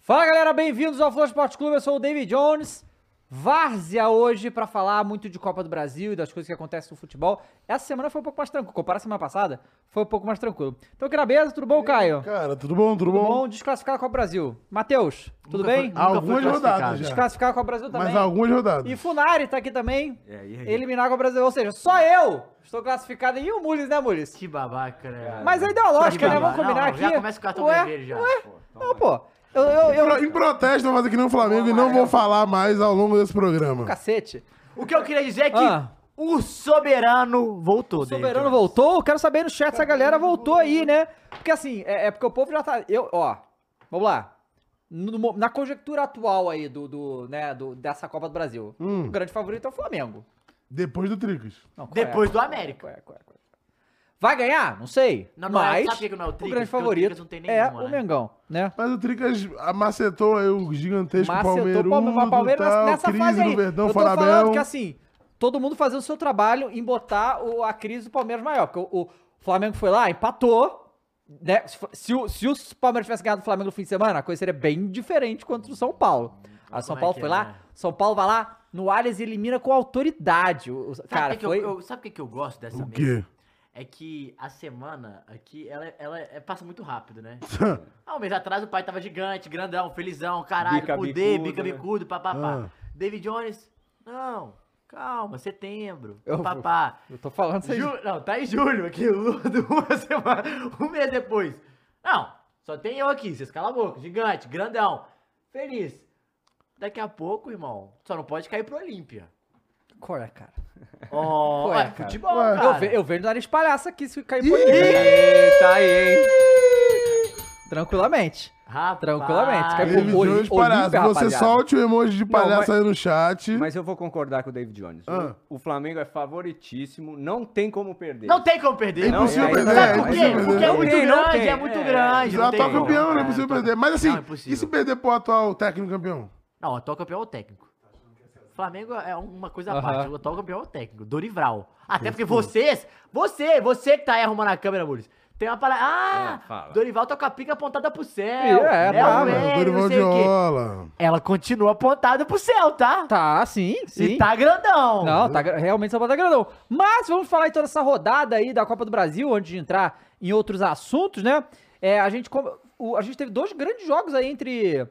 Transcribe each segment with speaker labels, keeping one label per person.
Speaker 1: Fala galera, bem-vindos ao Flow Esporte Clube. Eu sou o David Jones. Várzea hoje pra falar muito de Copa do Brasil e das coisas que acontecem no futebol. Essa semana foi um pouco mais tranquilo. Comparar a semana passada, foi um pouco mais tranquilo. Então, aqui na mesa, tudo bom, Caio?
Speaker 2: Cara, tudo bom, tudo,
Speaker 1: Tudo
Speaker 2: bom?
Speaker 1: bom? Desclassificar a Copa do Brasil. Matheus, tudo bem?
Speaker 2: Ah, Algumas rodadas já.
Speaker 1: Desclassificar a Copa do Brasil também.
Speaker 2: Mas algumas rodadas.
Speaker 1: E Funari tá aqui também.
Speaker 3: É, e aí?
Speaker 1: Eliminar a Copa do Brasil. Ou seja, só eu estou classificado e o Mules, né, Mules?
Speaker 4: Que babaca, né?
Speaker 1: Mas é ideológica,
Speaker 4: Que
Speaker 1: né?
Speaker 4: babaca.
Speaker 1: Vamos combinar
Speaker 4: Não,
Speaker 1: aqui.
Speaker 4: Já começa com o cartão
Speaker 1: Ué?
Speaker 4: vermelho já. pô.
Speaker 1: Não, pô. Eu, eu, eu,
Speaker 2: Pro- Em protesto, eu vou fazer que nem o Flamengo e não vou falar mais ao longo desse programa.
Speaker 1: Cacete.
Speaker 4: O que eu queria dizer é que
Speaker 1: Ah.
Speaker 4: o soberano voltou,
Speaker 1: O soberano voltou. Eu Quero saber no chat se a galera voltou aí, né? Porque assim, é, é porque o povo já tá. Eu, ó, vamos lá. No mo- na conjectura atual aí do, do né, do, dessa Copa do Brasil,
Speaker 4: Hum.
Speaker 1: o grande favorito é o Flamengo.
Speaker 2: Depois do Tricas.
Speaker 1: Não, qual é?
Speaker 4: Depois do América.
Speaker 1: Qual é, qual é, qual é? Vai ganhar? Não sei.
Speaker 4: Não, não,
Speaker 1: mas
Speaker 4: sabe por que que não é o Tricas?
Speaker 1: grande
Speaker 4: Porque o
Speaker 1: favorito
Speaker 4: Tricas não tem
Speaker 1: é
Speaker 4: nenhuma,
Speaker 1: o
Speaker 4: né?
Speaker 1: Mengão, né?
Speaker 2: Mas o Tricas macetou aí o gigantesco
Speaker 1: Macetou
Speaker 2: Palmeirudo,
Speaker 1: mas Palmeiras
Speaker 2: tal,
Speaker 1: nessa
Speaker 2: crise
Speaker 1: fase aí.
Speaker 2: do Verdão,
Speaker 1: eu tô falando
Speaker 2: Farabel.
Speaker 1: que assim, todo mundo fazendo o seu trabalho em botar o- a crise do Palmeiras maior. Porque o, o Flamengo foi lá, empatou. Né? Se, fo- se, o- se o Palmeiras tivesse ganhado o Flamengo no fim de semana, a coisa seria bem diferente contra o São Paulo. A São
Speaker 4: é
Speaker 1: Paulo
Speaker 4: que
Speaker 1: foi
Speaker 4: é,
Speaker 1: lá,
Speaker 4: né?
Speaker 1: São Paulo vai lá, no Allianz e elimina com autoridade. O- o-
Speaker 4: Sabe
Speaker 1: cara,
Speaker 4: o que,
Speaker 1: foi.
Speaker 4: que eu, eu- sabe o que, que eu gosto dessa
Speaker 2: O
Speaker 4: mesa?
Speaker 2: quê?
Speaker 4: É que a semana aqui, ela, ela é- passa muito rápido, né? Há um mês atrás o pai tava gigante, grandão, felizão, caralho,
Speaker 1: Bica
Speaker 4: poder,
Speaker 1: bicudo,
Speaker 4: bica
Speaker 1: né?
Speaker 4: bicudo, papapá.
Speaker 2: Ah.
Speaker 4: David Jones, não, calma, setembro,
Speaker 1: Eu-
Speaker 4: papapá.
Speaker 1: Eu tô falando isso aí.
Speaker 4: Ju- Não, tá em julho aqui, Lula, uma semana, um mês depois. Não, só tem eu aqui, vocês calam a boca, gigante, grandão, feliz. Daqui a pouco, irmão, só não pode cair pro Olímpia.
Speaker 1: Qual é, cara?
Speaker 4: Oh,
Speaker 1: Ué,
Speaker 4: é
Speaker 1: cara.
Speaker 4: futebol,
Speaker 2: Ué.
Speaker 4: cara.
Speaker 1: Eu, ve, eu vejo nariz palhaça aqui se cair por
Speaker 3: Eita aí, hein?
Speaker 1: Tranquilamente.
Speaker 4: Rapaz.
Speaker 1: Tranquilamente, cai pro
Speaker 2: David
Speaker 1: Olí-
Speaker 2: Jones, palhaço.
Speaker 1: Olímpia,
Speaker 2: Você
Speaker 1: rapaziada.
Speaker 2: solte o emoji de palhaço
Speaker 3: mas-
Speaker 2: aí no chat.
Speaker 4: Hum?
Speaker 3: Mas eu vou concordar com o David Jones. O-
Speaker 2: Ah.
Speaker 3: O, Flamengo é favoritíssimo, não tem como perder.
Speaker 4: Não tem como perder.
Speaker 2: É
Speaker 3: Não,
Speaker 2: impossível
Speaker 3: aí-
Speaker 2: perder,
Speaker 4: Sabe
Speaker 2: é
Speaker 4: por quê?
Speaker 2: impossível
Speaker 4: Porque é
Speaker 2: perder.
Speaker 4: muito
Speaker 3: Não tem, não
Speaker 4: grande,
Speaker 3: tem.
Speaker 4: é muito
Speaker 3: É,
Speaker 4: grande.
Speaker 2: Já
Speaker 4: não tem
Speaker 2: atual
Speaker 4: como.
Speaker 1: né?
Speaker 2: campeão, não é
Speaker 4: É,
Speaker 2: possível
Speaker 4: não tem
Speaker 2: perder. Mas assim,
Speaker 4: Não, é
Speaker 2: e se
Speaker 4: impossível.
Speaker 2: perder pro atual técnico campeão?
Speaker 4: Não, o atual campeão é o técnico. Flamengo é uma coisa à
Speaker 1: Aham.
Speaker 4: parte. O atual campeão é o técnico, Dorival. Até porque vocês, você, você que tá aí arrumando a câmera, Mules, tem uma palavra.
Speaker 3: Ah,
Speaker 4: Ah,
Speaker 3: fala.
Speaker 4: Dorival tá com a pica apontada pro céu.
Speaker 1: É,
Speaker 4: né,
Speaker 1: tá,
Speaker 4: velho,
Speaker 1: mano,
Speaker 4: não
Speaker 2: Dorival
Speaker 4: sei o quê.
Speaker 2: Diola.
Speaker 4: Ela continua apontada pro céu, tá?
Speaker 1: Tá, sim, sim.
Speaker 4: E tá grandão.
Speaker 1: Não, tá, gra- realmente São Paulo tá grandão. Mas vamos falar então dessa rodada aí da Copa do Brasil, antes de entrar em outros assuntos, né? É, a, gente, com- o- a gente teve dois grandes jogos aí entre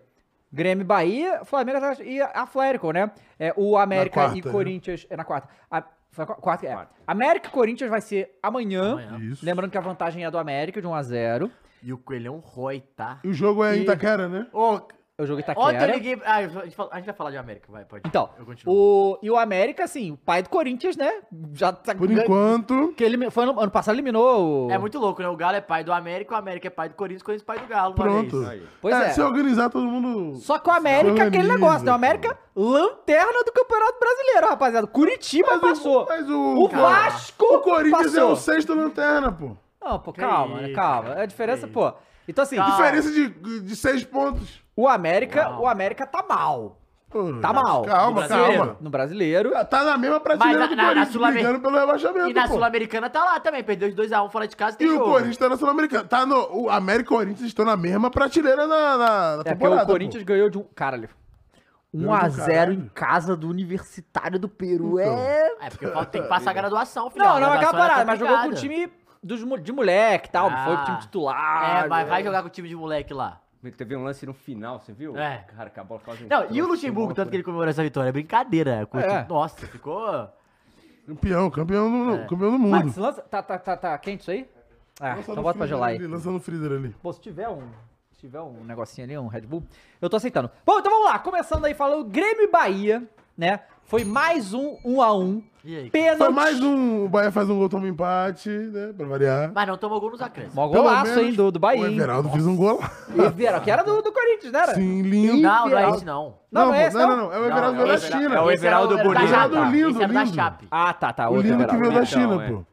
Speaker 1: Grêmio e Bahia, Flamengo e Atlético, né? É, o América
Speaker 2: quarta,
Speaker 1: e
Speaker 2: né?
Speaker 1: Corinthians. É na quarta. A- foi na qu- quarta, é.
Speaker 3: Quarta.
Speaker 1: América e Corinthians vai ser amanhã.
Speaker 4: Amanhã.
Speaker 2: Isso.
Speaker 1: Lembrando que a vantagem é do América, de 1x0.
Speaker 4: E o Coelhão rói, tá?
Speaker 2: E o jogo é
Speaker 1: E-
Speaker 2: em Itaquera, né?
Speaker 4: Ô,
Speaker 1: É o jogo
Speaker 4: ontem eu
Speaker 1: Itaquera.
Speaker 4: liguei. Ah, a gente fala- a gente vai falar de América, vai, pode.
Speaker 1: Então,
Speaker 4: eu continuo.
Speaker 1: o, e o América, assim, o pai do Corinthians, né? Já tá
Speaker 2: Por
Speaker 1: gan-
Speaker 2: enquanto.
Speaker 1: Porque ele foi ano, ano passado eliminou o.
Speaker 4: É muito louco, né? O Galo é pai do América, o América é pai do Corinthians, o Corinthians é pai do Galo. olha
Speaker 2: Pronto.
Speaker 4: isso.
Speaker 3: Aí.
Speaker 1: Pois é.
Speaker 2: Se organizar todo mundo.
Speaker 1: Só que o América é aquele
Speaker 2: Organiza,
Speaker 1: negócio, né? O
Speaker 2: cara.
Speaker 1: América, lanterna do Campeonato Brasileiro, rapaziada. Curitiba
Speaker 2: um,
Speaker 1: passou.
Speaker 2: Mas
Speaker 1: o
Speaker 2: o.
Speaker 1: Vasco
Speaker 2: O Corinthians
Speaker 1: passou.
Speaker 2: é o sexto lanterna, pô.
Speaker 1: Não, pô,
Speaker 4: Que
Speaker 1: calma, né?
Speaker 4: isso,
Speaker 1: Calma.
Speaker 4: cara,
Speaker 1: A diferença,
Speaker 4: que
Speaker 1: pô. Então, assim,
Speaker 4: Calma.
Speaker 2: Diferença de, de seis pontos.
Speaker 1: o América,
Speaker 4: Uau.
Speaker 1: o América tá mal.
Speaker 2: Pô,
Speaker 1: Tá mal.
Speaker 2: Calma,
Speaker 1: no brasileiro,
Speaker 2: calma.
Speaker 1: No brasileiro.
Speaker 2: Tá- Tá na mesma prateleira
Speaker 4: Mas
Speaker 2: do
Speaker 4: na- na- na
Speaker 2: Corinthians,
Speaker 4: Sul-Amer-
Speaker 2: brigando pelo rebaixamento,
Speaker 4: E na
Speaker 2: pô.
Speaker 4: Sul-Americana tá lá também, perdeu de 2x1 fora de casa tem
Speaker 2: E o
Speaker 4: jogo.
Speaker 2: Corinthians tá na Sul-Americana. Tá no, o América e o Corinthians estão na mesma prateleira na, na, na
Speaker 1: É porque o
Speaker 2: temporada.
Speaker 1: Corinthians ganhou de um. Caralho.
Speaker 2: Ganhou de um
Speaker 1: 1x0
Speaker 2: caralho.
Speaker 1: em casa do Universitário do Peru. É.
Speaker 4: É, porque falta, tem que passar a graduação, filho.
Speaker 1: Não, não,
Speaker 4: A
Speaker 1: aquela
Speaker 4: graduação era
Speaker 1: parada, mas jogou com o
Speaker 4: complicada.
Speaker 1: time dos, mo- de moleque e tal. Não foi o time
Speaker 4: Ah.
Speaker 1: titular. né?
Speaker 4: É, mas vai jogar com o time de moleque lá.
Speaker 3: Teve um lance no final, você viu?
Speaker 4: É.
Speaker 3: Cara, que a bola quase
Speaker 4: Não,
Speaker 3: entrou,
Speaker 4: e o
Speaker 3: assim,
Speaker 4: Luxemburgo,
Speaker 3: uma
Speaker 4: tanto que ele
Speaker 3: loucura.
Speaker 4: comemorou essa vitória, é brincadeira. com o
Speaker 1: É.
Speaker 4: time- Nossa, ficou...
Speaker 2: Campeão, campeão do, campeão do mundo.
Speaker 1: Max, lança. Tá, tá, tá, tá quente isso aí? É. Ah,
Speaker 2: Lança
Speaker 1: então
Speaker 2: no
Speaker 1: bota pra
Speaker 2: freezer
Speaker 1: gelar aí.
Speaker 2: ali, Lança no freezer ali.
Speaker 1: Pô, se tiver um. Se tiver um negocinho ali, um Red Bull, eu tô aceitando. Bom, então vamos lá. Começando aí falando Grêmio e Bahia, né? Foi mais um 1 a 1
Speaker 4: E aí?
Speaker 1: Pênalti.
Speaker 2: Foi mais um. O Bahia faz um gol, toma empate, né? Pra variar.
Speaker 4: Mas não tomou gol nos acréscimos.
Speaker 1: Mó
Speaker 2: Pelo
Speaker 1: golaço,
Speaker 2: menos
Speaker 1: hein, do, do Bahia.
Speaker 2: O
Speaker 1: hein?
Speaker 2: Everaldo fez um gol.
Speaker 1: Everaldo, que era do, do Corinthians, né? era?
Speaker 2: Sim, lindo.
Speaker 4: Não, não é esse não.
Speaker 1: Não, não,
Speaker 2: pô,
Speaker 1: é esse, não.
Speaker 2: É o Everaldo
Speaker 4: Não,
Speaker 2: veio da
Speaker 4: esse era-
Speaker 2: China.
Speaker 3: é o
Speaker 4: esse era
Speaker 3: Everaldo
Speaker 4: era
Speaker 3: Bonito.
Speaker 4: Da Chape.
Speaker 2: Everaldo lindo,
Speaker 4: esse era da
Speaker 2: lindo.
Speaker 4: Chape.
Speaker 1: Ah, tá, tá.
Speaker 2: é O
Speaker 1: outro
Speaker 2: lindo que
Speaker 1: Everaldo.
Speaker 2: veio da
Speaker 3: Então,
Speaker 2: China,
Speaker 3: é.
Speaker 2: pô.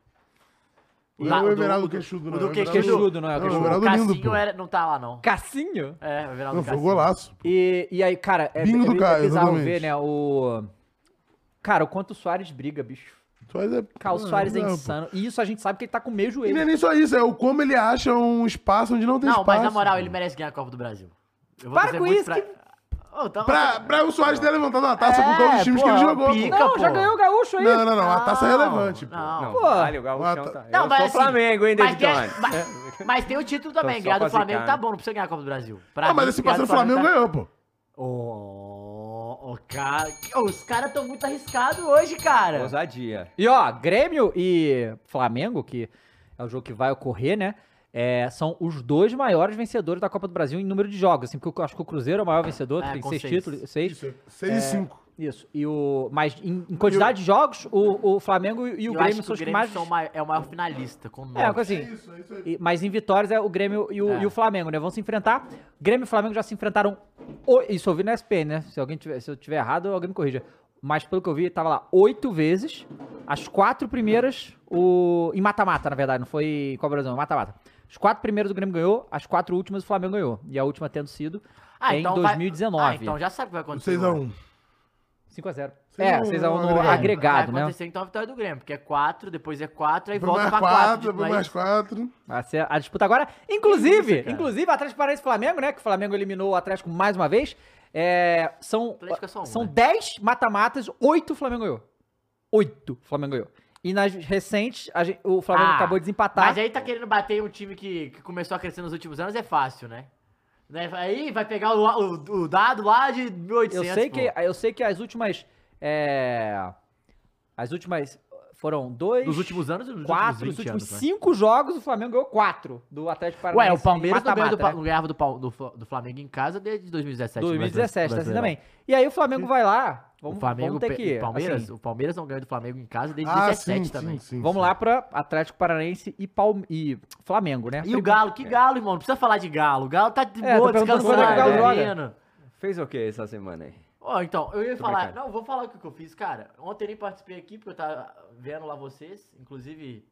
Speaker 4: E
Speaker 2: Não é
Speaker 4: do-
Speaker 2: o Everaldo
Speaker 4: do-
Speaker 2: queixudo, não.
Speaker 4: do
Speaker 2: é o Everaldo-
Speaker 4: queixudo.
Speaker 1: Queixudo, não é? o
Speaker 2: Não, o
Speaker 1: Queixudo.
Speaker 2: Everaldo-
Speaker 4: O
Speaker 2: lindo,
Speaker 4: Cassinho
Speaker 2: pô.
Speaker 4: era- não tá lá, não.
Speaker 1: Cassinho?
Speaker 4: É, o Everaldo
Speaker 2: Não, foi um
Speaker 4: Cassinho.
Speaker 2: golaço.
Speaker 1: E, e aí, cara, é,
Speaker 2: Bingo
Speaker 1: é-
Speaker 2: do
Speaker 1: é
Speaker 2: Caio,
Speaker 1: bizarro
Speaker 2: exatamente.
Speaker 1: ver, né? O. Cara, o quanto o Soares briga, bicho.
Speaker 2: Soares é...
Speaker 1: Cara, o Soares é
Speaker 2: não, pô.
Speaker 1: insano. E isso a gente sabe que ele tá com o meio
Speaker 2: E
Speaker 1: joelho.
Speaker 2: é não é nem só isso, é o como ele acha um espaço onde não tem
Speaker 4: Não,
Speaker 2: espaço.
Speaker 4: mas na moral,
Speaker 2: pô.
Speaker 4: ele merece ganhar a Copa do Brasil. Eu vou
Speaker 1: Para
Speaker 4: torcer
Speaker 1: com
Speaker 4: muito
Speaker 1: isso,
Speaker 4: pra...
Speaker 1: que-
Speaker 4: Ô, tava-
Speaker 2: Pra, pra o Soares ter levantado uma taça com todos os times que ele
Speaker 4: porra,
Speaker 2: jogou. pô.
Speaker 4: pica.
Speaker 1: Não, já
Speaker 4: pô.
Speaker 1: ganhou o gaúcho aí.
Speaker 2: Não, não, não. A taça é
Speaker 4: Não,
Speaker 2: relevante. pô.
Speaker 4: Não,
Speaker 3: Não,
Speaker 1: Pô.
Speaker 3: vale, o Gaúchão
Speaker 2: Mas-
Speaker 3: tá...
Speaker 4: Não,
Speaker 3: eu
Speaker 4: mas
Speaker 3: sou
Speaker 4: assim,
Speaker 3: Flamengo, hein,
Speaker 4: mas
Speaker 3: David
Speaker 4: tem,
Speaker 3: Jones?
Speaker 4: mas, mas tem o título também.
Speaker 3: Tô só
Speaker 4: Ganhar do
Speaker 3: pra
Speaker 4: Flamengo
Speaker 3: zicar,
Speaker 4: tá
Speaker 3: né?
Speaker 4: bom pra você ganhar a Copa do Brasil. Pra
Speaker 2: Ah, mas
Speaker 4: mim,
Speaker 2: esse
Speaker 4: ganhar
Speaker 2: parceiro
Speaker 4: do
Speaker 2: do Flamengo é-
Speaker 4: tá-
Speaker 2: ganhou, pô.
Speaker 4: Ô, ô, cara. Ô, Os caras estão muito arriscados hoje, cara.
Speaker 3: Ousadia.
Speaker 1: E ó, Grêmio e Flamengo, que é o jogo que vai ocorrer, né? é, são os dois maiores vencedores da Copa do Brasil em número de jogos. Assim, porque eu acho que o Cruzeiro é o maior vencedor,
Speaker 4: É,
Speaker 1: tem
Speaker 4: com
Speaker 1: seis,
Speaker 4: seis.
Speaker 1: títulos, seis. Isso.
Speaker 2: 6 e 5.
Speaker 1: E o, mas em, em quantidade de jogos, o, o Flamengo e o
Speaker 4: Eu
Speaker 1: Grêmio
Speaker 4: acho que
Speaker 1: são
Speaker 4: o
Speaker 1: os que
Speaker 4: Grêmio
Speaker 1: mais.
Speaker 4: são o mai- é o maior finalista, com
Speaker 1: É, uma
Speaker 4: nove.
Speaker 1: coisa assim.
Speaker 2: isso, é isso aí.
Speaker 1: E- mas em vitórias é o Grêmio e o,
Speaker 4: É.
Speaker 1: e o Flamengo, né? Vão se enfrentar. Grêmio e Flamengo já se enfrentaram. o- Isso eu vi na SPN, né? Se, alguém tiver, se eu tiver errado, alguém me corrija. Mas pelo que eu vi, tava lá oito vezes. As quatro primeiras, o. Em mata-mata, na verdade, não foi Copa do Brasil, mata-mata. As quatro primeiras o Grêmio ganhou, as quatro últimas o Flamengo ganhou. E a última tendo sido
Speaker 4: Ah,
Speaker 1: em
Speaker 4: então vai-
Speaker 1: 2019.
Speaker 4: Ah, então já sabe o que vai acontecer.
Speaker 2: 6 a
Speaker 4: agora.
Speaker 2: 1.
Speaker 1: 5x0.
Speaker 2: Seis a
Speaker 1: É,
Speaker 2: um,
Speaker 1: 6x1
Speaker 2: né?
Speaker 1: no
Speaker 2: É,
Speaker 1: agregado,
Speaker 4: Vai
Speaker 1: né?
Speaker 4: acontecer então a vitória do Grêmio, porque é 4, depois é 4, aí
Speaker 2: Depois
Speaker 4: volta
Speaker 2: mais
Speaker 4: pra tipo, 4.
Speaker 2: 4, depois mais 4.
Speaker 1: Vai ser a disputa agora. Inclusive,
Speaker 4: isso, cara?
Speaker 1: inclusive, Atlético Paranaense e Flamengo, né? Que o Flamengo eliminou o Atlético mais uma vez. É, são
Speaker 4: Atlético é só um,
Speaker 1: são
Speaker 4: né?
Speaker 1: 10 mata-matas, 8 o Flamengo ganhou. 8 o Flamengo ganhou. E nas recentes, a gente- o Flamengo
Speaker 4: Ah,
Speaker 1: acabou de desempatar.
Speaker 4: Mas aí tá querendo bater em um time que, que começou a crescer nos últimos anos, é fácil, né? Né, Aí vai pegar o, o- o dado lá de 1800.
Speaker 1: eu, sei que,
Speaker 4: pô.
Speaker 1: eu sei que as últimas. é, as últimas foram dois.
Speaker 4: Dos últimos anos, dos
Speaker 1: quatro,
Speaker 4: últimos
Speaker 1: os
Speaker 4: 20
Speaker 1: últimos
Speaker 4: anos, né?
Speaker 1: cinco jogos, o Flamengo ganhou quatro do Atlético
Speaker 4: Ué,
Speaker 1: Paranaense.
Speaker 4: o Palmeiras não, ganhou do,
Speaker 1: mata-mata,
Speaker 4: Pa-
Speaker 1: né?
Speaker 4: não ganhava do, Pal- do, Fla- do Flamengo em casa desde 2017. no Brasileiro-
Speaker 1: 2017, tá assim
Speaker 4: Brasileirão.
Speaker 1: também. E aí o Flamengo vai lá. Vamos,
Speaker 4: o Flamengo
Speaker 1: vamos ter
Speaker 4: pe-
Speaker 1: que.
Speaker 4: o Palmeiras,
Speaker 1: assim,
Speaker 4: o Palmeiras não ganha do Flamengo em casa desde
Speaker 2: Ah,
Speaker 4: 2017
Speaker 2: sim,
Speaker 4: também.
Speaker 2: sim, sim.
Speaker 1: vamos
Speaker 2: sim.
Speaker 1: lá pra Atlético Paranaense e, Palme e Flamengo, né?
Speaker 4: E o
Speaker 1: Prime-
Speaker 4: Galo, que Galo, irmão? Não precisa falar de Galo. O Galo tá de
Speaker 1: É,
Speaker 4: boa,
Speaker 1: tô perguntando
Speaker 4: descansando,
Speaker 3: quando é que o Galo
Speaker 1: joga.
Speaker 4: dormindo.
Speaker 3: Fez o que essa semana aí?
Speaker 4: Ó, então, eu ia
Speaker 3: Tô
Speaker 4: falar.
Speaker 3: brincando.
Speaker 4: Não, vou falar o que que eu fiz, cara. Ontem eu nem participei aqui, porque eu tava vendo lá vocês. Inclusive,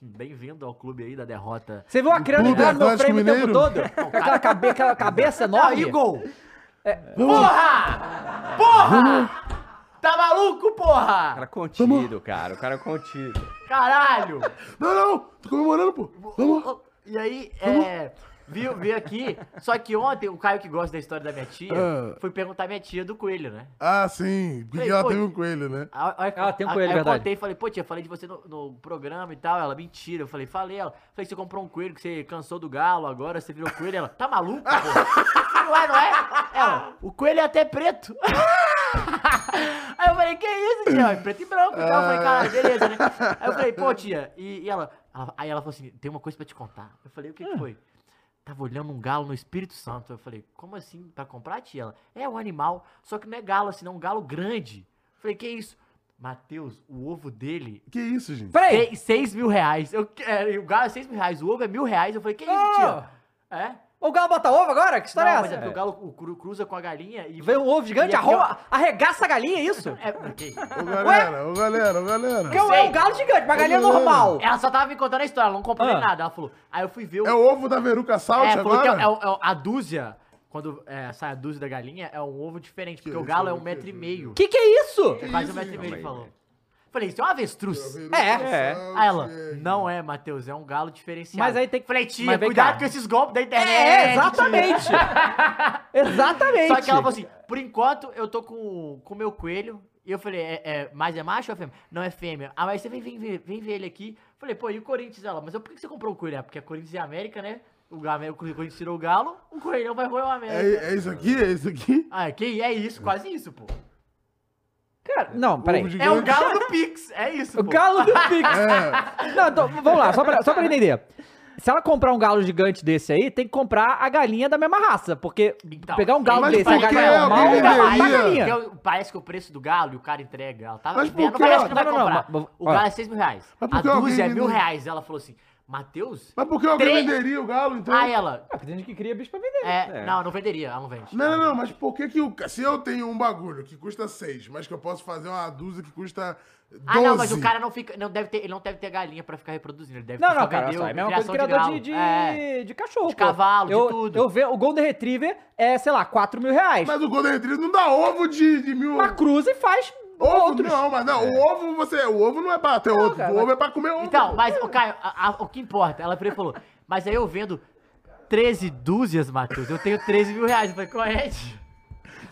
Speaker 4: bem-vindo ao clube aí da derrota.
Speaker 1: Você viu a criança
Speaker 2: Clube
Speaker 1: entrar no meu
Speaker 2: Atlético
Speaker 1: frame o tempo
Speaker 2: Mineiro.
Speaker 1: todo? Com aquela, cabe- aquela cabeça enorme.
Speaker 4: Não, e gol?
Speaker 2: É,
Speaker 4: Porra! Porra! Tá maluco,
Speaker 3: O
Speaker 4: porra?
Speaker 3: cara contido, cara. O cara contido.
Speaker 4: Caralho!
Speaker 2: Não, não. Tô comemorando, pô. Vamos.
Speaker 4: E aí, é. Viu, veio aqui. Só que ontem, o Caio que gosta da história da minha tia,
Speaker 2: Ah.
Speaker 4: foi perguntar à minha tia do coelho, né?
Speaker 2: Ah, sim. Porque
Speaker 4: Ei,
Speaker 2: ela
Speaker 4: pô,
Speaker 2: teve um coelho, né?
Speaker 4: Aí- aí-
Speaker 1: Ah, tem um
Speaker 4: aí-
Speaker 1: coelho,
Speaker 4: aí
Speaker 1: verdade.
Speaker 4: Eu contei e falei, pô, tia, falei de você no, no programa e tal. Ela, mentira. Eu falei, falei, ela. Falei que você comprou um coelho, que você cansou do galo agora, você virou coelho. Ela, tá maluco, pô? não é, não é? Ela, o coelho é até preto. aí eu falei, que isso, tia? É preto e branco e tal. Eu falei,
Speaker 1: Ah.
Speaker 4: cara, beleza, né? Aí eu falei, pô, tia. E, e ela, ela- aí ela falou assim, tem uma coisa pra te contar. Eu falei, o que, que
Speaker 1: Hum.
Speaker 4: foi? Tava olhando um galo no Espírito Santo. Eu falei, como assim? Pra comprar, tia? Ela, é um animal, só que não é galo assim, não, é um galo grande. Eu falei, que isso? Matheus, o ovo dele
Speaker 2: Que isso, gente?
Speaker 1: Peraí.
Speaker 4: é 6 mil reais. Eu, que- é, o galo é 6 mil reais, o ovo é mil reais. Eu falei, que isso, tia? É?
Speaker 1: O Galo bota ovo agora? Que
Speaker 4: Não,
Speaker 1: história é
Speaker 4: mas é
Speaker 1: essa?
Speaker 4: porque o galo o cru- cruza com a galinha e...
Speaker 1: Vem um ovo gigante,
Speaker 4: E aqui,
Speaker 1: arroba, arregaça a galinha, é isso?
Speaker 4: É, ok.
Speaker 2: Ô, galera, ô, galera, ô, galera.
Speaker 1: Porque é um galo gigante, uma galinha
Speaker 2: Não.
Speaker 1: normal.
Speaker 4: Ela só tava me contando É a história, ela não comprou
Speaker 1: Ah.
Speaker 4: nem nada. Ela falou, aí eu fui ver o...
Speaker 2: É o ovo da Veruca Salt
Speaker 4: É, falou que é,
Speaker 2: agora?
Speaker 4: é o- é o- a dúzia, quando é, sai a dúzia da galinha, é um ovo diferente, porque o
Speaker 2: isso,
Speaker 4: galo é
Speaker 2: eu
Speaker 4: um
Speaker 2: não
Speaker 4: metro e
Speaker 2: acredito.
Speaker 4: meio.
Speaker 1: Que que é isso?
Speaker 4: É quase um
Speaker 2: isso,
Speaker 4: metro e meio, ele
Speaker 3: gente?
Speaker 4: falou. Falei, isso é um avestruz.
Speaker 1: É.
Speaker 4: Aí ela, não é, Matheus, é um galo diferenciado.
Speaker 1: Mas aí tem que-
Speaker 4: Falei, tia,
Speaker 1: Mas vem
Speaker 4: cuidado
Speaker 1: cá.
Speaker 4: com esses golpes da internet.
Speaker 1: É, exatamente. exatamente.
Speaker 4: é, Só que ela falou assim, por enquanto eu tô com o meu coelho. E eu falei, é, é, mas é macho ou é fêmea? Não, é fêmea. Ah, mas você vem, vem, ver- vem ver ele aqui. Falei, pô, e o Corinthians? Ela, mas por que você comprou o coelho? É porque a Corinthians é América, né? O, Galo- o Corinthians tirou o galo, o Coelhão vai roer o América.
Speaker 2: É, é isso aqui? É isso aqui?
Speaker 4: Ah, que é isso, quase isso, pô.
Speaker 1: Cara, não, peraí.
Speaker 2: Ovo gigante.
Speaker 4: É o galo do Pix, é isso,
Speaker 1: O
Speaker 4: pô.
Speaker 1: galo do Pix.
Speaker 2: É.
Speaker 1: Não, então, vamos lá, só pra, só pra entender. Se ela comprar um galo gigante desse aí, tem que comprar a galinha da mesma raça. Porque
Speaker 4: Então,
Speaker 1: pegar um galo
Speaker 2: mas
Speaker 1: desse,
Speaker 2: por
Speaker 1: a
Speaker 2: que
Speaker 1: galinha normal,
Speaker 2: alguém
Speaker 1: dá pra
Speaker 2: venderia?
Speaker 1: galinha.
Speaker 4: Porque eu- parece que o preço do galo e o cara entrega. Ela tava
Speaker 2: Mas por
Speaker 4: vendo,
Speaker 2: que?
Speaker 4: parece que não vai
Speaker 1: Não, não, não,
Speaker 4: comprar.
Speaker 1: mas-
Speaker 4: o
Speaker 1: olha.
Speaker 4: galo é 6 mil reais.
Speaker 2: Mas
Speaker 4: A
Speaker 2: por que alguém
Speaker 4: dúzia é mil
Speaker 2: vendeu?
Speaker 4: reais. Ela falou assim, Matheus?
Speaker 2: Mas por que alguém
Speaker 4: Três.
Speaker 2: venderia o galo, então?
Speaker 4: Ah, ela,
Speaker 1: Ah, porque tem gente que cria bicho pra vender. né?
Speaker 4: É, não, não venderia, ela não vende.
Speaker 2: Não, não, não, mas por que que o... ca- Se eu tenho um bagulho que custa 6, mas que eu posso fazer uma dúzia que custa 12...
Speaker 4: Ah, não, mas o cara não fica, não deve ter, ele não deve ter galinha pra ficar reproduzindo, ele deve
Speaker 1: Não,
Speaker 4: só
Speaker 1: não, cara, olha
Speaker 4: vender
Speaker 1: só,
Speaker 4: o-
Speaker 1: é a mesma coisa
Speaker 4: criação
Speaker 1: que criador de,
Speaker 4: galo.
Speaker 1: de,
Speaker 4: É.
Speaker 1: de cachorro.
Speaker 4: De
Speaker 1: pô.
Speaker 4: cavalo, de
Speaker 1: eu,
Speaker 4: tudo.
Speaker 1: Eu vejo, o Golden Retriever é, sei lá, 4 mil reais.
Speaker 2: Mas o Golden Retriever não dá ovo de, de mil...
Speaker 1: Uma cruza e faz
Speaker 2: Ovo
Speaker 1: outros.
Speaker 2: não, mas não, o ovo você... O ovo não é pra ter outro,
Speaker 1: É. cara,
Speaker 2: o ovo
Speaker 1: mas- Então,
Speaker 2: é pra comer outro.
Speaker 4: Então, mas, ô, Caio, a- a- o que importa, ela primeiro falou, mas aí eu vendo 13 dúzias, Matheus. Eu tenho 13 mil reais. Eu falei, qual é? tio?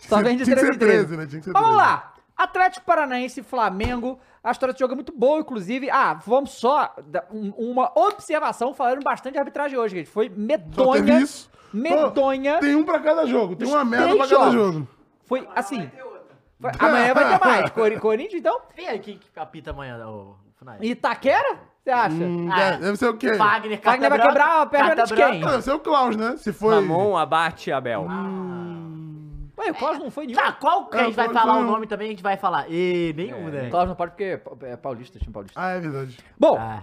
Speaker 1: Só
Speaker 2: Tinha-
Speaker 1: vende
Speaker 2: tinha
Speaker 1: 13
Speaker 2: que ser
Speaker 1: em 13.
Speaker 2: 13, né? Tinha que ser
Speaker 1: Mas vamos
Speaker 2: 13.
Speaker 1: lá. Atlético Paranaense e Flamengo. A história desse jogo é muito boa, inclusive. Ah, vamos só dar um- uma observação. Falaram bastante de arbitragem hoje, gente. Foi
Speaker 2: Só teve
Speaker 1: medonha.
Speaker 2: isso.
Speaker 1: Medonha.
Speaker 2: Tem um pra cada jogo. Tem uma
Speaker 1: Os
Speaker 2: merda
Speaker 1: três
Speaker 2: pra cada
Speaker 1: jogos.
Speaker 2: jogo.
Speaker 1: Foi assim. Foi- Amanhã vai ter mais. Cori- Corinthians, então.
Speaker 4: Vem aí quem que capita amanhã, ô Funai.
Speaker 1: E Itaquera? Você acha?
Speaker 2: Hum,
Speaker 4: Ah.
Speaker 2: deve- Deve ser o quê?
Speaker 4: Wagner,
Speaker 1: Wagner vai
Speaker 4: Branca,
Speaker 1: quebrar a perna
Speaker 4: Carta
Speaker 1: de
Speaker 4: Branca.
Speaker 1: quem?
Speaker 2: Ah, deve ser o Klaus, né? Se foi.
Speaker 3: Ramon abate Abel.
Speaker 4: Ah.
Speaker 1: Ué, o Klaus não foi nenhum.
Speaker 4: Tá, qual que a
Speaker 2: É,
Speaker 4: gente vai
Speaker 2: foi-
Speaker 4: falar
Speaker 2: foi
Speaker 4: o
Speaker 2: um.
Speaker 4: nome também? A gente vai falar. E nenhum, né?
Speaker 1: O Klaus não pode porque é paulista, time paulista.
Speaker 2: Ah, é verdade.
Speaker 1: Bom,
Speaker 4: Ah,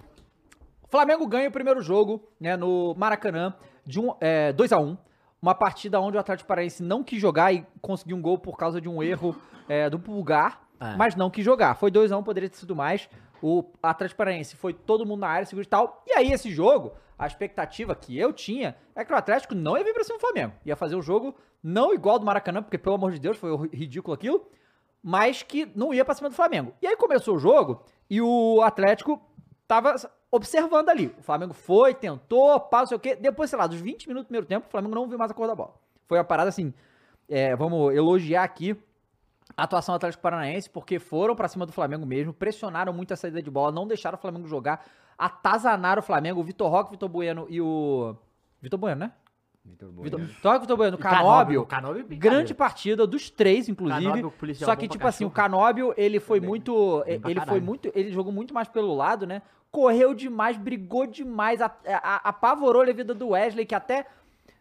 Speaker 1: Flamengo ganha o primeiro jogo, né, no Maracanã, de um, é, 2 a 1 Uma partida onde o Atlético Paranaense não quis jogar e conseguiu um gol por causa de um erro é, do Pulgar,
Speaker 4: É.
Speaker 1: mas não quis jogar. Foi 2 a 1 poderia ter sido mais. O Atlético Paranaense foi todo mundo na área, seguro e tal. E aí, esse jogo, a expectativa que eu tinha é que o Atlético não ia vir pra cima do Flamengo. Ia fazer um jogo não igual ao do Maracanã, porque, pelo amor de Deus, foi horri- ridículo aquilo, mas que não ia pra cima do Flamengo. E aí começou o jogo e o Atlético tava observando ali. O Flamengo foi, tentou, pá, não sei o quê. Depois, sei lá, dos 20 minutos do primeiro tempo, o Flamengo não viu mais a cor da bola. Foi uma parada assim. é, vamos elogiar aqui a atuação do Atlético Paranaense, porque foram pra cima do Flamengo mesmo, pressionaram muito a saída de bola, não deixaram o Flamengo jogar, atazanaram o Flamengo, o Vitor Roque, o Vitor Bueno e o. Vitor Bueno, né?
Speaker 3: Vitor
Speaker 1: Vitor,
Speaker 3: Bueno.
Speaker 1: Vitor Roque, Vitor Bueno,
Speaker 4: e
Speaker 1: Canóbio.
Speaker 4: Canóbio
Speaker 1: Grande partida dos três, inclusive.
Speaker 4: Canóbio, policial
Speaker 1: Só
Speaker 4: bom
Speaker 1: que,
Speaker 4: pra
Speaker 1: tipo assim, o
Speaker 4: cachorro.
Speaker 1: Canóbio, ele foi muito.
Speaker 4: Bem pra
Speaker 1: Ele foi
Speaker 4: caralho.
Speaker 1: muito. Ele jogou muito mais pelo lado, né? Correu demais, brigou demais, a- a- apavorou a vida do Wesley, que até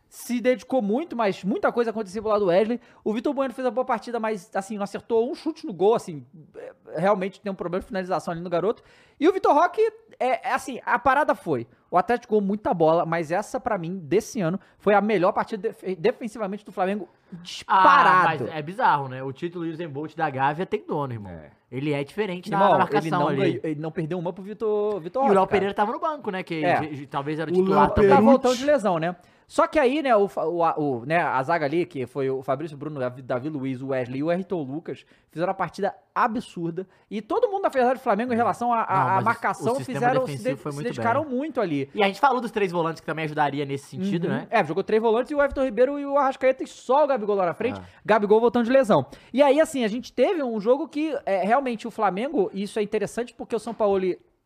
Speaker 1: se dedicou muito, mas muita coisa aconteceu pelo lado do Wesley. O Vitor Bueno fez uma boa partida, mas assim, não acertou um chute no gol, assim, é, realmente tem um problema de finalização ali no garoto. E o Vitor Roque, é, é, assim, a parada foi, o Atlético jogou muita bola, mas essa pra mim, desse ano, foi a melhor partida def- defensivamente do Flamengo
Speaker 4: Ah, mas
Speaker 1: disparado.
Speaker 4: é bizarro, né? O título Usain Bolt da Gávea tem dono, irmão.
Speaker 3: É.
Speaker 4: Ele é diferente na-
Speaker 1: Irmão,
Speaker 4: na
Speaker 1: ele, não
Speaker 4: marcação
Speaker 1: ganhou-
Speaker 4: ali.
Speaker 1: ele não perdeu uma pro Vitor, Vitor
Speaker 4: E o
Speaker 1: Roque,
Speaker 4: Léo
Speaker 1: cara.
Speaker 4: Pereira tava no banco, né? Que
Speaker 1: É.
Speaker 4: ge- ge- talvez era
Speaker 2: O
Speaker 4: o titular
Speaker 2: Léo
Speaker 4: também.
Speaker 1: tá
Speaker 2: Perucci.
Speaker 1: voltando de lesão, né? Só que aí, né, o, Fa- o, a- o- né, a zaga ali, que foi o Fabrício Bruno, o Davi Luiz, o Wesley e o Ayrton Lucas, fizeram uma partida absurda. E todo mundo na verdade do Flamengo, em relação à à-
Speaker 4: Não,
Speaker 1: à
Speaker 4: mas o-
Speaker 1: marcação,
Speaker 4: o sistema
Speaker 1: fizeram, se,
Speaker 4: defensivo
Speaker 1: de-
Speaker 4: foi
Speaker 1: se
Speaker 4: muito
Speaker 1: dedicaram muito ali.
Speaker 4: E a gente falou dos três volantes que também ajudaria nesse sentido,
Speaker 1: Uhum.
Speaker 4: né?
Speaker 1: É, jogou três volantes e o Everton Ribeiro e o Arrascaeta e só o Gabigol lá na frente.
Speaker 4: Ah.
Speaker 1: Gabigol voltando de lesão. E aí, assim, a gente teve um jogo que é, realmente o Flamengo, e isso é interessante porque o São Paulo.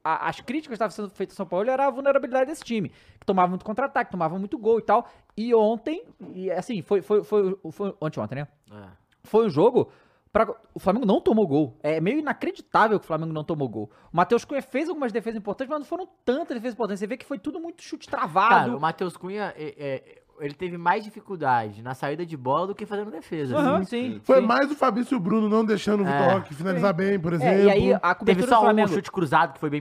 Speaker 1: as críticas que estavam sendo feitas ao São Paulo era a vulnerabilidade desse time, que tomava muito contra-ataque, tomava muito gol e tal. E ontem, e assim, foi, foi, foi, foi anteontem, né?
Speaker 4: É.
Speaker 1: foi um jogo. Pra... O Flamengo não tomou gol. É meio inacreditável que o Flamengo não tomou gol. O Matheus Cunha fez algumas defesas importantes, mas não foram tantas defesas importantes. Você vê que foi tudo muito chute travado.
Speaker 4: Cara, o Matheus Cunha, é- é, ele teve mais dificuldade na saída de bola do que fazendo defesa. assim.
Speaker 1: Aham,
Speaker 4: Uhum, Sim.
Speaker 1: sim,
Speaker 2: Foi
Speaker 1: sim.
Speaker 2: mais o Fabrício Bruno não deixando o Vitor
Speaker 4: É.
Speaker 2: Roque finalizar bem, por exemplo.
Speaker 1: É, e aí a cobertura
Speaker 4: Teve
Speaker 1: do
Speaker 4: só um
Speaker 1: Flamengo.
Speaker 4: chute cruzado que foi bem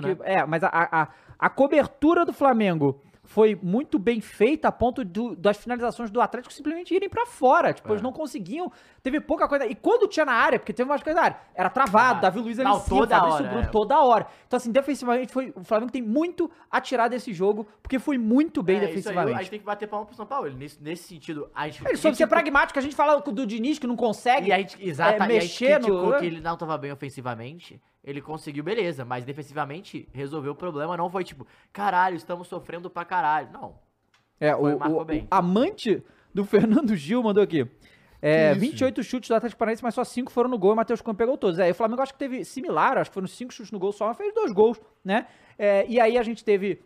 Speaker 1: Sim,
Speaker 4: né?
Speaker 1: que- é, mas a, a, a- a cobertura do Flamengo foi muito bem feita a ponto do- das finalizações do Atlético simplesmente irem pra fora. Tipo,
Speaker 4: É.
Speaker 1: eles não conseguiam. Teve pouca coisa. E quando tinha na área, porque teve mais coisa na área, era travado,
Speaker 4: Ah,
Speaker 1: Davi Luiz ali
Speaker 4: não,
Speaker 1: em cima,
Speaker 4: toda
Speaker 1: Fabrício
Speaker 4: hora,
Speaker 1: Bruno
Speaker 4: é.
Speaker 1: toda hora. Então, assim, defensivamente, foi, o Flamengo tem muito a tirar desse jogo, porque foi muito bem
Speaker 4: É, isso aí, a gente
Speaker 1: defensivamente. É,
Speaker 4: tem que bater palma pro São Paulo. Nesse, nesse sentido, a gente.
Speaker 1: Ele soube ser pragmático, a gente fala do Diniz que não consegue.
Speaker 4: E a gente, exata,
Speaker 1: é,
Speaker 4: e a gente
Speaker 1: mexer no-
Speaker 4: criticou que ele não tava bem ofensivamente. Ele conseguiu, beleza, mas defensivamente resolveu o problema. Não foi tipo, caralho, estamos sofrendo pra caralho. Não.
Speaker 1: É,
Speaker 4: Foi,
Speaker 1: o,
Speaker 4: marcou
Speaker 1: o-
Speaker 4: bem.
Speaker 1: o amante do Fernando Gil mandou aqui. É,
Speaker 2: Que isso,
Speaker 1: 28 chutes do Atlético Paranaense, mas só 5 foram no gol e o Matheus Cunha pegou todos. É, o Flamengo acho que teve similar, acho que foram 5 chutes no gol só, mas fez dois gols, né? É, e aí a gente teve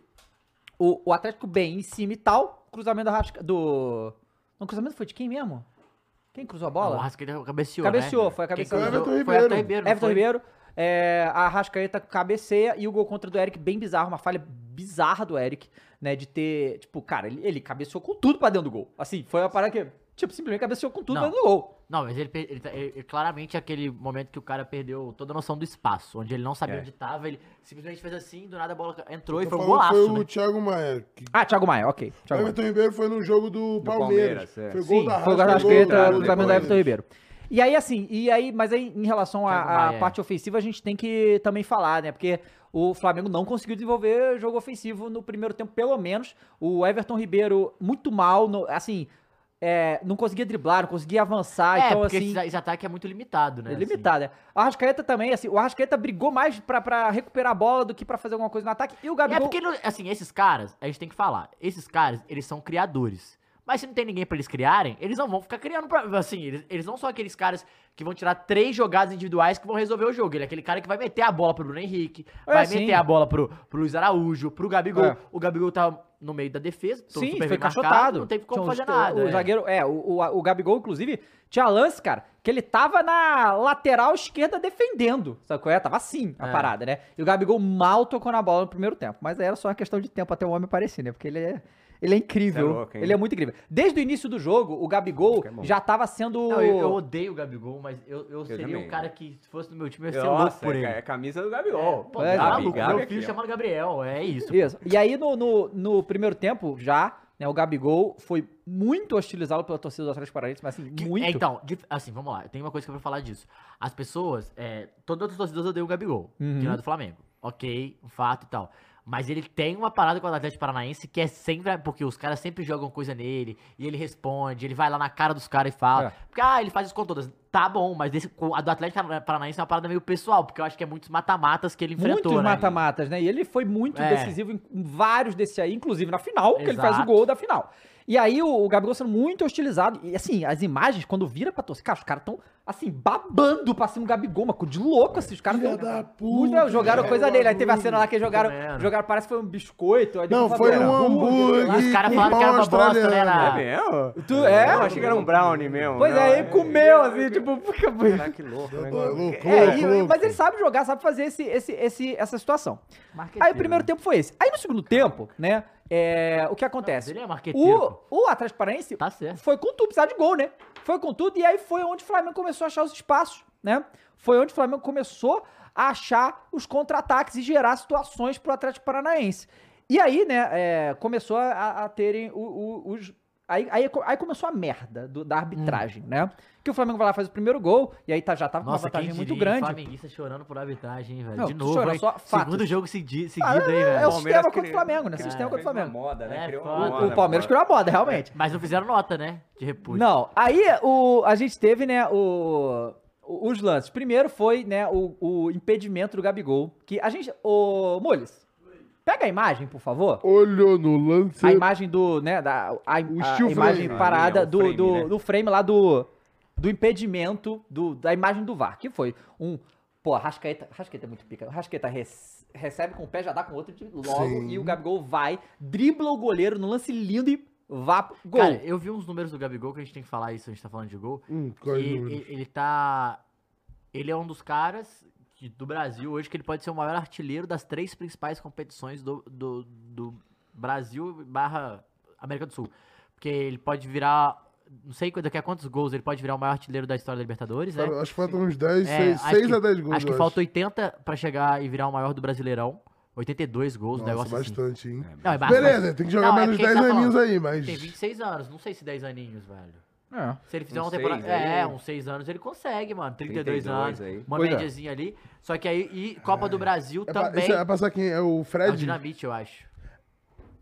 Speaker 1: o, o Atlético bem em cima e tal, cruzamento do, Arrasca- do... Não, cruzamento foi de quem mesmo? Quem cruzou a bola?
Speaker 4: O Rascaeta cabeceou.
Speaker 1: Cabeceou,
Speaker 4: né?
Speaker 1: foi a
Speaker 4: Quem
Speaker 1: cabeçada
Speaker 2: do-
Speaker 4: cruzou Foi o
Speaker 2: Everton Ribeiro.
Speaker 4: Everton Ribeiro. não
Speaker 1: Everton
Speaker 4: foi?
Speaker 1: Ribeiro, é, a Rascaeta cabeceia e o gol contra do Eric bem bizarro, uma falha bizarra do Eric, né, de ter, tipo, cara, ele, ele cabeceou com tudo pra dentro do gol. Assim, foi uma parada que, tipo, simplesmente cabeceou com tudo
Speaker 4: Não.
Speaker 1: pra dentro do gol.
Speaker 4: Não, mas ele, per- ele, tá- ele- ele- claramente é aquele momento que o cara perdeu toda a noção do espaço, onde ele não sabia
Speaker 3: É.
Speaker 4: onde tava, ele simplesmente fez assim, do nada a bola entrou e
Speaker 2: Tô
Speaker 4: foi um
Speaker 2: falando que
Speaker 4: golaço,
Speaker 2: foi
Speaker 4: né?
Speaker 2: o Thiago Maia. que-
Speaker 1: Ah, Thiago Maia, ok.
Speaker 2: O
Speaker 1: Thiago Maia.
Speaker 2: Everton Ribeiro foi no jogo do Palmeiras.
Speaker 3: Palmeiras, é.
Speaker 2: Foi gol
Speaker 1: Sim,
Speaker 2: da
Speaker 1: foi o
Speaker 2: Rasca, gol
Speaker 1: Rascaeta,
Speaker 2: do-
Speaker 1: o Flamengo
Speaker 2: do
Speaker 1: da Everton Ribeiro. E aí, assim, e aí, mas aí, em relação à
Speaker 4: Thiago
Speaker 1: à
Speaker 4: Maia.
Speaker 1: parte ofensiva, a gente tem que também falar, né? Porque o Flamengo não conseguiu desenvolver jogo ofensivo no primeiro tempo, pelo menos. O Everton Ribeiro, muito mal, no- assim, é, não conseguia driblar, não conseguia avançar.
Speaker 4: é,
Speaker 1: então,
Speaker 4: porque
Speaker 1: assim,
Speaker 4: esse, esse ataque é muito limitado, né?
Speaker 1: é limitado. é. O Arrascaeta também, assim, o Arrascaeta brigou mais pra, pra recuperar a bola do que pra fazer alguma coisa no ataque. E o
Speaker 4: Assim. É
Speaker 1: Gabigol...
Speaker 4: porque, não- assim, esses caras, a gente tem que falar, esses caras, eles são criadores. Mas se não tem ninguém pra eles criarem, eles não vão ficar criando pra, assim, eles, eles não são aqueles caras que vão tirar três jogadas individuais que vão resolver o jogo. Ele é aquele cara que vai meter a bola pro Bruno Henrique,
Speaker 1: É,
Speaker 4: vai
Speaker 1: sim.
Speaker 4: meter a bola pro, pro Luiz Araújo, pro Gabigol.
Speaker 1: É.
Speaker 4: O Gabigol tá no meio da defesa, todo
Speaker 1: Sim,
Speaker 4: super
Speaker 1: foi
Speaker 4: bem marcado,
Speaker 1: cachotado.
Speaker 4: não teve
Speaker 1: Tinha
Speaker 4: como
Speaker 1: uns-
Speaker 4: fazer nada.
Speaker 1: O
Speaker 4: é.
Speaker 1: zagueiro, é, o, o, o Gabigol, inclusive, tinha lance, cara, que ele tava na lateral esquerda defendendo. Sabe qual é? Tava assim a
Speaker 4: É.
Speaker 1: parada, né? E o Gabigol mal tocou na bola no primeiro tempo. Mas aí era só uma questão de tempo até o homem aparecer, né? Porque ele é. Ele é incrível.
Speaker 3: Cê é louco, hein?
Speaker 1: ele é muito incrível. Desde o início do jogo, o Gabigol
Speaker 3: Isso que é bom.
Speaker 1: já tava sendo.
Speaker 4: Não, eu, eu odeio o Gabigol, mas eu, eu, seria um
Speaker 3: também.
Speaker 4: cara que, se fosse do meu time, eu ia ser louco
Speaker 3: Nossa,
Speaker 4: por ele.
Speaker 3: é, é camisa do
Speaker 4: É,
Speaker 3: Gabigol.
Speaker 4: pô,
Speaker 1: é,
Speaker 4: tá
Speaker 1: Gabi,
Speaker 4: maluco,
Speaker 3: Gabi
Speaker 4: meu
Speaker 3: aqui,
Speaker 4: filho
Speaker 3: ó.
Speaker 4: chamado Gabriel, é isso.
Speaker 1: Isso. E aí, no, no, no primeiro tempo, já, né, o Gabigol foi muito hostilizado pela torcida do Atlético Paranaense, mas assim,
Speaker 4: Que-
Speaker 1: muito.
Speaker 4: é, então, dif- assim, vamos lá. Tem uma coisa que eu vou falar disso. As pessoas, é, todas as torcidas odeiam o Gabigol,
Speaker 1: Uhum.
Speaker 4: que não é do Flamengo. Ok, um fato e tal. Mas ele tem uma parada com o Atlético Paranaense que é sempre. Porque os caras sempre jogam coisa nele, e ele responde, ele vai lá na cara dos caras e fala.
Speaker 1: É.
Speaker 4: Porque, ah, ele faz isso com todas. Tá bom, mas desse, com- a do Atlético Paranaense é uma parada meio pessoal, porque eu acho que é muitos mata-matas que ele enfrentou.
Speaker 1: Muitos
Speaker 4: né?
Speaker 1: mata-matas, né? E ele foi muito
Speaker 4: É.
Speaker 1: decisivo em vários desse aí, inclusive na final, que ele
Speaker 4: Exato.
Speaker 1: faz o gol da final. E aí o, o Gabigol sendo muito hostilizado. E assim, as imagens, quando vira pra torcida, cara, os caras tão assim, babando pra cima do Gabigol, mas de louco, assim, os caras.
Speaker 2: Filha da puta,
Speaker 1: Muito, né? jogaram
Speaker 2: joga
Speaker 1: coisa nele. Aí teve a
Speaker 2: tudo.
Speaker 1: cena lá que jogaram.
Speaker 4: Comendo.
Speaker 1: Jogaram, parece que foi um biscoito. aí
Speaker 2: Não,
Speaker 1: depois
Speaker 2: foi
Speaker 1: fizeram
Speaker 2: um hambúrguer.
Speaker 4: Os caras falaram que era uma
Speaker 2: com pão
Speaker 4: bosta, né,
Speaker 2: australiano.
Speaker 4: na-
Speaker 3: É mesmo?
Speaker 1: Tu- é?
Speaker 3: Eu achei que era um brownie mesmo.
Speaker 1: Pois
Speaker 3: não,
Speaker 1: é, ele comeu, assim, tipo, fica.
Speaker 3: Caraca, que louco, né?
Speaker 2: Tô
Speaker 4: Tá
Speaker 2: louco,
Speaker 1: É,
Speaker 2: louco,
Speaker 1: e-
Speaker 2: louco.
Speaker 1: mas ele sabe jogar, sabe fazer esse, esse, esse, essa situação.
Speaker 4: Marqueteiro.
Speaker 1: Aí o primeiro tempo foi esse. Aí no segundo tempo, né? é, o que acontece?
Speaker 4: Ele é marqueteiro.
Speaker 1: O, o Atlético Paranaense
Speaker 4: Tá certo.
Speaker 1: foi com tudo, precisava de gol, né? Foi com tudo, e aí foi onde o Flamengo começou a achar os espaços, né? Foi onde o Flamengo começou a achar os contra-ataques e gerar situações pro Atlético Paranaense. E aí, né, é, começou a, a terem o- o- os. Aí, aí, aí começou a merda do- da arbitragem, né? Que o Flamengo vai lá faz o primeiro gol, e aí tá, já tava com uma
Speaker 4: Hum. Nossa, quem
Speaker 1: vantagem
Speaker 4: diria,
Speaker 1: muito
Speaker 4: muito
Speaker 1: grande.
Speaker 4: flamenguista chorando por arbitragem, hein, velho.
Speaker 1: Não,
Speaker 4: de
Speaker 1: tu
Speaker 4: novo,
Speaker 1: chora,
Speaker 4: hein?
Speaker 1: só fatos.
Speaker 4: Segundo jogo segui- seguido
Speaker 1: Ah,
Speaker 4: aí, velho.
Speaker 1: é o
Speaker 4: Bom,
Speaker 1: sistema
Speaker 3: Palmeiras
Speaker 1: contra o
Speaker 3: criou-
Speaker 1: Flamengo, né?
Speaker 4: Cara,
Speaker 1: Sistema contra o
Speaker 3: Fez uma
Speaker 1: Flamengo.
Speaker 3: moda, né?
Speaker 4: É,
Speaker 3: Criou
Speaker 4: foda.
Speaker 3: uma moda,
Speaker 1: O Palmeiras
Speaker 3: pô.
Speaker 1: criou a moda, realmente.
Speaker 4: Mas não fizeram nota, né? De repúdio.
Speaker 1: Não, aí o, a gente teve, né, o, o- os lances. Primeiro foi, né, o, o impedimento do Gabigol, que a gente... Ô, Mules, pega a imagem, por favor.
Speaker 2: Olhou no lance.
Speaker 1: A imagem do, né, da, a,
Speaker 2: O
Speaker 1: a
Speaker 2: estilo
Speaker 1: imagem
Speaker 2: frame.
Speaker 1: parada
Speaker 3: É, o
Speaker 1: do,
Speaker 3: frame,
Speaker 1: do,
Speaker 3: né?
Speaker 1: do frame lá do, do impedimento do, da imagem do VAR, que foi um... Pô, Rascaeta, Rascaeta é muito pica. Rascaeta res- recebe com o pé, já dá com o outro de logo,
Speaker 2: Sim.
Speaker 1: e o Gabigol vai, dribla o goleiro no lance lindo e vá... Gol.
Speaker 4: Cara, eu vi uns números do Gabigol que a gente tem que falar isso, a gente tá falando de gol.
Speaker 2: Hum,
Speaker 4: Que
Speaker 2: quais números?
Speaker 4: ele, ele tá. Ele é um dos caras que- do Brasil hoje que ele pode ser o maior artilheiro das três principais competições do, do, do Brasil barra América do Sul. Porque ele pode virar. Não sei daqui a quantos gols ele pode virar o maior artilheiro da história da Libertadores, né?
Speaker 2: Acho que faltam uns 10,
Speaker 4: É,
Speaker 2: 6,
Speaker 4: acho que-
Speaker 2: a 10 gols.
Speaker 4: Acho que
Speaker 2: eu
Speaker 4: falta 80 pra chegar e virar o maior do Brasileirão. 82 gols, um
Speaker 2: Nossa,
Speaker 4: negócio assim.
Speaker 2: bastante, hein?
Speaker 4: Não, é bastante.
Speaker 2: Beleza, tem que jogar
Speaker 4: Não, é
Speaker 2: menos
Speaker 4: porque a
Speaker 2: 10
Speaker 4: gente tá
Speaker 2: aninhos
Speaker 4: falando.
Speaker 2: aí, mas.
Speaker 4: Tem 26 anos, não sei se 10 aninhos, velho.
Speaker 1: É.
Speaker 4: Se ele fizer
Speaker 3: Uns
Speaker 4: uma temporada.
Speaker 3: seis né? aí.
Speaker 4: É, uns 6 anos ele consegue, mano. 32,
Speaker 3: 32
Speaker 4: anos.
Speaker 3: aí.
Speaker 4: Uma
Speaker 1: Pois é.
Speaker 4: médiazinha ali. Só que aí. E Copa do Brasil
Speaker 2: É, pra,
Speaker 4: também.
Speaker 2: esse é pra passar quem? É o
Speaker 4: É o
Speaker 2: Fred?
Speaker 4: Dinamite, eu acho.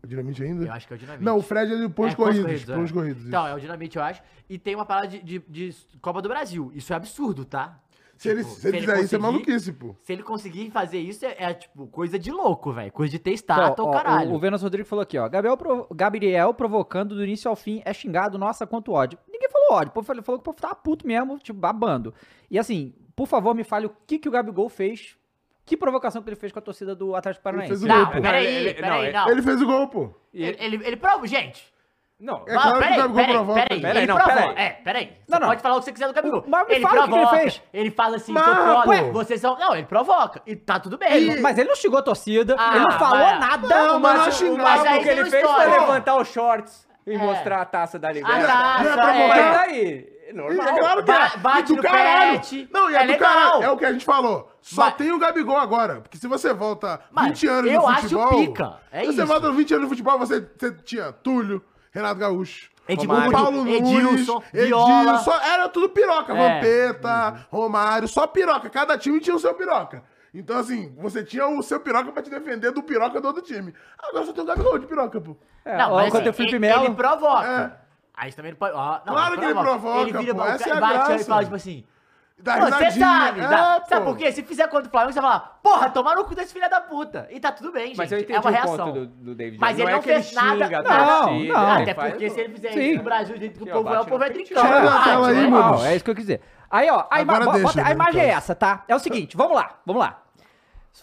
Speaker 2: Dinamite
Speaker 4: Eu
Speaker 2: ainda?
Speaker 4: acho que é o Dinamite.
Speaker 2: Não, o Fred é de pontos
Speaker 4: É, pontos
Speaker 2: corridos.
Speaker 4: corridos,
Speaker 2: Pontos
Speaker 4: é.
Speaker 2: corridos.
Speaker 4: Então, é o Dinamite, eu acho. E tem uma parada de, de- de Copa do Brasil. Isso é absurdo, tá?
Speaker 2: se ele,
Speaker 4: tipo,
Speaker 2: se ele
Speaker 4: se ele
Speaker 2: fizer isso, é
Speaker 4: conseguir-
Speaker 2: maluquice, pô.
Speaker 4: Se ele conseguir fazer isso, é, é, tipo coisa de louco, velho. Coisa de ter
Speaker 1: Então,
Speaker 4: estátua,
Speaker 1: ó,
Speaker 4: o Tá, caralho.
Speaker 1: O, o Venus Rodrigo falou aqui, ó. Gabriel, provo- Gabriel provocando do início ao fim é xingado, nossa, quanto ódio. Ninguém falou ódio, o povo falou, falou que o povo tava puto mesmo, tipo, babando. E assim, por favor, me fale o que, que o Gabigol fez, que provocação que ele fez com a torcida do Atlético Paranaense.
Speaker 2: fez o
Speaker 4: Não,
Speaker 2: grupo.
Speaker 4: peraí,
Speaker 3: Ele- ele-
Speaker 4: peraí,
Speaker 3: não,
Speaker 4: não.
Speaker 2: Ele fez o gol, pô.
Speaker 4: Ele, ele, ele prova, gente.
Speaker 3: Não,
Speaker 2: É claro que o
Speaker 4: peraí,
Speaker 2: Gabigol
Speaker 4: peraí,
Speaker 2: provoca.
Speaker 4: peraí,
Speaker 3: Peraí,
Speaker 4: ele
Speaker 3: não,
Speaker 4: provoca.
Speaker 3: peraí.
Speaker 4: É, peraí.
Speaker 1: Não,
Speaker 4: Você
Speaker 1: não.
Speaker 4: pode falar o que você quiser do Gabigol.
Speaker 1: Mas me
Speaker 4: ele
Speaker 1: fala o que ele
Speaker 4: provoca.
Speaker 1: fez.
Speaker 4: Ele fala assim,
Speaker 2: Mas,
Speaker 4: tô foda.
Speaker 2: pô.
Speaker 4: Vocês são. Não, ele provoca. E tá tudo bem.
Speaker 1: Ele não- mas ele não xingou a torcida,
Speaker 4: Ah,
Speaker 1: ele não falou
Speaker 4: mas-
Speaker 1: nada.
Speaker 2: Não, mas
Speaker 1: mas- é,
Speaker 2: eu xingo-
Speaker 3: o máximo
Speaker 4: aí
Speaker 3: que ele
Speaker 4: você não
Speaker 3: fez foi
Speaker 4: estoura.
Speaker 3: levantar os shorts e
Speaker 4: É.
Speaker 3: mostrar a taça da
Speaker 4: A
Speaker 3: Libertadores.
Speaker 4: taça,
Speaker 2: Não é
Speaker 4: é,
Speaker 2: provocar?
Speaker 3: Mas tá aí, normal.
Speaker 2: É claro que
Speaker 4: Ba-
Speaker 2: é.
Speaker 4: bate
Speaker 2: E
Speaker 4: no
Speaker 2: do caralho.
Speaker 4: pet.
Speaker 2: Não, e é,
Speaker 4: É
Speaker 2: do
Speaker 4: legal.
Speaker 2: caralho. É o que a gente falou. Só
Speaker 4: Mas-
Speaker 2: tem o Gabigol agora. Porque se você volta
Speaker 4: Mas
Speaker 2: 20 anos
Speaker 4: eu
Speaker 2: no
Speaker 4: acho
Speaker 2: futebol...
Speaker 4: pica, é
Speaker 2: se
Speaker 4: isso.
Speaker 2: você volta 20 anos no futebol, você, você tinha Túlio, Renato Gaúcho...
Speaker 4: Edmundo,
Speaker 2: Paulo Nunes,
Speaker 4: Edilson, Viola.
Speaker 2: Edilson, era tudo piroca,
Speaker 4: É.
Speaker 2: Vampeta, Romário, só piroca. Cada time tinha o seu piroca. Então, assim, você tinha o seu piroca pra te defender do piroca do outro time. Agora só tem o Gabigol de piroca, pô.
Speaker 1: É,
Speaker 4: Não,
Speaker 1: ó,
Speaker 4: mas
Speaker 1: quando
Speaker 4: assim,
Speaker 1: o Felipe
Speaker 4: ele,
Speaker 1: Melo.
Speaker 4: ele provoca. Aí você também não pode. ó, não,
Speaker 2: É. Claro que ele provoca,
Speaker 4: Ele vira
Speaker 2: pô,
Speaker 4: pra- o
Speaker 2: essa
Speaker 4: cara
Speaker 2: é a
Speaker 4: bate
Speaker 2: graça.
Speaker 4: aí e fala, tipo assim.
Speaker 2: Dá
Speaker 4: "Pô, Você
Speaker 2: risadinha.
Speaker 4: sabe, dá-
Speaker 2: É,
Speaker 4: sabe
Speaker 2: pô.
Speaker 4: por quê? Se fizer contra o Flamengo, você vai falar, porra, tomar no cu desse filho da puta. E tá tudo bem, gente.
Speaker 3: Mas eu entendi
Speaker 4: é uma
Speaker 3: o
Speaker 4: reação.
Speaker 3: ponto do, do David
Speaker 4: Mas
Speaker 3: Jones.
Speaker 4: ele
Speaker 3: é
Speaker 4: não
Speaker 3: que ele
Speaker 4: fez nada-
Speaker 3: xinga,
Speaker 1: não,
Speaker 3: ele
Speaker 1: não.
Speaker 3: faz-
Speaker 4: Até
Speaker 3: faz-
Speaker 4: porque se ele fizer
Speaker 1: Sim.
Speaker 4: isso no Brasil, do jeito que o
Speaker 3: Aqui, ó,
Speaker 4: povo é, o
Speaker 3: bate
Speaker 4: povo
Speaker 3: no
Speaker 4: é
Speaker 3: peito.
Speaker 4: trincão.
Speaker 2: Tira na tela aí, mano.
Speaker 1: Não, é isso que eu quis dizer. Aí, ó, a, ima
Speaker 2: Agora
Speaker 1: bo-
Speaker 2: deixa,
Speaker 1: bota- a
Speaker 2: né,
Speaker 1: imagem é
Speaker 2: Lucas?
Speaker 1: essa, tá? É o seguinte, vamos lá, vamos lá.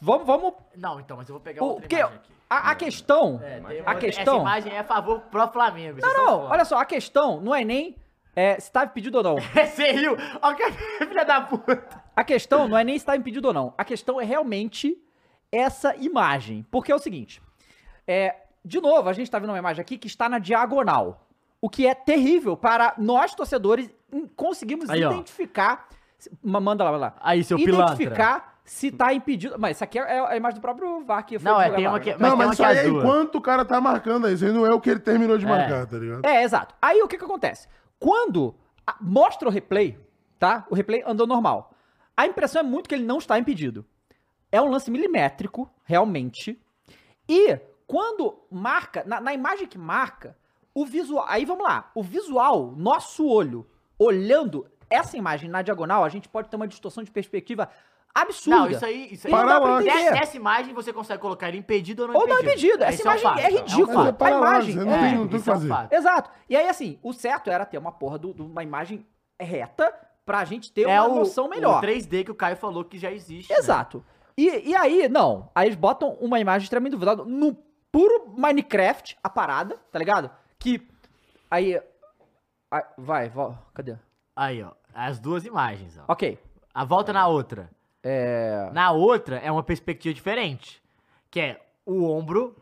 Speaker 1: Vamos, vamos.
Speaker 4: Não, então, mas eu vou pegar
Speaker 1: O,
Speaker 4: outra
Speaker 1: porque
Speaker 4: imagem aqui.
Speaker 1: a, a questão.
Speaker 4: É, tem
Speaker 1: a
Speaker 4: outra- Essa
Speaker 1: questão.
Speaker 4: imagem é a favor pro Flamengo.
Speaker 1: Não, não, olha só, a questão não é nem é, se tá impedido ou não.
Speaker 4: Você riu. Olha que filha da puta.
Speaker 1: A questão não é nem se tá impedido ou não. A questão é realmente essa imagem. Porque é o seguinte. é, de novo, a gente tá vendo uma imagem aqui que está na diagonal. O que é terrível para nós, torcedores, em- conseguimos
Speaker 4: Aí, ó.
Speaker 1: identificar. se- ma- Manda lá, manda lá.
Speaker 4: Aí, seu pilantra.
Speaker 1: identificar se tá impedido. Mas isso aqui é é a imagem do próprio VAR que foi
Speaker 4: Não, é,
Speaker 1: divulgada
Speaker 4: tem
Speaker 1: lá.
Speaker 4: uma que...
Speaker 2: Não,
Speaker 4: tem
Speaker 2: mas
Speaker 4: uma
Speaker 2: isso
Speaker 4: que é
Speaker 2: aí é
Speaker 4: azul.
Speaker 2: enquanto o cara tá marcando isso. Aí não é o que ele terminou de
Speaker 4: É.
Speaker 2: marcar, tá ligado?
Speaker 1: É, exato. Aí o que que acontece? Quando a- mostra o replay, tá? O replay andou normal. A impressão é muito que ele não está impedido. É um lance milimétrico, realmente. E quando marca, na, na imagem que marca, o visual. Aí vamos lá. O visual, nosso olho, olhando essa imagem na diagonal, a gente pode ter uma distorção de perspectiva absurda.
Speaker 4: Não, isso aí... Isso aí
Speaker 1: Não dá pra
Speaker 2: Paralaxe.
Speaker 1: entender.
Speaker 4: Nessa, nessa imagem você consegue colocar ele impedido ou não é
Speaker 1: Ou não é
Speaker 4: impedido.
Speaker 1: impedido. Essa
Speaker 4: Esse
Speaker 1: imagem
Speaker 4: fato.
Speaker 1: é ridícula.
Speaker 2: fato.
Speaker 1: A
Speaker 2: É um paralaxe,
Speaker 1: imagem
Speaker 2: eu
Speaker 1: é
Speaker 2: não tem o que
Speaker 4: isso é um
Speaker 2: fazer.
Speaker 4: fato.
Speaker 1: Exato. E aí, assim, o certo era ter uma porra do- de uma imagem reta pra gente ter
Speaker 4: É
Speaker 1: uma
Speaker 4: o,
Speaker 1: noção
Speaker 4: o
Speaker 1: melhor.
Speaker 4: 3D que o Caio falou que já existe. né?
Speaker 1: Exato. E, e aí, não. Aí eles botam uma imagem extremamente duvidosa no puro Minecraft, a parada, tá ligado? Que. Aí. aí- vai, vo- cadê?
Speaker 4: Aí, ó. As duas imagens, ó.
Speaker 1: Ok.
Speaker 4: A volta na outra.
Speaker 1: É.
Speaker 4: Na outra é uma perspectiva diferente. Que é o ombro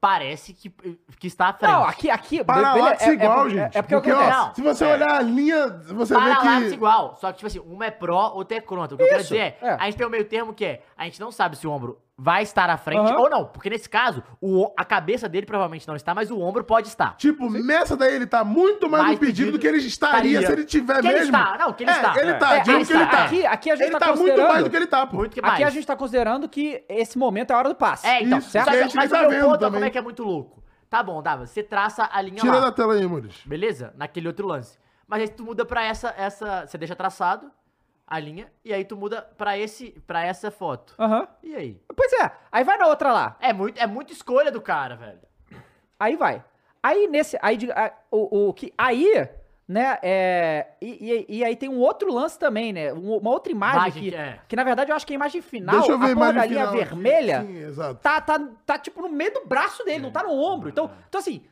Speaker 4: parece que, que está à frente.
Speaker 1: Não, aqui, aqui.
Speaker 2: Paralaxe
Speaker 1: é- é-
Speaker 2: igual,
Speaker 1: é,
Speaker 2: gente.
Speaker 1: É, porque,
Speaker 2: porque,
Speaker 1: acontece.
Speaker 2: ó,
Speaker 4: Não,
Speaker 2: se você
Speaker 4: é.
Speaker 2: olhar a linha, você vê
Speaker 4: Paralaxe
Speaker 2: que...
Speaker 4: igual, só que, tipo assim, uma é pró, outra é contra. O que eu quero
Speaker 1: Isso,
Speaker 4: dizer é,
Speaker 1: é.
Speaker 4: a gente tem o meio termo que é, a gente não sabe se o ombro vai estar à frente
Speaker 1: Aham.
Speaker 4: ou não. Porque nesse caso, o, o- a cabeça dele provavelmente não está, mas o ombro pode estar.
Speaker 2: Tipo, nessa daí ele tá muito mais,
Speaker 4: Mais
Speaker 2: no pedido do
Speaker 4: pedido
Speaker 2: que ele estaria
Speaker 4: estaria.
Speaker 2: se ele tiver
Speaker 4: Que ele
Speaker 2: mesmo.
Speaker 4: está, não, que ele
Speaker 2: é,
Speaker 4: está.
Speaker 2: Ele tá,
Speaker 1: É,
Speaker 2: digo
Speaker 4: ele
Speaker 2: que ele
Speaker 4: está,
Speaker 2: tá.
Speaker 4: é.
Speaker 1: Aqui, aqui a gente tá,
Speaker 2: Ele tá muito mais do que
Speaker 1: considerando-
Speaker 2: ele tá, pô.
Speaker 4: Muito que mais.
Speaker 1: Aqui a gente tá considerando que esse momento é a hora do passe.
Speaker 4: É, então,
Speaker 2: Isso,
Speaker 4: só
Speaker 2: que a
Speaker 4: que,
Speaker 2: gente
Speaker 4: mas
Speaker 2: tá
Speaker 4: o meu
Speaker 2: vendo
Speaker 4: ponto é
Speaker 2: também.
Speaker 4: como é que é muito louco. Tá bom, Dava, você traça a linha
Speaker 2: Tira
Speaker 4: lá.
Speaker 2: da tela aí, Maurício.
Speaker 4: Beleza? Naquele outro lance. Mas aí tu muda pra essa, essa, você deixa traçado a linha e aí tu muda pra esse, para essa foto.
Speaker 1: Aham.
Speaker 4: E aí?
Speaker 1: Pois é. Aí vai na outra lá.
Speaker 4: É muito, é muita escolha do cara, velho.
Speaker 1: Aí vai. Aí nesse. Aí, de- a- o, o que, aí, né? É, e, e- e aí tem um outro lance também, né? um- Uma outra imagem,
Speaker 4: Imagem
Speaker 1: que,
Speaker 4: que é.
Speaker 1: que, na verdade, eu acho que a imagem final,
Speaker 2: Deixa eu ver a
Speaker 1: a porra
Speaker 2: imagem
Speaker 1: da linha
Speaker 2: final aqui.
Speaker 1: vermelha,
Speaker 2: Sim, exato.
Speaker 1: tá, tá, tá tipo no meio do braço dele, não tá no ombro.
Speaker 4: É.
Speaker 1: Então, então assim,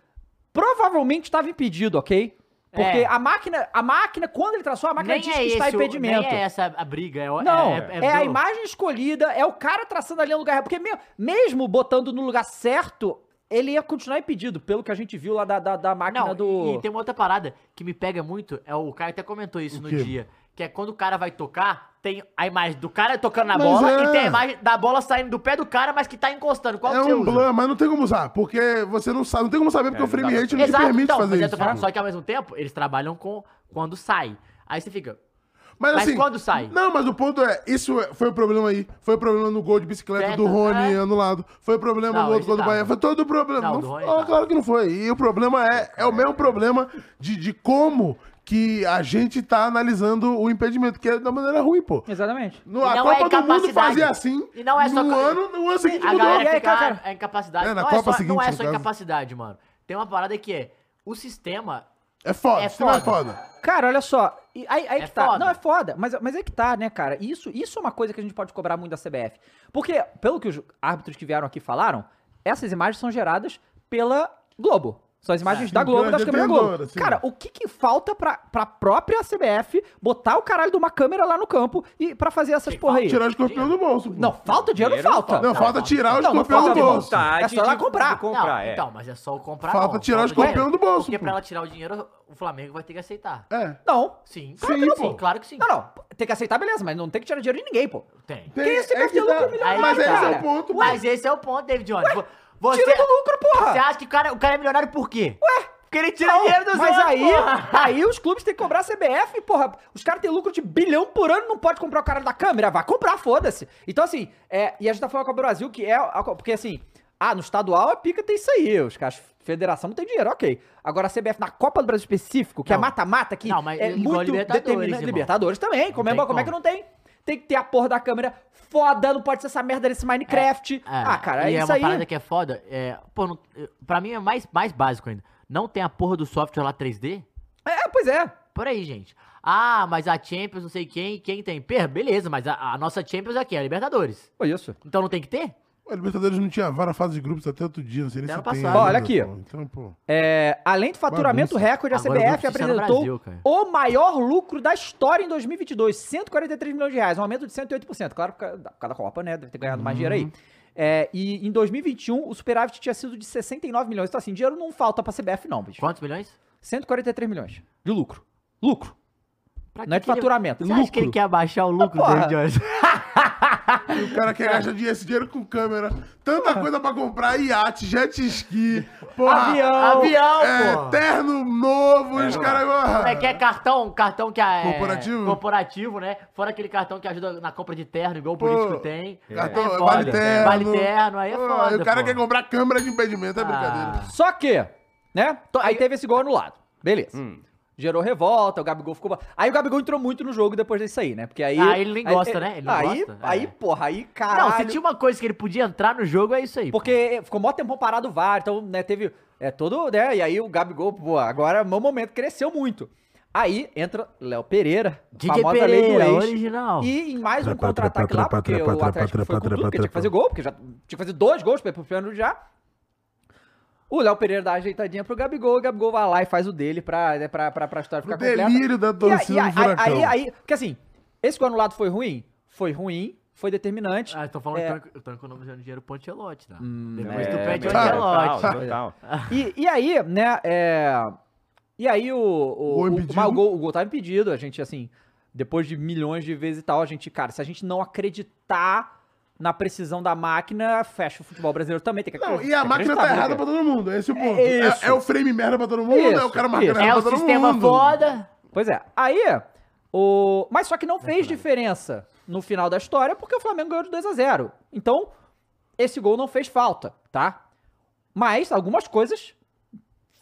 Speaker 1: provavelmente estava impedido, ok? Porque
Speaker 4: É.
Speaker 1: a máquina, a máquina, quando ele traçou, a máquina
Speaker 4: nem
Speaker 1: diz
Speaker 4: é
Speaker 1: que está
Speaker 4: esse, o-
Speaker 1: impedimento.
Speaker 4: Nem é essa a briga. É, o-
Speaker 1: Não,
Speaker 4: é,
Speaker 1: é, a imagem escolhida, é o cara traçando ali no lugar. Porque me- mesmo botando no lugar certo, ele ia continuar impedido, pelo que a gente viu lá da, da, da máquina
Speaker 4: Não,
Speaker 1: do.
Speaker 4: e tem uma outra parada que me pega muito. É o cara até comentou isso
Speaker 2: O
Speaker 4: no
Speaker 2: quê?
Speaker 4: dia. Que é quando o cara vai tocar, tem a imagem do cara tocando na
Speaker 2: Mas
Speaker 4: bola
Speaker 2: é.
Speaker 4: e tem a imagem da bola saindo do pé do cara, mas que tá encostando. Qual
Speaker 2: É
Speaker 4: que você
Speaker 2: um
Speaker 4: usa?
Speaker 2: blur, mas não tem como usar, porque você não sabe, não tem como saber, porque
Speaker 3: É,
Speaker 2: o frame
Speaker 3: não dá
Speaker 2: rate não te
Speaker 4: Exato,
Speaker 2: permite
Speaker 4: então,
Speaker 2: fazer
Speaker 4: mas eu
Speaker 2: isso.
Speaker 4: tô falando, só que ao mesmo tempo, eles trabalham com quando sai. Aí você fica.
Speaker 2: Mas,
Speaker 4: Mas
Speaker 2: assim,
Speaker 4: quando sai?
Speaker 2: Não, mas o ponto é, isso é- foi o problema aí. Foi o problema no gol de bicicleta
Speaker 4: Certo,
Speaker 2: do Rony
Speaker 4: é.
Speaker 2: anulado. Foi o problema
Speaker 4: Não,
Speaker 2: no outro
Speaker 4: esse
Speaker 2: gol do
Speaker 4: tava.
Speaker 2: Bahia. Foi todo o problema.
Speaker 4: Não,
Speaker 2: Não,
Speaker 4: do Rony
Speaker 2: ah,
Speaker 4: tava.
Speaker 2: claro que não foi. E o problema é, é o mesmo problema de, de como que a gente tá analisando o impedimento, que é da maneira ruim, pô.
Speaker 4: um-
Speaker 1: Exatamente.
Speaker 2: No,
Speaker 4: E
Speaker 2: a
Speaker 4: não
Speaker 2: Copa
Speaker 4: é
Speaker 2: do Mundo
Speaker 4: incapacidade.
Speaker 2: fazia assim.
Speaker 4: E não é só
Speaker 2: No
Speaker 4: co-
Speaker 2: ano, no ano seguinte
Speaker 4: A
Speaker 2: mudou.
Speaker 1: E
Speaker 4: galera
Speaker 1: aí,
Speaker 4: fica,
Speaker 1: cara?
Speaker 4: "Ah, é incapacidade.
Speaker 2: É, na
Speaker 4: não, é
Speaker 2: Copa
Speaker 4: só,
Speaker 2: seguinte,
Speaker 4: não é
Speaker 2: no
Speaker 4: só
Speaker 2: caso.
Speaker 4: incapacidade, mano. Tem uma parada que é, o sistema
Speaker 2: É foda,
Speaker 4: É
Speaker 2: isso não é
Speaker 4: foda.
Speaker 2: foda.
Speaker 1: Cara, olha só. e aí aí
Speaker 4: É
Speaker 1: que tá.
Speaker 4: foda.
Speaker 1: Não, é foda. Mas, mas é que tá, né, cara? Isso, isso é uma coisa que a gente pode cobrar muito da CBF. Porque, pelo que os árbitros que vieram aqui falaram, essas imagens são geradas pela Globo. São as imagens
Speaker 2: sim,
Speaker 1: da Globo,
Speaker 2: pela
Speaker 1: das câmeras da Globo.
Speaker 2: detentora, sim.
Speaker 1: Cara, o que que falta pra, pra própria CBF botar o caralho de uma câmera lá no campo e pra fazer essas porra aí?
Speaker 2: Tirar o escorpião do bolso, pô.
Speaker 1: Não, falta dinheiro,
Speaker 3: Dinheiro
Speaker 1: não
Speaker 3: não
Speaker 1: falta.
Speaker 3: falta.
Speaker 2: Não, falta tirar o
Speaker 1: Não, não
Speaker 2: escorpião do
Speaker 1: falta
Speaker 2: bolso.
Speaker 1: É só ela comprar.
Speaker 3: De comprar
Speaker 4: não,
Speaker 3: é.
Speaker 4: Então, mas é só o comprar.
Speaker 2: Falta
Speaker 4: não,
Speaker 2: tirar o
Speaker 4: falta
Speaker 2: escorpião
Speaker 4: dinheiro.
Speaker 2: do bolso,
Speaker 4: Porque
Speaker 2: pô.
Speaker 4: pra ela tirar o dinheiro, o Flamengo vai ter que aceitar.
Speaker 2: É.
Speaker 1: Não.
Speaker 4: Sim,
Speaker 2: Sim,
Speaker 4: que
Speaker 2: pô.
Speaker 4: sim, claro que sim.
Speaker 1: Não, não. Tem que aceitar, beleza, mas não tem que tirar dinheiro de ninguém, pô.
Speaker 4: Tem.
Speaker 2: Tem-
Speaker 1: Que isso,
Speaker 2: é
Speaker 1: CBF tem
Speaker 2: que dá-
Speaker 1: lucro milionário,
Speaker 2: Mas esse é
Speaker 1: cara.
Speaker 2: o ponto, pô.
Speaker 4: tá. Mas esse é o ponto, David Jones. Vo- Você,
Speaker 1: Tira do lucro, porra.
Speaker 4: você acha que o cara, o cara é milionário por quê? Ué? Porque ele tira
Speaker 1: Não,
Speaker 4: dinheiro dos
Speaker 1: Então, mas
Speaker 4: outros,
Speaker 1: aí,
Speaker 4: porra.
Speaker 1: aí os clubes têm que cobrar a CBF, porra. Os caras têm lucro de bilhão por ano, não pode comprar o cara da câmera. Vai comprar, foda-se. Então, assim, é, e a gente tá falando com o Brasil, que é. a co- porque, assim, ah, no estadual a pica tem é isso aí. Os caras Federação não tem dinheiro, ok. Agora a CBF na Copa do Brasil específico, que é
Speaker 4: Não.
Speaker 1: mata-mata, que
Speaker 4: Não, mas
Speaker 1: é
Speaker 4: igual
Speaker 1: muito
Speaker 4: Libertadores,
Speaker 1: determinante.
Speaker 4: irmão.
Speaker 1: Libertadores também, como é,
Speaker 4: tem
Speaker 1: como é que não
Speaker 4: como.
Speaker 1: tem? Tem que ter a porra da câmera foda, não pode ser essa merda desse Minecraft. ah, cara,
Speaker 4: e
Speaker 1: é
Speaker 4: é
Speaker 1: isso
Speaker 4: uma
Speaker 1: aí.
Speaker 4: parada que é foda. É, pô, não, pra mim é mais, mais básico ainda. Não tem a porra do software lá 3D?
Speaker 1: É, pois é.
Speaker 4: Por aí, gente. Ah, mas a Champions, não sei quem, quem tem. Per, beleza, mas a, a nossa Champions é aqui, é a Libertadores.
Speaker 1: Foi isso.
Speaker 4: Então não tem que ter?
Speaker 2: A Libertadores não tinha vara fase de grupos até outro dia, não sei nem se
Speaker 4: Ano
Speaker 2: tem.
Speaker 4: passado.
Speaker 2: ainda,
Speaker 1: Olha aqui, ó.
Speaker 2: pô. Então, pô.
Speaker 1: É, além do faturamento
Speaker 2: Bagunça.
Speaker 1: recorde, a
Speaker 4: Agora o grupo
Speaker 1: CBF
Speaker 4: está no
Speaker 1: apresentou
Speaker 4: Brasil, cara.
Speaker 1: o maior lucro da história em 2022, 143 milhões de reais, um aumento de 108%. Claro, por causa da- por causa da Copa, né? Deve ter ganhado mais dinheiro
Speaker 4: Uhum.
Speaker 1: aí. É, e em 2021, o superávit tinha sido de 69 milhões. Então, assim, dinheiro não falta pra CBF, não, bicho.
Speaker 4: Quantos milhões?
Speaker 1: 143 milhões de lucro. Lucro.
Speaker 4: Pra
Speaker 1: Não é de
Speaker 4: que que ele-
Speaker 1: faturamento,
Speaker 4: Você acha que ele
Speaker 1: lucro.
Speaker 4: quer abaixar o lucro
Speaker 1: porra.
Speaker 4: dele, Jorge?
Speaker 2: O cara quer gastar dinheiro, esse dinheiro com câmera. Tanta coisa pra comprar, iate, jet ski, porra,
Speaker 1: Avião.
Speaker 4: Ah, Avião,
Speaker 2: é,
Speaker 4: pô!
Speaker 2: terno novo, os caras...
Speaker 4: É que é cartão, cartão que é...
Speaker 2: Corporativo?
Speaker 4: Corporativo, né? Fora aquele cartão que ajuda na compra de terno, igual o
Speaker 2: Pô,
Speaker 4: político tem.
Speaker 1: É,
Speaker 4: É
Speaker 2: cartão-
Speaker 4: foda.
Speaker 2: vale terno.
Speaker 4: Vale terno, aí é
Speaker 2: Pô,
Speaker 4: foda,
Speaker 2: e o cara
Speaker 4: pô.
Speaker 2: quer comprar câmera de impedimento,
Speaker 1: Ah,
Speaker 2: é brincadeira.
Speaker 1: Só que, né?
Speaker 4: Tô-
Speaker 1: Aí teve esse gol anulado. Beleza.
Speaker 4: Hum.
Speaker 1: Gerou revolta, o Gabigol ficou. ba- Aí o Gabigol entrou muito no jogo depois disso aí, né? Porque aí.
Speaker 4: Ah, ele nem
Speaker 1: aí-
Speaker 4: gosta, né? Ele não
Speaker 1: aí,
Speaker 4: gosta,
Speaker 1: Aí,
Speaker 4: é.
Speaker 1: porra, aí, caralho.
Speaker 4: Não, se tinha uma coisa que ele podia entrar no jogo, é isso aí. pô.
Speaker 1: Porque ficou mó tempo parado o VAR, então, né, teve. É todo, né? E aí o Gabigol, pô, agora é meu momento, cresceu muito. Aí entra Léo Pereira,
Speaker 4: DJ
Speaker 1: famosa lei do
Speaker 4: Pereira,
Speaker 1: ex.
Speaker 4: original.
Speaker 1: E em mais um
Speaker 2: Trapa,
Speaker 1: contra-ataque
Speaker 2: trapa,
Speaker 1: lá, porque
Speaker 2: trapa,
Speaker 1: o
Speaker 2: trapa,
Speaker 1: Atlético foi
Speaker 2: trapa,
Speaker 1: com tudo, porque
Speaker 2: trapa,
Speaker 1: tinha que fazer
Speaker 2: trapa.
Speaker 1: gol, porque já tinha que fazer dois gols pra ir pro piano já. O Léo Pereira dá a ajeitadinha pro Gabigol, o Gabigol vai lá e faz o dele pra, né, pra, pra, pra história
Speaker 2: O
Speaker 1: ficar completa.
Speaker 2: delírio da
Speaker 1: E aí,
Speaker 2: torcida
Speaker 1: aí-
Speaker 2: do furacão.
Speaker 1: aí, aí- porque assim, esse gol anulado foi ruim? Foi ruim, foi determinante.
Speaker 4: Ah, estão falando
Speaker 1: É.
Speaker 4: que estão economizando dinheiro pro Antelote, tá?
Speaker 1: Hum,
Speaker 4: Depois
Speaker 1: é,
Speaker 4: tu pede o
Speaker 2: tá.
Speaker 4: Antelote. É.
Speaker 3: Total, total.
Speaker 1: E, e aí, né, é... E aí o... o,
Speaker 2: Gol
Speaker 1: o,
Speaker 2: impedido.
Speaker 1: mas o gol, o gol tava impedido, a gente, assim, depois de milhões de vezes e tal, a gente, cara, se a gente não acreditar na precisão da máquina, fecha o futebol brasileiro também, tem que
Speaker 2: Não, e
Speaker 1: acreditar,
Speaker 2: a máquina tá
Speaker 1: né,
Speaker 2: errada
Speaker 1: cara?
Speaker 2: pra todo mundo, esse é o ponto.
Speaker 1: É
Speaker 2: É,
Speaker 1: isso.
Speaker 2: é o frame merda pra todo mundo, é
Speaker 1: Isso,
Speaker 2: o cara
Speaker 1: isso.
Speaker 2: marcando
Speaker 4: É
Speaker 2: errado
Speaker 4: o
Speaker 2: pra todo
Speaker 4: sistema
Speaker 2: mundo.
Speaker 4: foda.
Speaker 1: Pois é, aí, o... Mas só que
Speaker 2: É
Speaker 1: não fez diferença no final da história, porque o Flamengo ganhou de 2 a 0 Então, esse gol não fez falta, tá? Mas algumas coisas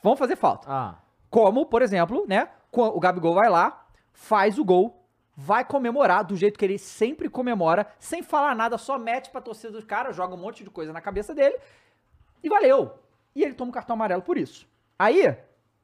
Speaker 1: vão fazer falta.
Speaker 4: Ah,
Speaker 1: Como, por exemplo, né? co- O Gabigol vai lá, faz o gol, vai comemorar do jeito que ele sempre comemora, sem falar nada, só mete pra torcida dos caras, joga um monte de coisa na cabeça dele e valeu. E ele toma um cartão amarelo por isso. Aí,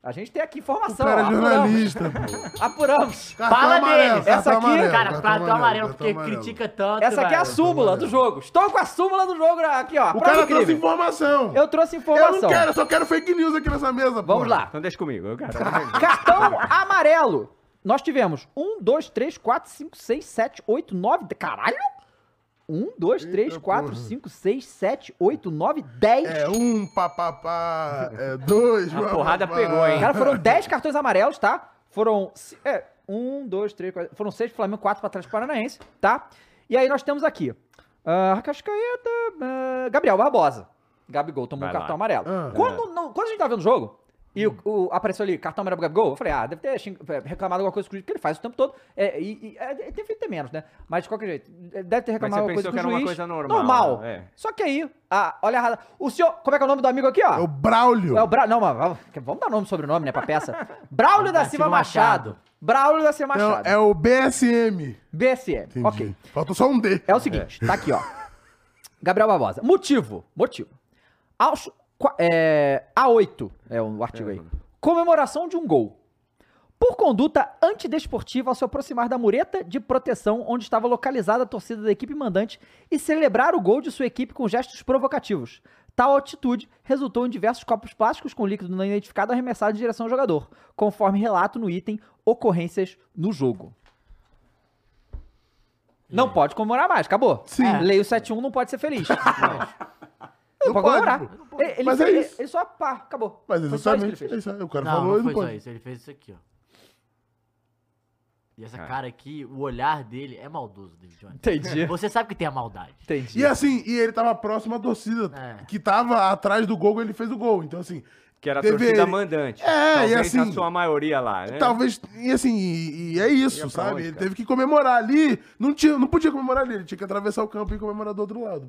Speaker 1: a gente tem aqui
Speaker 2: O
Speaker 1: informação.
Speaker 2: cara é
Speaker 1: apuramos.
Speaker 2: jornalista, pô.
Speaker 1: apuramos.
Speaker 2: Cartão
Speaker 4: Fala dele.
Speaker 1: Essa
Speaker 2: cartão
Speaker 1: aqui,
Speaker 2: amarelo,
Speaker 4: cara, prato amarelo, porque
Speaker 2: cartão amarelo.
Speaker 4: critica tanto.
Speaker 1: Essa aqui é a
Speaker 4: velho.
Speaker 1: súmula do
Speaker 2: amarelo.
Speaker 1: jogo. Estou com a súmula do jogo aqui, ó.
Speaker 2: O
Speaker 1: Prova
Speaker 2: cara
Speaker 1: incrível.
Speaker 2: trouxe informação.
Speaker 1: Eu trouxe
Speaker 2: Eu
Speaker 1: informação.
Speaker 2: não quero, eu só quero fake news aqui nessa mesa, pô.
Speaker 1: Vamos lá.
Speaker 3: Então deixa comigo, eu quero.
Speaker 1: Tá. Cartão amarelo. Nós tivemos 1, 2, 3, 4, 5, 6, 7, 8, 9. Caralho! 1, 2, 3,
Speaker 2: Eita
Speaker 1: 4,
Speaker 2: porra.
Speaker 1: 5, 6, 7, 8, 9, 10.
Speaker 2: É um papapá, é dois.
Speaker 3: A porrada
Speaker 2: papapá.
Speaker 3: pegou, hein?
Speaker 1: Cara, foram 10 cartões amarelos, tá? Foram. ci- É, 1, 2, 3, 4. Foram 6 pro Flamengo, 4 para trás Paranaense, tá? E aí nós temos aqui. ah, Arrascaeta, ah, Gabriel Barbosa. Gabigol tomou um
Speaker 3: Vai lá. É. Hum.
Speaker 1: cartão amarelo.
Speaker 2: Ah.
Speaker 1: Quando, não- quando a gente tava vendo o jogo, e o, o- apareceu ali cartão amarelo pro Gabigol, eu falei, ah, deve ter xing- é, reclamado alguma coisa com o juiz, porque ele faz o tempo todo. É, e, e- é, deve ter menos, né? Mas de qualquer jeito, é, deve ter
Speaker 3: Mas
Speaker 1: reclamado
Speaker 3: você
Speaker 1: alguma coisa
Speaker 3: pensou
Speaker 1: com
Speaker 3: que
Speaker 1: o
Speaker 3: era uma
Speaker 1: juiz.
Speaker 3: coisa normal.
Speaker 1: normal.
Speaker 3: né?
Speaker 1: Só que aí, ah, olha a razão. O senhor, como é que é o nome do amigo aqui, ó?
Speaker 2: É o Braulio.
Speaker 1: É o Bra... Não, mas vamos- vamos dar nome e sobrenome, né, pra peça. Braulio da Silva Machado. Então,
Speaker 4: Machado.
Speaker 1: Braulio da Silva
Speaker 2: Não,
Speaker 1: Machado.
Speaker 2: é o BSM.
Speaker 1: BSM.
Speaker 2: Entendi.
Speaker 1: Ok.
Speaker 2: Falta só um D.
Speaker 1: É o seguinte, tá aqui, ó. Gabriel Barbosa. Motivo. Motivo. Aos, qua- é, A8 é o artigo aí. Comemoração de um gol. Por conduta antidesportiva ao se aproximar da mureta de proteção onde estava localizada a torcida da equipe mandante e celebrar o gol de sua equipe com gestos provocativos. Tal atitude resultou em diversos copos plásticos com líquido não identificado arremessados em direção ao jogador, conforme relato no item Ocorrências no jogo. Não pode comemorar mais, acabou.
Speaker 2: Sim.
Speaker 1: É. Lei o 71 não pode ser feliz. Não,
Speaker 2: Não
Speaker 1: pode comemorar.
Speaker 2: pode,
Speaker 1: Ele, ele
Speaker 2: Mas é
Speaker 1: fez-
Speaker 2: isso.
Speaker 1: ele- ele só pá, acabou.
Speaker 2: Mas
Speaker 1: Foi só isso que ele
Speaker 2: exatamente.
Speaker 1: fez.
Speaker 2: é isso aí. o cara
Speaker 4: Não,
Speaker 2: falou
Speaker 4: não
Speaker 2: e
Speaker 4: foi
Speaker 2: não
Speaker 4: só
Speaker 2: pode.
Speaker 4: isso, ele fez isso aqui, ó. E essa
Speaker 3: Cara.
Speaker 4: cara aqui, o olhar dele é maldoso, David Jones.
Speaker 1: Entendi.
Speaker 4: Você sabe que tem a maldade.
Speaker 1: Entendi.
Speaker 2: E assim, e ele tava próximo à torcida.
Speaker 4: É.
Speaker 2: Que tava atrás do gol, ele fez o gol. Então, assim,
Speaker 3: Que era a
Speaker 2: Teve-
Speaker 3: torcida mandante.
Speaker 2: É,
Speaker 3: Talvez
Speaker 2: e assim-
Speaker 3: na sua maioria lá,
Speaker 4: É.
Speaker 3: né?
Speaker 2: talvez. E assim, e, e é
Speaker 3: Ia
Speaker 2: isso,
Speaker 3: pra
Speaker 2: sabe?
Speaker 3: onde,
Speaker 2: ele
Speaker 3: cara?
Speaker 2: teve que comemorar ali. Não, tinha, não podia comemorar ali, ele tinha que atravessar o campo e comemorar do outro lado.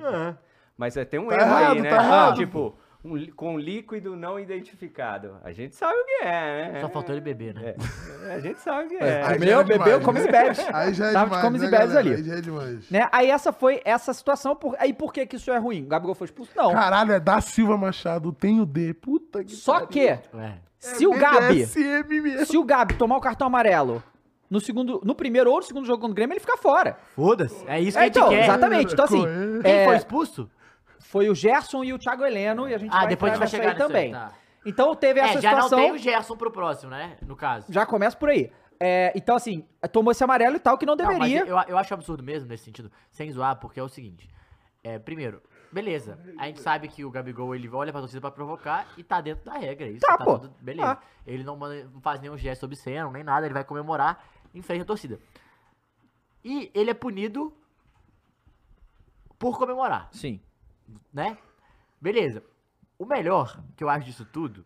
Speaker 3: Mas é, tem um
Speaker 2: Tá
Speaker 3: erro
Speaker 2: errado,
Speaker 3: aí, né?
Speaker 2: tá errado,
Speaker 3: tipo, um lí- com líquido não identificado. A gente sabe o que é, né?
Speaker 4: Só faltou ele beber, né?
Speaker 3: É, a gente sabe o que
Speaker 1: É,
Speaker 3: é.
Speaker 2: Aí já
Speaker 1: comeu,
Speaker 2: é
Speaker 1: bebeu,
Speaker 2: demais,
Speaker 1: comes
Speaker 2: né?
Speaker 1: e bebe.
Speaker 2: Aí já é
Speaker 1: Tava
Speaker 2: demais,
Speaker 1: de comes
Speaker 2: né,
Speaker 1: e bebes
Speaker 2: galera?
Speaker 1: ali.
Speaker 2: Aí já é demais.
Speaker 1: Né? Aí essa foi essa situação. Por... Aí por que, que isso é ruim? O Gabigol foi expulso? Não.
Speaker 2: Caralho, é da Silva Machado, tem o D. Puta que
Speaker 1: Só que,
Speaker 4: É.
Speaker 1: se o Gabi.
Speaker 2: SM mesmo.
Speaker 1: Se o Gabi tomar o cartão amarelo no, segundo, no primeiro ou no segundo jogo contra o Grêmio, ele fica fora.
Speaker 4: Foda-se. É isso que
Speaker 1: É,
Speaker 4: a gente
Speaker 1: então,
Speaker 4: quer.
Speaker 1: exatamente. Então, assim,
Speaker 2: Quem
Speaker 4: Quem
Speaker 1: é,
Speaker 4: foi
Speaker 1: foi?
Speaker 4: expulso?
Speaker 1: o Gerson e o Thiago Heleno, e a gente
Speaker 4: Ah,
Speaker 1: vai
Speaker 4: depois a gente
Speaker 1: entrar
Speaker 4: vai chegar
Speaker 1: nessa aí também.
Speaker 4: nisso aí, tá.
Speaker 1: Então teve essa
Speaker 4: É, já não
Speaker 1: situação.
Speaker 4: tem o Gerson pro próximo, né? No caso.
Speaker 1: Já começa por aí. É, então, assim, tomou esse amarelo e tal, que não
Speaker 4: Não, mas
Speaker 1: deveria.
Speaker 4: eu, eu acho absurdo mesmo nesse sentido, sem zoar, porque é o seguinte. É, primeiro, beleza. A gente sabe que o Gabigol ele olha pra torcida pra provocar e tá dentro da regra. Isso
Speaker 1: Tá,
Speaker 4: tá,
Speaker 1: pô.
Speaker 4: tudo beleza.
Speaker 1: Tá.
Speaker 4: Ele não, manda- não faz nenhum gesto obsceno, nem nada, ele vai comemorar em frente à torcida. E ele é punido por comemorar,
Speaker 1: Sim.
Speaker 4: né? Beleza. O melhor que eu acho disso tudo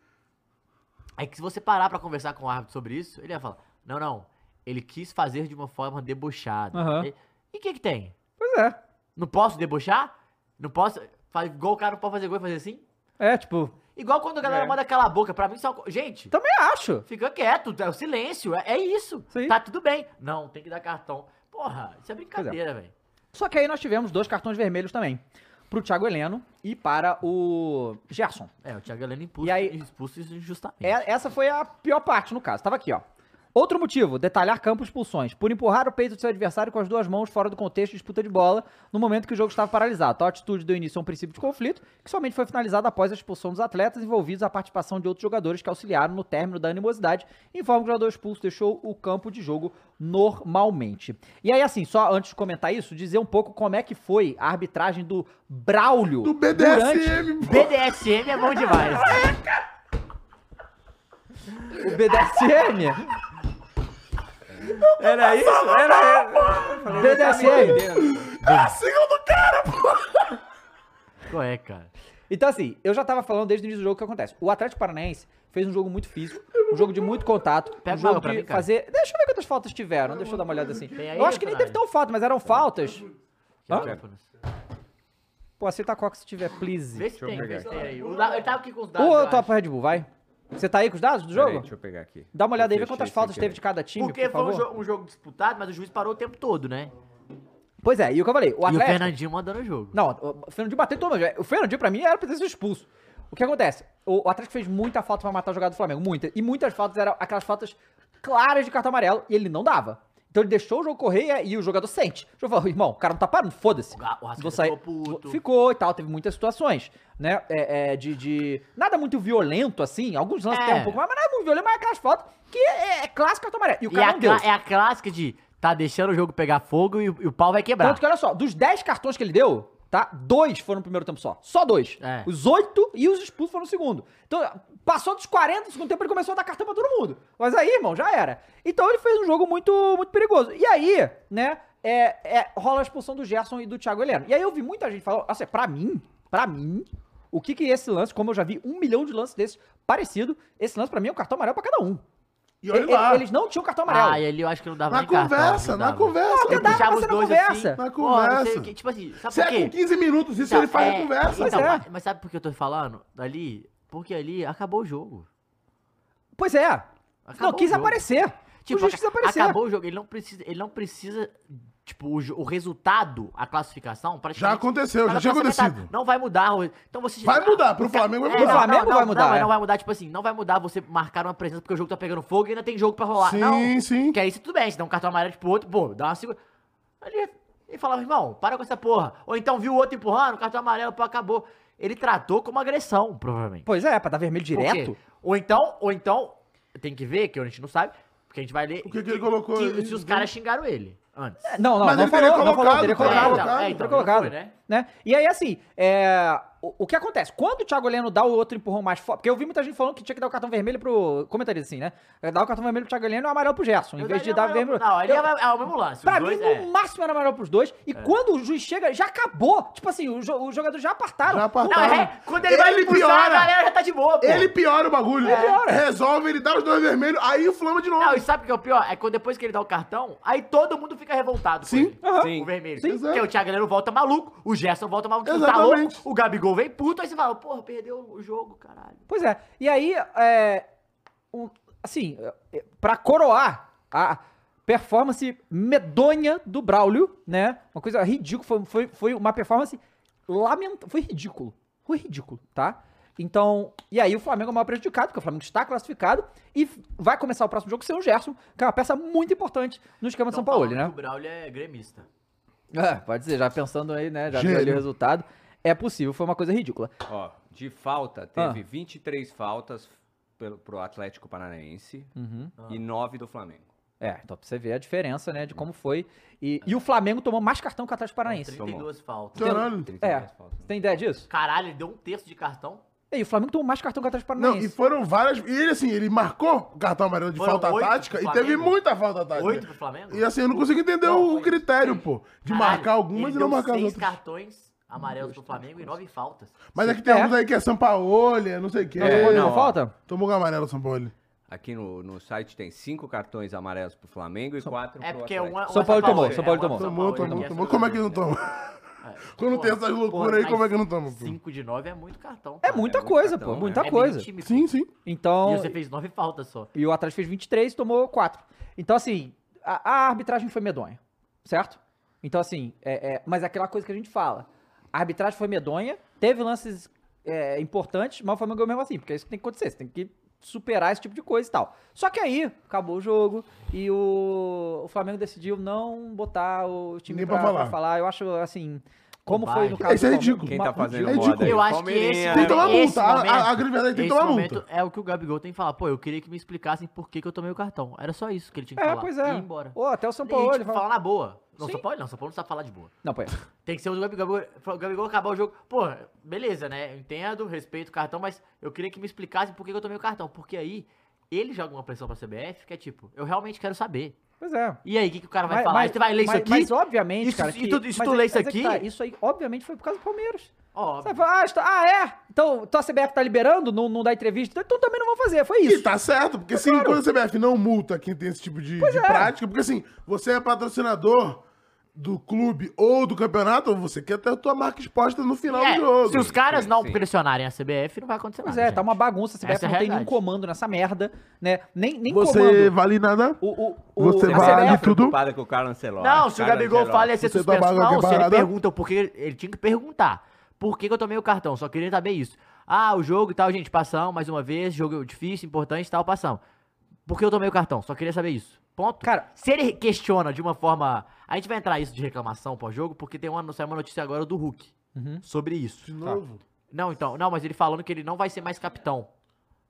Speaker 4: é que se você parar pra conversar com o árbitro sobre isso, ele vai falar: não, não, ele quis fazer de uma forma debochada.
Speaker 1: Aham.
Speaker 4: E- E o que que tem?
Speaker 1: Pois é.
Speaker 4: Não posso debochar? Não posso. Faz igual o cara não pode fazer gol e fazer assim?
Speaker 1: É, tipo,
Speaker 4: Igual quando a galera
Speaker 3: É.
Speaker 4: manda calar a boca. Pra mim, só. Gente,
Speaker 1: também acho.
Speaker 4: fica quieto, é o silêncio. É, é isso.
Speaker 1: Sim.
Speaker 4: Tá tudo bem. Não, tem que dar cartão. Porra, isso é brincadeira, velho.
Speaker 1: Só que aí nós tivemos dois cartões vermelhos também. Pro Thiago Heleno e para o Gerson.
Speaker 4: É, o Thiago Heleno impulso,
Speaker 1: E aí-
Speaker 4: expulso isso injustamente.
Speaker 1: É, essa foi a pior parte, no caso. Tava aqui, ó. Outro motivo, detalhar campo expulsões. Por empurrar o peito do seu adversário com as duas mãos fora do contexto de disputa de bola, no momento que o jogo estava paralisado. Tal atitude deu início a um princípio de conflito, que somente foi finalizado após a expulsão dos atletas envolvidos e a participação de outros jogadores que auxiliaram no término da animosidade, informa que o jogador expulso deixou o campo de jogo normalmente. E aí, assim, só antes de comentar isso, dizer um pouco como é que foi a arbitragem do Braulio.
Speaker 2: Do
Speaker 1: durante-
Speaker 2: BDSM, pô.
Speaker 4: BDSM é bom demais.
Speaker 1: O BDSM?
Speaker 3: Era isso? Era eu. Falei, não tá me
Speaker 1: BDSM.
Speaker 3: entendendo.
Speaker 2: Ah, sigam do cara, pô.
Speaker 4: Qual é, cara?
Speaker 1: Então, assim, eu já tava falando desde o início do jogo o que acontece. O Atlético Paranaense fez um jogo muito físico, um jogo de muito contato,
Speaker 4: Pega
Speaker 1: um jogo
Speaker 4: uma pra
Speaker 1: de
Speaker 4: mim, cara.
Speaker 1: fazer... Deixa eu ver quantas faltas tiveram, deixa eu dar uma olhada assim.
Speaker 4: Tem aí,
Speaker 1: Eu acho que nem teve
Speaker 4: caralho?
Speaker 1: tão falta, mas eram faltas.
Speaker 4: Que
Speaker 1: Hã?
Speaker 4: diáfanos.
Speaker 1: Pô, acerta a coca se tiver, please.
Speaker 4: Vê se
Speaker 3: eu
Speaker 4: tem, vê
Speaker 3: pegar
Speaker 4: se tem aí. O da- ele tava aqui com os dados.
Speaker 1: Ou
Speaker 4: eu
Speaker 1: eu topo
Speaker 4: acho.
Speaker 1: pro Red Bull, vai. Você tá aí com os dados do
Speaker 3: Peraí,
Speaker 1: jogo?
Speaker 3: deixa eu pegar aqui.
Speaker 1: Dá uma olhada aí,
Speaker 3: Eu
Speaker 1: vê quantas
Speaker 3: fechei
Speaker 1: faltas
Speaker 3: sem
Speaker 1: teve de
Speaker 3: querer.
Speaker 1: cada time,
Speaker 4: Porque
Speaker 1: por
Speaker 4: foi um,
Speaker 1: favor.
Speaker 4: jo- um jogo disputado, mas o juiz parou o tempo todo, né?
Speaker 1: Pois é, e o que eu falei, o
Speaker 4: E o
Speaker 1: Atlético...
Speaker 4: Fernandinho mandando o jogo.
Speaker 1: Não, o Fernandinho bateu todo mundo. O Fernandinho, pra mim, era pra ter sido expulso. O que acontece? O, o Atlético fez muita falta pra matar o jogador do Flamengo. Muita. E muitas faltas eram aquelas faltas claras de cartão amarelo. E ele não dava. Então ele deixou o jogo correr e, e o jogador sente. O jogo falou, irmão, o cara não tá parando, foda-se.
Speaker 4: O Ga- o Arrascaeta
Speaker 1: Vou sair.
Speaker 4: ficou puto.
Speaker 1: Vou- Ficou e tal, teve muitas situações, né? É, é, de, de- Nada muito violento, assim. Alguns lances
Speaker 4: É.
Speaker 1: tem um pouco mais, mas nada muito violento, mas é aquelas faltas que é, é clássico cartão amarelo. E o
Speaker 4: E
Speaker 1: cara
Speaker 4: a
Speaker 1: não
Speaker 4: cla-
Speaker 1: deu.
Speaker 4: é a clássica de tá deixando o jogo pegar fogo e, o- e o pau vai quebrar.
Speaker 1: Tanto que, olha só, dos 10 cartões que ele deu, tá? Dois foram no primeiro tempo só. Só dois.
Speaker 4: É.
Speaker 1: Os oito e os expulsos foram no segundo. Então, passou dos 40 do segundo tempo, ele começou a dar cartão pra todo mundo. Mas aí, irmão, já era. Então ele fez um jogo muito, muito perigoso. E aí, né, é, é, rola a expulsão do Gerson e do Thiago Heleno. E aí eu vi muita gente falando, assim, pra mim, pra mim, o que que esse lance, como eu já vi um milhão de lances desses parecido, esse lance pra mim é um cartão amarelo pra cada um.
Speaker 2: E olha
Speaker 1: E-
Speaker 2: lá.
Speaker 1: Eles não tinham cartão é amarelo.
Speaker 4: Ah, e ali eu acho que não dava
Speaker 2: Na
Speaker 4: nem cartão,
Speaker 2: conversa,
Speaker 4: não
Speaker 2: na
Speaker 4: dava.
Speaker 2: conversa.
Speaker 1: Não,
Speaker 4: Ele
Speaker 1: não dava
Speaker 4: puxava
Speaker 1: pra
Speaker 4: os
Speaker 1: ser na
Speaker 4: dois
Speaker 1: conversa.
Speaker 4: assim.
Speaker 2: Na
Speaker 4: pô, não sei
Speaker 2: conversa.
Speaker 4: o quê, Tipo assim, sabe
Speaker 2: Se
Speaker 4: por
Speaker 2: é
Speaker 4: quê?
Speaker 2: com 15 minutos, isso
Speaker 4: Então,
Speaker 2: ele faz
Speaker 4: é,
Speaker 2: na conversa.
Speaker 4: então,
Speaker 1: é.
Speaker 4: mas, mas sabe por que eu tô falando? Ali, porque ali acabou o jogo.
Speaker 1: Pois é.
Speaker 4: Acabou
Speaker 1: não, quis
Speaker 4: o jogo.
Speaker 1: aparecer. o juiz quis
Speaker 4: Tipo, aca-
Speaker 1: aparecer.
Speaker 4: acabou o jogo, ele não precisa, ele não precisa tipo, o, jo- o resultado, a classificação,
Speaker 2: Já
Speaker 4: praticamente
Speaker 2: aconteceu,
Speaker 4: Mas
Speaker 2: já
Speaker 4: a
Speaker 2: tinha
Speaker 1: tá
Speaker 4: próxima metade
Speaker 2: acontecido.
Speaker 4: Não vai mudar. o- Então você
Speaker 2: Vai mudar, pro
Speaker 4: O ca-
Speaker 2: Flamengo vai
Speaker 4: É,
Speaker 2: mudar.
Speaker 4: não,
Speaker 1: Pro Flamengo
Speaker 4: não,
Speaker 1: vai
Speaker 4: não,
Speaker 1: mudar,
Speaker 4: Não, mas
Speaker 1: é.
Speaker 4: não vai mudar, tipo assim, não vai mudar você marcar uma presença porque o jogo tá pegando fogo e ainda tem jogo pra rolar.
Speaker 2: Sim,
Speaker 4: não.
Speaker 2: sim.
Speaker 4: Porque aí se tudo bem, se dá um cartão amarelo pro outro, pô, dá uma segura. Ali ele falava, irmão, para com essa porra. Ou então viu o outro empurrando, cartão amarelo, pô, acabou. Ele tratou como agressão, provavelmente.
Speaker 1: Pois é, pra dar vermelho
Speaker 4: Por quê?
Speaker 1: direto.
Speaker 4: Ou então, ou então, tem que ver, que a gente não sabe, porque a gente vai ler.
Speaker 2: O que que ele colocou aí?
Speaker 4: se os caras xingaram ele antes.
Speaker 1: É, Não, não,
Speaker 2: Mas
Speaker 1: não
Speaker 2: ele
Speaker 1: falou,
Speaker 2: teria
Speaker 1: não falou,
Speaker 2: colocado,
Speaker 1: teria
Speaker 2: cara.
Speaker 1: colocado.
Speaker 2: É, então,
Speaker 1: teria
Speaker 4: é, então,
Speaker 1: colocado,
Speaker 4: não foi,
Speaker 1: né?
Speaker 4: né?
Speaker 1: E aí, assim, é, o, o que acontece? Quando o Thiago Heleno dá o outro empurrão mais forte, porque eu vi muita gente falando que tinha que dar o cartão vermelho pro, comentarista assim, né? É, Dar o cartão vermelho pro Thiago Heleno e o amarelo pro Gerson, em
Speaker 4: Eu
Speaker 1: vez de
Speaker 4: daria
Speaker 1: dar o
Speaker 4: amarelo-
Speaker 1: vermelho...
Speaker 4: Não, ali
Speaker 1: Eu-
Speaker 4: é, é o mesmo lance. os
Speaker 1: Pra
Speaker 4: dois,
Speaker 1: mim,
Speaker 4: é.
Speaker 1: no máximo era amarelo pros dois, e quando o juiz chega, já acabou. Tipo assim, o, jo- os jogadores já apartaram.
Speaker 2: Já
Speaker 4: Não,
Speaker 2: apartaram.
Speaker 4: é. Quando ele, vai
Speaker 2: Ele
Speaker 4: expulsar,
Speaker 2: piora.
Speaker 4: a galera já tá de boa, pô.
Speaker 2: Ele piora o bagulho.
Speaker 1: piora.
Speaker 2: Resolve, ele dá os dois vermelhos, aí inflama de novo.
Speaker 4: Não, e sabe o que é o pior? É quando depois que ele dá o cartão, aí todo mundo fica revoltado
Speaker 2: Sim.
Speaker 4: com ele.
Speaker 1: Aham.
Speaker 4: O vermelho.
Speaker 2: Sim.
Speaker 4: Porque o Thiago Galeno volta maluco, o Gerson volta maluco, tu tá
Speaker 2: Exatamente.
Speaker 4: louco, o Gabigol gol, vem puto, aí você fala, porra, perdeu o jogo, caralho.
Speaker 1: Pois é. E aí, é, o- assim, é, pra coroar a performance medonha do Braulio, né? Uma coisa ridícula, foi, foi, foi uma performance lamentável, foi ridículo. Foi ridículo, tá? Então, e aí o Flamengo é o maior prejudicado, porque o Flamengo está classificado e f- vai começar o próximo jogo sem o Gerson, que é uma peça muito importante no esquema de
Speaker 4: Então,
Speaker 1: São Paulo, né?
Speaker 4: O Braulio é gremista.
Speaker 1: É, pode ser, já pensando aí, né? Já viu
Speaker 2: Gênio.
Speaker 1: ali o resultado. É possível, foi uma coisa ridícula.
Speaker 3: Ó, de falta,
Speaker 1: Ah.
Speaker 3: teve 23 faltas pelo, pro Atlético Paranaense
Speaker 1: Uhum.
Speaker 3: e 9 do Flamengo.
Speaker 1: É, então pra você ver a diferença,
Speaker 4: Uhum.
Speaker 1: né, de como foi. E,
Speaker 4: É.
Speaker 1: e o Flamengo tomou mais cartão que o Atlético Paranaense.
Speaker 3: Trinta.
Speaker 4: 32 faltas.
Speaker 1: É.
Speaker 2: Caralho.
Speaker 3: 33 faltas. né?
Speaker 1: Você tem ideia disso?
Speaker 4: Caralho, ele deu um terço de cartão.
Speaker 1: E aí, o Flamengo tomou mais cartão que o Atlético
Speaker 2: Não, e
Speaker 1: Paranaense.
Speaker 2: foram várias. E ele, assim, ele marcou o cartão amarelo de
Speaker 4: Foram
Speaker 2: falta
Speaker 4: oito
Speaker 2: tática
Speaker 4: pro
Speaker 2: e teve
Speaker 4: Flamengo.
Speaker 2: muita falta tática.
Speaker 4: 8 pro Flamengo.
Speaker 2: E assim, eu não consigo entender
Speaker 4: Não,
Speaker 2: o
Speaker 4: foi-
Speaker 2: critério, pô, de
Speaker 4: Caralho,
Speaker 2: marcar algumas
Speaker 4: ele
Speaker 2: e não
Speaker 4: deu
Speaker 2: marcar as
Speaker 4: seis
Speaker 2: outras.
Speaker 4: cartões amarelos pro Flamengo e 9 faltas.
Speaker 2: Mas é que tem
Speaker 1: É.
Speaker 2: alguns aí que é Sampaoli, não sei o quê.
Speaker 1: Não, tomou
Speaker 3: É,
Speaker 1: nenhuma
Speaker 3: não, ó.
Speaker 1: falta?
Speaker 2: Tomou o amarelo Sampaoli.
Speaker 3: Aqui no, no site tem 5 cartões amarelos pro Flamengo e 4
Speaker 4: É
Speaker 3: pro
Speaker 4: porque
Speaker 3: Atlético.
Speaker 4: uma.
Speaker 1: São Paulo tomou, São Paulo tomou.
Speaker 2: Tomou, tomou, tomou. Como é que não toma? Quando tem essas loucuras aí, como é que não toma, pô?
Speaker 4: 5 tá de 9 é muito cartão.
Speaker 1: É
Speaker 4: cara.
Speaker 1: muita
Speaker 3: é muito
Speaker 1: coisa,
Speaker 3: cartão,
Speaker 1: pô,
Speaker 3: né?
Speaker 1: muita
Speaker 4: É meio
Speaker 1: coisa.
Speaker 4: time, pô.
Speaker 2: Sim, sim.
Speaker 1: Então,
Speaker 4: E você fez 9 faltas só.
Speaker 1: e o Atlético fez 23 e tomou 4. Então, assim, a, a arbitragem foi medonha, certo? Então, assim, é, é- mas é aquela coisa que a gente fala. A arbitragem foi medonha, teve lances é, importantes, mas o Flamengo ganhou mesmo assim, porque é isso que tem que acontecer, você tem que superar esse tipo de coisa e tal. Só que aí, acabou o jogo e o, o Flamengo decidiu não botar o time
Speaker 2: Nem
Speaker 1: pra,
Speaker 2: pra
Speaker 1: pra falar.
Speaker 2: falar.
Speaker 1: Eu acho, assim, como foi no
Speaker 4: Bobagem.
Speaker 1: caso...
Speaker 2: Isso é
Speaker 1: do Palmeiras.
Speaker 2: ridículo.
Speaker 3: Quem
Speaker 1: Uma- um
Speaker 3: tá fazendo
Speaker 2: É
Speaker 3: moda aí?
Speaker 4: Eu acho que esse
Speaker 3: Palmeirinha, né?
Speaker 2: Tem que tomar
Speaker 4: Esse
Speaker 2: multa. A,
Speaker 4: momento-
Speaker 2: a, a grande verdade tem que
Speaker 4: Esse
Speaker 2: tomar
Speaker 4: momento
Speaker 2: multa.
Speaker 4: é o que o Gabigol tem que falar. Pô, eu queria que me explicassem por que, que eu tomei o cartão. Era só isso que ele tinha que
Speaker 1: É,
Speaker 4: falar.
Speaker 1: pois é.
Speaker 4: E ir embora.
Speaker 1: Ou até o São
Speaker 4: E,
Speaker 1: Paulo.
Speaker 4: tipo, falar na boa. Não,
Speaker 1: Sim.
Speaker 4: São Paulo não. São Paulo não sabe falar de boa.
Speaker 1: Não, pô, é.
Speaker 4: Tem que ser o Gabigol. O Gabigol acabar o jogo. Pô, beleza, né? Eu Entendo, respeito o cartão, mas eu queria que me explicassem por que, que eu tomei o cartão. Porque aí ele joga uma pressão pra CBF que é tipo, eu realmente quero saber.
Speaker 1: Pois é.
Speaker 4: E aí, o que, que o cara Ah, vai
Speaker 1: Mas-
Speaker 4: falar?
Speaker 1: mas-
Speaker 4: Você vai ler isso
Speaker 1: mas-
Speaker 4: aqui?
Speaker 1: Mas obviamente,
Speaker 4: Isso-
Speaker 1: cara.
Speaker 4: e
Speaker 1: que-
Speaker 4: tu- isso
Speaker 1: mas
Speaker 4: tu
Speaker 1: é-
Speaker 4: lê isso
Speaker 1: mas é que
Speaker 4: aqui?
Speaker 1: tá, isso aí, obviamente, foi por causa do Palmeiras.
Speaker 4: Ó,
Speaker 1: Você fala, ah, está- ah, é? Então, então a CBF tá liberando, não, não dá entrevista, então também não vão fazer. Foi
Speaker 2: E
Speaker 1: isso. É
Speaker 2: tá certo, porque se quando a CBF não multa quem tem esse tipo de, de prática, porque assim, você é patrocinador do clube ou do campeonato, você quer ter a tua marca exposta no final
Speaker 4: é,
Speaker 2: do jogo.
Speaker 4: se os caras
Speaker 3: Sim,
Speaker 4: não
Speaker 3: sim.
Speaker 4: pressionarem a CBF, não vai acontecer
Speaker 1: Pois
Speaker 4: nada.
Speaker 1: é, tá
Speaker 4: gente.
Speaker 1: uma bagunça. A CBF
Speaker 4: Essa é a
Speaker 1: não tem nenhum
Speaker 4: realidade.
Speaker 1: comando nessa merda, né? Nem, nem
Speaker 2: Você
Speaker 1: comando.
Speaker 2: vale nada?
Speaker 1: O, o, o,
Speaker 2: você
Speaker 1: a
Speaker 2: vale
Speaker 1: CBF
Speaker 2: tudo?
Speaker 3: é preocupada com o Carlos Ancelotti.
Speaker 4: Não, se o
Speaker 3: Carlo
Speaker 4: Gabigol
Speaker 3: Ancelotti.
Speaker 4: fala, ia ser
Speaker 2: Você tá
Speaker 4: suspenso.
Speaker 2: bagulho
Speaker 4: Não,
Speaker 2: que é
Speaker 4: se ele
Speaker 2: parada?
Speaker 4: pergunta o porquê, ele tinha que perguntar. Por que, que eu tomei o cartão? Só queria saber isso. Ah, o jogo e tal, gente, passamos mais uma vez, jogo difícil, importante e tal, passamos. Por que eu tomei o cartão? Só queria saber isso. Ponto.
Speaker 1: Cara-
Speaker 4: se ele questiona de uma forma. A gente vai entrar isso de reclamação pós-jogo, porque tem uma, saiu uma notícia agora do Hulk
Speaker 1: Uhum.
Speaker 4: sobre isso.
Speaker 2: De novo.
Speaker 4: Não, então, não, mas ele falando que ele não vai ser mais capitão.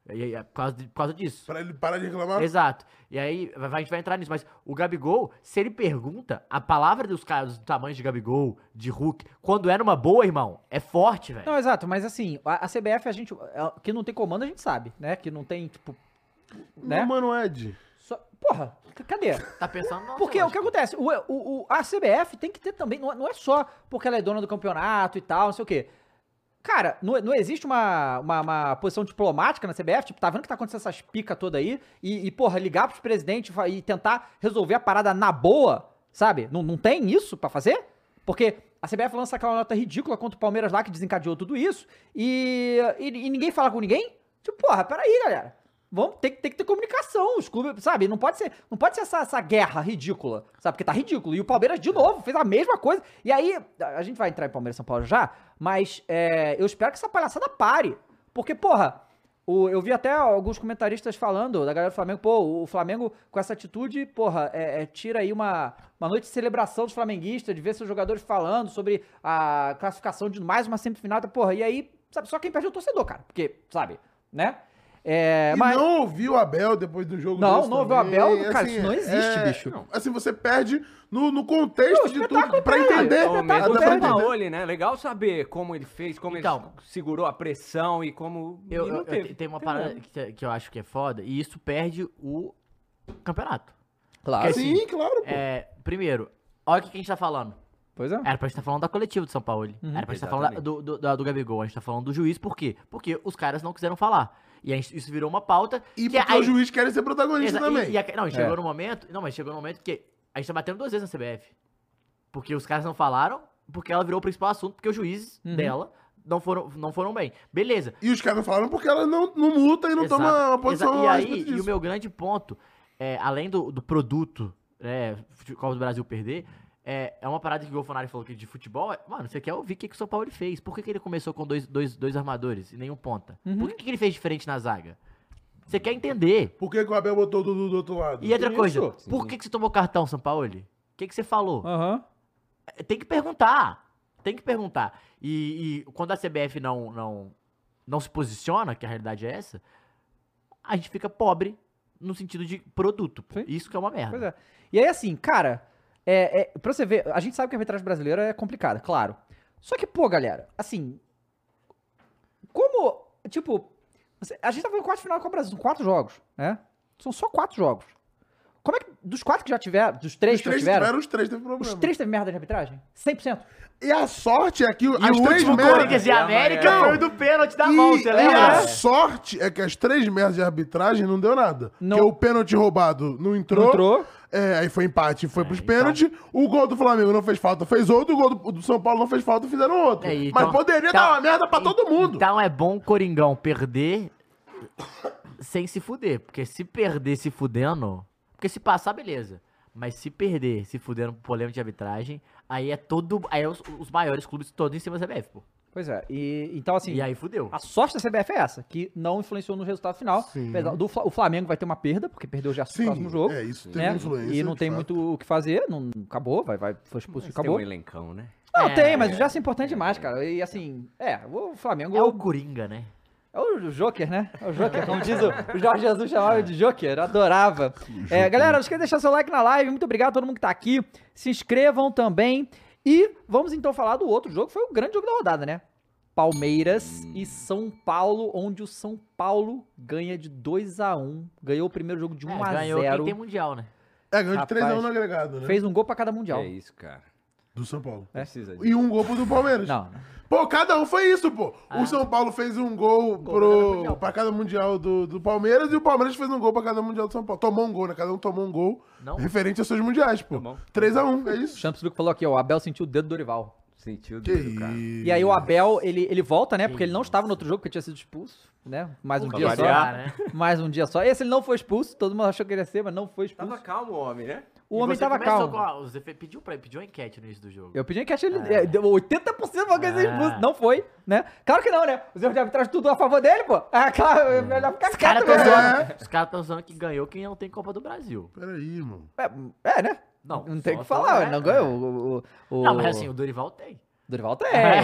Speaker 4: E aí, é por causa de- por causa disso.
Speaker 2: Pra ele parar de reclamar.
Speaker 4: Exato. E aí vai- a gente vai entrar nisso, mas o Gabigol, se ele pergunta, a palavra dos caras do tamanho de Gabigol, de Hulk, quando é numa boa, irmão, é forte, velho.
Speaker 1: Não, exato, mas assim, a, a CBF, a gente. a- Que não tem comando, a gente sabe, né? Que não tem, tipo. Né?
Speaker 2: Não, é mano, Ed.
Speaker 1: Só, porra, c- cadê?
Speaker 4: Tá pensando não.
Speaker 1: Porque é o que acontece? O, o, o- a CBF tem que ter também, não é, não é só porque ela é dona do campeonato e tal, não sei o quê. Cara, não, não existe uma, uma, uma posição diplomática na CBF, tipo, tá vendo que tá acontecendo essas picas toda aí? E, e, porra, ligar pros presidentes e fa- e tentar resolver a parada na boa, sabe? Não, não tem isso pra fazer? Porque a CBF lança aquela nota ridícula contra o Palmeiras lá que desencadeou tudo isso e, e, e ninguém fala com ninguém? Tipo, porra, peraí, galera. Vamos ter, que- tem que ter comunicação, os clubes, sabe? Não pode ser, não pode ser essa, essa guerra ridícula, sabe? Porque tá ridículo. E o Palmeiras, de novo, fez a mesma coisa. E aí, a a gente vai entrar em Palmeiras e São Paulo já, mas é, eu espero que essa palhaçada pare. Porque, porra, o- eu vi até alguns comentaristas falando da galera do Flamengo, pô, o Flamengo com essa atitude, porra, é- é, tira aí uma, uma noite de celebração dos flamenguistas, de ver seus jogadores falando sobre a classificação de mais uma semifinal, porra, e aí, sabe, só quem perde é o torcedor, cara, porque, sabe, né? É,
Speaker 2: E
Speaker 1: mas-
Speaker 2: não ouviu o Abel depois do jogo
Speaker 1: Não,
Speaker 2: desse
Speaker 1: não ouviu o
Speaker 2: também. assim, é,
Speaker 1: Abel, cara, isso não existe, bicho.
Speaker 2: não, assim, você perde no, no contexto
Speaker 1: Não,
Speaker 2: de
Speaker 1: espetáculo
Speaker 2: tudo, pra
Speaker 1: inteiro.
Speaker 2: entender.
Speaker 1: Espetáculo
Speaker 3: Ou
Speaker 1: Tá-
Speaker 3: mesmo
Speaker 1: tá-
Speaker 3: o
Speaker 1: tá-
Speaker 2: até pra
Speaker 1: tá-
Speaker 2: entender.
Speaker 3: Sampaoli, né? Legal saber como ele fez, como
Speaker 4: Então.
Speaker 3: ele segurou a pressão e como.
Speaker 4: Eu,
Speaker 3: e
Speaker 4: eu-
Speaker 3: não
Speaker 4: eu
Speaker 3: teve.
Speaker 4: te- tem uma
Speaker 3: Teve
Speaker 4: parada
Speaker 3: nada.
Speaker 4: que, que eu acho que é foda, e isso perde o campeonato.
Speaker 1: Claro.
Speaker 4: Sim.
Speaker 2: Sim, claro, pô.
Speaker 4: É, primeiro, olha o que que a gente tá falando.
Speaker 1: Pois é.
Speaker 4: Era pra gente estar falando da coletiva do São Paulo. Era pra gente estar falando da-
Speaker 3: Exatamente.
Speaker 4: do, do, da- do Gabigol. A gente tá falando do juiz, por quê? Porque os caras não quiseram falar. E a gente- isso virou uma pauta.
Speaker 2: E
Speaker 4: que
Speaker 2: porque
Speaker 4: aí-
Speaker 2: o juiz quer ser protagonista
Speaker 4: Exa-
Speaker 2: também.
Speaker 4: e- e a- não, a gente
Speaker 1: É.
Speaker 4: chegou no momento. Não, mas chegou no momento que a gente tá batendo duas vezes na CBF. Porque os caras não falaram, porque ela virou o principal assunto, porque o juiz
Speaker 1: Uhum.
Speaker 4: dela não foram, não foram bem. Beleza.
Speaker 2: E os caras falaram porque ela não, não multa e não toma uma
Speaker 4: Exato,
Speaker 2: posição
Speaker 4: exa- E
Speaker 2: a
Speaker 4: aí,
Speaker 2: respeito
Speaker 4: e
Speaker 2: disso.
Speaker 4: o meu grande ponto, é, além do, do produto, né, fute- Copa do Brasil perder, é, é uma parada que o Golfonari falou que de futebol, é, mano, você quer ouvir o que, que o São Paulo fez? Por que, que ele começou com dois, dois, dois armadores e nenhum ponta?
Speaker 1: Uhum.
Speaker 4: Por que, que ele fez diferente na zaga? Você quer entender.
Speaker 2: Por que, que o Abel botou o Dudu do outro lado?
Speaker 4: E outra
Speaker 1: Isso,
Speaker 4: coisa, por
Speaker 3: sim.
Speaker 4: que, que você tomou cartão, São Paulo? O que, que você falou?
Speaker 1: Aham.
Speaker 4: Tem que perguntar. Tem que perguntar. E, e quando a CBF não, não, não se posiciona, que a realidade é essa, a gente fica pobre no sentido de produto. pô.
Speaker 1: Sim.
Speaker 4: Isso que é uma merda.
Speaker 1: Pois é. E aí, assim, cara, é, é, pra você ver, a gente sabe que a arbitragem brasileira é complicada, claro. Só que, pô, galera, assim. Como. Tipo. você- a gente tá vendo quarto de final da Copa do Brasil, são quatro jogos, né? São só quatro jogos. Como é que. Dos quatro que já tiveram, dos três
Speaker 2: Os
Speaker 1: que já
Speaker 2: três
Speaker 1: tiveram,
Speaker 2: tiveram, os três teve problema.
Speaker 1: os três teve merda de arbitragem? 100%.
Speaker 2: E a sorte é que as
Speaker 4: o
Speaker 2: três merdas...
Speaker 4: último tá Corinthians e
Speaker 3: E a
Speaker 4: América
Speaker 2: América.
Speaker 4: foi o do pênalti da
Speaker 2: E,
Speaker 1: é
Speaker 4: volta,
Speaker 2: e
Speaker 4: lembra?
Speaker 2: a sorte é que as três merdas de arbitragem não deu nada.
Speaker 1: Não.
Speaker 2: Porque o pênalti roubado não entrou.
Speaker 1: entrou.
Speaker 2: É, aí foi empate, foi pros
Speaker 4: então.
Speaker 2: pênaltis. O gol do Flamengo não fez falta, fez outro. O gol do, do São Paulo não fez falta, fizeram outro.
Speaker 4: É, então-
Speaker 2: Mas poderia
Speaker 4: então-
Speaker 2: dar uma merda pra todo mundo.
Speaker 4: Então é bom o Coringão perder sem se fuder. Porque se perder se fudendo. Porque se passar, beleza. Mas se perder se fudendo por problema de arbitragem, aí é todo. Aí é os, os maiores clubes todos em cima da CBF, pô.
Speaker 1: Pois é. E, então, assim.
Speaker 4: E aí fudeu.
Speaker 1: A sorte da CBF é essa, que não influenciou no resultado final.
Speaker 2: Sim.
Speaker 1: Apesar do Fla- o Flamengo vai ter uma perda, porque perdeu já o próximo jogo.
Speaker 2: É, isso tem
Speaker 1: né?
Speaker 2: influência.
Speaker 1: E não
Speaker 2: de
Speaker 1: tem
Speaker 2: fato.
Speaker 1: muito o que fazer, não acabou, vai, vai, foi expulso e
Speaker 3: Mas
Speaker 1: acabou.
Speaker 3: Tem um elencão, né?
Speaker 1: Não,
Speaker 4: É,
Speaker 1: tem, mas o Gerson é importante demais, cara. E assim, é, o Flamengo
Speaker 4: É o Coringa, né?
Speaker 1: é o Joker, né? É o Joker, como diz o, o Jorge Jesus chamava de Joker, eu adorava. É, galera, não esqueça de deixar seu like na live, muito obrigado a todo mundo que tá aqui. Se inscrevam também. E vamos então falar do outro jogo, que foi o grande jogo da rodada, né? Palmeiras e São Paulo, onde o São Paulo ganha de 2 a 1 ganhou o primeiro jogo de 1
Speaker 4: É,
Speaker 1: a
Speaker 4: ganhou quem
Speaker 1: 0
Speaker 4: tem mundial, né?
Speaker 2: É, ganhou de 3x1
Speaker 1: Rapaz.
Speaker 2: no agregado, né?
Speaker 1: fez um gol pra cada mundial.
Speaker 3: É isso, cara.
Speaker 2: Do São Paulo.
Speaker 4: É.
Speaker 3: Precisa disso.
Speaker 2: E um gol pro do Palmeiras.
Speaker 1: Não, né? não.
Speaker 2: Pô, cada um foi isso, pô.
Speaker 4: Ah.
Speaker 2: O São Paulo fez um gol,
Speaker 1: pra cada
Speaker 2: pro,
Speaker 1: mundial.
Speaker 2: pra cada mundial do, do Palmeiras e o Palmeiras fez um gol pra cada mundial do São Paulo. Tomou um gol, né? Cada um tomou um gol
Speaker 4: Não.
Speaker 2: referente aos seus mundiais, pô.
Speaker 3: Tá bom.
Speaker 2: 3x1, é isso.
Speaker 1: Champs Luke falou aqui, ó, o Abel sentiu o dedo do Dorival.
Speaker 3: Sentiu o
Speaker 2: Que
Speaker 3: dedo, cara.
Speaker 1: E aí o Abel, ele, ele volta, né? Porque ele não estava no outro jogo, porque tinha sido expulso, né? Mais um
Speaker 3: Pra
Speaker 1: dia só.
Speaker 3: variar.
Speaker 4: Variar, né?
Speaker 1: Mais um dia só. Esse ele não foi expulso, todo mundo achou que ele ia ser, mas não foi expulso.
Speaker 3: Tava calmo o homem, né?
Speaker 1: O
Speaker 4: E
Speaker 1: homem
Speaker 4: você
Speaker 1: tava
Speaker 4: começou
Speaker 1: calmo.
Speaker 4: com a- os efe- pediu, pra, pediu uma enquete no início do jogo.
Speaker 1: Eu pedi que ele. É. deu 80% vai ganhar
Speaker 4: Ah.
Speaker 1: expulso. Não foi, né? Claro que não, né? Os erros de arbitragem tudo a favor dele, pô. Ah, claro, é melhor ficar
Speaker 4: Os caras
Speaker 1: quieto
Speaker 4: estão
Speaker 1: mesmo.
Speaker 4: zoando, os caras tão zoando que ganhou quem não tem Copa do Brasil.
Speaker 2: Peraí, mano.
Speaker 1: É, é, né? Não,
Speaker 4: Não,
Speaker 1: tem o
Speaker 4: só
Speaker 1: que falar,
Speaker 4: né?
Speaker 1: não ganhou. O, o- o-
Speaker 4: Não, mas assim, o Dorival tem.
Speaker 1: Dorival tem.
Speaker 3: É.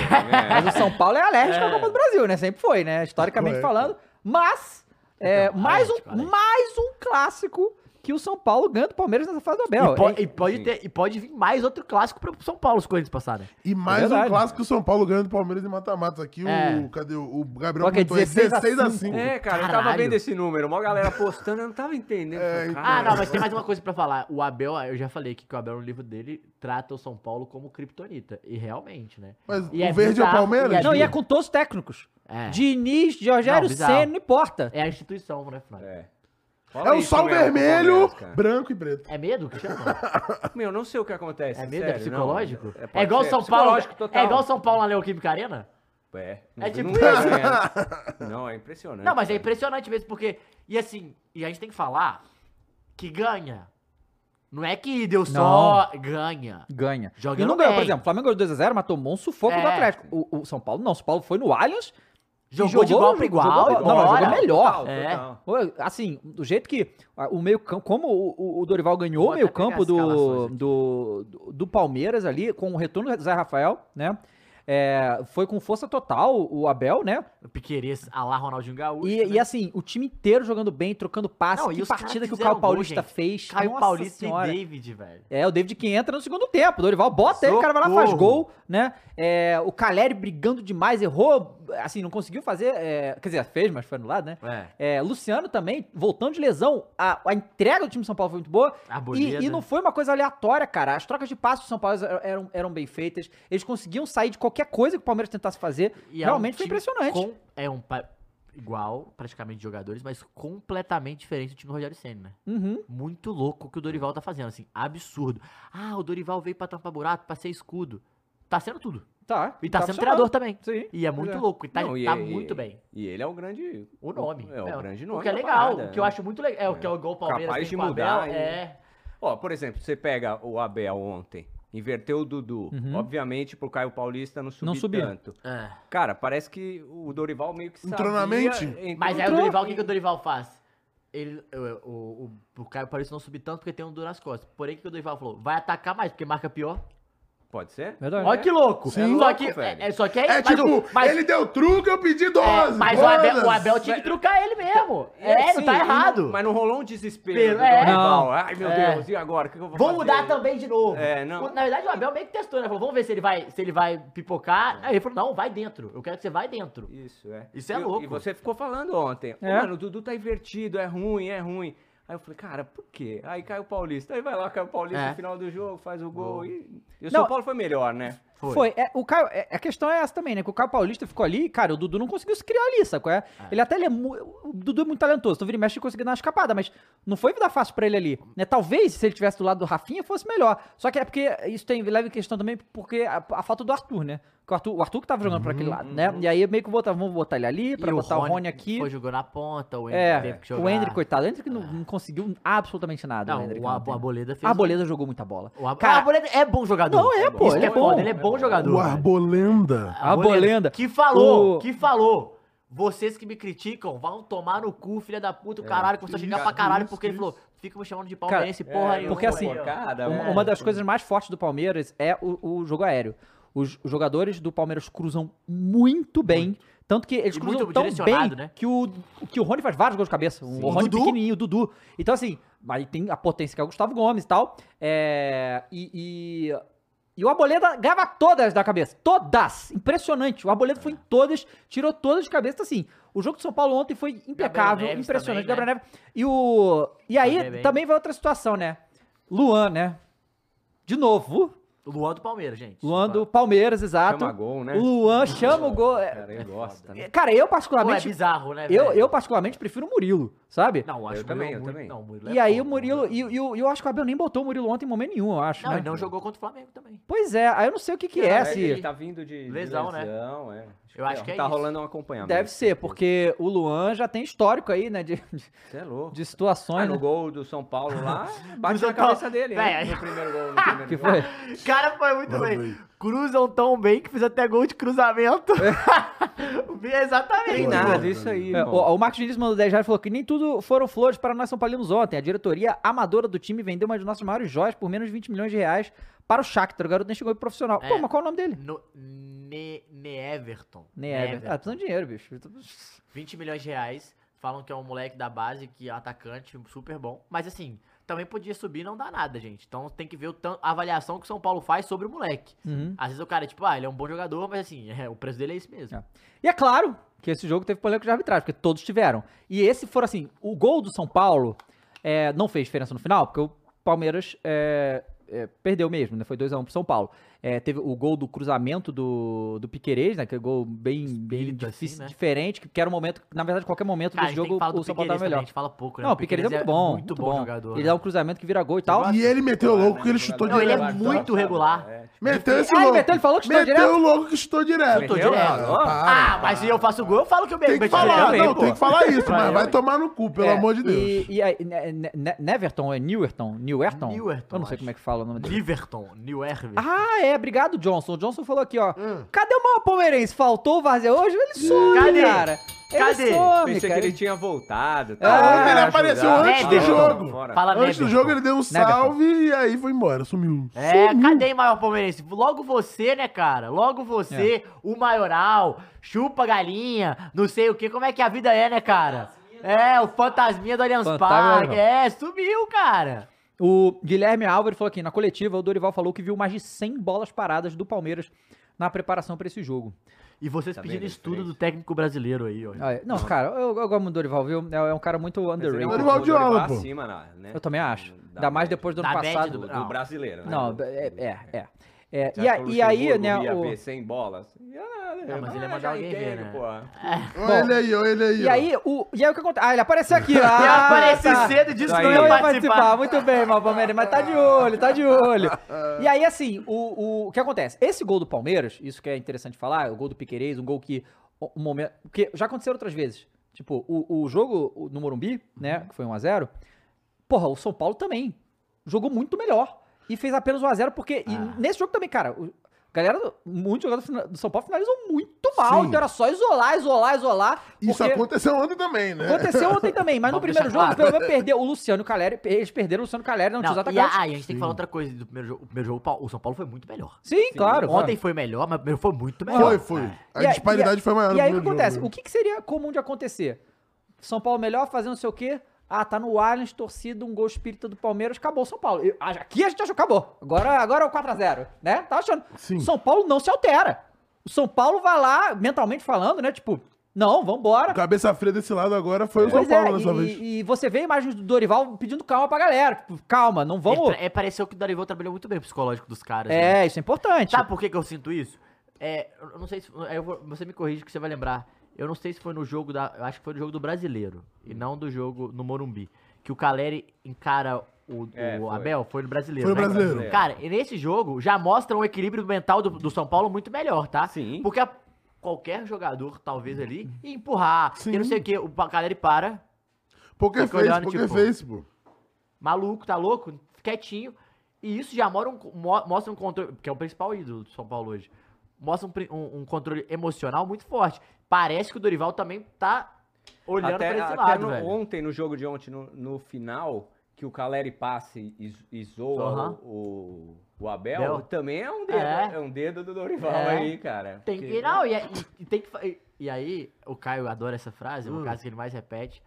Speaker 1: Mas o São Paulo é alérgico à
Speaker 4: É.
Speaker 1: Copa do Brasil, né? Sempre foi, né? Historicamente
Speaker 2: Correto.
Speaker 1: falando. Mas, é,
Speaker 4: Então,
Speaker 1: mais,
Speaker 4: alérgico,
Speaker 1: um,
Speaker 4: alérgico.
Speaker 1: mais um clássico que o São Paulo ganha do Palmeiras nessa fase do Abel.
Speaker 4: e, po-
Speaker 1: É-
Speaker 4: e pode
Speaker 3: Sim.
Speaker 4: ter, e pode vir mais outro clássico pro São Paulo os Corinthians passarem.
Speaker 2: E mais um
Speaker 1: verdade.
Speaker 2: clássico, o São Paulo ganhando do Palmeiras em mata-mata. Aqui
Speaker 4: É.
Speaker 2: o. Cadê? O o Gabriel
Speaker 1: Qual que é?
Speaker 2: comentou aí,
Speaker 1: 16 a
Speaker 2: 5.
Speaker 3: É, cara, eu
Speaker 4: Caralho.
Speaker 3: tava vendo esse número. Uma galera postando, eu não tava entendendo.
Speaker 2: É,
Speaker 3: Falei,
Speaker 2: então.
Speaker 4: Ah,
Speaker 3: cara,
Speaker 4: não, mas tem mais uma coisa pra falar. O Abel, eu já falei aqui que o Abel, no livro dele, trata o São Paulo como kriptonita. E realmente, né?
Speaker 2: Mas
Speaker 4: E
Speaker 2: o
Speaker 4: é
Speaker 2: verde é o
Speaker 4: bizarro,
Speaker 2: Palmeiras?
Speaker 4: e
Speaker 1: não, e é
Speaker 4: bizarro.
Speaker 1: com todos os técnicos.
Speaker 4: É,
Speaker 1: Diniz, Rogério
Speaker 4: Não, bizarro.
Speaker 1: Senna e Porta.
Speaker 4: é a instituição, né, Fran?
Speaker 3: É.
Speaker 2: É
Speaker 3: Fala
Speaker 2: o
Speaker 3: isso
Speaker 2: sol
Speaker 3: mesmo pro
Speaker 2: vermelho,
Speaker 3: Palmeiras, cara.
Speaker 2: branco e preto.
Speaker 4: É medo que chama?
Speaker 3: Meu, não sei o que acontece.
Speaker 4: É medo? é
Speaker 3: sério,
Speaker 4: psicológico?
Speaker 3: não.
Speaker 4: É, igual
Speaker 3: pode ser.
Speaker 4: São Paulo.
Speaker 3: Psicológico total.
Speaker 4: É igual São Paulo na Neoquímica Arena?
Speaker 3: É,
Speaker 4: É tipo
Speaker 3: nunca ganha. Não, é impressionante.
Speaker 4: Não, mas é
Speaker 3: cara.
Speaker 4: impressionante mesmo, porque. E assim, e a gente tem que falar que ganha. Não é que deu só. Ganha.
Speaker 1: Ganha.
Speaker 4: Jogando
Speaker 1: e não ganhou, por
Speaker 4: bem.
Speaker 1: exemplo, o Flamengo ganhou 2x0, mas tomou um sufoco do
Speaker 4: É.
Speaker 1: Atlético. O, o São Paulo não, o São Paulo foi no Allianz. e
Speaker 4: Jogou, de igual pra igual.
Speaker 1: jogou- não, mas
Speaker 4: embora.
Speaker 1: jogou melhor.
Speaker 3: Total,
Speaker 4: É.
Speaker 3: total.
Speaker 1: Ô, Assim, do jeito que ah, o meio campo, como o- o, o Dorival ganhou
Speaker 4: Vou
Speaker 1: o
Speaker 4: até
Speaker 1: meio
Speaker 4: pegar
Speaker 1: campo
Speaker 4: as escalações
Speaker 1: do,
Speaker 4: aqui.
Speaker 1: do, do- do Palmeiras ali, com o retorno do Zé Rafael, né? É, foi com força total o Abel, né?
Speaker 4: Piqueires, a lá Ronaldinho Gaúcho.
Speaker 1: E,
Speaker 4: né?
Speaker 1: e assim, o time inteiro jogando bem, trocando passe.
Speaker 4: Não, e
Speaker 1: que
Speaker 4: os caras
Speaker 1: partida que o
Speaker 4: fizeram
Speaker 1: Caio
Speaker 4: gol,
Speaker 1: Paulista
Speaker 4: gente.
Speaker 1: fez.
Speaker 4: Caio
Speaker 1: Nossa
Speaker 4: Paulista
Speaker 1: senhora.
Speaker 4: e David, velho.
Speaker 1: É, o David que entra no segundo tempo. O Dorival bota ele, o cara vai lá faz
Speaker 4: Socorro.
Speaker 1: gol, né? É, o Caleri brigando demais, errou, assim, não conseguiu fazer. é, quer dizer, fez, mas foi anulado, né?
Speaker 4: É.
Speaker 1: É, Luciano também, voltando de lesão, a, a entrega do time de São Paulo foi muito boa.
Speaker 4: Arboleda.
Speaker 1: E, e não foi uma coisa aleatória, cara. As trocas de passos do São Paulo eram- eram, eram bem feitas. Eles conseguiam sair de qualquer coisa que o Palmeiras tentasse fazer.
Speaker 4: E é
Speaker 1: Realmente
Speaker 4: um
Speaker 1: foi
Speaker 4: time
Speaker 1: impressionante.
Speaker 4: com- é um pa- igual, praticamente, de jogadores, mas completamente diferente do time do Rogério Senna, né?
Speaker 1: Uhum.
Speaker 4: Muito louco o que o Dorival tá fazendo, assim, absurdo. Ah, o Dorival veio pra tampar buraco, pra ser escudo. tá sendo tudo.
Speaker 1: Tá.
Speaker 4: E tá, sendo
Speaker 1: funcionando.
Speaker 4: treinador também.
Speaker 1: Sim.
Speaker 4: E é muito
Speaker 1: Pois é.
Speaker 4: louco. E tá,
Speaker 3: Não, e-
Speaker 4: tá
Speaker 3: e-
Speaker 4: muito bem.
Speaker 3: E ele é o grande.
Speaker 4: O nome.
Speaker 3: É, o grande nome.
Speaker 4: O que é
Speaker 3: da
Speaker 4: legal.
Speaker 3: parada,
Speaker 4: o que eu
Speaker 3: né?
Speaker 4: acho muito legal. É, o que é o gol Palmeiras
Speaker 3: Capaz
Speaker 4: tem
Speaker 3: de
Speaker 4: com o
Speaker 3: mudar
Speaker 4: Abel,
Speaker 3: e-
Speaker 4: É.
Speaker 3: Ó, por exemplo, você pega o Abel ontem, inverteu o Dudu.
Speaker 1: Uhum.
Speaker 3: Obviamente, pro Caio Paulista não subir
Speaker 1: Não subia.
Speaker 3: tanto.
Speaker 4: é.
Speaker 3: Cara, parece que o Dorival meio que sabia...
Speaker 2: Entrou na mente?
Speaker 3: entrou-
Speaker 4: Mas é aí o
Speaker 1: Entrou.
Speaker 4: Dorival, o que, que o Dorival faz? Ele, o, o, o, o Caio Paulista não subir tanto porque tem um Dudu nas costas. Porém, o que, que o Dorival falou? Vai atacar mais, porque marca pior.
Speaker 3: Pode ser?
Speaker 1: Verdade.
Speaker 4: Olha que louco.
Speaker 2: Sim.
Speaker 4: É louco,
Speaker 3: Só que-
Speaker 4: que,
Speaker 3: velho.
Speaker 4: é, é- só que aí,
Speaker 2: É
Speaker 4: mas
Speaker 2: tipo,
Speaker 4: o, mas,
Speaker 2: ele deu truque, eu pedi 12.
Speaker 4: é, mas o Abel, o
Speaker 2: foda-se.
Speaker 4: Abel tinha que trucar ele mesmo. É, não
Speaker 3: assim,
Speaker 4: tá
Speaker 3: e
Speaker 4: errado.
Speaker 3: Mas não rolou um desespero
Speaker 4: Pero-
Speaker 3: do
Speaker 4: é.
Speaker 3: Dorival.
Speaker 1: Não.
Speaker 3: Ai, meu
Speaker 4: É.
Speaker 3: Deus, e agora? O que eu vou
Speaker 4: Vamos
Speaker 3: fazer?
Speaker 4: mudar também de novo.
Speaker 3: É, não.
Speaker 4: O- Na verdade, o Abel meio que testou, né? Falou, vamos ver se ele vai, se ele vai pipocar. Aí ele falou, não, vai dentro. Eu quero que você vai dentro.
Speaker 3: Isso, é.
Speaker 4: Isso é
Speaker 3: E-
Speaker 4: louco.
Speaker 3: E você ficou falando ontem. "Ô,
Speaker 1: É.
Speaker 3: Mano, o Dudu tá invertido, é ruim, é ruim. Aí eu falei, cara, por quê? Aí caiu o Paulista. Aí vai lá, caiu o Paulista
Speaker 4: É.
Speaker 3: no final do jogo, faz o gol.
Speaker 4: Gol.
Speaker 3: E, e
Speaker 1: Não.
Speaker 3: o São Paulo foi melhor, né?
Speaker 1: Foi. É, o Caio, é, a questão é essa também, né? Que o Caio Paulista ficou ali, cara, o Dudu não conseguiu se criar ali, sacou? É? Ele até ele é mu- O Dudu é muito talentoso, então vira e mexe conseguiu dar uma escapada, mas não foi vida fácil pra ele ali. Né? Talvez, se ele tivesse do lado do Rafinha, fosse melhor. Só que é porque isso tem, leva em questão também porque a, a falta do Arthur, né? Que o, Arthur, o Arthur que tava jogando pra aquele lado, né? E aí meio que botaram, vamos botar ele ali, pra
Speaker 4: Uhum. E
Speaker 1: botar o Rony, aqui.
Speaker 4: Foi, jogou na ponta, o Hendrick
Speaker 1: É,
Speaker 4: teve que jogar. É.
Speaker 1: o Hendrick, coitado. O Hendrick não, não conseguiu absolutamente nada.
Speaker 4: Não,
Speaker 1: o Hendrick
Speaker 4: o Ab-
Speaker 1: ontem.
Speaker 4: Arboleda fez...
Speaker 1: A Arboleda jogou muita bola.
Speaker 4: O Ab-
Speaker 1: Cara-
Speaker 4: Ah, Arboleda é bom jogador.
Speaker 1: Não, é, pô,
Speaker 4: Isso
Speaker 1: ele
Speaker 4: que
Speaker 1: é
Speaker 4: foda,
Speaker 1: bom.
Speaker 4: Ele é bom jogador.
Speaker 2: O
Speaker 4: velho.
Speaker 2: Arbolenda.
Speaker 1: Arboleda.
Speaker 4: Que falou,
Speaker 1: O-
Speaker 4: que falou. Vocês que me criticam, vão tomar no cu, filha da puta, o caralho. Começou a xingar pra
Speaker 2: Isso,
Speaker 4: caralho,
Speaker 2: isso,
Speaker 4: porque ele
Speaker 2: isso.
Speaker 4: falou, fica me chamando de palmeirense, porra.
Speaker 3: É, né?
Speaker 4: nenhuma,
Speaker 1: porque assim,
Speaker 4: aí, ó.
Speaker 3: porcada,
Speaker 1: Uma,
Speaker 4: né?
Speaker 3: mano.
Speaker 1: uma das coisas mais fortes do Palmeiras é o, o jogo aéreo. Os, os jogadores do Palmeiras cruzam muito bem. Tanto que eles
Speaker 4: E
Speaker 1: cruzam
Speaker 4: muito
Speaker 1: tão bem
Speaker 4: direcionado, né?
Speaker 1: que o, que o Rony faz vários gols de cabeça. O Rony
Speaker 4: Dudu.
Speaker 1: pequenininho, o Dudu. Então, assim, aí tem a potência que é o Gustavo Gomes e tal. É, e, e, e o Arboleda ganhava todas da cabeça. Todas! Impressionante. O Arboleda
Speaker 4: É.
Speaker 1: foi em todas, tirou todas de cabeça. Então, assim, o jogo de São Paulo ontem foi impecável,
Speaker 4: Neves
Speaker 1: impressionante.
Speaker 4: também, né?
Speaker 1: Gabriel Neves. E, o, e
Speaker 4: Gabriel
Speaker 1: aí
Speaker 4: Neves.
Speaker 1: também vai outra situação, né? Luan, né? De novo.
Speaker 4: O Luan do Palmeiras, gente.
Speaker 1: Luan do Palmeiras, exato.
Speaker 3: Chama gol, né?
Speaker 1: O Luan chama o gol. é-
Speaker 3: Cara, ele gosta, né?
Speaker 1: Cara, eu
Speaker 4: Pô, é
Speaker 1: particularmente.
Speaker 4: bizarro, né,
Speaker 1: eu,
Speaker 4: velho?
Speaker 1: eu particularmente prefiro o Murilo, sabe?
Speaker 4: Não, eu acho
Speaker 3: Eu
Speaker 4: o
Speaker 3: também,
Speaker 4: Murilo
Speaker 3: eu
Speaker 4: muito-
Speaker 3: também.
Speaker 4: Não, Murilo é
Speaker 1: e aí
Speaker 4: foda,
Speaker 1: o Murilo. E, e, o- eu acho que o Abel nem botou o Murilo ontem em momento nenhum, eu acho.
Speaker 4: Não,
Speaker 1: né?
Speaker 4: ele não jogou contra o Flamengo também.
Speaker 1: Pois é, aí eu não sei o que, que
Speaker 4: Não,
Speaker 1: é,
Speaker 4: é
Speaker 1: se.
Speaker 3: Ele tá vindo de de
Speaker 4: Lesão, né?
Speaker 3: lesão, é.
Speaker 4: Eu acho que é
Speaker 3: Tá
Speaker 4: isso.
Speaker 3: rolando um acompanhamento.
Speaker 1: Deve ser, porque o Luan já tem histórico aí, né? De, de-
Speaker 3: Você é louco.
Speaker 1: de situações.
Speaker 3: Ah,
Speaker 1: né?
Speaker 3: no gol do São Paulo lá, bate
Speaker 4: São
Speaker 3: na cabeça
Speaker 4: Paulo.
Speaker 3: dele,
Speaker 4: Véi,
Speaker 3: né?
Speaker 4: aí-
Speaker 3: No primeiro gol. no primeiro
Speaker 1: Que
Speaker 3: gol.
Speaker 1: foi?
Speaker 4: Cara, foi muito
Speaker 2: Manda
Speaker 4: bem.
Speaker 2: aí.
Speaker 4: Cruzam tão bem que fiz até gol de cruzamento. Exatamente.
Speaker 3: Tem nada, isso aí,
Speaker 1: É,
Speaker 3: irmão.
Speaker 1: o, o Marcos Diniz mandou 10 reais e falou que nem tudo foram flores para nós São Paulinos ontem. A diretoria amadora do time vendeu uma de nossas maiores joias por menos de 20 milhões de reais para o Shakhtar. O garoto nem chegou aí pro profissional.
Speaker 4: É.
Speaker 1: Pô, mas qual é o nome dele?
Speaker 4: No, ne, ne Everton.
Speaker 1: Nem é. Ah, precisando de dinheiro, bicho.
Speaker 4: 20 milhões de reais. Falam que é um moleque da base, que é atacante, super bom. Mas assim, também podia subir e não dá nada, gente. Então tem que ver o tan- a avaliação que o São Paulo faz sobre o moleque.
Speaker 1: Uhum.
Speaker 4: Às vezes o cara é tipo, ah, ele é um bom jogador, mas assim, é, o preço dele é esse mesmo.
Speaker 1: É. E é claro que esse jogo teve polêmica de arbitragem, porque todos tiveram. E esse for assim, o gol do São Paulo é, não fez diferença no final, porque o Palmeiras é, é, perdeu mesmo, né? Foi 2x1 pro São Paulo. É, teve o gol do cruzamento do, do Piquerez, né? Aquele gol bem, bem
Speaker 4: Espírito,
Speaker 1: difícil,
Speaker 4: assim, né?
Speaker 1: diferente, que era um momento, que, na verdade, qualquer momento
Speaker 4: Cara, a
Speaker 1: desse
Speaker 4: gente tem
Speaker 1: jogo
Speaker 4: que falar do
Speaker 1: o São Paulo tava
Speaker 4: Piqueires também, a
Speaker 1: melhor.
Speaker 4: gente fala pouco, né?
Speaker 1: Não, o Piquerez é muito bom, muito, bom.
Speaker 4: jogador. né?
Speaker 1: ele um dá um cruzamento que vira gol e tal.
Speaker 2: E ele meteu o louco que ele chutou
Speaker 4: Não, ele é
Speaker 2: direto.
Speaker 4: muito regular.
Speaker 3: É.
Speaker 2: Meteu esse
Speaker 1: Ah, ele
Speaker 2: louco.
Speaker 1: meteu, ele falou que chutou
Speaker 2: meteu
Speaker 1: direto?
Speaker 2: o louco que chutou direto.
Speaker 4: Chutou
Speaker 3: Meteu?
Speaker 4: direto.
Speaker 3: Ah,
Speaker 2: para.
Speaker 4: Ah, mas se eu faço gol, eu falo que eu
Speaker 2: Tem que
Speaker 4: meti
Speaker 2: falar,
Speaker 4: também,
Speaker 2: não,
Speaker 4: pô.
Speaker 2: tem que falar isso,
Speaker 4: Pra
Speaker 2: mas
Speaker 4: eu,
Speaker 2: vai
Speaker 4: hein?
Speaker 2: tomar no cu, pelo
Speaker 1: É,
Speaker 2: amor de Deus.
Speaker 1: E, e aí, ne- ne- ne- Neverton, é Newerton? Newerton?
Speaker 4: Newerton,
Speaker 1: Eu não sei
Speaker 4: acho.
Speaker 1: como é que fala o nome dele.
Speaker 4: Liverton, New Herve.
Speaker 1: Ah, é, obrigado, Johnson. O Johnson falou aqui, ó. Cadê o mal palmeirense? Faltou o Vazia hoje? Ele some,
Speaker 4: Hum. Cadê?
Speaker 1: cara. Ele
Speaker 4: Cadê?
Speaker 1: some,
Speaker 3: Pensei
Speaker 1: cara.
Speaker 3: que ele tinha voltado. né?
Speaker 1: Ah,
Speaker 2: ele apareceu antes
Speaker 3: É,
Speaker 2: do jogo.
Speaker 4: Fala
Speaker 2: Antes do
Speaker 4: Neverton.
Speaker 2: jogo ele deu um
Speaker 1: Neverton.
Speaker 2: salve e aí foi embora, sumiu.
Speaker 4: É,
Speaker 2: Sumiu.
Speaker 4: cadê maior palmeirense? Logo você, né, cara? Logo você, o maioral, chupa galinha, não sei o que, como é que a vida é, né, cara? É, o fantasminha do Allianz
Speaker 1: Fantasma,
Speaker 4: Parque,
Speaker 1: não.
Speaker 4: é, sumiu, cara.
Speaker 1: O Guilherme Álvares falou aqui, na coletiva, o Dorival falou que viu mais de 100 bolas paradas do Palmeiras na preparação pra esse jogo.
Speaker 4: E vocês
Speaker 3: Tá
Speaker 4: pedindo
Speaker 3: vendo a
Speaker 4: estudo do
Speaker 3: diferença?
Speaker 4: técnico brasileiro aí, ó.
Speaker 1: Ah, é. Não, cara, eu, eu gosto do Dorival, viu? É, é um cara muito
Speaker 2: é um
Speaker 1: underrated.
Speaker 2: Dorival de aula, pô.
Speaker 3: Acima, lá, né?
Speaker 1: Eu também acho.
Speaker 3: Da
Speaker 1: Ainda mais
Speaker 3: média.
Speaker 1: depois do
Speaker 4: Da
Speaker 1: ano
Speaker 4: média
Speaker 1: passado.
Speaker 3: do, do
Speaker 4: Não.
Speaker 3: brasileiro, né?
Speaker 1: Não, é, é, é. É,
Speaker 3: Já
Speaker 1: e, a-
Speaker 3: que o
Speaker 1: e aí,
Speaker 3: Luxemburgo
Speaker 1: né,
Speaker 3: ia
Speaker 1: o...
Speaker 3: ver 100 bolas. Ah, nada.
Speaker 4: Não, mas ele ia mandar alguém ver, né?
Speaker 2: Olha ele aí, olha ele aí.
Speaker 1: E
Speaker 2: ó.
Speaker 1: aí, o, e aí o que acontece? Ah, ele apareceu aqui. Ah,
Speaker 4: Ele apareceu
Speaker 1: tá.
Speaker 4: cedo e disse que
Speaker 3: Daí
Speaker 4: não
Speaker 1: Não
Speaker 4: ia
Speaker 1: ia
Speaker 4: participar.
Speaker 1: participar. Muito bem, Malpalmeri, mas tá de olho, tá de olho. E aí, assim, o, o, o que acontece? Esse gol do Palmeiras, isso que é interessante falar, o gol do Piqueires, um gol que. Um momento, porque já aconteceu outras vezes. Tipo, o, o jogo o- no Morumbi, né,
Speaker 4: Uhum.
Speaker 1: que foi 1x0, porra, o São Paulo também jogou muito melhor e fez apenas 1x0, porque. e
Speaker 4: Ah.
Speaker 1: nesse jogo também, cara. O, Galera, do- muitos jogadores fina- do São Paulo finalizam muito mal,
Speaker 2: Sim.
Speaker 1: então era só isolar, isolar, isolar.
Speaker 2: Isso
Speaker 1: porque-
Speaker 2: aconteceu ontem também, né?
Speaker 1: Aconteceu ontem também, mas no
Speaker 4: Vamos
Speaker 1: primeiro
Speaker 4: deixar
Speaker 1: jogo, pelo menos perdeu o Luciano Caleri. Eles perderam o Luciano Caleri, não, tinha os
Speaker 4: Não, e
Speaker 1: atacantes.
Speaker 4: a, ah, e a gente tem que falar outra coisa do primeiro jogo. O primeiro jogo, o Pau- o São Paulo foi muito melhor.
Speaker 1: Sim, claro. Ah.
Speaker 4: Ontem foi melhor, mas o primeiro foi muito melhor.
Speaker 2: Foi, foi.
Speaker 4: É.
Speaker 2: A
Speaker 1: E aí-
Speaker 2: disparidade foi maior.
Speaker 1: E
Speaker 2: no
Speaker 1: aí o que
Speaker 2: primeiro
Speaker 1: acontece?
Speaker 2: jogo.
Speaker 1: O que, que seria comum de acontecer? São Paulo melhor, fazendo não sei o quê. Ah, tá no Allianz, torcida, um gol espírita do Palmeiras, acabou o São Paulo. Eu- ah, Aqui a gente achou, acabou. Agora, agora é o 4x0, né? Tá achando.
Speaker 2: Sim.
Speaker 1: São Paulo não se altera. O São Paulo vai lá, mentalmente falando, né? Tipo, não, vambora.
Speaker 2: O Cabeça fria desse lado agora foi o São
Speaker 1: Pois
Speaker 2: Paulo
Speaker 1: é,
Speaker 2: dessa
Speaker 1: e-
Speaker 2: vez.
Speaker 1: e, você vê imagens do Dorival pedindo calma pra galera. Tipo, calma, não vamos...
Speaker 4: Ele pa- é, pareceu que o Dorival trabalhou muito bem o psicológico dos caras. né?
Speaker 1: É, isso é importante.
Speaker 2: tipo
Speaker 4: Sabe por que, que eu sinto isso? É, eu não sei se. eu vou- você me corrige que você vai lembrar. Eu não sei se foi no jogo da. Eu acho que foi no jogo do brasileiro. E não do jogo no Morumbi. Que o Caleri encara o,
Speaker 3: É,
Speaker 4: o
Speaker 3: foi. É.
Speaker 4: Abel. Foi no brasileiro.
Speaker 2: Foi no
Speaker 4: né?
Speaker 2: Brasileiro.
Speaker 4: Cara, e nesse jogo já mostra um equilíbrio mental do, do São Paulo muito melhor, tá?
Speaker 3: Sim.
Speaker 4: Porque a- qualquer jogador, talvez ali, ia empurrar.
Speaker 2: Sim.
Speaker 4: E não sei o que. O pa- Caleri para.
Speaker 2: Poker
Speaker 4: Fica
Speaker 2: Face,
Speaker 4: olhando,
Speaker 2: Poker
Speaker 4: tipo,
Speaker 2: Face, pô.
Speaker 4: Maluco, tá louco? Quietinho. E isso já mora um co- mo- mostra um controle, que é o principal ídolo do São Paulo hoje. Mostra um, pri- um- um controle emocional muito forte. Parece que o Dorival também tá olhando
Speaker 3: até,
Speaker 4: pra esse
Speaker 3: até
Speaker 4: lado,
Speaker 3: no-
Speaker 4: velho.
Speaker 3: ontem, no jogo de ontem, no, no final, que o Caleri passa e, e- e zoa
Speaker 4: Aham.
Speaker 3: o, o- o Abel,
Speaker 4: Abel.
Speaker 3: também é um dedo.
Speaker 4: É.
Speaker 3: É, um dedo do Dorival
Speaker 4: É.
Speaker 3: aí, cara.
Speaker 4: Tem que,
Speaker 3: Porque-
Speaker 4: não, e, é, e- e tem que. fa- E, e aí, o Caio adora essa frase, é uma
Speaker 2: Hum.
Speaker 4: frase que ele mais repete.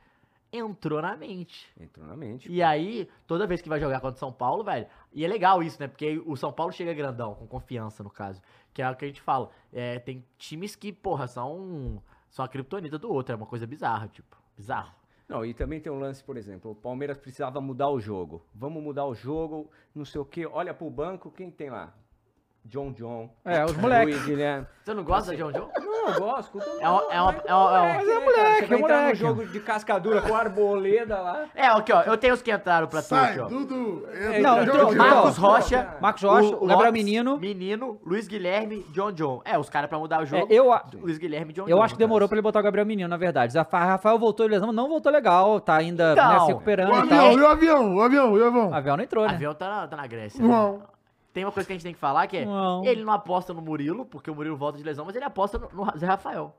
Speaker 4: Entrou na mente.
Speaker 3: Entrou na mente.
Speaker 4: E aí, toda vez que vai jogar contra o São Paulo, velho. E é legal isso, né? Porque aí o São Paulo chega grandão, com confiança, no caso. Que é o que a gente fala. É, tem times que, porra, são, são a criptonita do outro. É uma coisa bizarra, tipo. Bizarro.
Speaker 3: Não, e também tem um lance, por exemplo, o Palmeiras precisava mudar o jogo. Vamos mudar o jogo, não sei o quê. Olha pro banco, quem tem lá? John John.
Speaker 1: É, os moleques.
Speaker 3: Luiz Guilherme.
Speaker 4: Você não gosta, João João?
Speaker 3: Não, eu gosto. Então,
Speaker 4: É um- é um- é um- é um-
Speaker 1: Mas é
Speaker 3: né, cara?
Speaker 1: moleque,
Speaker 3: Você vai
Speaker 1: é
Speaker 3: entrar
Speaker 1: moleque.
Speaker 3: no jogo de cascadura com a arboleda lá.
Speaker 4: É, aqui, ó. Eu tenho os que entraram pra tu
Speaker 2: Sai,
Speaker 4: aqui, ó.
Speaker 1: Não,
Speaker 2: Dudu.
Speaker 1: então,
Speaker 2: joga
Speaker 1: entrou,
Speaker 2: de
Speaker 1: entrou.
Speaker 2: volta.
Speaker 4: Marcos Rocha.
Speaker 1: Marcos Rocha, o Gabriel
Speaker 4: Lopes,
Speaker 1: Menino.
Speaker 4: Menino, Luiz Guilherme, John John. É, os caras pra mudar o jogo.
Speaker 1: É, eu a-
Speaker 4: Luiz Guilherme, John John.
Speaker 1: Eu acho que demorou
Speaker 4: pra.
Speaker 1: pra ele botar o Gabriel Menino, na verdade. Zafa- Rafael voltou de lesão, não voltou legal, tá ainda né,
Speaker 4: Então.
Speaker 1: se
Speaker 2: O
Speaker 1: recuperando e tal.
Speaker 2: avião, e o avião, o avião, e o
Speaker 1: O
Speaker 2: avião.
Speaker 1: Avião não entrou,
Speaker 4: O
Speaker 1: né?
Speaker 4: avião tá na, tá na Grécia. né?
Speaker 2: Não.
Speaker 4: Tem uma coisa que a gente tem que falar que é.
Speaker 1: Não.
Speaker 4: Ele não aposta no Murilo, porque o Murilo volta de lesão, mas ele aposta no, no Zé Rafael.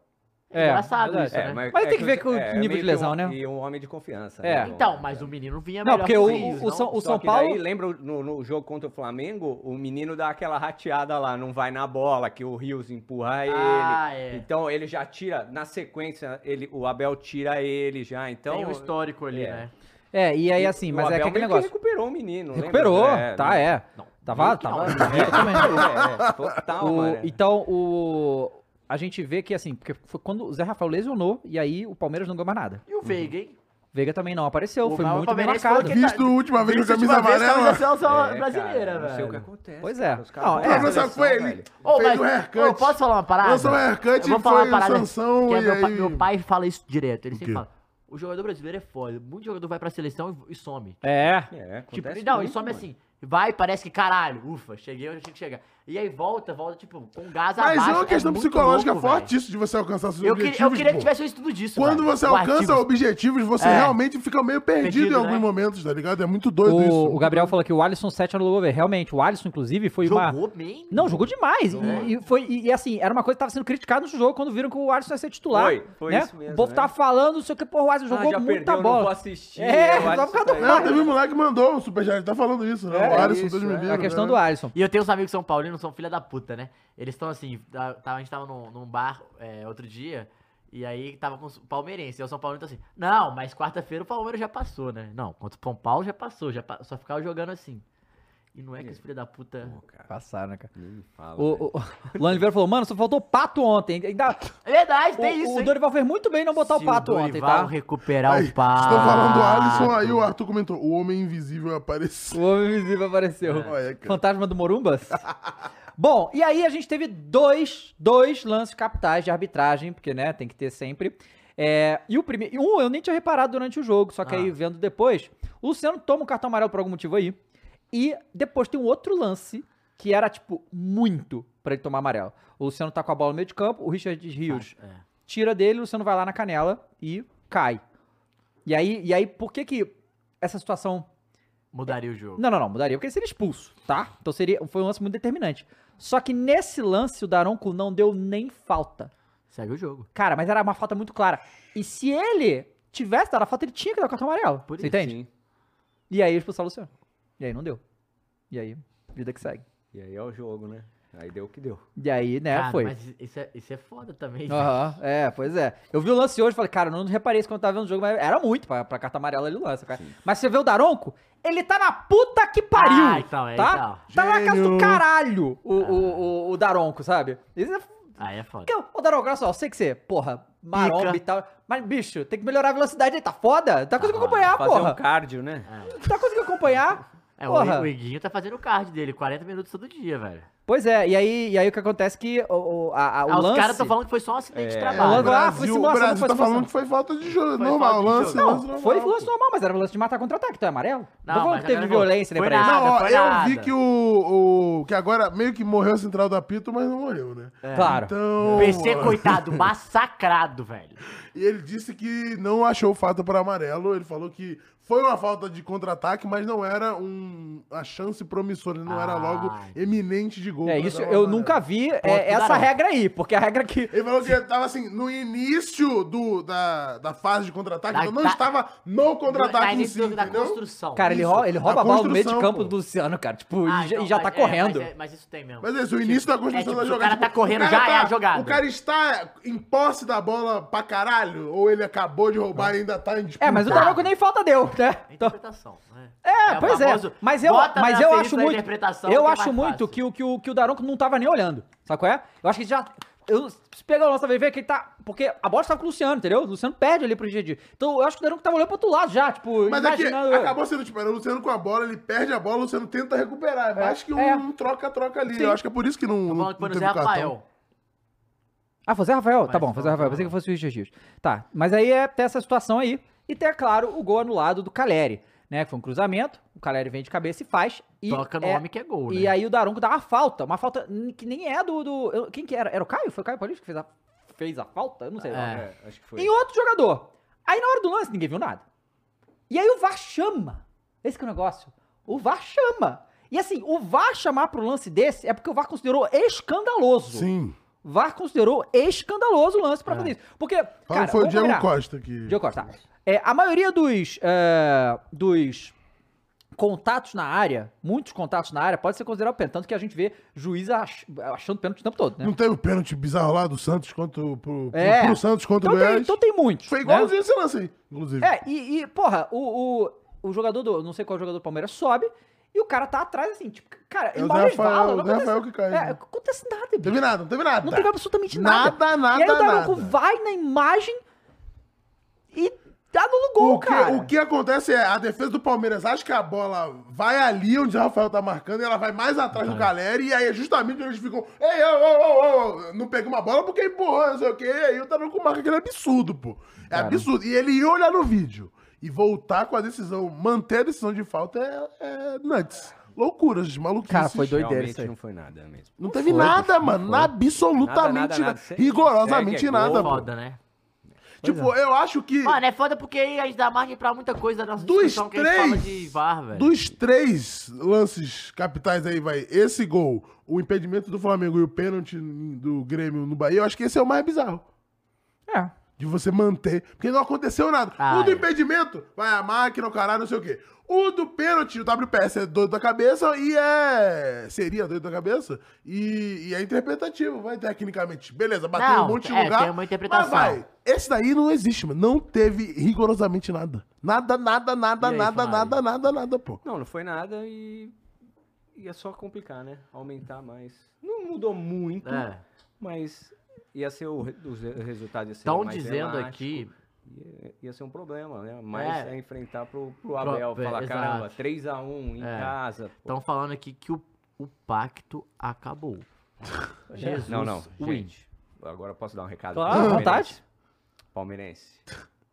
Speaker 1: É,
Speaker 4: engraçado
Speaker 1: verdade.
Speaker 4: isso, né?
Speaker 1: Mas tem que ver com o
Speaker 3: é
Speaker 1: nível de
Speaker 3: meio que
Speaker 1: lesão,
Speaker 3: um-
Speaker 1: né?
Speaker 3: E um homem de confiança.
Speaker 1: É.
Speaker 4: Então,
Speaker 3: né?
Speaker 4: mas o menino vinha
Speaker 1: Não,
Speaker 4: melhor
Speaker 1: porque
Speaker 4: que
Speaker 1: o,
Speaker 4: Luiz,
Speaker 1: o,
Speaker 4: não?
Speaker 1: São, o
Speaker 3: O
Speaker 1: São Paulo.
Speaker 3: lembra o- no, no jogo contra o Flamengo, o menino dá aquela rateada lá, não vai na bola, que o Rios empurra ele.
Speaker 4: Ah, é.
Speaker 3: Então ele já tira, na sequência, ele, o Abel tira ele já. Então,
Speaker 4: Tem um histórico ali,
Speaker 3: é.
Speaker 4: né?
Speaker 1: É, e aí assim,
Speaker 3: E o
Speaker 1: mas é
Speaker 3: Abel
Speaker 1: aquele
Speaker 3: meio que
Speaker 1: negócio.
Speaker 3: recuperou o menino. lembra?
Speaker 1: Recuperou,
Speaker 3: É,
Speaker 1: tá,
Speaker 3: né?
Speaker 1: é.
Speaker 4: Não,
Speaker 1: Tava,
Speaker 4: meio que
Speaker 1: tava. né?
Speaker 4: não,
Speaker 3: É, é, é, total,
Speaker 1: O-
Speaker 3: mano.
Speaker 1: então, o. A gente vê que assim, porque foi quando o Zé Rafael lesionou, e aí o Palmeiras não ganhou mais nada.
Speaker 3: Uhum.
Speaker 4: E o Veiga, hein?
Speaker 1: Veiga também não apareceu,
Speaker 4: O
Speaker 1: foi
Speaker 4: Rafael
Speaker 1: muito bem
Speaker 4: Palmeirense
Speaker 1: marcado.
Speaker 4: falou que-
Speaker 2: tá Visto a última vez com a
Speaker 4: Vinícius
Speaker 2: camisa
Speaker 4: de uma vez,
Speaker 2: amarela.
Speaker 4: camisa amarela
Speaker 3: É,
Speaker 4: brasileira,
Speaker 3: cara, Não sei o é que
Speaker 4: velho.
Speaker 3: acontece.
Speaker 1: Pois é.
Speaker 3: cara, os caras
Speaker 1: Não,
Speaker 3: vão
Speaker 1: é.
Speaker 3: pra
Speaker 2: O professor
Speaker 3: seleção,
Speaker 2: foi ele.
Speaker 3: velho.
Speaker 4: Ô,
Speaker 2: Fez
Speaker 4: mas,
Speaker 2: o haircut.
Speaker 4: ô, posso falar uma parada?
Speaker 2: Lançou o haircut e foi o Sansão
Speaker 4: que é
Speaker 2: e
Speaker 4: meu, pa-
Speaker 2: aí-
Speaker 4: meu pai fala isso direto. Ele
Speaker 2: O quê?
Speaker 4: sempre fala, o jogador brasileiro é foda. Muito jogador vai pra seleção e, e some.
Speaker 1: É.
Speaker 3: É,
Speaker 4: Tipo,
Speaker 3: acontece
Speaker 4: não, e
Speaker 3: muito,
Speaker 4: some
Speaker 3: mano.
Speaker 4: assim. Vai, parece que caralho, ufa, cheguei onde eu tinha que chegar. E aí volta, volta, tipo, com gás
Speaker 2: Mas
Speaker 4: abaixo.
Speaker 2: é uma questão
Speaker 4: muito
Speaker 2: psicológica
Speaker 4: louco,
Speaker 2: forte
Speaker 4: velho.
Speaker 2: isso de você alcançar seus
Speaker 4: Eu, que- eu
Speaker 2: objetivos.
Speaker 4: queria que
Speaker 2: pô.
Speaker 4: tivesse um estudo disso.
Speaker 2: Quando
Speaker 4: velho.
Speaker 2: você
Speaker 4: O
Speaker 2: alcança
Speaker 4: artigo. assim,
Speaker 2: objetivos, você
Speaker 4: É.
Speaker 2: realmente fica meio perdido,
Speaker 4: Perdido,
Speaker 2: em alguns
Speaker 4: né?
Speaker 2: momentos, tá ligado? É muito doido isso.
Speaker 1: O, o Gabriel falou que o Alisson 7 anulou o gol. Realmente, o Alisson, inclusive, foi uma.
Speaker 4: Jogou bem.
Speaker 1: Não, jogou demais. E, e foi, e, e assim, era uma coisa que tava sendo criticada no jogo quando viram que o Alisson ia ser titular.
Speaker 3: Foi, foi
Speaker 1: né?
Speaker 3: isso mesmo,
Speaker 1: O povo
Speaker 3: né?
Speaker 1: tava falando, não sei o que, porra, o Alisson jogou
Speaker 3: ah, já
Speaker 1: muita
Speaker 3: perdeu, não vou
Speaker 1: bola.
Speaker 3: assistir.
Speaker 1: É,
Speaker 3: eu
Speaker 1: só
Speaker 3: acho
Speaker 1: por causa
Speaker 3: isso
Speaker 1: do
Speaker 3: aí.
Speaker 2: Não, teve um moleque que mandou um superchat, tá falando isso, né?
Speaker 1: É,
Speaker 2: o Alisson,
Speaker 3: isso,
Speaker 2: Deus
Speaker 3: é.
Speaker 2: me
Speaker 3: A
Speaker 2: livre.
Speaker 1: a questão
Speaker 2: né?
Speaker 1: do Alisson.
Speaker 4: E eu tenho uns amigos que são paulinos, são filha da puta, né? Eles estão assim, tá- tá- a gente tava num, num bar é, outro dia, e aí tava com os palmeirenses, e o São Paulino tá assim, não, mas quarta-feira o Palmeiras já passou, né? Não, contra o São Paulo já passou, já pa- só ficava jogando assim. E não é que os filha da puta...
Speaker 3: Pô, cara,
Speaker 1: Passaram, né, cara?
Speaker 3: nem me fala, velho.
Speaker 1: O, o, o Luan Oliveira falou, mano, só faltou pato ontem. Ainda,
Speaker 4: É verdade,
Speaker 1: o,
Speaker 4: tem isso,
Speaker 1: o
Speaker 4: hein?
Speaker 1: Dorival fez muito bem em não botar
Speaker 4: Se
Speaker 1: o pato ontem,
Speaker 4: Dorival
Speaker 1: tá?
Speaker 4: recuperar
Speaker 2: Aí,
Speaker 4: o pato...
Speaker 2: Estou falando
Speaker 4: Ah,
Speaker 2: do Alisson, aí o Arthur comentou: o homem invisível apareceu.
Speaker 1: O homem invisível apareceu.
Speaker 2: Olha, cara.
Speaker 1: Fantasma do Morumbas? Bom, e aí a gente teve dois, dois lances capitais de arbitragem, porque, né, tem que ter sempre. É, e o primeiro. e Um eu nem tinha reparado durante o jogo, só que
Speaker 4: Ah.
Speaker 1: aí vendo depois. O Luciano toma um cartão amarelo por algum motivo aí. E depois tem um outro lance que era, tipo, muito pra ele tomar amarelo. O Luciano tá com a bola no meio de campo, o Richard Rios
Speaker 4: É.
Speaker 1: tira dele, o Luciano vai lá na canela e cai. E aí, e aí por que que essa situação
Speaker 4: Mudaria o jogo.
Speaker 1: não, não, não, mudaria, porque ele seria expulso, tá? Então seria, foi um lance muito determinante. Só que nesse lance o Daronco não deu nem falta.
Speaker 4: Segue o jogo.
Speaker 1: Cara, mas era uma falta muito clara. E se ele tivesse dado a falta, ele tinha que dar o cartão amarelo.
Speaker 4: Por
Speaker 1: você
Speaker 4: isso,
Speaker 1: entende?
Speaker 3: Sim.
Speaker 1: E aí expulsar o Luciano. E aí não deu. E aí, vida que segue.
Speaker 3: E aí é o jogo, né? Aí deu o que deu.
Speaker 1: E aí, né,
Speaker 4: Cara,
Speaker 1: foi.
Speaker 4: Mas isso é, isso é foda também.
Speaker 1: Aham, é, pois é. Eu vi o lance hoje e falei, cara, eu não reparei isso quando eu tava vendo o jogo, mas era muito pra, pra carta amarela ele lança, cara. Mas você vê o Daronco, ele tá na puta que pariu!
Speaker 4: Ah, então, é,
Speaker 1: tá?
Speaker 4: então.
Speaker 1: Tá na casa do
Speaker 2: Gênio.
Speaker 1: caralho o,
Speaker 4: Ah.
Speaker 1: o, o, o Daronco, sabe? Isso é...
Speaker 4: Aí é foda.
Speaker 1: Porque, Ô, Daronco, olha só, eu sei que você, porra, maromba e tal, mas, bicho, tem que melhorar a velocidade aí, tá foda? Tá conseguindo
Speaker 4: Tá,
Speaker 1: acompanhar,
Speaker 3: Fazer
Speaker 1: porra!
Speaker 3: um cardio, né?
Speaker 1: Tá conseguindo acompanhar?
Speaker 4: É, o,
Speaker 1: porra.
Speaker 4: o Iguinho tá fazendo o card dele, 40 minutos todo dia, velho.
Speaker 1: Pois é, e aí, e aí o que acontece é que o, o, a, a, o
Speaker 4: Ah,
Speaker 1: lance...
Speaker 4: os caras estão falando que foi só um acidente de
Speaker 1: o
Speaker 4: trabalho.
Speaker 1: lance- Ah, foi
Speaker 2: Brasil-
Speaker 1: simulação,
Speaker 2: o Brasil
Speaker 1: foi
Speaker 2: tá
Speaker 1: simulação.
Speaker 2: falando que foi falta de jogo.
Speaker 4: Foi
Speaker 2: normal,
Speaker 4: falta de
Speaker 2: lance, lance
Speaker 4: jogo.
Speaker 1: Não,
Speaker 2: normal.
Speaker 1: foi
Speaker 2: pô.
Speaker 1: lance normal, mas era lance de matar contra-ataque, então é amarelo? Não,
Speaker 4: Não, mas
Speaker 1: falando que teve
Speaker 4: agora não-
Speaker 1: violência, né,
Speaker 4: foi
Speaker 1: pra isso.
Speaker 4: nada.
Speaker 2: Não, ó,
Speaker 4: foi
Speaker 2: eu
Speaker 4: nada.
Speaker 2: vi que o, o- Que agora meio que morreu a central do apito, mas não morreu, né?
Speaker 4: É.
Speaker 1: Claro.
Speaker 2: Então.
Speaker 4: PC, coitado, massacrado, velho.
Speaker 2: E ele disse que não achou falta para amarelo. Ele falou que foi uma falta de contra-ataque, mas não era um, a chance promissora. Ele não era
Speaker 4: Ah,
Speaker 2: logo eminente de gol.
Speaker 1: É,
Speaker 2: pra
Speaker 1: isso
Speaker 2: dar o
Speaker 1: eu
Speaker 2: amarelo.
Speaker 1: nunca vi é,
Speaker 4: pro
Speaker 1: essa
Speaker 4: Daronco.
Speaker 1: regra aí, porque a regra é que.
Speaker 2: Ele falou que ele tava assim, no início do, da, da fase de contra-ataque,
Speaker 4: Da-
Speaker 2: então não
Speaker 4: da-
Speaker 2: estava no
Speaker 4: Tá
Speaker 2: contra-ataque em si,
Speaker 4: início da
Speaker 2: entendeu?
Speaker 4: construção.
Speaker 1: Cara, ele
Speaker 2: Isso,
Speaker 1: rouba, ele
Speaker 2: a
Speaker 1: rouba a bola do meio de
Speaker 2: construção,
Speaker 1: campo
Speaker 2: pô.
Speaker 1: do Luciano, cara. Tipo,
Speaker 4: Ah,
Speaker 1: e já,
Speaker 4: então,
Speaker 1: e já
Speaker 4: mas-
Speaker 1: tá
Speaker 4: é,
Speaker 1: correndo.
Speaker 4: Mas, é- mas isso tem mesmo.
Speaker 2: Mas é isso, o início da construção
Speaker 4: é,
Speaker 2: da
Speaker 4: tipo, se o
Speaker 2: jogada.
Speaker 4: cara tá correndo,
Speaker 2: o cara
Speaker 4: já é a
Speaker 2: tá-
Speaker 4: jogada.
Speaker 2: O cara está em posse da bola pra caralho, ou ele acabou de roubar e ainda tá em disputa.
Speaker 1: É, mas
Speaker 4: Então
Speaker 1: o Daronco nem falta deu, né?
Speaker 4: É
Speaker 1: Então,
Speaker 4: interpretação, né?
Speaker 1: é, pois é. Mas eu,
Speaker 4: bota
Speaker 1: mas
Speaker 4: na
Speaker 1: eu
Speaker 4: feliz
Speaker 1: acho
Speaker 4: da
Speaker 1: muito.
Speaker 4: interpretação
Speaker 1: Eu
Speaker 4: que é
Speaker 1: acho
Speaker 4: mais
Speaker 1: muito
Speaker 4: fácil.
Speaker 1: que o, que, o, que o Daronco não tava nem olhando. Sabe qual é? Eu acho que já. Eu, se pegar o lance também, ver que ele tá. Porque a bola estava com o Luciano, entendeu? O Luciano perde ali pro GD. Então eu acho que o Daronco tava olhando pro outro lado já, tipo.
Speaker 2: Mas aqui,
Speaker 1: imaginando-
Speaker 2: acabou sendo, tipo, era o Luciano com a bola, ele perde a bola, o Luciano tenta recuperar. É mais que
Speaker 1: é.
Speaker 2: um um troca-troca ali.
Speaker 1: Sim.
Speaker 2: Eu acho que é por isso que não, não,
Speaker 4: Tá Falando
Speaker 2: não
Speaker 4: que foi no
Speaker 2: teve
Speaker 4: Zé
Speaker 2: cartão.
Speaker 4: Rafael.
Speaker 1: Ah, foi o Zé Rafael? tá
Speaker 4: Parece
Speaker 1: bom,
Speaker 4: que
Speaker 1: foi o
Speaker 4: foi
Speaker 1: Zé
Speaker 4: o
Speaker 1: Rafael.
Speaker 4: Zé
Speaker 1: Pensei que fosse o Richard Rios. Tá, mas aí é ter essa situação aí. E ter, claro, o gol anulado do Caleri, né? Que foi um cruzamento. O Caleri vem de cabeça e faz. E
Speaker 4: Toca no
Speaker 1: é-
Speaker 4: homem que é gol,
Speaker 1: E
Speaker 4: né?
Speaker 1: aí o Daronco dá uma falta. Uma falta n- que nem é do... do eu- quem que era? Era o Caio? Foi o Caio Paulista que fez a, fez a falta? Eu não sei.
Speaker 4: É.
Speaker 3: É, acho que foi.
Speaker 1: Em outro jogador. Aí na hora do lance ninguém viu nada. E aí o VAR chama. Esse que é o negócio. O VAR chama. E assim, o VAR chamar pro lance desse é porque o VAR considerou escandaloso.
Speaker 2: Sim.
Speaker 1: VAR considerou escandaloso o lance pra fazer isso. Porque,
Speaker 2: Fala
Speaker 1: cara,
Speaker 2: que foi o
Speaker 1: vamos
Speaker 2: Diego
Speaker 1: combinar.
Speaker 2: Costa que.
Speaker 1: Diego Costa. tá. É, a maioria dos, é, dos contatos na área, muitos contatos na área, pode ser considerado pênalti. Tanto que a gente vê juiz ach- achando pênalti o tempo todo, né?
Speaker 2: Não teve o pênalti bizarro lá do Santos contra o. Pro, pro-
Speaker 1: É.
Speaker 2: pro Santos contra
Speaker 1: Então
Speaker 2: o
Speaker 1: tem,
Speaker 2: Goiás.
Speaker 1: então tem muitos.
Speaker 2: Foi
Speaker 1: né?
Speaker 2: igualzinho esse lance aí, inclusive.
Speaker 1: É, e, e, porra, o, o, o jogador do. Não sei qual jogador do Palmeiras sobe e o cara tá atrás, assim, tipo, cara,
Speaker 2: É o
Speaker 1: em
Speaker 2: Zé
Speaker 1: várias
Speaker 2: Rafael,
Speaker 1: balas. não
Speaker 2: o Zé
Speaker 1: acontece-
Speaker 2: Rafael que cai,
Speaker 1: É,
Speaker 2: né?
Speaker 1: acontece nada,
Speaker 2: Não teve
Speaker 1: bicho.
Speaker 2: nada, não teve nada.
Speaker 1: Não teve absolutamente nada.
Speaker 2: Nada, nada,
Speaker 1: E aí o Daronco
Speaker 2: nada.
Speaker 1: vai na imagem e anula o gol,
Speaker 2: O que,
Speaker 1: cara.
Speaker 2: o que acontece é, a defesa do Palmeiras acha que a bola vai ali onde o Rafael tá marcando e ela vai mais atrás do Caleri, e aí é justamente eles ficam, ei, ô, ô, ô, ô, não pegou uma bola porque empurrou, não sei o quê, e aí o Taruco marca aquele absurdo, pô. É absurdo. E ele ia olhar no vídeo e voltar com a decisão, manter a decisão de falta é, é nuts. Loucuras, maluquices.
Speaker 1: Cara, foi doido. doideira isso aí.
Speaker 3: Realmente não foi nada mesmo.
Speaker 2: Não teve
Speaker 1: foi,
Speaker 2: nada,
Speaker 1: não
Speaker 2: mano.
Speaker 1: foi.
Speaker 2: na- absolutamente
Speaker 3: Nada, nada,
Speaker 2: nada.
Speaker 3: nada. Segue,
Speaker 2: Rigorosamente
Speaker 3: segue, é
Speaker 2: nada,
Speaker 3: gol.
Speaker 2: pô.
Speaker 4: Foda, né?
Speaker 2: Tipo, eu acho que.
Speaker 4: Mano, é foda porque aí a gente dá margem pra muita coisa da nossa
Speaker 2: Dos
Speaker 4: discussão que a gente fala
Speaker 2: três,
Speaker 4: de VAR, velho.
Speaker 2: Dos três lances capitais aí, vai, esse gol, o impedimento do Flamengo e o pênalti do Grêmio no Bahia, eu acho que esse é o mais bizarro.
Speaker 1: É.
Speaker 2: De você manter. Porque não aconteceu nada.
Speaker 4: Ah,
Speaker 2: o do
Speaker 4: é.
Speaker 2: impedimento, vai a máquina, o caralho, não sei o quê. O do pênalti, o WPS é doido da cabeça e é. Seria doido da cabeça? E, e é interpretativo, vai tecnicamente. Beleza, bateu em um
Speaker 4: Não,
Speaker 2: monte de
Speaker 4: é,
Speaker 2: lugar.
Speaker 4: tem uma interpretação.
Speaker 2: Mas vai. Esse daí não existe, mano. Não teve rigorosamente nada. Nada, nada, nada,
Speaker 4: E aí,
Speaker 2: nada,
Speaker 4: Flávio?
Speaker 2: nada, nada, nada, pô.
Speaker 3: Não, não foi nada e. E é só complicar, né? Aumentar mais. Não mudou
Speaker 2: Hum,
Speaker 3: muito,
Speaker 4: É.
Speaker 3: mas ia ser o, re- os re- resultados ia ser
Speaker 4: Estão
Speaker 2: é
Speaker 3: mais
Speaker 4: dizendo
Speaker 3: elástico,
Speaker 2: tipo,
Speaker 4: aqui.
Speaker 3: Ia, ia ser um problema, né? Mas
Speaker 4: É.
Speaker 3: é, enfrentar pro, pro Abel,
Speaker 4: Pro- é,
Speaker 3: falar, caramba,
Speaker 4: exato.
Speaker 3: 3x1 em
Speaker 4: É.
Speaker 3: casa. pô.
Speaker 4: Estão falando aqui que o o pacto acabou. Jesus,
Speaker 3: Não, não,
Speaker 4: win.
Speaker 3: gente.
Speaker 4: Então-
Speaker 3: Agora eu posso dar um recado?
Speaker 1: Claro,
Speaker 3: pro
Speaker 1: à
Speaker 3: palmeirense?
Speaker 1: vontade.
Speaker 3: Palmeirense,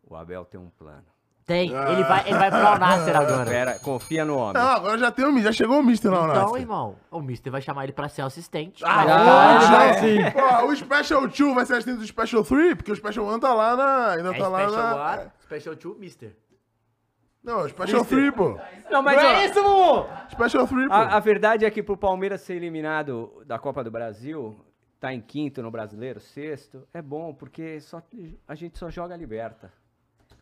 Speaker 3: o Abel tem um plano.
Speaker 4: Tem, ele vai, ele vai pro Al Nasser
Speaker 2: Ah,
Speaker 4: agora.
Speaker 3: Pera, confia no homem.
Speaker 2: Não, agora já tem o Mister, já chegou o Mister lá,
Speaker 4: Então,
Speaker 2: Horácio.
Speaker 4: irmão, o Mister vai chamar ele pra ser assistente.
Speaker 2: Ah,
Speaker 4: Vai
Speaker 1: Ah,
Speaker 4: ficar-
Speaker 1: ele
Speaker 2: vai
Speaker 1: vai sim.
Speaker 2: Pô, o Special 2 vai ser assistente do Special 3, porque o Special 1 tá lá na. Ainda
Speaker 4: É
Speaker 2: tá lá
Speaker 4: special
Speaker 2: na.
Speaker 4: one, special two, Mister.
Speaker 2: Não, o Special 3, pô.
Speaker 3: Não, mas
Speaker 2: é
Speaker 3: ó,
Speaker 4: isso, Bubu!
Speaker 2: Special 3, pô.
Speaker 3: a, a verdade é que pro Palmeiras ser eliminado da Copa do Brasil, tá em quinto no brasileiro, sexto, é bom, porque só, a gente só joga a liberta.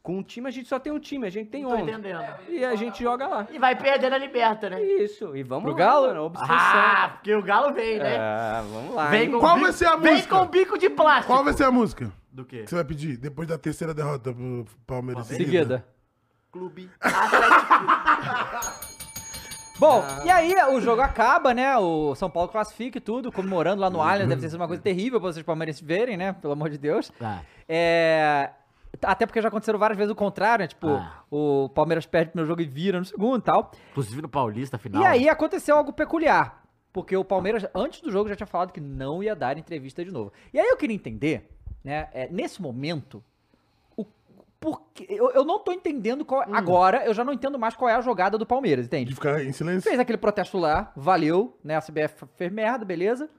Speaker 3: Com um time, a gente só tem um time, a gente tem
Speaker 4: Não tô
Speaker 3: 11.
Speaker 4: entendendo.
Speaker 3: E a gente joga lá. É
Speaker 4: E vai perder na liberta, né?
Speaker 3: Isso, e vamos
Speaker 1: Pro
Speaker 3: lá,
Speaker 1: Galo?
Speaker 3: mano, obsessão.
Speaker 4: Ah, porque o Galo vem, né?
Speaker 3: Ah, vamos lá.
Speaker 4: Vem
Speaker 3: hein?
Speaker 4: com
Speaker 2: É. Qual
Speaker 4: bico-
Speaker 2: vai ser a
Speaker 4: Vem
Speaker 2: música?
Speaker 4: com bico de plástico.
Speaker 2: Qual vai ser a música
Speaker 4: Do quê?
Speaker 2: que você vai pedir depois da terceira derrota pro Palmeiras?
Speaker 1: Seguida.
Speaker 4: Clube Atlético.
Speaker 1: Bom, e aí o jogo acaba, né? O São Paulo classifica e tudo, comemorando lá no Allianz. Deve ter sido uma coisa terrível pra vocês palmeirenses verem, né? Pelo amor de Deus.
Speaker 4: Tá.
Speaker 1: É, Até porque já aconteceram várias vezes o contrário, né? Tipo,
Speaker 4: Ah.
Speaker 1: o Palmeiras perde o primeiro jogo e vira no segundo e tal.
Speaker 4: Inclusive no Paulista, final.
Speaker 1: E aí aconteceu algo peculiar. Porque o Palmeiras, antes do jogo, já tinha falado que não ia dar entrevista de novo. E aí eu queria entender, né? é, nesse momento, o porquê. Eu, eu não tô entendendo qual. é, Agora, eu já não entendo mais qual é a jogada do Palmeiras, entende?
Speaker 2: De ficar em silêncio?
Speaker 1: Fez aquele protesto lá, valeu, né? A CBF fez merda, beleza.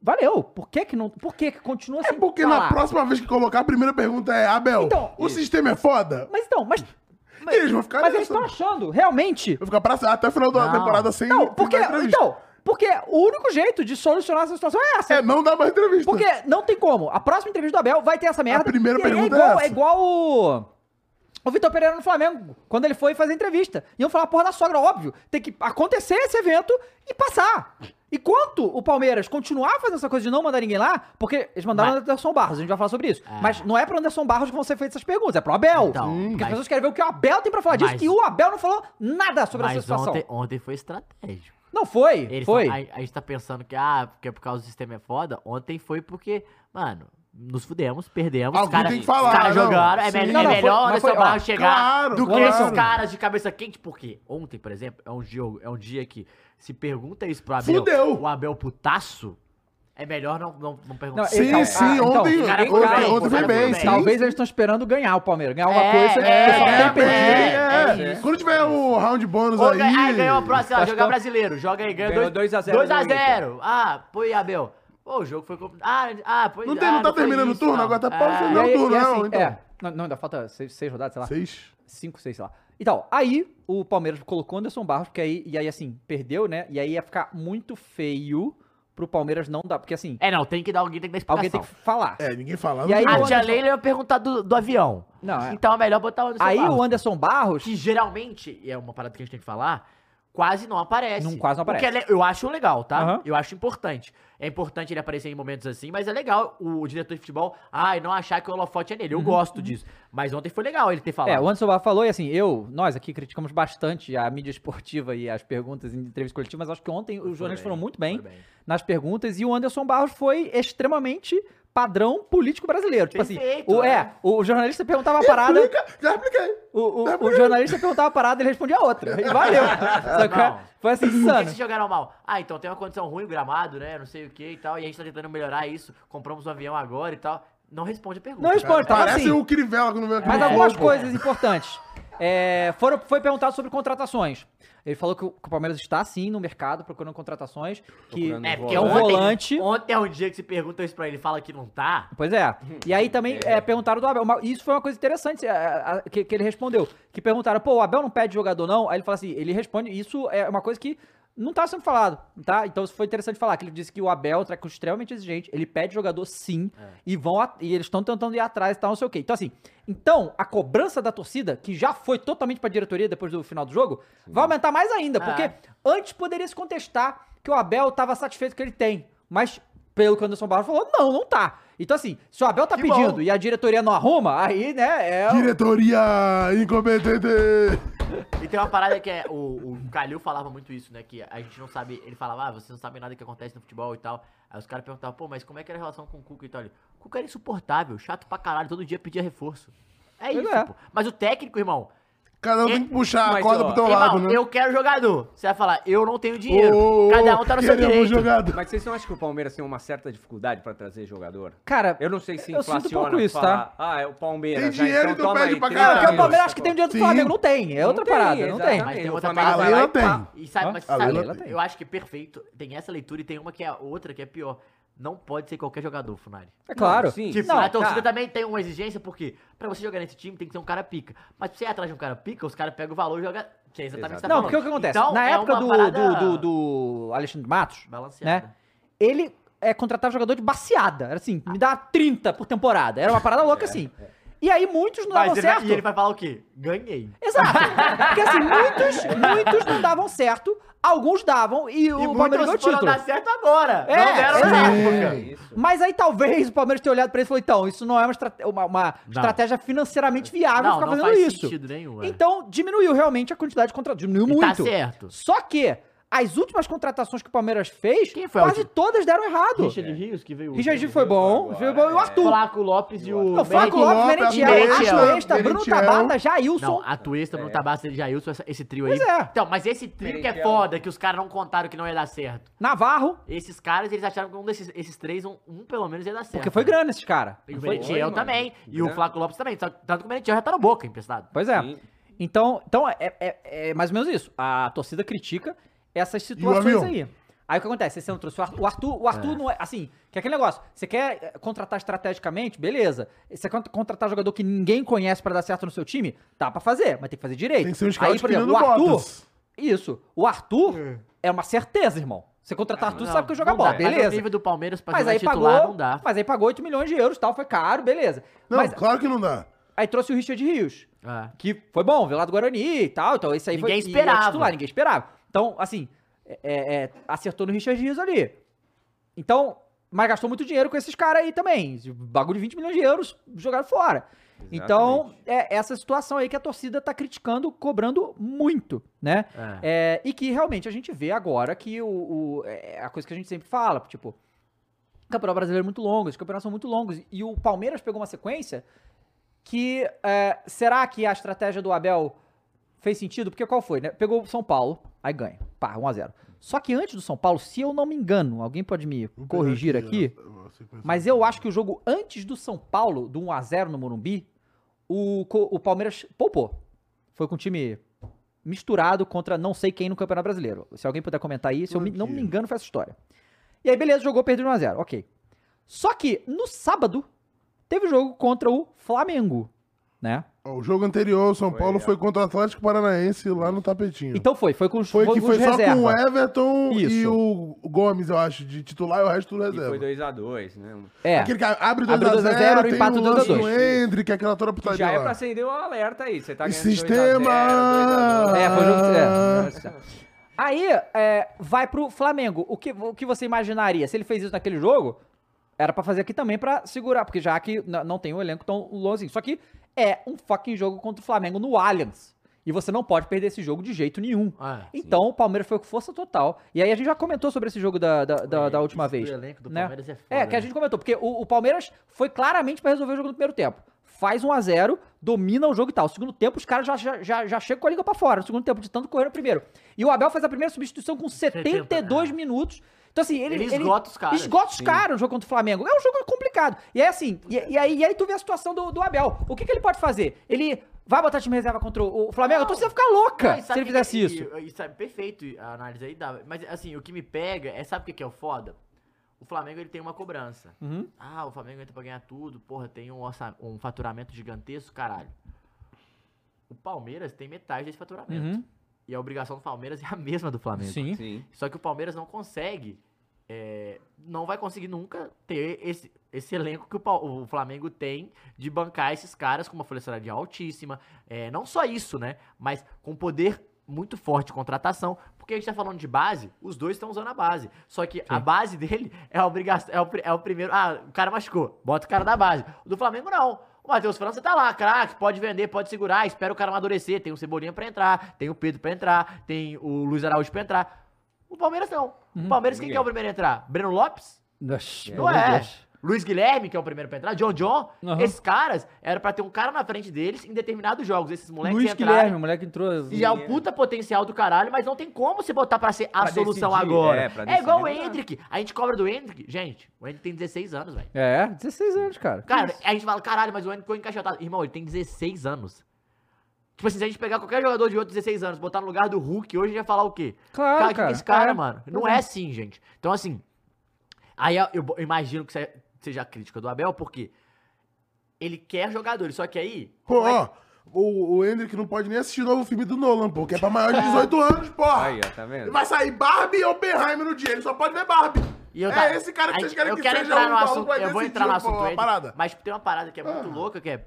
Speaker 1: Valeu. Por que que não. Por que que continua
Speaker 2: É
Speaker 1: sem
Speaker 2: porque na
Speaker 1: falar?
Speaker 2: próxima vez que colocar, a primeira pergunta é: Abel,
Speaker 1: Então,
Speaker 2: o sistema é foda?
Speaker 1: Mas então, mas. Mas,
Speaker 2: eles vão ficar
Speaker 1: mas eles
Speaker 2: nessa.
Speaker 1: estão achando, realmente.
Speaker 2: Eu vou ficar pra até o final da
Speaker 4: Não.
Speaker 2: temporada sem.
Speaker 1: Não, porque.
Speaker 2: sem dar entrevista.
Speaker 1: Então, porque o único jeito de solucionar essa situação é essa.
Speaker 2: É, não dá mais entrevista.
Speaker 1: Porque não tem como. A próxima entrevista do Abel vai ter essa merda.
Speaker 2: Então. primeira
Speaker 1: e aí
Speaker 2: pergunta
Speaker 1: é igual,
Speaker 2: é essa.
Speaker 1: igual o. O Vitor Pereira no Flamengo, quando ele foi fazer entrevista. Iam falar, porra da sogra, óbvio. Tem que acontecer esse evento e passar. Enquanto o Palmeiras continuar fazendo essa coisa de não mandar ninguém lá, porque eles mandaram o Anderson Barros, a gente vai falar sobre isso.
Speaker 4: Ah.
Speaker 1: Mas não é pro Anderson Barros que vão ser feitas essas perguntas, é pro Abel.
Speaker 4: Então,
Speaker 1: porque as
Speaker 4: mas-
Speaker 1: pessoas querem ver o que o Abel tem pra falar disso,
Speaker 4: Mas-
Speaker 1: e o Abel não falou nada sobre essa
Speaker 4: Mas
Speaker 1: situação.
Speaker 4: ontem, ontem foi estratégico.
Speaker 1: Não foi,
Speaker 4: Eles
Speaker 1: foi.
Speaker 4: tão- a, a gente tá pensando que, ah, porque é por causa do sistema é foda. Ontem foi porque, mano, nos fudemos, perdemos. os
Speaker 2: Alguém
Speaker 4: caras-
Speaker 2: tem que falar,
Speaker 4: Os caras
Speaker 2: não.
Speaker 4: jogaram. É,
Speaker 2: Sim.
Speaker 4: me- é
Speaker 1: Não, não, foi-
Speaker 4: melhor
Speaker 1: mas
Speaker 4: o
Speaker 1: foi-
Speaker 4: Anderson
Speaker 1: ó,
Speaker 4: Barros chegar
Speaker 2: claro,
Speaker 4: do que
Speaker 2: claro.
Speaker 4: esses caras de cabeça quente. Porque ontem, por exemplo, é um jogo, é um dia que se pergunta isso pro Abel.
Speaker 2: Fudeu.
Speaker 4: O Abel putaço, é melhor não, não, não perguntar.
Speaker 1: Não,
Speaker 2: Sim,
Speaker 3: tá-
Speaker 1: Então,
Speaker 2: sim,
Speaker 1: ah, então,
Speaker 2: ontem,
Speaker 4: o cara
Speaker 2: ontem,
Speaker 4: foi bem,
Speaker 2: ontem
Speaker 4: o
Speaker 2: foi
Speaker 4: cara foi
Speaker 2: bem,
Speaker 4: bem.
Speaker 2: sim.
Speaker 1: Talvez eles estão esperando ganhar o Palmeiras, ganhar uma
Speaker 4: É,
Speaker 1: coisa
Speaker 4: é,
Speaker 1: que só tem
Speaker 4: é,
Speaker 1: perdido.
Speaker 2: É,
Speaker 4: é, é.
Speaker 2: Quando tiver o round bônus
Speaker 4: Ô,
Speaker 2: aí.
Speaker 4: ganha- ah, ganhou a próxima,
Speaker 1: Acho
Speaker 4: jogar
Speaker 1: que-
Speaker 4: brasileiro. Joga aí, ganha
Speaker 3: Tá Ganhou
Speaker 4: 2
Speaker 3: 2 a 0 do
Speaker 4: 2x0. Ah, pô, e Abel. Pô, o jogo foi complicado. Ah, ah, pois
Speaker 2: Não,
Speaker 4: ah,
Speaker 2: tem, não tá
Speaker 4: foi
Speaker 2: terminando o
Speaker 4: isso,
Speaker 2: turno,
Speaker 4: não.
Speaker 2: agora tá
Speaker 4: Ah,
Speaker 2: pausando. Não,
Speaker 1: E aí-
Speaker 2: tu
Speaker 1: e
Speaker 2: não,
Speaker 1: assim,
Speaker 2: então.
Speaker 1: é. não, não, ainda falta seis, seis rodadas, sei lá.
Speaker 2: Seis.
Speaker 1: Cinco, seis, sei lá. Então, aí o Palmeiras colocou Anderson Barros, porque aí, e aí assim, perdeu, né? E aí ia ficar muito feio pro Palmeiras não dar, porque assim,
Speaker 4: É, não, tem que dar alguém, tem que dar explicação.
Speaker 1: alguém tem que falar.
Speaker 2: É, ninguém fala.
Speaker 1: E aí
Speaker 2: não
Speaker 4: A
Speaker 1: o
Speaker 2: tem-
Speaker 4: tia
Speaker 1: Anderson-
Speaker 4: Leila ia perguntar do, do avião.
Speaker 1: Não, é.
Speaker 4: Então é melhor botar o Anderson
Speaker 1: aí
Speaker 4: Barros.
Speaker 1: o Anderson Barros,
Speaker 4: Que geralmente, e é uma parada que a gente tem que falar, quase não aparece.
Speaker 1: Não- quase não
Speaker 4: Porque
Speaker 1: aparece.
Speaker 4: é le- eu acho legal, tá?
Speaker 1: Aham.
Speaker 4: Eu acho importante. É importante ele aparecer em momentos assim, mas é legal o diretor de futebol, ai, não achar que o holofote é nele. Eu gosto disso. Mas ontem foi legal ele ter falado.
Speaker 1: Uhum. é, o Anderson Barros falou e assim, eu, nós aqui criticamos bastante a mídia esportiva e as perguntas em entrevista coletiva, mas acho que ontem os jornalistas
Speaker 4: bem,
Speaker 1: foram muito bem.
Speaker 4: Foi bem.
Speaker 1: nas perguntas e o Anderson Barros foi extremamente padrão político brasileiro. Tipo
Speaker 4: Perfeito,
Speaker 1: assim, o, é,
Speaker 4: né?
Speaker 1: o jornalista perguntava a parada,
Speaker 2: Explica, Já expliquei.
Speaker 1: o, o, o jornalista perguntava a parada e ele respondia a outra. E valeu. Sacou?
Speaker 4: Não.
Speaker 1: Foi assim,
Speaker 4: Por que
Speaker 1: insano.
Speaker 4: se jogaram mal? Ah, então tem uma condição ruim, gramado, né? Não sei o que e tal. E a gente tá tentando melhorar isso. Compramos um avião agora e tal. Não responde a pergunta.
Speaker 1: Não responde, tava
Speaker 2: Parece
Speaker 1: assim.
Speaker 2: o Crivella quando veio aqui.
Speaker 1: Mas
Speaker 2: no
Speaker 1: algumas
Speaker 2: jogo.
Speaker 1: coisas importantes. É, foram, foi perguntado sobre contratações. Ele falou que o, que o Palmeiras está sim no mercado procurando contratações. Que,
Speaker 3: Procurando
Speaker 4: É, porque
Speaker 1: é um
Speaker 4: ontem,
Speaker 1: volante.
Speaker 4: Ontem é um dia que se pergunta isso pra ele, fala que não tá.
Speaker 1: Pois é. E aí também é, perguntaram do Abel. Mas isso foi uma coisa interessante é, a- que, que ele respondeu. Que perguntaram, pô, o Abel não pede jogador, não? Aí ele fala assim, ele responde, isso é uma coisa que não tá sendo falado, tá? Então isso foi interessante falar, que ele disse que o Abel é um técnico extremamente exigente, ele pede jogador sim, e vão a- e eles estão tentando ir atrás e tal, não sei o quê. Então assim, então a cobrança da torcida, que já foi totalmente pra diretoria depois do final do jogo, vai aumentar mais ainda,
Speaker 4: Ah.
Speaker 1: porque antes poderia se contestar que o Abel tava satisfeito com o que ele tem, mas pelo que o Anderson Barros falou, não, não tá. Então assim, se o Abel tá
Speaker 4: Que
Speaker 1: pedindo
Speaker 4: bom.
Speaker 1: e a diretoria não arruma, aí, né, é...
Speaker 2: Diretoria incompetente.
Speaker 4: E tem uma parada que é. O, o Calil falava muito isso, né? Que a gente não sabe. Ele falava, ah, vocês não sabem nada que acontece no futebol e tal. Aí os caras perguntavam, pô, mas como é que era a relação com o Cuca e tal? Ele, O Cuca era insuportável, chato pra caralho, todo dia pedia reforço. É
Speaker 1: Pois
Speaker 4: isso,
Speaker 1: é.
Speaker 4: pô. Mas o técnico, irmão.
Speaker 2: Cada um
Speaker 4: É,
Speaker 2: tem que puxar a
Speaker 3: mas,
Speaker 2: corda
Speaker 3: ó,
Speaker 2: pro teu
Speaker 4: Irmão,
Speaker 2: lado, né?
Speaker 4: eu quero jogador. Você vai falar, eu não tenho dinheiro.
Speaker 2: Ô, ô,
Speaker 4: Cada um tá no seu
Speaker 2: queremos
Speaker 4: direito.
Speaker 2: jogador.
Speaker 3: Mas vocês não acham que o Palmeiras tem uma certa dificuldade pra trazer jogador?
Speaker 1: Cara,
Speaker 3: Eu não sei se
Speaker 1: Eu sinto
Speaker 3: inflaciona.
Speaker 1: um pouco isso,
Speaker 3: falar, Ah, é o Palmeiras.
Speaker 2: Tem
Speaker 3: ah,
Speaker 2: dinheiro,
Speaker 3: então
Speaker 2: então
Speaker 3: toma
Speaker 2: pede
Speaker 3: aí,
Speaker 2: pra
Speaker 3: 30
Speaker 1: cara, porque o
Speaker 2: milhões,
Speaker 1: Palmeiras acha que tem o dinheiro do
Speaker 2: Sim.
Speaker 1: Flamengo. Não tem, é outra
Speaker 3: tem,
Speaker 1: parada, não tem.
Speaker 3: exatamente.
Speaker 4: Mas tem
Speaker 3: O
Speaker 4: outra
Speaker 3: Flamengo
Speaker 2: parada.
Speaker 3: vai lá
Speaker 2: Eu
Speaker 3: e pá.
Speaker 2: tenho.
Speaker 4: E sabe,
Speaker 1: Ó,
Speaker 4: mas
Speaker 2: a
Speaker 4: sabe,
Speaker 2: Leila
Speaker 1: tem.
Speaker 4: eu acho que perfeito. Tem essa leitura e tem uma que é outra que é pior. Não pode ser qualquer jogador, Funari.
Speaker 1: É claro.
Speaker 3: Não, sim.
Speaker 4: Tipo,
Speaker 1: Não,
Speaker 4: a torcida
Speaker 3: tá.
Speaker 4: também tem uma exigência, porque pra você jogar nesse time tem que ser um cara pica. Mas pra você ir atrás de um cara pica, os caras pegam o valor e jogam. Que é exatamente o que você tá
Speaker 1: Não,
Speaker 4: falando.
Speaker 1: porque o que acontece?
Speaker 4: Então,
Speaker 1: Na
Speaker 4: é
Speaker 1: época
Speaker 4: uma
Speaker 1: do, do,
Speaker 4: parada
Speaker 1: do, do Alexandre Matos,
Speaker 4: Balanceada.
Speaker 1: né? ele é, contratava jogador de baseada. Era assim, me dá 30 por temporada. Era uma parada louca assim. E aí muitos não
Speaker 4: É, Mas
Speaker 1: davam
Speaker 4: ele vai-
Speaker 1: certo.
Speaker 4: e ele vai falar o quê? Ganhei.
Speaker 1: Exato. Porque assim, muitos, muitos não davam certo, alguns davam e o
Speaker 4: e
Speaker 1: Palmeiras
Speaker 4: muitos
Speaker 1: ganhou o
Speaker 4: foram
Speaker 1: título.
Speaker 4: dar certo agora.
Speaker 1: É,
Speaker 4: não deram na
Speaker 1: exato.
Speaker 4: época.
Speaker 3: É isso.
Speaker 1: Mas aí talvez o Palmeiras tenha olhado pra ele e falou: então, isso não é uma, estrate- uma- uma
Speaker 4: Não.
Speaker 1: estratégia financeiramente viável
Speaker 4: Não,
Speaker 1: ficar
Speaker 4: não
Speaker 1: fazendo
Speaker 4: faz
Speaker 1: isso.
Speaker 4: sentido nenhum. é.
Speaker 1: Então diminuiu realmente a quantidade de contratos. Diminuiu
Speaker 4: E
Speaker 1: muito.
Speaker 4: Tá certo.
Speaker 1: Só que as últimas contratações que o Palmeiras fez,
Speaker 4: Quem foi a
Speaker 1: quase
Speaker 4: última?
Speaker 1: todas deram errado.
Speaker 4: Richard Rios que veio.
Speaker 1: É. Richard
Speaker 4: Rios.
Speaker 1: foi bom,
Speaker 3: Agora,
Speaker 1: foi bom e o
Speaker 3: é.
Speaker 1: Arthur.
Speaker 4: Flaco Lopes e o.
Speaker 1: Não, Flaco
Speaker 4: Merentiel.
Speaker 1: Lopes,
Speaker 2: Lopes,
Speaker 1: Merentiel,
Speaker 4: Merentiel,
Speaker 1: Atuesta, Bruno
Speaker 2: Merentiel.
Speaker 1: Tabata, Jailson.
Speaker 4: Não, a Tuesta, Bruno Tabata, ele já Wilson, essa- esse trio aí.
Speaker 1: Pois é.
Speaker 4: Então, mas esse trio É. que é
Speaker 3: Merentiel.
Speaker 4: foda, que os caras não contaram que não ia dar certo.
Speaker 1: Navarro,
Speaker 4: Esses caras, eles acharam que um desses esses três, um, um pelo menos ia dar certo.
Speaker 1: porque foi grana esse cara.
Speaker 4: E
Speaker 1: não
Speaker 4: o
Speaker 1: foi?
Speaker 3: Merentiel.
Speaker 4: Merentiel
Speaker 3: mano.
Speaker 4: também. E o
Speaker 3: Grande.
Speaker 4: Flaco Lopes também. só- Tanto que o Merentiel já tá no boca, emprestado.
Speaker 1: Pois é.
Speaker 3: Sim.
Speaker 1: Então, então é, é- é mais ou menos isso. A torcida critica essas situações
Speaker 2: avião?
Speaker 1: aí. Aí o que acontece? Você não trouxe o Arthur. O Arthur, o Arthur não é. Assim, que é aquele negócio. Você quer eh, contratar estrategicamente? Beleza. Você quer contratar jogador que ninguém conhece pra dar certo no seu time? Dá pra fazer, mas tem que fazer direito.
Speaker 2: Tem que ser um
Speaker 1: aí,
Speaker 2: scout
Speaker 1: por exemplo,
Speaker 2: criando
Speaker 1: o Arthur.
Speaker 2: botas.
Speaker 1: Isso. O Arthur é, uma certeza, irmão. Você contratar Arthur,
Speaker 4: É, Não,
Speaker 1: sabe que eu jogo a
Speaker 4: não
Speaker 1: bola.
Speaker 4: dá. Mas o
Speaker 1: Beleza.
Speaker 4: nível do Palmeiras pra
Speaker 1: Mas
Speaker 4: jogar
Speaker 1: aí
Speaker 4: titular
Speaker 1: pagou.
Speaker 4: não dá.
Speaker 1: Mas aí pagou 8 milhões de euros tal, foi caro, beleza.
Speaker 2: Não,
Speaker 1: mas
Speaker 2: claro que não dá.
Speaker 1: aí trouxe o Richard Rios.
Speaker 4: É.
Speaker 1: Que foi bom, veio lá do Guarani e tal. Então, esse aí foi.
Speaker 4: Ninguém
Speaker 1: e é
Speaker 4: esperava.
Speaker 1: Titular, ninguém esperava. Então, assim, é- é- é, acertou no Richard Rios ali. Então, mas gastou muito dinheiro com esses caras aí também. Bagulho de 20 milhões de euros jogaram fora. Então, é essa situação aí que a torcida tá criticando, cobrando muito, né?
Speaker 4: É.
Speaker 1: É, e que realmente a gente vê agora que o, o- é a coisa que a gente sempre fala, tipo, o campeonato brasileiro é muito longo, os campeonatos são muito longos, e o Palmeiras pegou uma sequência que é, será que a estratégia do Abel fez sentido? Porque qual foi, né? Pegou o São Paulo, aí ganha, pá, 1x0. Só que antes do São Paulo, se eu não me engano, alguém pode me
Speaker 2: Vou pegar
Speaker 1: corrigir aqui,
Speaker 2: ó, a sequência.
Speaker 1: mas eu acho que o jogo antes do São Paulo, do 1x0 no Morumbi, o, co- o Palmeiras poupou. Foi com o time misturado contra não sei quem no Campeonato Brasileiro. Se alguém puder comentar aí, se eu me- não me
Speaker 2: Tranquilo.
Speaker 1: engano, foi essa história. E aí, beleza, jogou, perdeu 1x0, ok. Só que no sábado, teve jogo contra o Flamengo, né?
Speaker 2: assim. Ó, O jogo anterior, o São
Speaker 3: Foi,
Speaker 2: Paulo
Speaker 3: ó.
Speaker 2: foi contra o Atlético Paranaense lá no tapetinho.
Speaker 1: Então foi, foi com os
Speaker 2: foi que
Speaker 1: com os
Speaker 2: foi só com o
Speaker 1: reserva.
Speaker 2: Everton e
Speaker 1: Isso.
Speaker 2: o Gomes, eu acho, de titular e o resto tudo
Speaker 3: E foi
Speaker 2: reserva.
Speaker 3: 2x2, né?
Speaker 1: É,
Speaker 2: Aquele que abre
Speaker 1: Abre 2x0,
Speaker 2: 2x0, tem
Speaker 1: empata
Speaker 2: o
Speaker 1: o
Speaker 2: lance
Speaker 1: 2x2.
Speaker 2: do Hendrick, aquela toda
Speaker 3: Que
Speaker 2: putaria
Speaker 3: já é pra
Speaker 2: lá.
Speaker 3: acender o alerta aí. Você tá
Speaker 2: E
Speaker 3: ganhando
Speaker 2: sistema!
Speaker 3: 2x0, 2x2.
Speaker 1: É, foi o jogo- é.
Speaker 3: Nossa.
Speaker 1: Aí, é, vai pro Flamengo. O que, o que você imaginaria? Se ele fez isso naquele jogo, era pra fazer aqui também pra segurar, porque já que n- não tem um elenco tão lonzinho. Só que é um fucking jogo contra o Flamengo no Allianz. E você não pode perder esse jogo de jeito nenhum.
Speaker 4: Ah,
Speaker 1: então, o Palmeiras foi com força total. E aí, a gente já comentou sobre esse jogo da, da, da- da
Speaker 4: É,
Speaker 1: última
Speaker 4: isso do
Speaker 1: vez.
Speaker 4: elenco do
Speaker 1: né?
Speaker 4: Palmeiras é foda,
Speaker 1: É, que a
Speaker 4: né?
Speaker 1: gente comentou, porque o, o Palmeiras foi claramente pra resolver o jogo no primeiro tempo. Faz 1 a 0 domina o jogo e tal. No segundo tempo, os caras já, já, já, já chegam com a liga pra fora. No segundo tempo, de tanto correr no primeiro. E o Abel faz a primeira substituição com 72 minutos. Então, assim, ele,
Speaker 4: né? Ele esgota os caras.
Speaker 1: Esgota os caras no jogo contra o Flamengo. É um jogo complicado. E aí, assim, e, e aí, e aí tu vê a situação do, do Abel. O que, que ele pode fazer? Ele vai botar time reserva contra o o Flamengo? A torcida vai ficar louca
Speaker 4: Não, e
Speaker 1: se
Speaker 4: sabe
Speaker 1: ele
Speaker 4: o que
Speaker 1: fizesse
Speaker 4: que-
Speaker 1: isso.
Speaker 4: e- e sabe- perfeito a análise aí dá. Mas assim, o que me pega é, sabe o que que é o foda? O Flamengo ele tem uma cobrança.
Speaker 1: Uhum.
Speaker 4: Ah, o Flamengo entra pra ganhar tudo, porra, tem um, orça- um faturamento gigantesco, caralho. O Palmeiras tem metade desse faturamento.
Speaker 1: Uhum.
Speaker 4: E a obrigação do Palmeiras é a mesma do Flamengo.
Speaker 1: Sim.
Speaker 3: Sim.
Speaker 4: Só que o Palmeiras não consegue. é, não vai conseguir nunca ter esse, esse elenco que o, Pal- o Flamengo tem de bancar esses caras com uma folha salarial altíssima. É, não só isso, né? Mas com poder muito forte de contratação. Porque a gente tá falando de base, os dois estão usando a base. Só que a base dele é a obrigação. É o, pri- é o primeiro. Ah, o cara machucou. Bota o cara da base. O do Flamengo, não. O Matheus França tá lá, craque, pode vender, pode segurar, espera o cara amadurecer. Tem o Cebolinha pra entrar, tem o Pedro pra entrar, tem o Luiz Araújo pra entrar. O Palmeiras não. O Palmeiras, quem que é o primeiro a entrar? Breno Lopes?
Speaker 1: Nossa,
Speaker 4: Não é. Luiz Guilherme, que é o primeiro pra entrar, John John,
Speaker 1: Aham.
Speaker 4: esses caras, era pra ter um cara na frente deles em determinados jogos. Esses moleques
Speaker 1: Luiz
Speaker 4: entraram.
Speaker 1: Guilherme, o moleque entrou. assim.
Speaker 4: E é o puta potencial do caralho, mas não tem como você botar pra ser a
Speaker 3: Pra
Speaker 4: solução
Speaker 3: decidir,
Speaker 4: agora.
Speaker 3: é,
Speaker 4: É,
Speaker 3: pra
Speaker 4: igual o
Speaker 3: decidir.
Speaker 4: Hendrick. A gente cobra do Hendrick. Gente, o Hendrick tem 16 anos, velho.
Speaker 1: É, 16 anos, cara.
Speaker 4: Cara, é a gente fala, caralho, mas o Hendrick ficou encaixotado. Irmão, ele tem 16 anos. Tipo assim, se a gente pegar qualquer jogador de outro 16 anos, botar no lugar do Hulk, hoje a gente vai falar o quê?
Speaker 1: Claro,
Speaker 4: o que que é
Speaker 1: cara.
Speaker 4: esse cara,
Speaker 1: É,
Speaker 4: mano?
Speaker 1: pois
Speaker 4: Não
Speaker 1: é.
Speaker 4: é assim, gente. Então, assim, aí eu, eu bo- eu imagino que se- seja a crítica do Abel, porque ele quer jogadores, só que aí... é-
Speaker 2: Pô, ó, o, o Hendrick não pode nem assistir o novo filme do Nolan, pô, que é pra maior de 18 anos, porra.
Speaker 3: Aí, ó, tá vendo?
Speaker 2: Vai sair Barbie ou Oppenheimer no dia, ele só pode ver Barbie.
Speaker 4: E eu
Speaker 2: é
Speaker 4: tá-
Speaker 2: esse cara que
Speaker 4: aí
Speaker 2: vocês querem
Speaker 4: eu
Speaker 2: que
Speaker 4: quero
Speaker 2: seja
Speaker 4: entrar
Speaker 2: o
Speaker 4: no
Speaker 2: maluco
Speaker 4: assunto,
Speaker 2: vai
Speaker 4: Eu vou
Speaker 2: decidir
Speaker 4: entrar no
Speaker 2: a
Speaker 4: assunto
Speaker 2: porra, a
Speaker 4: Hendrick,
Speaker 2: parada.
Speaker 4: Mas tem uma parada que é muito
Speaker 2: Ah.
Speaker 4: louca, que é...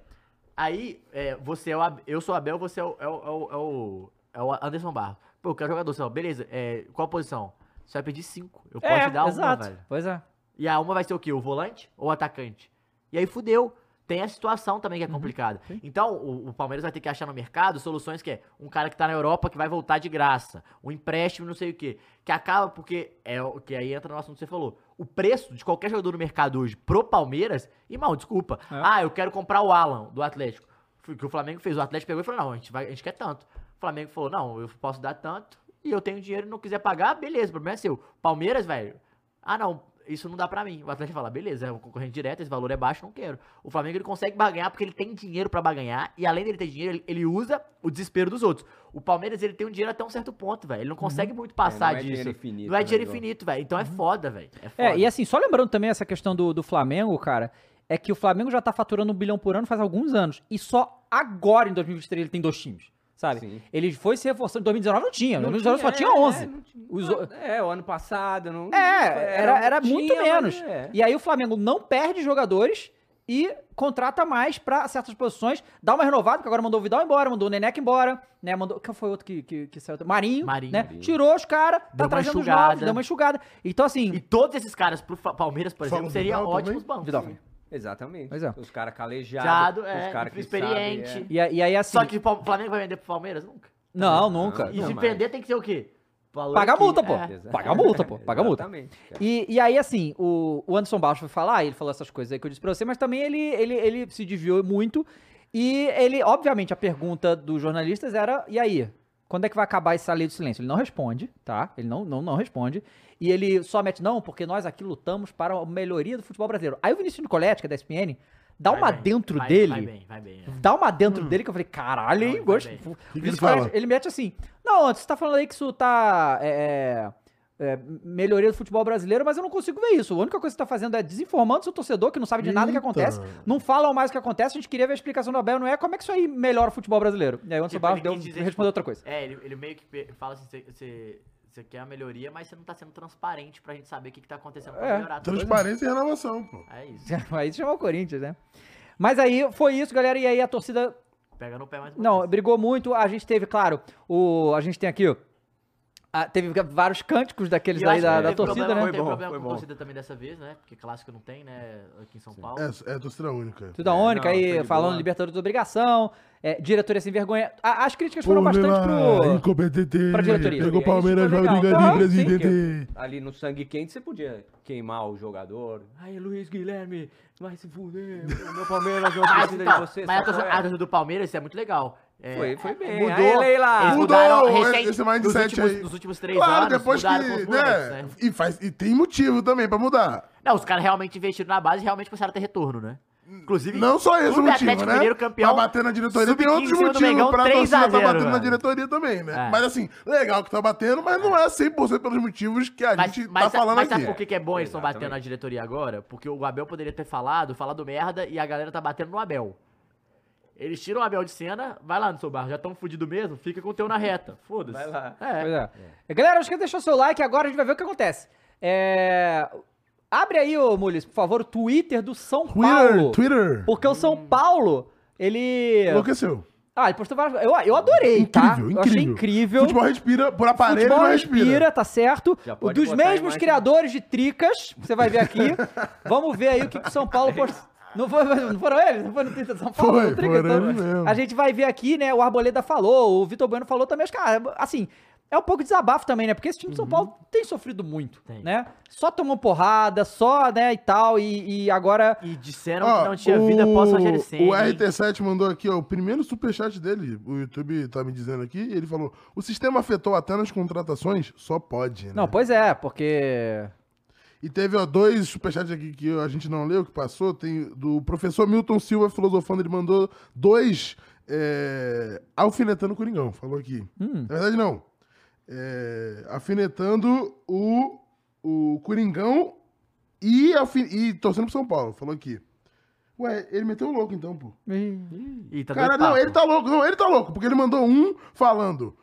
Speaker 4: Aí, é, você é o... Ab- Eu sou o Abel, você é o... É o, é o, é o- é o Anderson Barro. Pô, eu quero jogador seu. Beleza, é, qual a posição? Você vai pedir cinco. Eu posso
Speaker 1: É,
Speaker 4: te dar
Speaker 1: exato.
Speaker 4: uma, velho.
Speaker 1: Pois é.
Speaker 4: E a uma vai ser o quê? O volante ou o atacante? E aí fudeu. Tem a situação também que é complicada. Então, o, o Palmeiras vai ter que achar no mercado soluções que é um cara que tá na Europa que vai voltar de graça, um empréstimo, não sei o quê, que acaba porque é o que aí entra no assunto que você falou. O preço de qualquer jogador no mercado hoje pro Palmeiras, e mal, desculpa.
Speaker 1: É.
Speaker 4: Ah, eu quero comprar o Alan do Atlético. Foi o que o Flamengo fez, o Atlético pegou e falou: "Não, a gente vai, a gente quer tanto". O Flamengo falou: "Não, eu posso dar tanto". E eu tenho dinheiro e não quiser pagar, beleza, o problema é seu. Palmeiras, velho, ah, não, isso não dá pra mim. O Atlético fala, beleza, é um concorrente direto, esse valor é baixo, não quero. O Flamengo ele consegue barganhar porque ele tem dinheiro pra barganhar e além dele ter dinheiro, ele, ele usa o desespero dos outros. O Palmeiras ele tem um dinheiro até um certo ponto, velho. Ele não consegue muito passar
Speaker 3: É, não é
Speaker 4: disso.
Speaker 3: dinheiro infinito,
Speaker 4: não é
Speaker 3: né,
Speaker 4: dinheiro
Speaker 3: igual.
Speaker 4: infinito, velho. Então é foda, velho. É foda.
Speaker 1: É, e assim, só lembrando também essa questão do, do Flamengo, cara, é que o Flamengo já tá faturando um bilhão por ano faz alguns anos. E só agora, em 2023, ele tem dois times, sabe?
Speaker 3: Sim.
Speaker 1: Ele foi se reforçando. Em 2019 não tinha. Em
Speaker 3: Não
Speaker 1: 2019 só
Speaker 3: tinha,
Speaker 1: tinha
Speaker 3: é,
Speaker 1: 11.
Speaker 3: não tinha.
Speaker 1: Os o-
Speaker 3: É, o ano passado.
Speaker 4: Tipo,
Speaker 3: Não...
Speaker 1: É, era,
Speaker 4: um
Speaker 1: era
Speaker 3: tinha,
Speaker 1: muito
Speaker 3: mas
Speaker 1: menos.
Speaker 3: é.
Speaker 1: E aí o Flamengo não perde jogadores e contrata mais pra certas posições, dá uma renovada, porque agora mandou o Vidal embora, mandou o Neneca embora, né, mandou, qual foi o outro que, que, que saiu? Marinho,
Speaker 4: Marinho.
Speaker 1: né,
Speaker 4: Marinho.
Speaker 1: tirou os caras,
Speaker 4: Deu
Speaker 1: tá
Speaker 4: uma
Speaker 1: trazendo os
Speaker 4: enxugada.
Speaker 1: novos, deu uma enxugada. Então assim,
Speaker 4: E todos esses caras pro Fa- Palmeiras, por
Speaker 2: Fala
Speaker 4: exemplo,
Speaker 2: do
Speaker 4: seriam
Speaker 2: Vidal também?
Speaker 4: ótimos bancos.
Speaker 1: Vidal.
Speaker 4: Sim.
Speaker 3: Exatamente.
Speaker 1: Pois é.
Speaker 3: Os caras
Speaker 4: Jado,
Speaker 3: calejados.
Speaker 4: é,
Speaker 3: os caras que
Speaker 4: experiente.
Speaker 3: sabem,
Speaker 1: e, aí- e aí assim,
Speaker 4: Só que o Pal- Flamengo vai vender pro Palmeiras? Nunca.
Speaker 1: não, nunca.
Speaker 4: E
Speaker 3: Não,
Speaker 4: se
Speaker 3: mas-
Speaker 4: vender tem que ser o quê? Valor
Speaker 1: Paga a
Speaker 4: que-
Speaker 1: multa, pô.
Speaker 4: é.
Speaker 3: é.
Speaker 1: Paga a multa, pô, paga a multa.
Speaker 3: Exatamente.
Speaker 1: E, e aí, assim, o, o Anderson Baixo foi falar, ele falou essas coisas aí que eu disse pra você, mas também ele, ele, ele se desviou muito. E ele, obviamente, a pergunta dos jornalistas era: e aí? Quando é que vai acabar essa lei do silêncio? Ele não responde, tá? Ele não, não, não responde. E ele só mete, não, porque nós aqui lutamos para a melhoria do futebol brasileiro. Aí o Vinícius Nicoletti, que é da ESPN, dá
Speaker 4: Vai
Speaker 1: uma
Speaker 4: bem,
Speaker 1: dentro
Speaker 4: vai-
Speaker 1: dele.
Speaker 4: Vai bem, vai bem. é.
Speaker 1: Dá uma dentro dele que eu falei, caralho,
Speaker 4: Não,
Speaker 1: hein?
Speaker 4: ele
Speaker 1: Gosto.
Speaker 4: vai bem.
Speaker 1: O
Speaker 2: que
Speaker 1: Vinícius
Speaker 2: ele fala?
Speaker 1: Fernandes, ele mete assim. Não, antes você tá falando aí que isso tá. É, é, é, melhoria do futebol brasileiro, mas eu não consigo ver isso. A única coisa que você tá fazendo é desinformando seu torcedor que não sabe de nada que
Speaker 2: Eita.
Speaker 1: acontece. Não falam mais o que acontece. A gente queria ver a explicação do Abel, não é? Como é que isso aí melhora o futebol brasileiro? E aí o Anderson
Speaker 4: Tipo,
Speaker 1: Barros
Speaker 4: ele
Speaker 1: deu,
Speaker 4: quis dizer,
Speaker 1: respondeu
Speaker 4: tipo,
Speaker 1: outra coisa.
Speaker 4: É, ele, ele meio que pe- fala assim, você- você você quer a melhoria, mas você não tá sendo transparente pra gente saber o que, que tá acontecendo pra
Speaker 1: É,
Speaker 4: melhorar. tudo.
Speaker 2: Transparência e renovação, pô.
Speaker 4: É isso.
Speaker 1: Aí chamou o Corinthians, né? Mas aí foi isso, galera. E aí a torcida
Speaker 4: Pega no pé mais uma
Speaker 1: Não,
Speaker 4: vez.
Speaker 1: brigou muito. A gente teve, claro, o. A gente tem aqui, ó. a- teve vários cânticos daqueles
Speaker 4: E eu
Speaker 1: aí
Speaker 4: acho
Speaker 1: da,
Speaker 4: que
Speaker 1: da
Speaker 4: teve
Speaker 1: torcida,
Speaker 4: problema,
Speaker 1: né?
Speaker 4: Teve
Speaker 3: bom,
Speaker 4: problema
Speaker 3: foi
Speaker 4: com
Speaker 3: bom.
Speaker 4: torcida também dessa vez, né? Porque clássico não tem, né? Aqui em São Paulo.
Speaker 2: É, é torcida única.
Speaker 1: Tudo única
Speaker 3: não, foi
Speaker 1: aí,
Speaker 3: de
Speaker 1: falando
Speaker 3: boa.
Speaker 1: Libertadores de obrigação, é, diretoria sem vergonha. A- as críticas foram bastante pro.
Speaker 2: Incompetente.
Speaker 1: pra diretoria. É
Speaker 2: Pegou
Speaker 3: Isso
Speaker 2: Palmeiras,
Speaker 3: foi
Speaker 2: vai
Speaker 3: legal.
Speaker 2: brigar de
Speaker 1: Aham, Então, sim,
Speaker 2: presidente.
Speaker 3: Ali no sangue quente você podia queimar o jogador. Aí, Luiz Guilherme, vai se fuder. O meu Palmeiras não
Speaker 2: Ah,
Speaker 4: Mas,
Speaker 3: precisa de
Speaker 2: tá.
Speaker 4: então,
Speaker 3: você.
Speaker 4: mas a,
Speaker 1: tá
Speaker 3: sabe qual
Speaker 4: torcida,
Speaker 3: é?
Speaker 4: a torcida do Palmeiras, isso é muito legal. É,
Speaker 3: Foi- foi bem.
Speaker 4: Mudou,
Speaker 3: Aí, Leila.
Speaker 4: eles
Speaker 2: Mudou
Speaker 4: mudaram
Speaker 2: esse-
Speaker 4: recente-
Speaker 2: esse
Speaker 4: nos
Speaker 2: mindset
Speaker 4: últimos,
Speaker 2: aí.
Speaker 4: Nos últimos três
Speaker 2: Claro,
Speaker 4: anos,
Speaker 2: depois que.
Speaker 4: mudaram com os moleques,
Speaker 2: Né,
Speaker 4: né?
Speaker 2: e, faz, e tem motivo também pra mudar.
Speaker 4: Não, os caras realmente investiram na base e realmente começaram a ter retorno, né? Inclusive,
Speaker 2: Não só esse o
Speaker 4: Clube
Speaker 2: motivo,
Speaker 4: Atlético
Speaker 2: né?
Speaker 4: Mineiro campeão,
Speaker 2: pra bater na diretoria tem
Speaker 4: sub-15
Speaker 2: outros
Speaker 4: em cima do
Speaker 2: motivos
Speaker 4: Mengão,
Speaker 2: pra
Speaker 4: 3 a
Speaker 2: torcida tá
Speaker 4: 0,
Speaker 2: batendo na
Speaker 4: velho.
Speaker 2: diretoria também, né?
Speaker 4: É.
Speaker 2: Mas assim, legal que tá batendo, mas não é 100% pelos motivos que a gente tá falando
Speaker 4: mas
Speaker 2: aqui.
Speaker 4: sabe por que, que é bom eles estão
Speaker 3: Exatamente.
Speaker 4: batendo na diretoria agora? Porque o Abel poderia ter falado, falado merda e a galera tá batendo no Abel. Eles tiram o Abel de cena, vai lá no seu barro, já tão fudido mesmo, fica com o teu na reta. Foda-se.
Speaker 3: Vai lá.
Speaker 1: Pois
Speaker 4: É.
Speaker 1: é. Galera, acho que deixou seu like agora, a gente vai ver o que acontece. É, Abre aí, ô Mules, por favor, o Twitter do São Paulo.
Speaker 2: Twitter, Twitter.
Speaker 1: Porque o
Speaker 3: Hum.
Speaker 1: São Paulo, ele.
Speaker 2: Enlouqueceu.
Speaker 1: Ah, ele postou várias. Eu, eu adorei, tá?
Speaker 2: Incrível,
Speaker 1: Eu achei
Speaker 2: incrível.
Speaker 1: incrível.
Speaker 2: Futebol respira, por aparelho
Speaker 1: Futebol
Speaker 2: não respira.
Speaker 1: respira, tá certo?
Speaker 3: Já
Speaker 1: O
Speaker 3: pode
Speaker 1: Dos
Speaker 3: botar a
Speaker 1: mesmos
Speaker 3: imagem. né?
Speaker 1: criadores de tricas, você vai ver aqui. Vamos ver aí o que, que o São Paulo post- Não, foi- não foram eles? Não foi no Twitter do São Paulo?
Speaker 2: Foi,
Speaker 1: Não, Tricas,
Speaker 2: foram
Speaker 1: então.
Speaker 2: eles mesmo.
Speaker 1: A gente vai ver aqui, né? O Arboleda falou, o Vitor Bueno falou também. Acho que, ah, assim, É um pouco desabafo também, né? Porque esse time de São
Speaker 3: Uhum.
Speaker 1: Paulo tem sofrido muito,
Speaker 4: Tem.
Speaker 1: né? Só tomou porrada, só, né, e tal, e, e agora...
Speaker 4: E disseram
Speaker 2: Ó,
Speaker 4: um que não tinha vida após o Rogério Senna.
Speaker 2: Ah, O
Speaker 4: hein?
Speaker 2: RT7 mandou aqui, ó, o primeiro superchat dele. O YouTube tá me dizendo aqui. Ele falou: o sistema afetou até nas contratações? Só pode. Né?
Speaker 1: Não, pois é, porque...
Speaker 2: E teve ó, dois superchats aqui que a gente não leu, que passou. Tem do professor Milton Silva filosofando, ele mandou dois é, alfinetando o Coringão, falou aqui.
Speaker 1: Hum.
Speaker 2: Na verdade, não. É, alfinetando o, o Coringão e, alfi- e torcendo pro São Paulo, falou aqui. Ué, ele meteu o louco então, pô.
Speaker 4: Ih, tá
Speaker 2: Cara,
Speaker 4: doido
Speaker 2: não,
Speaker 4: papo.
Speaker 2: ele tá louco, não, ele tá louco, porque ele mandou um falando: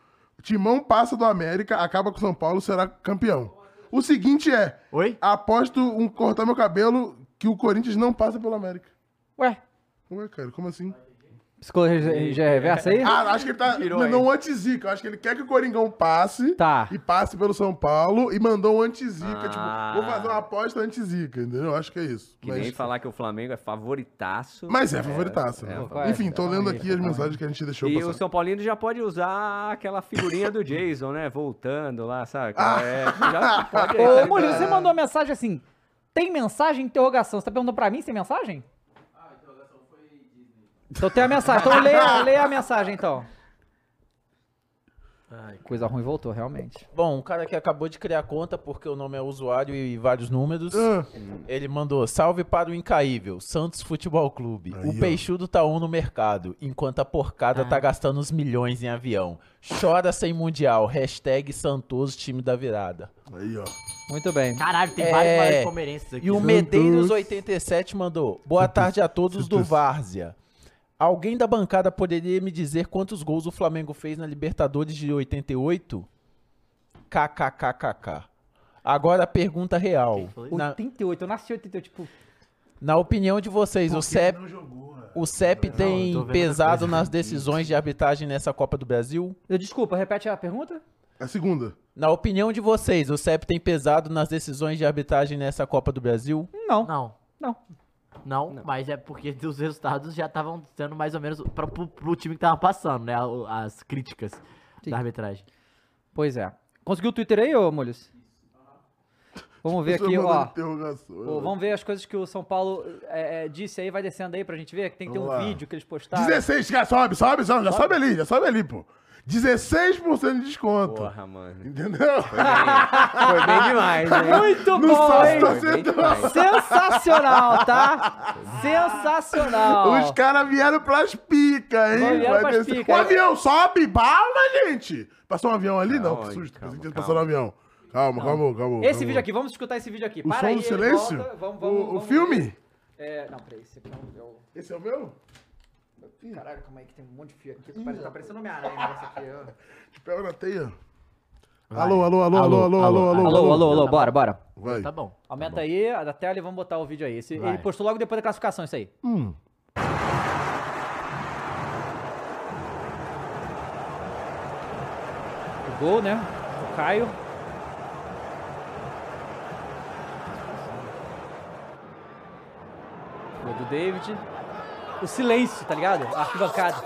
Speaker 2: Timão passa do América, acaba com o São Paulo, será campeão. O seguinte é.
Speaker 4: Oi?
Speaker 2: Aposto um cortar meu cabelo que o Corinthians não passa pelo América.
Speaker 1: Ué,
Speaker 2: Ué, cara, como assim?
Speaker 1: psicologia já é reversa aí?
Speaker 2: Ah, acho que ele tá
Speaker 3: Tirou
Speaker 2: mandou um antizica. Acho que ele quer que o Coringão passe
Speaker 1: Tá.
Speaker 2: e passe pelo São Paulo e mandou um antizica.
Speaker 3: Ah.
Speaker 2: Tipo, vou fazer uma aposta antizica, entendeu? Acho que é isso.
Speaker 3: Que nem falar que o Flamengo é favoritaço.
Speaker 2: mas é favoritaço. né?
Speaker 1: Pô, qual é?
Speaker 2: Enfim, tô
Speaker 1: Calma
Speaker 2: lendo
Speaker 1: aí,
Speaker 2: aqui as
Speaker 1: calma aí.
Speaker 2: mensagens que a gente deixou
Speaker 3: E
Speaker 2: passar.
Speaker 3: o São Paulino já pode usar aquela figurinha do Jason, né? Voltando lá, sabe?
Speaker 2: Ah!
Speaker 3: É, já pode.
Speaker 1: Ô, Murilo, você mandou uma mensagem assim, tem mensagem? Interrogação. Você tá perguntando pra mim se tem mensagem? Ah, a interrogação foi Disney. Então tem a mensagem. Então leia, leia a mensagem, então.
Speaker 5: Ai.
Speaker 1: Coisa ruim voltou, realmente.
Speaker 5: Bom, um cara que acabou de criar conta porque o nome é usuário e vários números.
Speaker 2: Ah,
Speaker 5: Ele mandou salve para o incaível, Santos Futebol Clube.
Speaker 2: Aí, ó.
Speaker 5: o peixudo tá um no mercado, enquanto a porcada tá gastando os milhões em avião. Chora sem mundial, hashtag Santoso time da virada.
Speaker 2: aí, ó.
Speaker 1: Muito bem.
Speaker 4: Caralho, tem
Speaker 5: É.
Speaker 4: vários maiores palmeirenses aqui. né?
Speaker 5: E o Medeiros87 mandou, boa tarde a todos do Várzea. Alguém da bancada poderia me dizer quantos gols o Flamengo fez na Libertadores de 88? KKKKK. Agora a pergunta real.
Speaker 4: Quem foi?
Speaker 5: Na,
Speaker 1: 88, eu nasci em 88, tipo...
Speaker 5: na opinião de vocês, o CEP O CEP tem
Speaker 4: tô vendo outra
Speaker 5: pesado
Speaker 4: coisa.
Speaker 5: nas decisões de arbitragem nessa Copa do Brasil?
Speaker 1: eu- Desculpa, repete a pergunta?
Speaker 2: É A segunda.
Speaker 5: Na opinião de vocês, o CEP tem pesado nas decisões de arbitragem nessa Copa do Brasil?
Speaker 1: Não.
Speaker 4: Não.
Speaker 1: Não.
Speaker 4: Não,
Speaker 3: Não.
Speaker 4: mas é porque os resultados já estavam sendo mais ou menos pra, pro, pro time que tava passando, né? o- As críticas
Speaker 1: Sim.
Speaker 4: da arbitragem.
Speaker 1: Pois é. Conseguiu o Twitter aí, ô Mules? Vamos ver
Speaker 2: Pessoa
Speaker 1: aqui,
Speaker 2: mandando
Speaker 1: ó.
Speaker 2: interrogação.
Speaker 1: Pô, vamos ver as coisas que o São Paulo é, é, disse aí, vai descendo aí pra gente ver, que tem que ter um
Speaker 2: Vamos lá.
Speaker 1: vídeo que eles postaram.
Speaker 2: 16, cara, sobe, sobe, sobe, já sobe ali, já sobe ali, pô. 16% de desconto.
Speaker 3: Porra, mano.
Speaker 2: Entendeu?
Speaker 3: Foi bem demais, hein?
Speaker 1: Muito
Speaker 2: No
Speaker 1: bom,
Speaker 2: sócio
Speaker 1: hein?
Speaker 3: Foi bem
Speaker 2: torcedor.
Speaker 3: demais.
Speaker 1: Sensacional, tá? Sensacional.
Speaker 2: Os caras vieram pras picas, hein?
Speaker 1: Vieram
Speaker 2: Vai
Speaker 1: pras
Speaker 2: descer.
Speaker 1: picas,
Speaker 2: O
Speaker 1: hein?
Speaker 2: avião sobe, bala, gente! Passou um avião ali? Não,
Speaker 3: Calma,
Speaker 2: que susto.
Speaker 3: calma,
Speaker 2: Pensei que tinha
Speaker 3: calma.
Speaker 2: passado um avião. Calma, calma, calma.
Speaker 1: Esse vídeo aqui, vamos escutar esse vídeo aqui.
Speaker 2: O
Speaker 1: Para
Speaker 2: som
Speaker 1: aí,
Speaker 2: do
Speaker 1: ele
Speaker 2: silêncio?
Speaker 1: volta, Vamos, vamos,
Speaker 2: o, o
Speaker 1: vamos.
Speaker 2: filme?
Speaker 1: É, não, peraí, esse aqui não deu.
Speaker 2: Esse é o meu?
Speaker 1: Caralho, calma aí que tem um monte de fio aqui. Parece, tá parecendo uma aranha negócio aqui. ó.
Speaker 2: Te pego na teia. Alô, alô, alô, alô, alô, alô, alô.
Speaker 1: Alô, alô, alô, bora, bora.
Speaker 2: Vai.
Speaker 4: Tá bom.
Speaker 1: Aumenta aí a da tela e vamos botar o vídeo aí. Esse-
Speaker 4: Vai.
Speaker 1: ele postou logo depois da classificação, isso aí.
Speaker 2: Hum.
Speaker 1: O gol, né? O Caio. Gol do David. O silêncio, tá ligado? A arquibancada.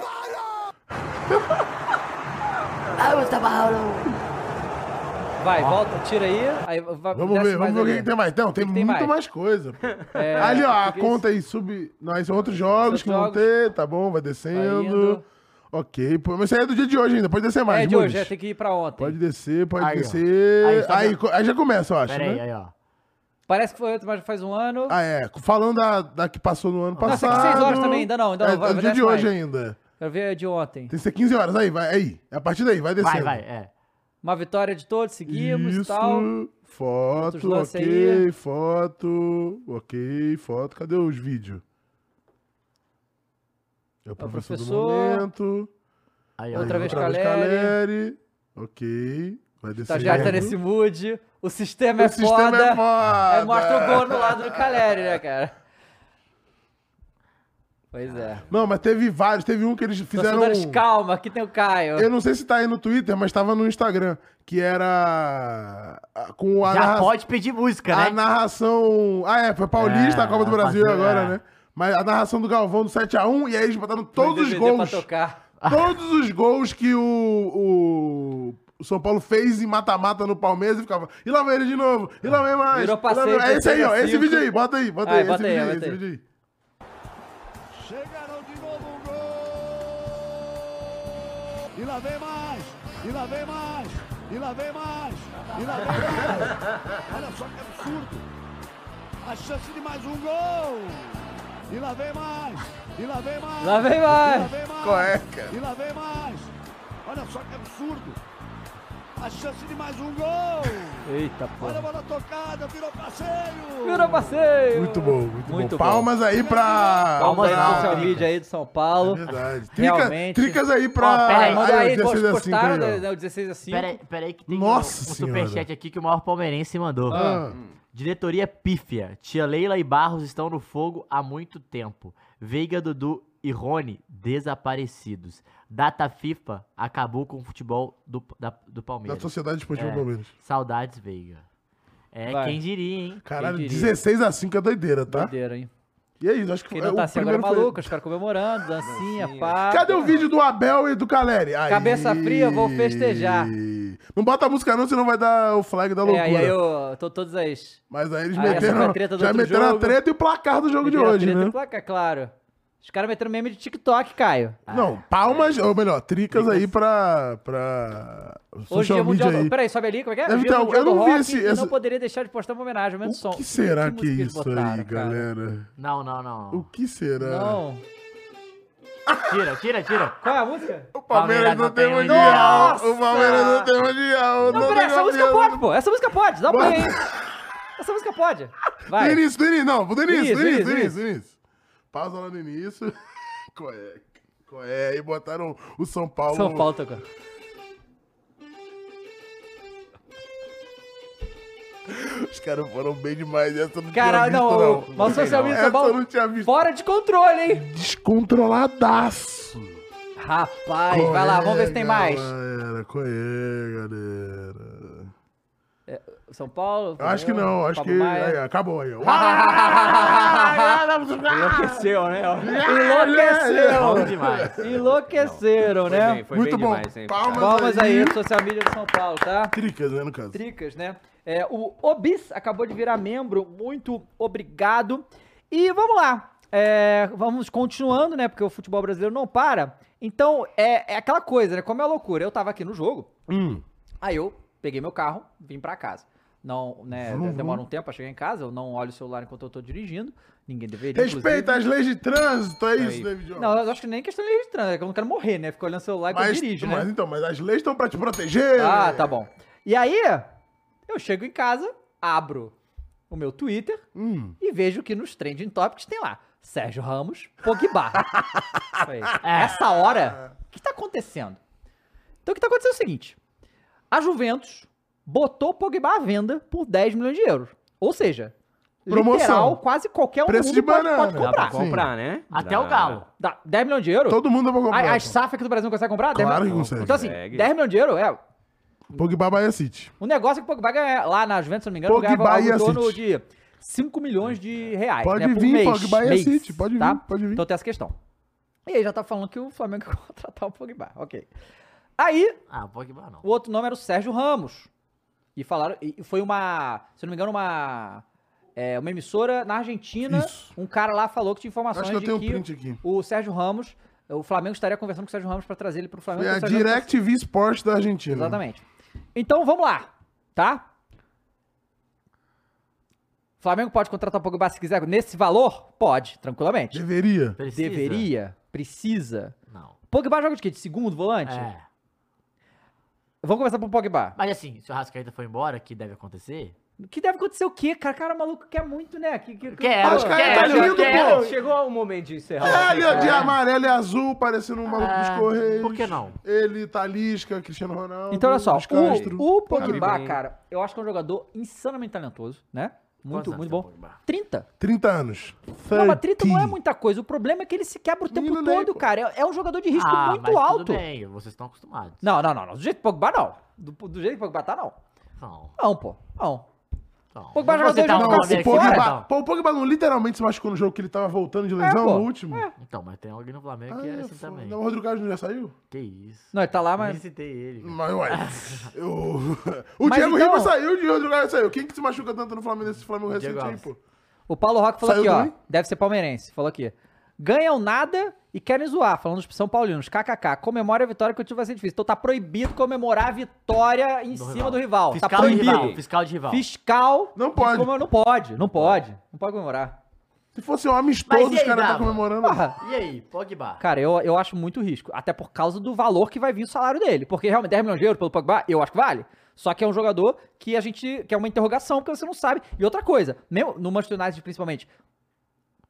Speaker 1: Vai, volta, tira aí. aí vai,
Speaker 2: Vamos
Speaker 1: desce
Speaker 2: ver, vamos ver o que,
Speaker 1: ali.
Speaker 2: que tem mais. Não, tem,
Speaker 1: que tem
Speaker 2: muito
Speaker 1: mais?
Speaker 2: mais, coisa. pô.
Speaker 1: É,
Speaker 2: ali, ó, a
Speaker 1: porque
Speaker 2: conta aí sub. Nós são outros jogos
Speaker 1: Outros
Speaker 2: que vão
Speaker 1: jogos.
Speaker 2: ter, tá bom? Vai
Speaker 1: Vai
Speaker 2: descendo.
Speaker 1: indo.
Speaker 2: ok, pô, mas isso aí é do dia de hoje ainda. Pode descer mais,
Speaker 1: É de hoje, é,
Speaker 2: Mules.
Speaker 1: tem que ir pra ontem.
Speaker 2: Pode descer, pode
Speaker 4: Aí, ó. Aí,
Speaker 2: descer.
Speaker 4: tá
Speaker 2: Aí,
Speaker 4: vendo?
Speaker 2: co- aí já começa, eu acho.
Speaker 4: Pera aí,
Speaker 2: Né?
Speaker 4: aí, ó.
Speaker 1: Parece que foi outro, mas faz um ano.
Speaker 2: Ah, é. Falando da, da que passou no ano
Speaker 1: Nossa,
Speaker 2: passado.
Speaker 1: tem que seis horas também, ainda não, ainda não,
Speaker 2: É,
Speaker 1: vai-
Speaker 2: é
Speaker 1: vai
Speaker 2: do dia de
Speaker 1: desce
Speaker 2: hoje
Speaker 1: mais.
Speaker 2: ainda.
Speaker 1: Quero ver a de ontem.
Speaker 2: Tem que ser 15 horas. Aí, vai. Aí. É a partir daí, vai
Speaker 4: Vai,
Speaker 2: descendo.
Speaker 4: vai, é.
Speaker 1: Uma vitória de todos, seguimos e
Speaker 2: Isso.
Speaker 1: tal. Outros
Speaker 2: Foto,
Speaker 1: lances
Speaker 2: ok,
Speaker 1: aí.
Speaker 2: foto, ok, foto. Cadê os vídeos? É o professor,
Speaker 1: professor.
Speaker 2: do momento.
Speaker 4: Aí, ó.
Speaker 1: Outra
Speaker 2: Aí,
Speaker 1: vez
Speaker 2: outra vez
Speaker 1: Caleri.
Speaker 2: Caleri. Ok. Vai descendo.
Speaker 1: Estagiário tá nesse mood. O sistema
Speaker 2: Uhum. O
Speaker 1: é
Speaker 2: sistema
Speaker 1: foda.
Speaker 2: é foda.
Speaker 1: Aí mostra o gol no lado do Caleri, né, cara? Pois é.
Speaker 2: Não, mas teve vários. Teve um que
Speaker 1: Tá
Speaker 2: eles fizeram.
Speaker 1: Torcedores, calma, aqui tem o Caio.
Speaker 2: Eu não sei se tá aí no Twitter, mas tava no Instagram. Que era. a- Com a,
Speaker 4: Já
Speaker 2: narra-
Speaker 4: pode pedir música,
Speaker 2: a
Speaker 4: né?
Speaker 2: narração. Ah, é, foi Paulista,
Speaker 4: É,
Speaker 2: a Copa do Brasil
Speaker 4: fazer-
Speaker 2: agora,
Speaker 4: é.
Speaker 2: né? Mas a narração do Galvão do 7x1, e aí eles botaram
Speaker 1: Põe
Speaker 2: todos os
Speaker 1: DVD pra
Speaker 2: gols.
Speaker 1: tocar.
Speaker 2: Todos os gols que o, o, O São Paulo fez em mata-mata no Palmeiras e ficava. E lá vem ele de novo. E lá vem mais.
Speaker 1: Virou
Speaker 2: e lá vem
Speaker 1: passeio,
Speaker 2: mais." É esse aí, ó.
Speaker 1: terceira,
Speaker 2: Esse vídeo
Speaker 1: cinco.
Speaker 2: aí. Bota aí, bota
Speaker 1: Ah,
Speaker 2: aí.
Speaker 1: bota
Speaker 2: esse
Speaker 1: aí,
Speaker 2: vídeo aí,
Speaker 1: bota
Speaker 2: esse
Speaker 1: aí.
Speaker 2: vídeo aí.
Speaker 6: Chegaram de novo um gol! E lá vem mais! E lá vem mais! E lá vem mais! E lá vem mais! Olha só que absurdo! A chance de mais um gol! E lá vem mais! E lá vem mais!
Speaker 1: Lá vem
Speaker 6: E lá
Speaker 1: mais.
Speaker 6: vem mais!
Speaker 2: Qual é, cara?
Speaker 6: E lá vem mais! Olha só que absurdo! A chance de mais um gol!
Speaker 1: Eita
Speaker 6: Olha
Speaker 1: porra.
Speaker 6: a bola tocada, virou passeio!
Speaker 1: Virou passeio.
Speaker 2: Muito bom, muito,
Speaker 1: Muito bom.
Speaker 2: bom. Palmas aí pra.
Speaker 1: Palmas aí
Speaker 2: pra-
Speaker 1: pro seu vídeo aí do São Paulo.
Speaker 2: Verdade. Trica,
Speaker 1: Realmente.
Speaker 2: tricas aí É pra.
Speaker 4: Ó, pera aí,
Speaker 1: Manda
Speaker 2: Ah,
Speaker 1: aí,
Speaker 2: 16 a 5
Speaker 1: postaram
Speaker 2: aí, ó.
Speaker 1: né, o 16 a 5.
Speaker 4: Pera aí, pera aí que tem
Speaker 2: Nossa
Speaker 4: um, um
Speaker 2: Senhora.
Speaker 4: superchat aqui que o maior palmeirense mandou.
Speaker 2: Ah,
Speaker 4: Diretoria pífia. Tia Leila e Barros estão no fogo há muito tempo. Veiga, Dudu e Rony desaparecidos. Data FIFA acabou com o futebol do, da- do
Speaker 2: da
Speaker 4: Palmeiras.
Speaker 2: Sociedade Esportiva
Speaker 4: É.
Speaker 2: Palmeiras.
Speaker 4: Saudades, Veiga. É,
Speaker 1: Vai.
Speaker 4: quem diria, hein?
Speaker 2: Caralho,
Speaker 1: diria?
Speaker 2: 16 a 5 é doideira, tá?
Speaker 1: Doideira, hein?
Speaker 2: E é isso, acho que
Speaker 1: Quem
Speaker 2: é,
Speaker 1: não tá assim agora é
Speaker 2: primeiro foi- é.
Speaker 1: maluco, os caras comemorando, dancinha, pá.
Speaker 2: Cadê o vídeo do Abel e do Caleri? Aí.
Speaker 1: Cabeça fria, vou festejar.
Speaker 2: Não bota a música não, senão vai dar o flag da
Speaker 1: É,
Speaker 2: loucura.
Speaker 1: aí, aí eu tô todas as.
Speaker 2: Mas aí eles
Speaker 1: Aí essa
Speaker 2: meteram,
Speaker 1: foi a treta do
Speaker 2: já
Speaker 1: outro
Speaker 2: meteram a
Speaker 1: jogo.
Speaker 2: treta e o placar do jogo de
Speaker 1: Meteram a
Speaker 2: hoje,
Speaker 1: treta
Speaker 2: né?
Speaker 1: no placar, claro. Os caras meteram meme de TikTok, Caio.
Speaker 2: Não, palmas,
Speaker 1: É.
Speaker 2: ou melhor, tricas aí pra, pra
Speaker 1: Hoje é
Speaker 2: social
Speaker 1: mundial.
Speaker 2: media
Speaker 1: Do...
Speaker 2: aí.
Speaker 1: Peraí, sobe ali, como é que é?
Speaker 2: Deve
Speaker 1: Hoje é
Speaker 2: ter algum-
Speaker 1: mundial
Speaker 2: eu
Speaker 1: do
Speaker 2: não vi
Speaker 1: rock
Speaker 2: esse-
Speaker 1: e
Speaker 2: essa-
Speaker 1: não poderia deixar de postar uma homenagem, ao menos som.
Speaker 2: O que será que é
Speaker 1: música eles
Speaker 2: isso aí,
Speaker 1: botaram, cara?
Speaker 2: galera?
Speaker 4: Não, não, não.
Speaker 2: O
Speaker 4: não.
Speaker 2: que será?
Speaker 1: Não.
Speaker 4: Tira, tira, tira.
Speaker 1: Qual é a música?
Speaker 2: O Palmeiras
Speaker 4: Palmeiras
Speaker 2: não
Speaker 4: não
Speaker 2: tem
Speaker 4: tem
Speaker 2: mundial!
Speaker 1: Mundial.
Speaker 2: O Palmeiras não tem mundial!
Speaker 1: Não, peraí, essa
Speaker 2: tem
Speaker 1: música é
Speaker 2: campeão.
Speaker 1: pode, pô. Essa música pode, dá um play aí. Essa música pode. Vai.
Speaker 2: Do início, do início, não, do início,
Speaker 1: Início,
Speaker 2: do início, do
Speaker 1: início,
Speaker 2: início, do início. Pausa lá no início. Qual é? Qual é? E botaram o São Paulo.
Speaker 1: São Paulo tocando.
Speaker 2: Os caras foram bem demais. Essa eu não
Speaker 1: Caralho,
Speaker 2: tinha
Speaker 1: não,
Speaker 2: visto, não.
Speaker 1: o- mas o social media de
Speaker 2: Essa
Speaker 1: São
Speaker 2: eu
Speaker 1: Paulo-
Speaker 2: não tinha visto.
Speaker 1: Fora de controle, hein?
Speaker 2: Descontroladaço.
Speaker 1: Rapaz, vai lá, vamos ver se tem mais.
Speaker 2: Galera, qual é, galera?
Speaker 1: São Paulo.
Speaker 2: Eu acho que não, acho que. Aí, acabou aí. Ah, ó.
Speaker 3: Enlouqueceu, né?
Speaker 4: Bom
Speaker 1: Enlouqueceram.
Speaker 4: demais.
Speaker 1: Enlouqueceram, né?
Speaker 3: Bem, foi
Speaker 2: Muito
Speaker 3: bem
Speaker 2: bom.
Speaker 3: demais, hein?
Speaker 2: Palmas,
Speaker 1: Palmas aí, social media de São Paulo, tá?
Speaker 2: Tricas, né, no caso?
Speaker 1: Tricas, né? É, o Obis acabou de virar membro, muito obrigado. E vamos lá, é, vamos continuando, né? Porque o futebol brasileiro não para. Então, é, é aquela coisa, né? Como é loucura, eu tava aqui no jogo,
Speaker 2: Hum.
Speaker 1: aí eu peguei meu carro, vim pra casa. Não, né? Demora um tempo pra chegar em casa, eu não olho o celular enquanto eu tô dirigindo. Ninguém deveria, inclusive.
Speaker 2: Respeita as leis de trânsito, é isso, David Jones.
Speaker 1: Não, eu acho que nem questão de registrando, é que eu não quero morrer, né? Fico olhando o celular enquanto eu
Speaker 2: mas, é.
Speaker 1: dirijo, né?
Speaker 2: mas então, mas as leis estão pra te proteger.
Speaker 1: Ah, tá bom. E aí, eu chego em casa, abro o meu Twitter
Speaker 2: Hum.
Speaker 1: e vejo que nos trending topics tem lá Sérgio Ramos, Pogba. Falei, Essa hora, o que tá acontecendo? Então o que tá acontecendo é o seguinte: a Juventus botou o Pogba à venda por 10 milhões de euros. Ou seja,
Speaker 2: Promoção.
Speaker 1: literal, quase qualquer um
Speaker 2: Preço
Speaker 1: mundo
Speaker 2: de
Speaker 1: pode,
Speaker 2: banana.
Speaker 1: pode
Speaker 2: Dá
Speaker 3: Dá pra
Speaker 1: comprar.
Speaker 2: Sim.
Speaker 3: comprar, né?
Speaker 4: Até o
Speaker 3: Dá.
Speaker 4: Galo.
Speaker 1: Dá 10 milhões de euros?
Speaker 2: Todo mundo é vai comprar.
Speaker 1: A, as SAF aqui do Brasil não consegue comprar? 10
Speaker 2: Claro que
Speaker 1: milhões-
Speaker 2: consegue.
Speaker 1: Então assim,
Speaker 3: Consegue.
Speaker 1: 10 milhões de euros é
Speaker 2: Pogba Bahia City.
Speaker 1: O negócio é que o Pogba ganha, lá na Juventus, se não me engano,
Speaker 2: Pogba
Speaker 1: ganhava algo
Speaker 2: e
Speaker 1: em torno
Speaker 2: assist.
Speaker 1: de 5 milhões de reais.
Speaker 2: Pode
Speaker 1: né, por
Speaker 2: vir,
Speaker 1: mês,
Speaker 2: Pogba e
Speaker 1: mês,
Speaker 2: assist, pode vir,
Speaker 1: tá?
Speaker 2: pode vir.
Speaker 1: Então tem essa questão. E aí já tá falando que o Flamengo quer contratar o Pogba, ok. Aí,
Speaker 4: Ah, Pogba não.
Speaker 1: o outro nome era o Sérgio Ramos. E falaram, e e foi uma, se não me engano, uma, é, uma emissora na Argentina.
Speaker 2: Isso.
Speaker 1: Um cara lá falou que tinha informações
Speaker 2: Acho que eu
Speaker 1: de
Speaker 2: tenho um
Speaker 1: que
Speaker 2: print aqui.
Speaker 1: o Sérgio Ramos, o Flamengo estaria conversando com o Sérgio Ramos pra trazer ele pro Flamengo.
Speaker 2: É a
Speaker 1: porque o Sérgio Ramos-
Speaker 2: DirecTV Sport da Argentina.
Speaker 1: Exatamente. Então vamos lá, tá? Flamengo pode contratar o Pogba se quiser nesse valor? Pode, tranquilamente.
Speaker 2: Deveria.
Speaker 4: Precisa?
Speaker 1: Deveria, precisa.
Speaker 4: Não.
Speaker 1: Pogba joga de quê? De segundo volante?
Speaker 4: É.
Speaker 1: Vamos começar pro Pogba.
Speaker 4: Mas assim, se o Rascaeta for embora, que deve acontecer.
Speaker 1: Que deve acontecer o quê, cara? Cara, o maluco quer muito, né? Que, que,
Speaker 4: Quero,
Speaker 2: Rascaeta
Speaker 4: quero,
Speaker 2: lindo,
Speaker 4: quero.
Speaker 2: É, pô.
Speaker 3: Tá Chegou o momento de encerrar.
Speaker 2: É, ele é de amarelo e azul, parecendo um maluco dos
Speaker 4: Ah,
Speaker 2: Correios.
Speaker 4: por que não?
Speaker 2: Ele, Talisca, Cristiano Ronaldo.
Speaker 1: Então, olha só,
Speaker 2: Luiz Castro.
Speaker 1: o, o
Speaker 3: Muito
Speaker 1: Pogba,
Speaker 3: bem.
Speaker 1: cara, eu acho que é um jogador insanamente talentoso, né? Muito,
Speaker 4: Quantos
Speaker 1: muito bom.
Speaker 4: anos tem o Pogba?
Speaker 1: 30.
Speaker 2: 30 anos.
Speaker 1: Não, mas 30 não é muita coisa. O problema é que ele se quebra o tempo
Speaker 2: Menino
Speaker 1: todo,
Speaker 2: nem, pô.
Speaker 1: cara. É, é um jogador de risco
Speaker 4: Ah, mas
Speaker 1: muito
Speaker 4: tudo
Speaker 1: alto.
Speaker 4: bem, vocês estão acostumados.
Speaker 1: Não, não, não, não. Do jeito que Pogba, não. Do, do jeito que Pogba tá, não.
Speaker 4: Não.
Speaker 1: Não, pô. Não. Pogba
Speaker 4: não vou
Speaker 1: jogador
Speaker 4: citar
Speaker 1: de
Speaker 4: o
Speaker 1: Não,
Speaker 2: Não,
Speaker 4: nome
Speaker 1: se
Speaker 2: o
Speaker 4: então,
Speaker 1: for,
Speaker 4: aqui, então. mas
Speaker 1: é
Speaker 2: Pogba,
Speaker 4: não.
Speaker 2: pô, o Pogba não literalmente se machucou no jogo que ele tava voltando de lesão,
Speaker 1: pô. É.
Speaker 2: no último.
Speaker 4: Então, mas tem alguém no Flamengo que é
Speaker 2: Ah,
Speaker 4: assim
Speaker 2: foda.
Speaker 4: também. É.
Speaker 2: Não, o Rodrigo Caio não já saiu?
Speaker 4: Que isso.
Speaker 1: Não, ele tá lá,
Speaker 4: Nem
Speaker 1: mas.
Speaker 4: citei ele. cara.
Speaker 2: Mas, ué. o o
Speaker 1: Mas
Speaker 2: Diego
Speaker 1: então-
Speaker 2: Ribas saiu e o Rodrigo Caio saiu. Quem que se machuca tanto no Flamengo nesse Flamengo
Speaker 4: Diego
Speaker 2: recente aí,
Speaker 4: Alves.
Speaker 2: pô?
Speaker 1: O Paulo Roque falou
Speaker 2: Saiu
Speaker 1: aqui, ó.
Speaker 2: também?
Speaker 1: Deve ser palmeirense. Falou aqui. Ganham nada e querem zoar, falando dos São Paulinos. KKK. Comemora a vitória que o time vai ser difícil. Então tá proibido comemorar a vitória em cima do rival.
Speaker 4: Fiscal
Speaker 1: tá
Speaker 4: de
Speaker 1: proibido.
Speaker 4: rival. Fiscal de rival.
Speaker 1: Fiscal.
Speaker 2: Não pode.
Speaker 1: Como- Não pode, não pode. Não pode comemorar.
Speaker 2: Se fosse um
Speaker 4: Mas
Speaker 2: amistoso,
Speaker 4: e
Speaker 2: os
Speaker 4: aí,
Speaker 2: caras tá
Speaker 4: Dava?
Speaker 2: comemorando.
Speaker 1: Porra.
Speaker 4: E aí, Pogba?
Speaker 1: Cara, eu, eu acho muito risco. Até por causa do valor que vai vir o salário dele. Porque realmente 10 milhões de euros pelo Pogba, eu acho que vale. Só que é um jogador que a gente. que é uma interrogação, porque você não sabe. E outra coisa, mesmo no Manchester United principalmente,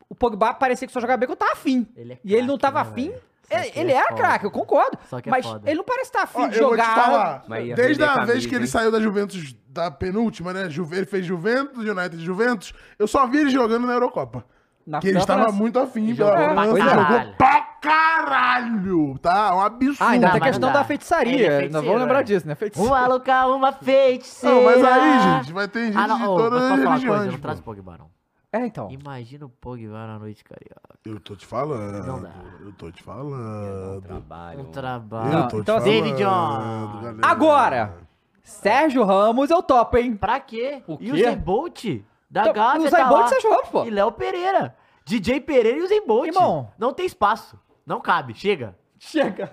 Speaker 1: o Pogba parecia que só jogava bem quando tava afim.
Speaker 4: Ele é
Speaker 1: e ele não
Speaker 4: craque,
Speaker 1: tava
Speaker 4: né,
Speaker 1: afim.
Speaker 4: velho? Só
Speaker 1: Ele,
Speaker 4: que
Speaker 1: ele
Speaker 4: é
Speaker 1: era
Speaker 4: foda.
Speaker 1: craque, eu concordo.
Speaker 4: Só que é
Speaker 1: mas
Speaker 4: foda.
Speaker 1: ele não parece estar afim
Speaker 2: Ó,
Speaker 1: de
Speaker 2: eu vou te
Speaker 1: jogar.
Speaker 2: falar.
Speaker 3: Mas ia
Speaker 2: Desde
Speaker 3: perder
Speaker 2: a
Speaker 3: camisa,
Speaker 2: vez que ele
Speaker 3: hein?
Speaker 2: saiu da Juventus, da penúltima, né? Ju- Ele fez Juventus, United e Juventus. Eu só vi ele jogando na Eurocopa.
Speaker 1: Na-
Speaker 2: que ele
Speaker 1: na
Speaker 2: estava
Speaker 1: França.
Speaker 2: muito afim.
Speaker 4: Ele jogou
Speaker 2: pela
Speaker 4: pra
Speaker 2: França,
Speaker 4: caralho.
Speaker 2: jogou pra caralho. Tá? Um absurdo.
Speaker 1: Ah, ainda
Speaker 4: Não,
Speaker 1: tem a
Speaker 4: mas
Speaker 1: questão
Speaker 4: não dá.
Speaker 1: da
Speaker 4: Ele é
Speaker 1: feitiçaria. Nós
Speaker 4: feiticeiro,
Speaker 1: vamos lembrar
Speaker 4: é.
Speaker 1: disso, né? Feiticeiro.
Speaker 4: Uma louca, uma feiticeira.
Speaker 2: Não, mas aí, gente, vai ter gente
Speaker 4: Ah, não,
Speaker 2: de
Speaker 4: ô,
Speaker 2: todas
Speaker 4: mas
Speaker 2: as
Speaker 4: posso falar uma coisa?
Speaker 2: religiões.
Speaker 4: Não
Speaker 2: pô.
Speaker 4: traz o Pogba, não.
Speaker 1: É, então.
Speaker 4: Imagina o Pogba na noite, carioca.
Speaker 2: Eu tô te falando.
Speaker 4: Não dá.
Speaker 2: Eu tô te falando.
Speaker 3: Trabalho.
Speaker 4: Um
Speaker 2: Eu
Speaker 4: trabalho.
Speaker 2: tô
Speaker 1: então
Speaker 2: te
Speaker 1: assim,
Speaker 4: David
Speaker 2: falando,
Speaker 4: Jones.
Speaker 2: galera.
Speaker 1: Agora, Sérgio Ramos eu topo, hein?
Speaker 4: Pra quê?
Speaker 1: O
Speaker 4: E o
Speaker 1: quê?
Speaker 4: Zembolt? Da
Speaker 1: Então,
Speaker 4: Gávea
Speaker 1: o
Speaker 4: tá
Speaker 1: Zembolt
Speaker 4: lá.
Speaker 1: e Sérgio Ramos, pô.
Speaker 4: E Léo Pereira. DJ Pereira e o Zembolt.
Speaker 1: Irmão.
Speaker 4: Não tem espaço. Não cabe. Chega.
Speaker 1: Chega.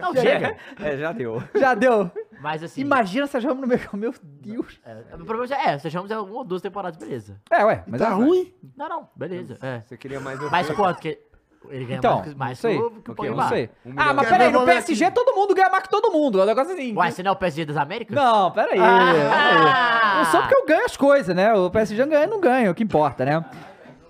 Speaker 4: Não, chega.
Speaker 3: É, já deu.
Speaker 1: Já deu.
Speaker 4: Mas assim...
Speaker 1: Imagina o Sérgio Ramos no meio. Meu Deus.
Speaker 4: É, o problema é, é, sejamos é uma ou duas temporadas, beleza.
Speaker 1: É, ué.
Speaker 2: E
Speaker 1: Mas
Speaker 2: Tá
Speaker 1: é-
Speaker 2: ruim?
Speaker 4: Não, não, beleza. É.
Speaker 3: Você queria mais um o
Speaker 4: Mas
Speaker 3: quê?
Speaker 4: quanto? Que ele ganha
Speaker 1: Então,
Speaker 4: mais, que-
Speaker 1: mais
Speaker 4: É,
Speaker 1: sei.
Speaker 4: mais que o- que o
Speaker 1: Eu
Speaker 4: Pogba.
Speaker 1: não sei. ah,
Speaker 3: Um milhão.
Speaker 1: mas
Speaker 2: Quer
Speaker 1: peraí,
Speaker 2: ver,
Speaker 1: no
Speaker 2: vamos ver
Speaker 1: PSG todo mundo ganha mais que todo mundo. É um negócio assim.
Speaker 4: Ué, você não é o PSG das Américas?
Speaker 1: Não, peraí.
Speaker 4: Ah!
Speaker 1: Não só porque eu ganho as coisas, né? O PSG ganha e não ganha, o que importa, né?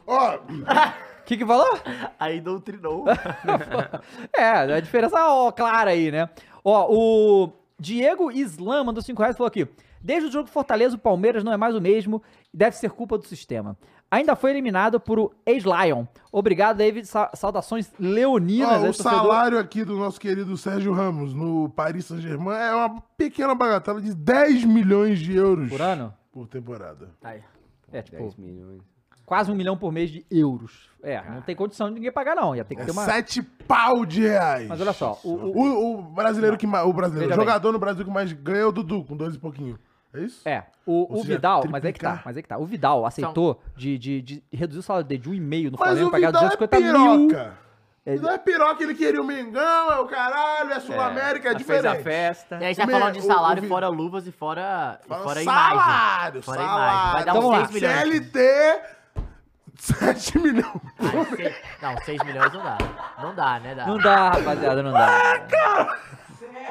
Speaker 2: Ó,
Speaker 1: O que que falou?
Speaker 4: Aí doutrinou.
Speaker 1: é, a diferença ó, clara aí, né? Ó, o Diego Islam mandou 5 reais e falou aqui: Desde o jogo do Fortaleza, o Palmeiras não é mais o mesmo e deve ser culpa do sistema. Ainda foi eliminado por o ex-Lion. Obrigado, David. Sa- saudações leoninas.
Speaker 2: Ó,
Speaker 1: aí,
Speaker 2: o
Speaker 1: é torcedor.
Speaker 2: salário aqui do nosso querido Sérgio Ramos no Paris Saint-Germain é uma pequena bagatela de 10 milhões de euros
Speaker 1: Por ano?
Speaker 2: por temporada.
Speaker 4: Tá aí.
Speaker 1: É, tipo,
Speaker 3: 10 milhões.
Speaker 1: quase um milhão por mês de euros. É, não tem condição de ninguém pagar, não. Ia ter que
Speaker 2: É
Speaker 1: ter uma.
Speaker 2: 7 pau de reais.
Speaker 1: Mas olha só, o- o-
Speaker 2: O, o brasileiro que mais. O brasileiro,
Speaker 1: Veja
Speaker 2: o jogador no Brasil que mais ganha é o Dudu, com dois e pouquinho. É isso?
Speaker 1: É, o,
Speaker 2: Ou
Speaker 1: o
Speaker 2: seja,
Speaker 1: Vidal, mas é que tá,
Speaker 2: triplicar.
Speaker 1: mas é que tá. O Vidal aceitou de, de, de reduzir o salário dele de 1,5 no
Speaker 2: Mas
Speaker 1: Flamengo
Speaker 2: o
Speaker 1: pagar
Speaker 2: Vidal é
Speaker 1: 250 mil.
Speaker 2: piroca.
Speaker 1: É-
Speaker 2: Vidal é piroca, ele queria o Mengão, é o caralho, é Sul-América, é,
Speaker 3: Aí Ah, fez a
Speaker 2: diferente.
Speaker 3: festa.
Speaker 4: E aí já
Speaker 2: Me-
Speaker 4: falando de
Speaker 2: o-
Speaker 4: salário,
Speaker 2: o Vi-
Speaker 4: fora luvas e fora, e
Speaker 2: Fala
Speaker 4: fora imagem.
Speaker 2: salário,
Speaker 4: Fora
Speaker 2: salário.
Speaker 4: imagem. Vai dar uns
Speaker 1: Então vamos
Speaker 4: 6 milhões.
Speaker 2: CLT, 7 milhões.
Speaker 4: Aí, seis- não, 6 milhões não dá. Não dá, né? Dá.
Speaker 1: Não dá, rapaziada, não dá.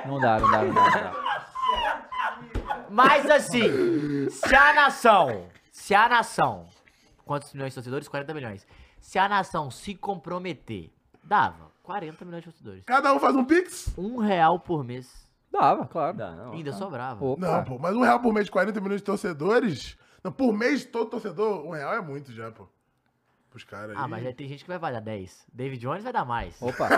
Speaker 1: Não dá, não dá, não dá. Não dá.
Speaker 4: Mas assim, se a nação, se a nação, quantos milhões de torcedores? 40 milhões. Se a nação se comprometer, dava 40 milhões de torcedores.
Speaker 2: Cada um faz um pix?
Speaker 4: Um real por mês.
Speaker 1: Dava, claro.
Speaker 3: Dá, não.
Speaker 4: Ainda sobrava.
Speaker 1: Opa.
Speaker 2: Não, pô, mas um real por mês de 40 milhões de torcedores. Não, por mês todo torcedor, um real é muito já, pô. Os caras aí.
Speaker 4: Ah, mas aí tem gente que vai- vai dar 10. David Jones vai dar mais.
Speaker 1: Opa.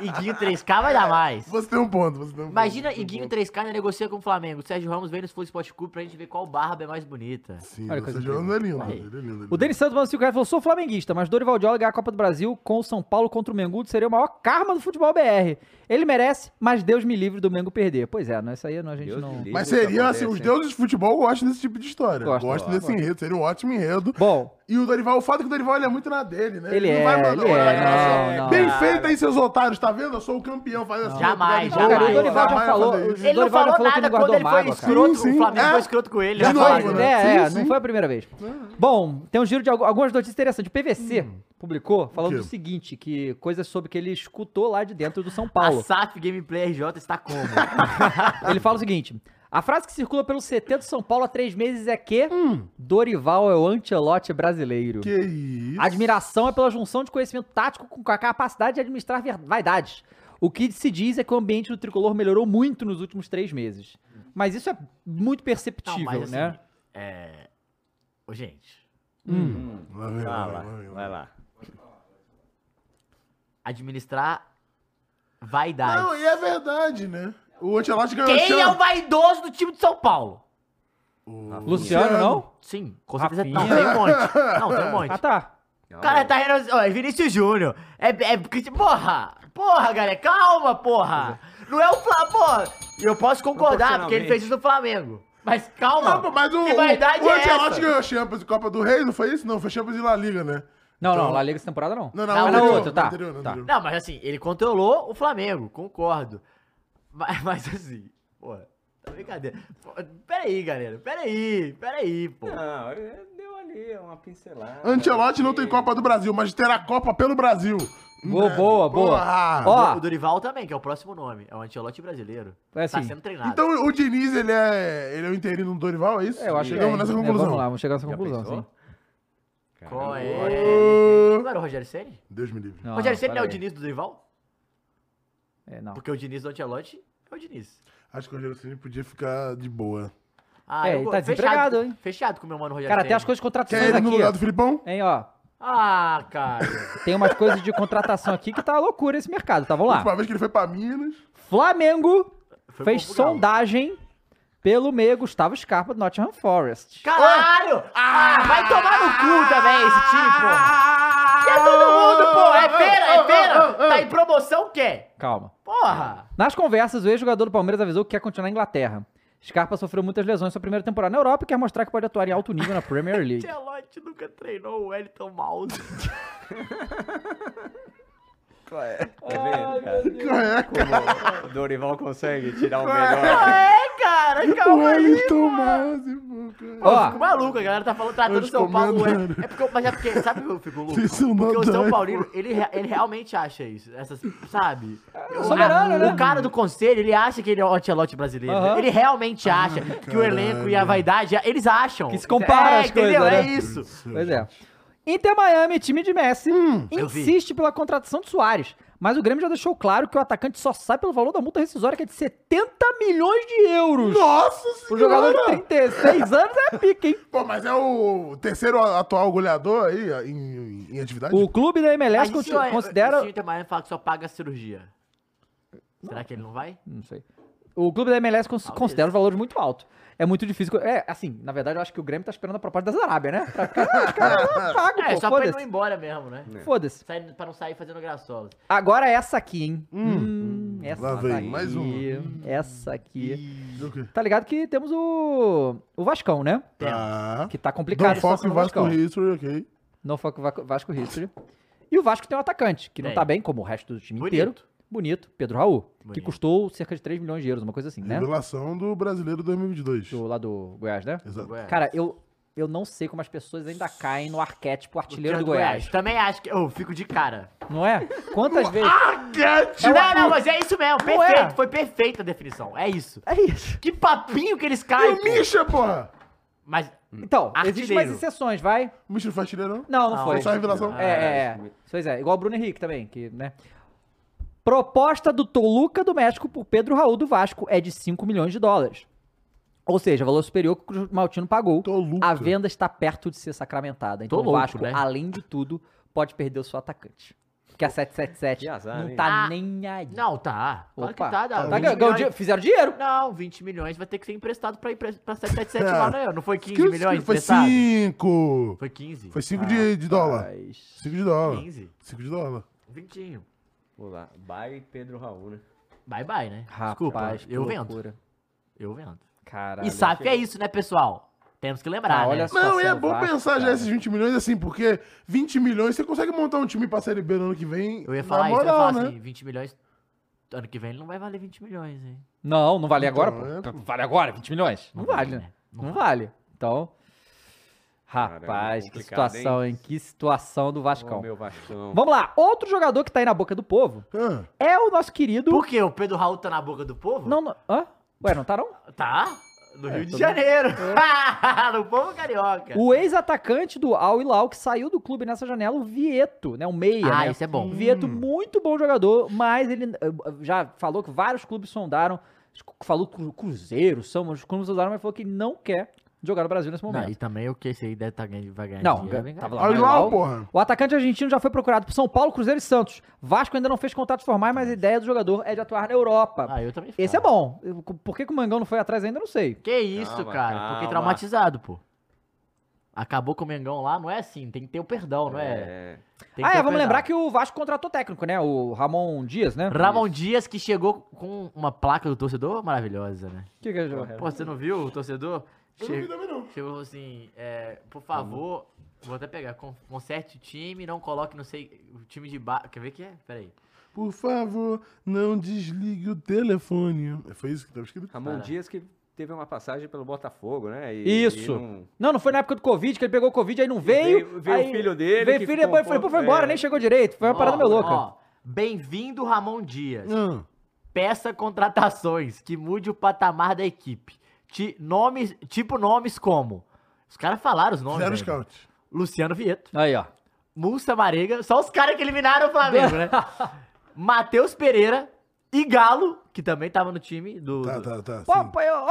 Speaker 4: Iguinho 3K vai dar mais.
Speaker 2: Você tem um ponto, você tem um
Speaker 4: Imagina
Speaker 2: ponto. você tem um
Speaker 4: Iguinho 3K né, negocia com o Flamengo. Sérgio Ramos vem no Full Sport Clube pra gente ver qual barba é mais bonita.
Speaker 2: ponto. Sim,
Speaker 1: Olha que
Speaker 2: você
Speaker 1: coisa
Speaker 2: jogando é lindo,
Speaker 4: Aí.
Speaker 2: ele é lindo, ele é lindo.
Speaker 1: O Denis Santos mandou 5 reais e falou: sou flamenguista, mas Dorival Diola ganhar a Copa do Brasil com o São Paulo contra o Mengudo seria o maior karma do futebol BR. Ele merece, mas Deus me livre do Mengo perder. Pois é, não, isso aí não, a gente
Speaker 3: Deus
Speaker 1: não.
Speaker 3: me livre.
Speaker 2: Mas
Speaker 3: Isso
Speaker 2: seria assim,
Speaker 3: acontece,
Speaker 2: os
Speaker 3: hein?
Speaker 2: deuses de futebol gostam desse tipo de história.
Speaker 1: Gostam,
Speaker 2: Gostam, desse enredo, seria um ótimo enredo.
Speaker 1: Bom,
Speaker 2: E o Dorival, o fato é que o Dorival ele é muito na dele, né?
Speaker 1: Ele é,
Speaker 2: mandar
Speaker 1: ele
Speaker 2: uma
Speaker 1: é,
Speaker 2: declaração.
Speaker 1: não, não.
Speaker 2: Bem feito aí, seus otários, tá vendo? Eu sou o campeão, faz assim.
Speaker 4: Jamais,
Speaker 2: obrigado,
Speaker 1: cara, o
Speaker 4: jamais.
Speaker 1: Dorival já
Speaker 2: jamais vai
Speaker 1: falou.
Speaker 2: fazer
Speaker 1: O
Speaker 2: isso.
Speaker 4: Ele não
Speaker 1: Dorival já
Speaker 4: falou
Speaker 1: falou que
Speaker 4: nada
Speaker 1: ele
Speaker 4: quando
Speaker 1: guardou
Speaker 4: ele foi
Speaker 1: mágoa, cara.
Speaker 4: escroto,
Speaker 2: Sim,
Speaker 4: o
Speaker 2: sim.
Speaker 4: Flamengo
Speaker 2: É.
Speaker 4: foi escroto com ele.
Speaker 2: De
Speaker 4: né?
Speaker 2: novo,
Speaker 4: Fala isso.
Speaker 2: né?
Speaker 1: É, é,
Speaker 2: Sim, Uhum.
Speaker 1: não
Speaker 2: sim.
Speaker 1: foi a primeira vez. Bom, tem um giro de algu- algumas notícias interessantes. O PVC publicou falando
Speaker 2: Hum. O quê?
Speaker 1: o seguinte, que coisas sobre que ele escutou lá de dentro do São
Speaker 4: A
Speaker 2: Ah,
Speaker 1: Paulo.
Speaker 4: SAF Gameplay RJ está como?
Speaker 1: ele fala o seguinte: a frase que circula pelo CT do São Paulo há três meses é que
Speaker 4: Hum.
Speaker 1: Dorival é o antelote brasileiro.
Speaker 2: Que isso.
Speaker 1: Admiração é pela junção de conhecimento tático com a capacidade de administrar ver- vaidades. O que se diz é que o ambiente do tricolor melhorou muito nos últimos três meses. Mas isso é muito perceptível,
Speaker 4: mas assim,
Speaker 1: né?
Speaker 4: É. Ô, gente.
Speaker 2: Lá vem, lá vem,
Speaker 3: Fala,
Speaker 2: lá vem, lá
Speaker 3: vai lá.
Speaker 4: Administrar vaidade.
Speaker 2: Não, e é verdade, né? é O Ancelotti ganhou a
Speaker 4: Quem é o
Speaker 2: Champions.
Speaker 4: vaidoso do time de São Paulo?
Speaker 1: Luciano, não?
Speaker 4: Sim, com certeza.
Speaker 1: Rafinha.
Speaker 4: Não, tem um monte. Não, tem um monte.
Speaker 1: Ah, tá.
Speaker 4: Cara, tá renunciando. Ó, é Vinícius Júnior. É, é. porque- Porra! Porra, galera, calma, porra! Não é o Flamengo. Porra! Eu posso concordar, porque ele fez isso no Flamengo. Mas calma!
Speaker 2: Não, pô, mas o, o,
Speaker 4: que vaidade
Speaker 2: o
Speaker 4: é essa?
Speaker 2: Ancelotti ganhou Champions e Copa do Rei, não foi isso? Não, foi Champions e La Liga, né?
Speaker 1: Não, não, La Liga essa temporada não.
Speaker 2: Não, não,
Speaker 4: Não,
Speaker 2: o
Speaker 4: na
Speaker 2: anterior,
Speaker 1: outra, tá,
Speaker 2: o anterior, o
Speaker 1: tá.
Speaker 2: anterior.
Speaker 4: Não, mas assim, ele controlou o Flamengo, concordo. Mas, mas assim, porra, tá brincadeira. Pô, Peraí, galera, peraí, peraí, pô.
Speaker 3: Não, é- deu ali uma pincelada.
Speaker 4: Ah,
Speaker 2: Ancelotti não tem Copa do Brasil, mas terá Copa pelo Brasil. Né?
Speaker 1: Boa, boa, boa.
Speaker 2: Porra.
Speaker 1: Ó,
Speaker 4: O Dorival também, que é o próximo nome. É o Antelote brasileiro.
Speaker 1: É assim.
Speaker 4: Tá sendo treinado.
Speaker 2: Então o Diniz, ele é, ele é o interino do Dorival, é isso?
Speaker 1: é, eu acho
Speaker 2: Chegamos
Speaker 1: que é,
Speaker 2: nessa
Speaker 1: é,
Speaker 2: conclusão.
Speaker 1: vamos lá, vamos chegar nessa
Speaker 3: Já
Speaker 1: conclusão,
Speaker 3: pensou?
Speaker 1: sim.
Speaker 4: Qual é? Não era o Rogério Ceni?
Speaker 2: Deus me livre.
Speaker 1: Não, Tá
Speaker 4: O Rogério Ceni
Speaker 1: pera
Speaker 4: não é o
Speaker 1: aí.
Speaker 4: Diniz do Dorival?
Speaker 1: É, não.
Speaker 4: Tá. Porque o Diniz do Antelote é o Diniz.
Speaker 2: Acho que o Rogério Ceni podia ficar de boa.
Speaker 4: Ah,
Speaker 1: É,
Speaker 4: eu
Speaker 1: ele
Speaker 4: go-
Speaker 1: tá desempregado,
Speaker 4: com-
Speaker 1: hein?
Speaker 4: Fechado com o meu mano Rogério
Speaker 1: Cara,
Speaker 4: Ceni.
Speaker 1: tem as coisas de
Speaker 2: Quer
Speaker 1: contratações
Speaker 2: ele no
Speaker 1: aqui,
Speaker 2: lugar
Speaker 1: ó.
Speaker 2: é do Filipão?
Speaker 1: Hein, ó.
Speaker 4: Ah, cara.
Speaker 1: Tem umas coisas de contratação aqui que tá uma loucura esse mercado, tá? Vamos
Speaker 2: A
Speaker 1: lá.
Speaker 2: última vez que ele foi pra Minas.
Speaker 1: Flamengo
Speaker 4: Foi
Speaker 1: fez
Speaker 4: pro Portugal.
Speaker 1: sondagem pelo meio Gustavo Scarpa do Nottingham Forest.
Speaker 4: Caralho! Ah, vai tomar no cu também esse time, porra! Quer todo mundo, porra! É feira, é feira! Tá em promoção, quer?
Speaker 1: Calma.
Speaker 4: Porra!
Speaker 1: Nas conversas, o ex-jogador do Palmeiras avisou que quer continuar na Inglaterra. Scarpa sofreu muitas lesões na sua primeira temporada na Europa e quer mostrar que pode atuar em alto nível na Premier League.
Speaker 4: Ancelotti nunca treinou o Wellington Mouse.
Speaker 3: Tá vendo, cara? Como o Dorival consegue tirar o
Speaker 4: Ah,
Speaker 3: melhor.
Speaker 4: é, cara,
Speaker 2: O
Speaker 4: calma aí.
Speaker 2: Wellington Mazzi, pô, cara.
Speaker 4: Eu
Speaker 1: Ó,
Speaker 4: fico maluco, a galera tá falando, tratando o
Speaker 2: Os
Speaker 4: São Paulo.
Speaker 2: comandantes.
Speaker 4: É, é porque, eu- mas é porque, sabe por que eu fico louco?
Speaker 2: Vocês são
Speaker 4: Porque o
Speaker 2: nodóis,
Speaker 4: São
Speaker 2: pô.
Speaker 4: Paulino, ele, re- ele realmente acha isso. Essas, sabe? O-
Speaker 1: soberano,
Speaker 4: a-
Speaker 1: né?
Speaker 4: O cara do conselho, ele acha que ele é o Ancelote brasileiro.
Speaker 1: Aham. Ah,
Speaker 4: Ele realmente acha que o elenco e a vaidade, eles acham.
Speaker 1: Que se compara
Speaker 4: é,
Speaker 1: as
Speaker 4: entendeu?
Speaker 1: coisas,
Speaker 4: É
Speaker 1: né?
Speaker 4: isso.
Speaker 1: pois é. Inter Miami, time de Messi,
Speaker 2: Hum,
Speaker 4: eu vi.
Speaker 1: insiste pela contratação de Soares. Mas o Grêmio já deixou claro que o atacante só sai pelo valor da multa rescisória, que é de 70 milhões de euros.
Speaker 2: Nossa senhora!
Speaker 1: Pro jogador de 36 anos é pica, hein?
Speaker 2: Pô, mas é o terceiro atual goleador aí ó, em, em- em atividade?
Speaker 1: O clube da
Speaker 4: Mas
Speaker 1: MLS
Speaker 4: e
Speaker 1: conti-
Speaker 4: se o-
Speaker 1: considera.
Speaker 4: Se o Inter Miami fala que só paga a cirurgia. Será que ele não vai?
Speaker 1: Não sei. O clube da MLS cons-
Speaker 4: Talvez.
Speaker 1: considera os valores muito alto. É muito difícil. co- É, assim, na verdade, eu acho que o Grêmio tá esperando a proposta da Arábia, né? Pra ficar, ah, cara, eu pago,
Speaker 4: É,
Speaker 1: pô,
Speaker 4: só pra ele não ir
Speaker 1: foda-se.
Speaker 4: embora mesmo, né?
Speaker 1: Foda-se.
Speaker 4: Sai, pra não sair fazendo graçola.
Speaker 1: Agora essa aqui, hein? Hum, essa
Speaker 2: lá vem, mais uma.
Speaker 1: uma. Essa aqui.
Speaker 2: O quê?
Speaker 1: Tá ligado que temos o. O Vascão, né?
Speaker 2: Tá.
Speaker 1: Que tá complicado
Speaker 2: Dom
Speaker 1: a
Speaker 2: Foco
Speaker 1: situação
Speaker 2: e
Speaker 1: do
Speaker 2: Vasco
Speaker 1: Vascão.
Speaker 2: History, ok.
Speaker 1: Não foco Vasco, Vasco History. E o Vasco tem um atacante, que não
Speaker 4: Tem.
Speaker 1: tá bem, como o resto do time
Speaker 4: Bonito.
Speaker 1: inteiro. Bonito, Pedro Raul. Que
Speaker 4: Bonito.
Speaker 1: custou cerca de 3 milhões de euros, uma coisa assim, né?
Speaker 2: Revelação do Brasileiro 2022.
Speaker 1: Do, lá do Goiás, né?
Speaker 2: Exato.
Speaker 4: Goiás.
Speaker 1: Cara, eu, eu não sei como as pessoas ainda caem no arquétipo artilheiro do
Speaker 4: Tirando
Speaker 1: Goiás.
Speaker 4: Também acho que. Eu fico de cara.
Speaker 1: Não é? Quantas vezes.
Speaker 4: não, não, mas é isso mesmo.
Speaker 1: Não
Speaker 4: Perfeito.
Speaker 1: é.
Speaker 4: Foi perfeita a definição. É isso.
Speaker 1: É isso.
Speaker 4: Que papinho que eles
Speaker 2: E
Speaker 4: caem.
Speaker 2: o
Speaker 4: pô.
Speaker 2: Misha, porra!
Speaker 4: Mas.
Speaker 1: Então, existem mais
Speaker 4: Ah! Artilheiro. Ah,
Speaker 1: exceções, vai?
Speaker 2: O Misha não faz tira, não?
Speaker 1: Não, não,
Speaker 4: Não,
Speaker 1: foi.
Speaker 2: Só a revelação?
Speaker 1: É, é, é. Pois é, igual o Bruno Henrique também, que, né? Proposta do Toluca do México por Pedro Raul do Vasco é de 5 milhões de dólares. Ou seja, valor superior que o Cruz Maltino pagou.
Speaker 2: Toluca.
Speaker 1: A venda está perto de ser sacramentada. Então
Speaker 4: Tô
Speaker 1: o
Speaker 4: louco,
Speaker 1: Vasco,
Speaker 4: né?
Speaker 1: além de tudo, pode perder o seu atacante. Porque a 777
Speaker 3: Que azar,
Speaker 1: não
Speaker 3: hein?
Speaker 1: tá
Speaker 4: Ah,
Speaker 1: nem aí.
Speaker 4: Não, tá. Claro
Speaker 1: Opa.
Speaker 4: que tá, dá.
Speaker 1: Tá
Speaker 4: 20
Speaker 1: ganhando- ganhou dinhe-
Speaker 4: milhões.
Speaker 1: Fizeram dinheiro.
Speaker 4: Não, 20 milhões vai ter que ser emprestado pra ir pra, pra 777
Speaker 2: É.
Speaker 4: lá, né? Não foi 15
Speaker 2: Que-
Speaker 4: milhões
Speaker 2: Foi
Speaker 4: emprestado?
Speaker 2: 5!
Speaker 4: Foi 15.
Speaker 2: Foi 5
Speaker 1: Ah,
Speaker 2: de, de dólar.
Speaker 1: Mas-
Speaker 2: 5 de dólar.
Speaker 4: 15.
Speaker 2: 5 de dólar.
Speaker 4: 20.
Speaker 3: Vamos lá. Bye, Pedro Raul, né?
Speaker 4: Bye bye, né? Desculpa,
Speaker 1: Rapaz, que
Speaker 4: eu vendo.
Speaker 1: loucura.
Speaker 4: Eu vendo.
Speaker 1: Caralho.
Speaker 4: E SAF é isso, né, pessoal? Temos que lembrar,
Speaker 1: Ah,
Speaker 4: né?
Speaker 1: olha só.
Speaker 2: Não, e é
Speaker 1: Situação
Speaker 2: bom
Speaker 1: Vasco,
Speaker 2: pensar já
Speaker 1: cara.
Speaker 2: esses 20 milhões assim, porque 20 milhões você consegue montar um time pra Série B no ano que vem.
Speaker 4: Eu ia
Speaker 2: na
Speaker 4: falar isso, eu
Speaker 2: moral, né?
Speaker 1: né?
Speaker 4: ia falar assim, 20 milhões. Ano que vem ele não vai valer 20 milhões, hein?
Speaker 1: Não, não vale agora,
Speaker 2: Então,
Speaker 1: pô. né? Vale agora, 20 milhões? Não, vale, né? Não, vale. Então.
Speaker 3: Caramba,
Speaker 1: Rapaz, que
Speaker 3: complicado,
Speaker 1: situação, hein? Que situação do
Speaker 3: Ô,
Speaker 1: Vascão.
Speaker 3: meu Vascão.
Speaker 1: Vamos lá, outro jogador que tá aí na boca do povo
Speaker 2: Ah,
Speaker 1: é o nosso querido.
Speaker 4: Por quê? O Pedro Raul tá na boca do povo?
Speaker 1: Não, não. Hã? Ué, não tá não?
Speaker 4: Tá? No Rio de
Speaker 1: todo-
Speaker 4: Janeiro. no povo carioca.
Speaker 1: O ex-atacante do Al Hilal, que saiu do clube nessa janela, o Vieto, né? O meia,
Speaker 4: Ah,
Speaker 1: né?
Speaker 4: isso é bom.
Speaker 1: Vieto, muito bom jogador, mas ele eh, já falou que vários clubes sondaram, falou com o Cruzeiro, São, os clubes sondaram, mas falou que não quer de jogar no Brasil nesse
Speaker 4: Não,
Speaker 1: momento.
Speaker 4: e também o que esse aí deve tá ganhando, vai ganhar
Speaker 1: Não,
Speaker 4: dinheiro. né? vai ganhar.
Speaker 1: tava lá.
Speaker 2: Olha
Speaker 1: Vai lá
Speaker 2: lá,
Speaker 1: o-
Speaker 2: porra.
Speaker 1: O atacante argentino já foi procurado por São Paulo, Cruzeiro e Santos. Vasco ainda não fez contatos formais, mas a ideia do jogador é de atuar na Europa.
Speaker 4: Ah, eu também
Speaker 1: Esse é
Speaker 4: ficava.
Speaker 1: bom. Eu- Por que, que o Mangão não foi atrás ainda, eu não sei.
Speaker 4: Que isso,
Speaker 3: Calma,
Speaker 4: cara.
Speaker 3: calma.
Speaker 4: Fiquei traumatizado, pô. Acabou com o Mengão lá, não é assim. Tem que ter o perdão, não é?
Speaker 3: É.
Speaker 4: Tem que
Speaker 1: Ah,
Speaker 4: ter
Speaker 1: é, vamos
Speaker 4: o perdão.
Speaker 1: lembrar que o Vasco contratou técnico, né? O Ramon Dias, né?
Speaker 4: Ramon Dias que chegou com uma placa do torcedor maravilhosa, né?
Speaker 1: O que que é isso?
Speaker 4: Pô, você não viu o torcedor?
Speaker 2: Eu não vi
Speaker 4: Che-
Speaker 2: também, não.
Speaker 4: Chegou e falou assim, é, por favor, vou até pegar, con- conserte o time, não coloque, não sei, o time de baixo. Quer ver que é? Pera aí.
Speaker 2: Por favor, não desligue o telefone. É, Foi isso que tava escrito?
Speaker 3: Ramon Dias que teve uma passagem pelo Botafogo, né? E-
Speaker 1: Isso.
Speaker 3: e não-
Speaker 1: Não, não foi na época do Covid, que ele pegou o Covid, aí não veio.
Speaker 3: veio- veio
Speaker 1: aí-
Speaker 3: o filho dele,
Speaker 1: Veio o
Speaker 3: que
Speaker 1: filho,
Speaker 3: ficou
Speaker 1: depois
Speaker 3: um
Speaker 1: foi,
Speaker 3: pouco-
Speaker 1: foi embora,
Speaker 3: é.
Speaker 1: nem chegou direito. Foi uma
Speaker 4: Ó,
Speaker 1: parada meio louca.
Speaker 4: ó, Bem-vindo, Ramon Dias.
Speaker 2: Ah.
Speaker 4: Peça contratações que mude o patamar da equipe. Ti- nomes, tipo nomes como. Os caras falaram os nomes.
Speaker 2: Zero
Speaker 4: ainda.
Speaker 2: scout.
Speaker 4: Luciano Vieto.
Speaker 1: Aí, ó.
Speaker 4: Mussa Marega. Só os caras que eliminaram o Flamengo, né? Matheus Pereira e Galo, que também tava no time do.
Speaker 2: Tá,
Speaker 4: do-
Speaker 2: tá, tá.
Speaker 1: Pô,
Speaker 2: sim.
Speaker 1: pô, eu- olha-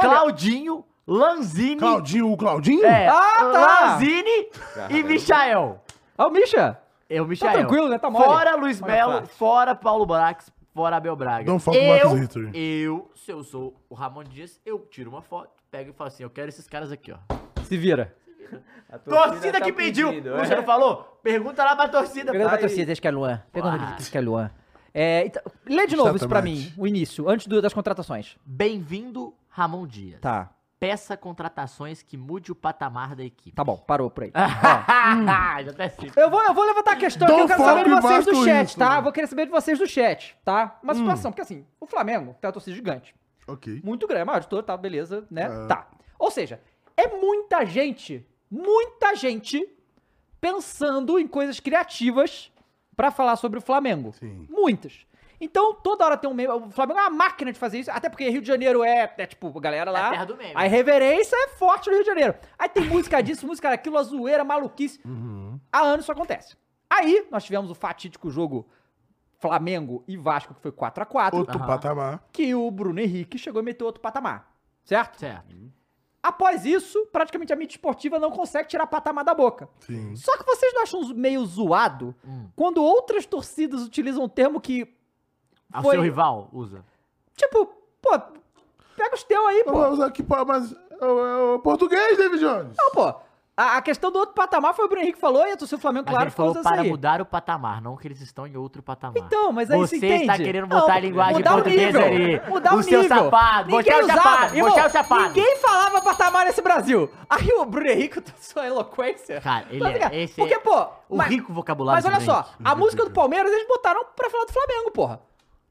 Speaker 2: é
Speaker 4: Claudinho, Lanzini.
Speaker 2: Claudinho, o Claudinho?
Speaker 4: É,
Speaker 1: Ah, tá.
Speaker 4: Lanzini e Michael.
Speaker 1: Ah, o Misha.
Speaker 4: É o Michael.
Speaker 1: tranquilo, né? Tá mole.
Speaker 4: fora Luiz
Speaker 3: Olha
Speaker 4: Melo,
Speaker 3: fácil.
Speaker 4: fora Paulo Brax, fora Abel Braga.
Speaker 2: Don't fuck Marcus History.
Speaker 4: eu, se eu sou o Ramon Dias, eu tiro uma foto, pego e falo assim, eu quero esses caras aqui, ó.
Speaker 1: Se vira.
Speaker 3: A
Speaker 4: Torcida
Speaker 3: tá
Speaker 4: que pediu,
Speaker 3: pedindo,
Speaker 4: o
Speaker 3: é.
Speaker 4: Luciano falou, pergunta lá pra torcida.
Speaker 1: Pegando pra
Speaker 4: pai.
Speaker 1: torcida, acho que é Luan. Pegando pra
Speaker 4: Uau.
Speaker 1: torcida, acho que é Luan. É, então, lê de novo isso pra mim,
Speaker 2: Exatamente.
Speaker 1: o início, antes do- das contratações.
Speaker 4: Bem-vindo, Ramon Dias.
Speaker 1: Tá,
Speaker 4: Peça contratações que mude o patamar da equipe.
Speaker 1: tá bom, parou por aí.
Speaker 4: Já tá assim. até sei.
Speaker 1: Eu vou, eu vou levantar a questão aqui,
Speaker 2: Don't
Speaker 1: eu quero saber de
Speaker 2: fuck
Speaker 1: vocês do
Speaker 2: Vasco
Speaker 1: chat,
Speaker 2: isso,
Speaker 1: tá?
Speaker 2: mano.
Speaker 1: Eu Vou querer saber de vocês do chat, tá? Uma situação, porque assim, o Flamengo tem uma torcida gigante.
Speaker 2: Ok.
Speaker 1: Muito grande, maior de todo, tá, beleza, né?
Speaker 2: Ah.
Speaker 1: Tá. Ou seja, é muita gente, muita gente pensando em coisas criativas pra falar sobre o Flamengo.
Speaker 2: Sim.
Speaker 1: Muitas. Então, toda hora tem um meme. O Flamengo é uma máquina de fazer isso, até porque Rio de Janeiro é, é tipo, a galera
Speaker 4: É
Speaker 1: lá.
Speaker 4: a terra do meme.
Speaker 1: A reverência é forte no Rio de Janeiro. Aí tem música disso, música daquilo, a zoeira, a maluquice.
Speaker 4: Uhum.
Speaker 1: Há anos isso acontece. Aí, nós tivemos o fatídico jogo Flamengo e Vasco, que foi 4 a 4
Speaker 2: Outro
Speaker 4: Aham.
Speaker 2: patamar.
Speaker 1: que o Bruno Henrique chegou e meteu outro patamar. Certo?
Speaker 4: Certo.
Speaker 1: Após isso, praticamente a mídia esportiva não consegue tirar patamar da boca.
Speaker 2: Sim.
Speaker 1: Só que vocês não acham meio zoado
Speaker 4: Hum.
Speaker 1: quando outras torcidas utilizam um termo que,
Speaker 4: É O
Speaker 1: Foi-
Speaker 4: seu rival usa.
Speaker 1: tipo, pô, pega os teus aí, pô.
Speaker 4: Uhum.
Speaker 2: Vamos usar aqui, pô, mas. É o, é o português, David Jones.
Speaker 1: Não, pô. A, a questão do outro patamar foi o Bruno Henrique que falou e a torcida do Flamengo,
Speaker 4: Mas
Speaker 1: claro,
Speaker 4: ele
Speaker 1: ficou
Speaker 4: falou
Speaker 1: usando isso
Speaker 4: para
Speaker 1: aí.
Speaker 4: mudar o patamar, não que eles estão em outro patamar.
Speaker 1: Então, mas aí
Speaker 4: você
Speaker 1: você entende.
Speaker 4: está querendo botar a linguagem
Speaker 1: mudar o
Speaker 4: portuguesa
Speaker 1: nível,
Speaker 4: ali.
Speaker 1: Mudar o,
Speaker 4: o seu
Speaker 1: nível.
Speaker 4: sapato,
Speaker 1: Ninguém
Speaker 4: botar o
Speaker 1: usava.
Speaker 4: sapato,
Speaker 1: Irmão,
Speaker 4: botar o sapato.
Speaker 1: Ninguém falava patamar nesse Brasil. Aí o Bruno Henrique, com sua eloquência...
Speaker 4: Cara, ele
Speaker 1: Mas, assim,
Speaker 4: é, esse
Speaker 1: Porque,
Speaker 4: é
Speaker 1: pô...
Speaker 4: o
Speaker 1: mas-
Speaker 4: rico vocabulário.
Speaker 1: Mas olha
Speaker 4: do
Speaker 1: só,
Speaker 4: Henrique.
Speaker 1: a música do Palmeiras eles botaram pra falar do Flamengo, porra.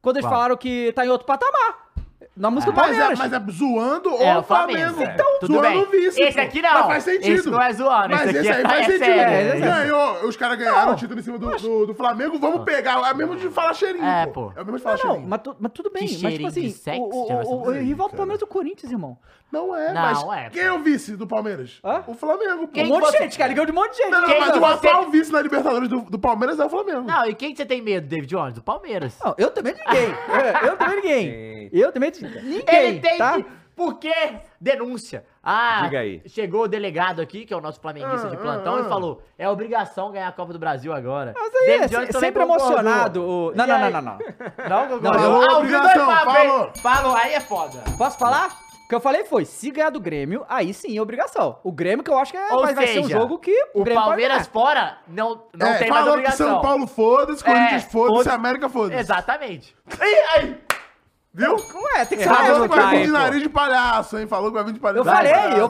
Speaker 1: Quando eles
Speaker 4: Qual?
Speaker 1: falaram que tá em outro patamar. Na música do
Speaker 2: Mas é,
Speaker 1: Palmeiras.
Speaker 2: mas é zoando
Speaker 4: É,
Speaker 2: ou
Speaker 4: o Flamengo.
Speaker 2: Flamengo.
Speaker 4: Então, tudo
Speaker 2: zoando
Speaker 4: bem.
Speaker 2: o vice.
Speaker 4: Esse
Speaker 2: pô.
Speaker 4: aqui não.
Speaker 2: Mas faz sentido.
Speaker 4: Esse não é zoando,
Speaker 2: Mas
Speaker 4: esse
Speaker 2: esse,
Speaker 4: aqui é-
Speaker 2: aí faz
Speaker 4: é
Speaker 2: sentido.
Speaker 4: sério.
Speaker 1: É, é
Speaker 2: Ganhou. Os caras ganharam
Speaker 1: Não.
Speaker 2: o título em cima do, do, do Flamengo. Vamos pegar. É mesmo de falar cheirinho.
Speaker 4: É, pô.
Speaker 2: É o mesmo de falar
Speaker 1: Não, não,
Speaker 2: cheirinho.
Speaker 1: mas, tu- mas tudo bem. mas tipo
Speaker 4: cheirinho de
Speaker 1: assim,
Speaker 4: sexo,
Speaker 1: o,
Speaker 4: já vai ser
Speaker 1: o, o, o
Speaker 4: bonito,
Speaker 1: rival do
Speaker 2: cara.
Speaker 1: Palmeiras é o Corinthians, irmão.
Speaker 2: Não é,
Speaker 4: Não,
Speaker 2: mas
Speaker 4: é,
Speaker 2: quem é o vice do Palmeiras?
Speaker 1: Hã?
Speaker 2: O Flamengo, pô.
Speaker 1: um
Speaker 4: Quem
Speaker 1: monte
Speaker 4: você- é?
Speaker 1: de gente, cara. Ligou de um monte de gente.
Speaker 2: Não, não,
Speaker 4: Quem
Speaker 2: mas
Speaker 4: que
Speaker 2: o
Speaker 4: você-
Speaker 2: atual vice na Libertadores do, do Palmeiras é o Flamengo.
Speaker 4: Não, e quem que você tem medo, David Jones? Do Palmeiras.
Speaker 1: Não, eu também de ninguém. É, eu também de ninguém.
Speaker 3: Gente.
Speaker 1: Eu também de ninguém.
Speaker 4: Ele tem
Speaker 1: tá?
Speaker 4: que. Porque denúncia. Ah,
Speaker 3: Diga aí.
Speaker 4: chegou o delegado aqui, que é o nosso flamenguista
Speaker 2: Ah,
Speaker 4: de
Speaker 2: ah,
Speaker 4: plantão, e
Speaker 2: ah.
Speaker 4: falou: é obrigação ganhar a Copa do Brasil agora.
Speaker 1: Mas aí, é,
Speaker 4: David Jones
Speaker 1: se-
Speaker 4: também
Speaker 1: sempre
Speaker 4: concordou.
Speaker 1: emocionado. o- Não,
Speaker 4: E
Speaker 1: não, não,
Speaker 4: aí?
Speaker 1: não, não.
Speaker 4: Não, concordou.
Speaker 2: Falou,
Speaker 4: Ah, o
Speaker 2: obrigação,
Speaker 4: Dudu é papo, hein?
Speaker 2: falou.
Speaker 4: Falou, aí é foda.
Speaker 1: Posso falar? O que eu falei foi, se ganhar do Grêmio, aí sim é obrigação. O Grêmio que eu acho que é,
Speaker 4: Ou
Speaker 1: vai, vai ser um
Speaker 4: seja,
Speaker 1: jogo que
Speaker 4: O
Speaker 1: Grêmio pode
Speaker 4: Palmeiras
Speaker 1: ganhar.
Speaker 4: fora não, não
Speaker 2: é,
Speaker 4: tem mais
Speaker 2: falou que
Speaker 4: obrigação.
Speaker 2: São Paulo foda-se, Corinthians
Speaker 4: É,
Speaker 2: foda-se,
Speaker 4: foda-se.
Speaker 2: América foda-se.
Speaker 4: Exatamente. Ih, aí.
Speaker 2: Viu?
Speaker 1: Ué, tem que ser
Speaker 3: Errado
Speaker 1: mais
Speaker 2: Falou que
Speaker 1: outro
Speaker 2: vai vir
Speaker 1: time.
Speaker 2: de nariz de palhaço, hein? Falou que vai vir de palhaço.
Speaker 1: Eu
Speaker 2: Vai,
Speaker 1: falei,
Speaker 2: palhaço.
Speaker 1: eu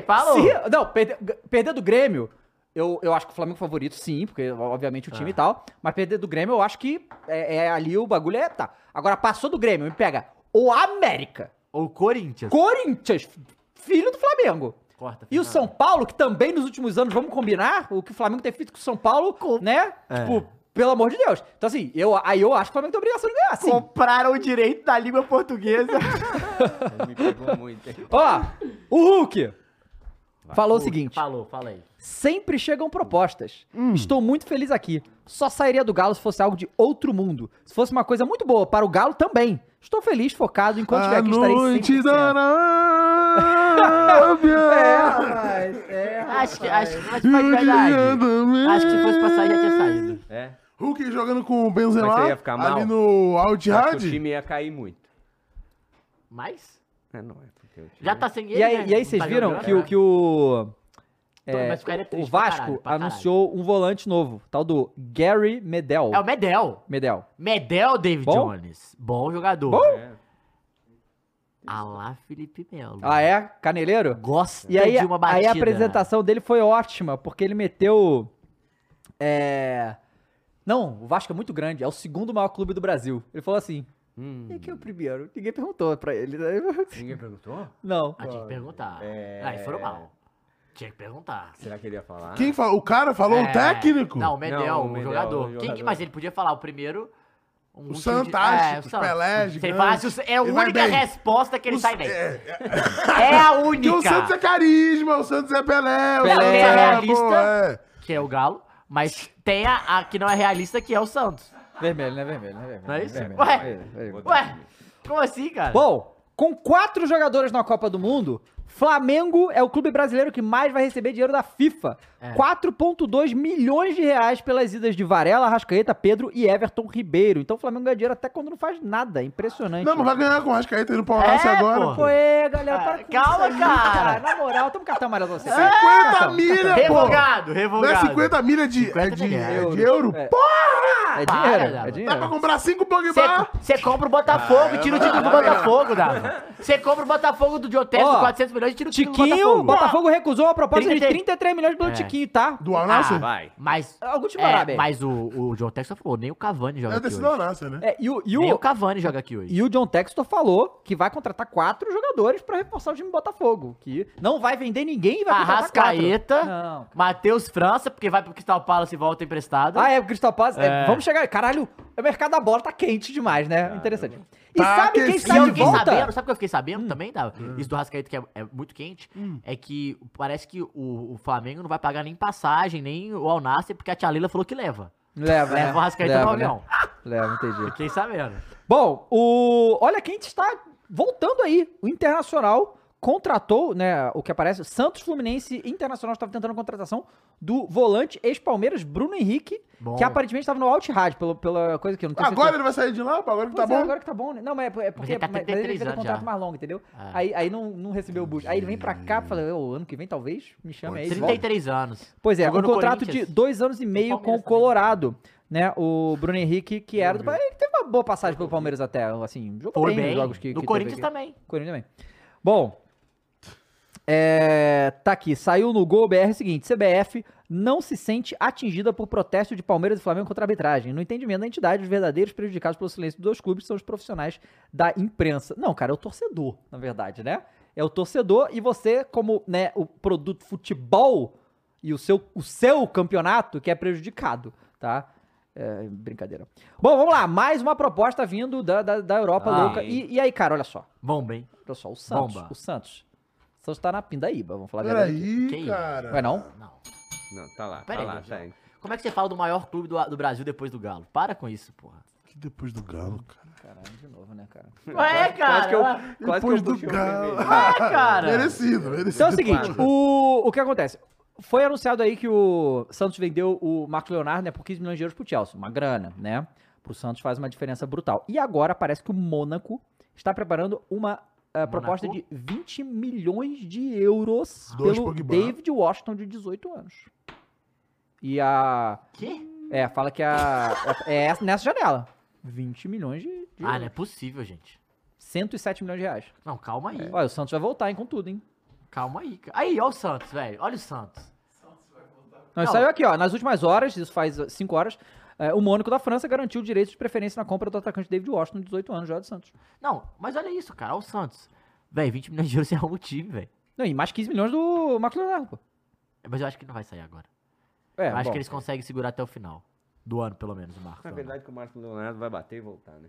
Speaker 1: falei.
Speaker 4: falou.
Speaker 1: Se- não, perder, g- perder do Grêmio, eu, eu acho que o Flamengo é favorito, sim, porque obviamente o time
Speaker 4: Ah.
Speaker 1: e tal. Mas perder do Grêmio, eu acho que é, é ali o bagulho é. Tá. Agora passou do Grêmio, me pega. O América,
Speaker 4: O Corinthians.
Speaker 1: Corinthians, filho do Flamengo.
Speaker 4: Corta,
Speaker 1: E o
Speaker 4: Fernando.
Speaker 1: São Paulo, que também nos últimos anos, vamos combinar, o que o Flamengo tem feito com o São Paulo, né? Tipo, pelo amor de Deus. Então, assim, eu, aí eu acho que o Flamengo tem obrigação de ganhar, sim.
Speaker 4: Compraram o direito da língua portuguesa.
Speaker 3: Me pegou muito, hein?
Speaker 1: Ó, o Hulk falou o seguinte.
Speaker 4: Falou, fala aí.
Speaker 1: Sempre chegam propostas. Estou muito feliz aqui. Só sairia do Galo se fosse algo de outro mundo. Se fosse uma coisa muito boa para o Galo também. Estou feliz, focado, enquanto estiver
Speaker 2: A
Speaker 1: aqui estarei
Speaker 2: noite
Speaker 1: 100%.
Speaker 2: dará
Speaker 1: É, rapaz. É,
Speaker 4: Acho que, acho que, mas pode Tá verdade. Acho que se fosse pra sair, já tinha saído.
Speaker 3: É.
Speaker 2: Hulk jogando com o Benzema
Speaker 3: Mas você ia ficar mal?
Speaker 2: ali no
Speaker 3: Acho que o
Speaker 2: Altihad.
Speaker 3: time ia cair muito.
Speaker 4: Mas,
Speaker 3: É, não é porque o time...
Speaker 4: já tá sem ele,
Speaker 1: E aí,
Speaker 4: né?
Speaker 1: e aí
Speaker 4: Não
Speaker 1: vocês
Speaker 4: tá
Speaker 1: viram
Speaker 4: jogando,
Speaker 1: que, o
Speaker 4: né?
Speaker 1: que o.
Speaker 4: Pô,
Speaker 1: é,
Speaker 4: mas o cara é
Speaker 1: o
Speaker 4: triste pra
Speaker 1: Vasco
Speaker 4: caralho, pra caralho.
Speaker 1: anunciou um volante novo, tal do Gary Medel.
Speaker 4: É o Medel.
Speaker 1: Medel.
Speaker 4: Medel, David
Speaker 1: Bom?
Speaker 4: Jones. Bom jogador.
Speaker 1: Bom?
Speaker 3: É.
Speaker 4: Alá, Felipe Melo.
Speaker 1: Ah, é? Caneleiro?
Speaker 4: Gosta
Speaker 1: E aí,
Speaker 4: de uma
Speaker 1: aí
Speaker 4: batida. né?
Speaker 1: a apresentação dele foi ótima, porque ele meteu. É. Não, o Vasco é muito grande, é o segundo maior clube do Brasil. Ele falou assim:
Speaker 3: Hum,
Speaker 1: e que é o primeiro? Ninguém perguntou pra ele. né?
Speaker 3: ninguém perguntou?
Speaker 1: Não.
Speaker 4: Ah, tinha que perguntar.
Speaker 3: É.
Speaker 4: Aí foram mal. Tinha que perguntar.
Speaker 3: Será que ele ia falar?
Speaker 2: Quem falou? O cara falou
Speaker 4: É,
Speaker 2: o técnico?
Speaker 4: Não, o Medel,
Speaker 3: Não, o
Speaker 4: o
Speaker 3: Medel,
Speaker 4: jogador.
Speaker 3: o
Speaker 4: Quem
Speaker 3: jogador.
Speaker 4: que, mas ele podia falar o primeiro. Um
Speaker 2: O
Speaker 4: time de-
Speaker 2: Santástico,
Speaker 4: San-
Speaker 2: Pelé,
Speaker 4: Se ele
Speaker 2: gigante.
Speaker 4: falasse, o Sa- é a
Speaker 2: Ele vai
Speaker 4: única
Speaker 2: bem.
Speaker 4: resposta que ele
Speaker 2: O-
Speaker 4: sai bem. É,
Speaker 2: é, é,
Speaker 4: a
Speaker 2: Porque o Santos é
Speaker 4: única.
Speaker 2: carisma, o Santos é Pelé, o
Speaker 1: Pelé
Speaker 2: Santos
Speaker 1: é
Speaker 4: realista.
Speaker 2: pô, é.
Speaker 4: Que é o Galo. Mas tem a, a que não é realista, que é o Santos.
Speaker 1: Vermelho, né? Vermelho, né? Vermelho.
Speaker 4: Não é isso?
Speaker 1: vermelho.
Speaker 4: Ué,
Speaker 1: vermelho.
Speaker 4: ué, como assim, cara?
Speaker 1: Bom, com quatro jogadores na Copa do Mundo, Flamengo é o clube brasileiro que mais vai receber dinheiro da FIFA.
Speaker 4: É.
Speaker 1: 4,2 milhões de reais pelas idas de Varela, Rascaeta, Pedro e Everton Ribeiro. Então o Flamengo ganha dinheiro até quando não faz nada. É Impressionante.
Speaker 2: Não, mas vai ganhar com o Rascaeta no Palmeiras
Speaker 4: É,
Speaker 2: agora.
Speaker 4: pô.
Speaker 1: Pô, é, galera,
Speaker 4: Ah,
Speaker 1: para com
Speaker 4: calma,
Speaker 1: isso aí,
Speaker 4: cara. É, tá
Speaker 1: Na moral, toma um cartão amarelo pra você.
Speaker 2: 50
Speaker 1: Cartão.
Speaker 2: É milha, pô!
Speaker 4: Revogado,
Speaker 2: Não é
Speaker 4: revogado.
Speaker 2: 50 milha de, é
Speaker 4: 50
Speaker 2: de,
Speaker 4: milha.
Speaker 2: é
Speaker 1: Euro.
Speaker 2: de euro?
Speaker 1: É.
Speaker 2: Pô,
Speaker 1: É
Speaker 4: Para,
Speaker 1: dinheiro,
Speaker 4: Dava.
Speaker 1: é
Speaker 2: dá pra
Speaker 1: dinheiro.
Speaker 2: comprar 5 Pogba!
Speaker 4: Você compra o Botafogo e
Speaker 1: Ah,
Speaker 4: tira o título do Botafogo, Dava. Você compra o Botafogo do Diotex
Speaker 1: Ó,
Speaker 4: por 400 milhões e tira o título do
Speaker 1: Tiquinho,
Speaker 4: Botafogo.
Speaker 1: Botafogo. recusou a proposta de
Speaker 4: 33.
Speaker 1: 33 milhões pelo
Speaker 4: É.
Speaker 1: Tiquinho, tá?
Speaker 2: Do
Speaker 4: Ah,
Speaker 2: Alnasser?
Speaker 3: Vai.
Speaker 4: Mas,
Speaker 1: Algum time
Speaker 4: é,
Speaker 1: árabe.
Speaker 4: mas o, o John Textor falou, nem o Cavani joga
Speaker 2: É
Speaker 4: aqui
Speaker 2: desse
Speaker 4: hoje.
Speaker 2: do Alnasser, né?
Speaker 1: É, e o, e o-
Speaker 4: Nem o Cavani joga aqui hoje.
Speaker 1: E o John Textor falou que vai contratar quatro jogadores pra reforçar o time do Botafogo. Que não vai vender ninguém e vai contratar
Speaker 4: Arrascaeta.
Speaker 1: quatro. Não.
Speaker 4: Matheus França, porque vai pro Crystal Palace e volta emprestado.
Speaker 1: Ah, é, o Cristal Paz. é,
Speaker 4: É.
Speaker 1: vamos chegar. Caralho, o mercado da bola tá quente demais, né? Interessante. E
Speaker 2: Tá
Speaker 1: sabe quem
Speaker 2: aquecido.
Speaker 4: E
Speaker 1: está
Speaker 4: eu
Speaker 1: de
Speaker 4: fiquei
Speaker 1: volta? Hum.
Speaker 4: sabendo, sabe o que eu fiquei sabendo também, Dava? Isso do Arrascaeta que é, é muito quente, é que parece que o, o Flamengo não vai pagar nem passagem, nem o Alnasser, porque a Tia Leila falou que leva.
Speaker 1: Leva,
Speaker 4: Leva o Arrascaeta
Speaker 1: É, Leva,
Speaker 4: no
Speaker 1: né?
Speaker 4: avião.
Speaker 1: Leva, entendi.
Speaker 4: Fiquei sabendo.
Speaker 1: Bom, o. Olha quem está voltando aí. O Internacional contratou, né? O que aparece, Santos Fluminense Internacional estava tentando a contratação do volante ex-Palmeiras, Bruno Henrique,
Speaker 4: Bom.
Speaker 1: que aparentemente estava no Alt pela, pela coisa que eu não tenho certeza.
Speaker 2: Agora ele vai sair de lá, pô, agora que tá
Speaker 1: Pois é,
Speaker 2: bom.
Speaker 1: agora que tá bom, né? Não, mas é, é porque
Speaker 4: ele tá
Speaker 1: mas- mas
Speaker 4: 33
Speaker 1: ele fez um
Speaker 4: anos
Speaker 1: contrato
Speaker 4: já.
Speaker 1: mais longo, entendeu?
Speaker 4: Ah.
Speaker 1: Aí, aí não, não recebeu o boost. Aí ele vem pra cá e fala, "Ô, ano que vem talvez, me chama aí. de volta."
Speaker 4: 33 anos.
Speaker 1: Pois é,
Speaker 4: Jogou
Speaker 1: um
Speaker 4: no
Speaker 1: contrato de
Speaker 4: Corinthians.
Speaker 1: dois anos e meio com o
Speaker 4: Palmeiras
Speaker 1: Colorado, né? O Bruno Henrique, que era do Palmeiras. Ele teve uma boa passagem pelo Palmeiras até, assim, jogou
Speaker 4: Foi
Speaker 1: bem, nos
Speaker 4: bem.
Speaker 1: jogos que,
Speaker 4: no
Speaker 1: que
Speaker 4: Corinthians
Speaker 1: teve aqui.
Speaker 4: também.
Speaker 1: Corinthians também. Bom, é, tá aqui, saiu no Gol BR o seguinte, CBF não se sente atingida por protesto de Palmeiras e Flamengo contra a arbitragem. No entendimento da entidade, os verdadeiros prejudicados pelo silêncio dos dois clubes são os profissionais da imprensa. Não, cara, é o torcedor, na verdade, né? É o torcedor e você, como né, o produto futebol e o seu, o seu campeonato que é prejudicado, tá? É, brincadeira. Bom, vamos lá. Mais uma proposta vindo da, da, da Europa
Speaker 3: Ah,
Speaker 1: louca.
Speaker 3: hein?
Speaker 1: E, e aí, cara, olha só.
Speaker 4: Bom, bem.
Speaker 1: Olha só, o Santos.
Speaker 4: Bomba.
Speaker 1: O Santos. O Santos tá na pindaíba, vamos falar a verdade.
Speaker 4: Que
Speaker 2: Peraí,
Speaker 4: isso?
Speaker 2: cara.
Speaker 1: Não é não?
Speaker 4: Não.
Speaker 3: Não, tá lá,
Speaker 4: Pera
Speaker 3: tá
Speaker 4: aí,
Speaker 3: lá,
Speaker 4: Gabriel.
Speaker 3: tá. hein.
Speaker 4: Como é que você fala do maior clube do, do Brasil depois do Galo? Para com isso, porra.
Speaker 2: Que depois do
Speaker 3: Hum.
Speaker 2: Galo, cara.
Speaker 1: Caralho, de novo, né, cara?
Speaker 4: Ué,
Speaker 3: Quase que eu,
Speaker 4: cara.
Speaker 3: quase que eu
Speaker 2: Depois do
Speaker 3: puxei o
Speaker 2: Galo. Ah,
Speaker 3: vermelho. né?
Speaker 4: Ué, Ah, cara.
Speaker 2: Merecido, merecido.
Speaker 1: Então é o seguinte, o, o que acontece? Foi anunciado aí que o Santos vendeu o Marcos Leonardo né, por 15 milhões de euros pro Chelsea. Uma grana, né? Pro Santos faz uma diferença brutal. E agora parece que o Mônaco está preparando uma eh, proposta de 20 milhões de euros
Speaker 2: Dois
Speaker 1: pelo
Speaker 2: Pogba.
Speaker 1: David Washington, de 18 anos. E a...
Speaker 4: Que?
Speaker 1: É, fala que a... é essa- nessa janela. 20 milhões de, de
Speaker 4: Ah,
Speaker 1: euros.
Speaker 4: não é possível, gente.
Speaker 1: 107 milhões de reais.
Speaker 4: Não, calma aí.
Speaker 1: Olha, o Santos vai voltar, hein, com tudo, hein?
Speaker 4: Calma aí. cara. Aí, olha o Santos, velho. Olha o Santos.
Speaker 1: Não,
Speaker 4: Não.
Speaker 1: saiu aqui, ó. Nas últimas horas, isso faz 5 horas, eh, o Mônaco da França garantiu o direito de preferência na compra do atacante David Washington, de 18 anos, já do Santos.
Speaker 4: Não, mas olha isso, cara. Olha o Santos. Velho, 20 milhões de euros você arruma o time, velho.
Speaker 1: Não, e mais 15 milhões do Marcos Leonardo, pô.
Speaker 4: Mas eu acho que não vai sair agora.
Speaker 1: É,
Speaker 4: eu acho
Speaker 1: bom.
Speaker 4: que eles conseguem segurar até o final. Do ano, pelo menos, o Marcos.
Speaker 3: Na
Speaker 4: Leonardo.
Speaker 3: verdade que o Marcos Leonardo vai bater e voltar, né?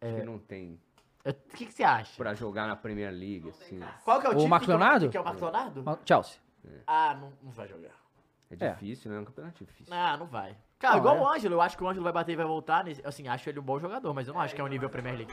Speaker 3: Acho que não tem
Speaker 4: Eu- O que, que você acha?
Speaker 3: pra jogar na Premier League, assim.
Speaker 4: Qual que é
Speaker 1: O Marcos
Speaker 4: que-
Speaker 1: Leonardo?
Speaker 4: Que é o Marcos Leonardo?
Speaker 1: Ma- Chelsea.
Speaker 4: Ah, não, não vai jogar.
Speaker 3: É
Speaker 1: É.
Speaker 3: difícil, né? É um campeonato difícil.
Speaker 4: Ah, não vai. Cara,
Speaker 1: Não,
Speaker 4: igual
Speaker 1: é.
Speaker 4: o Ângelo. Eu acho que o Ângelo vai é então né? bater e vai voltar. nesse- Assim, acho ele um bom jogador, mas eu não acho que é um nível Premier League.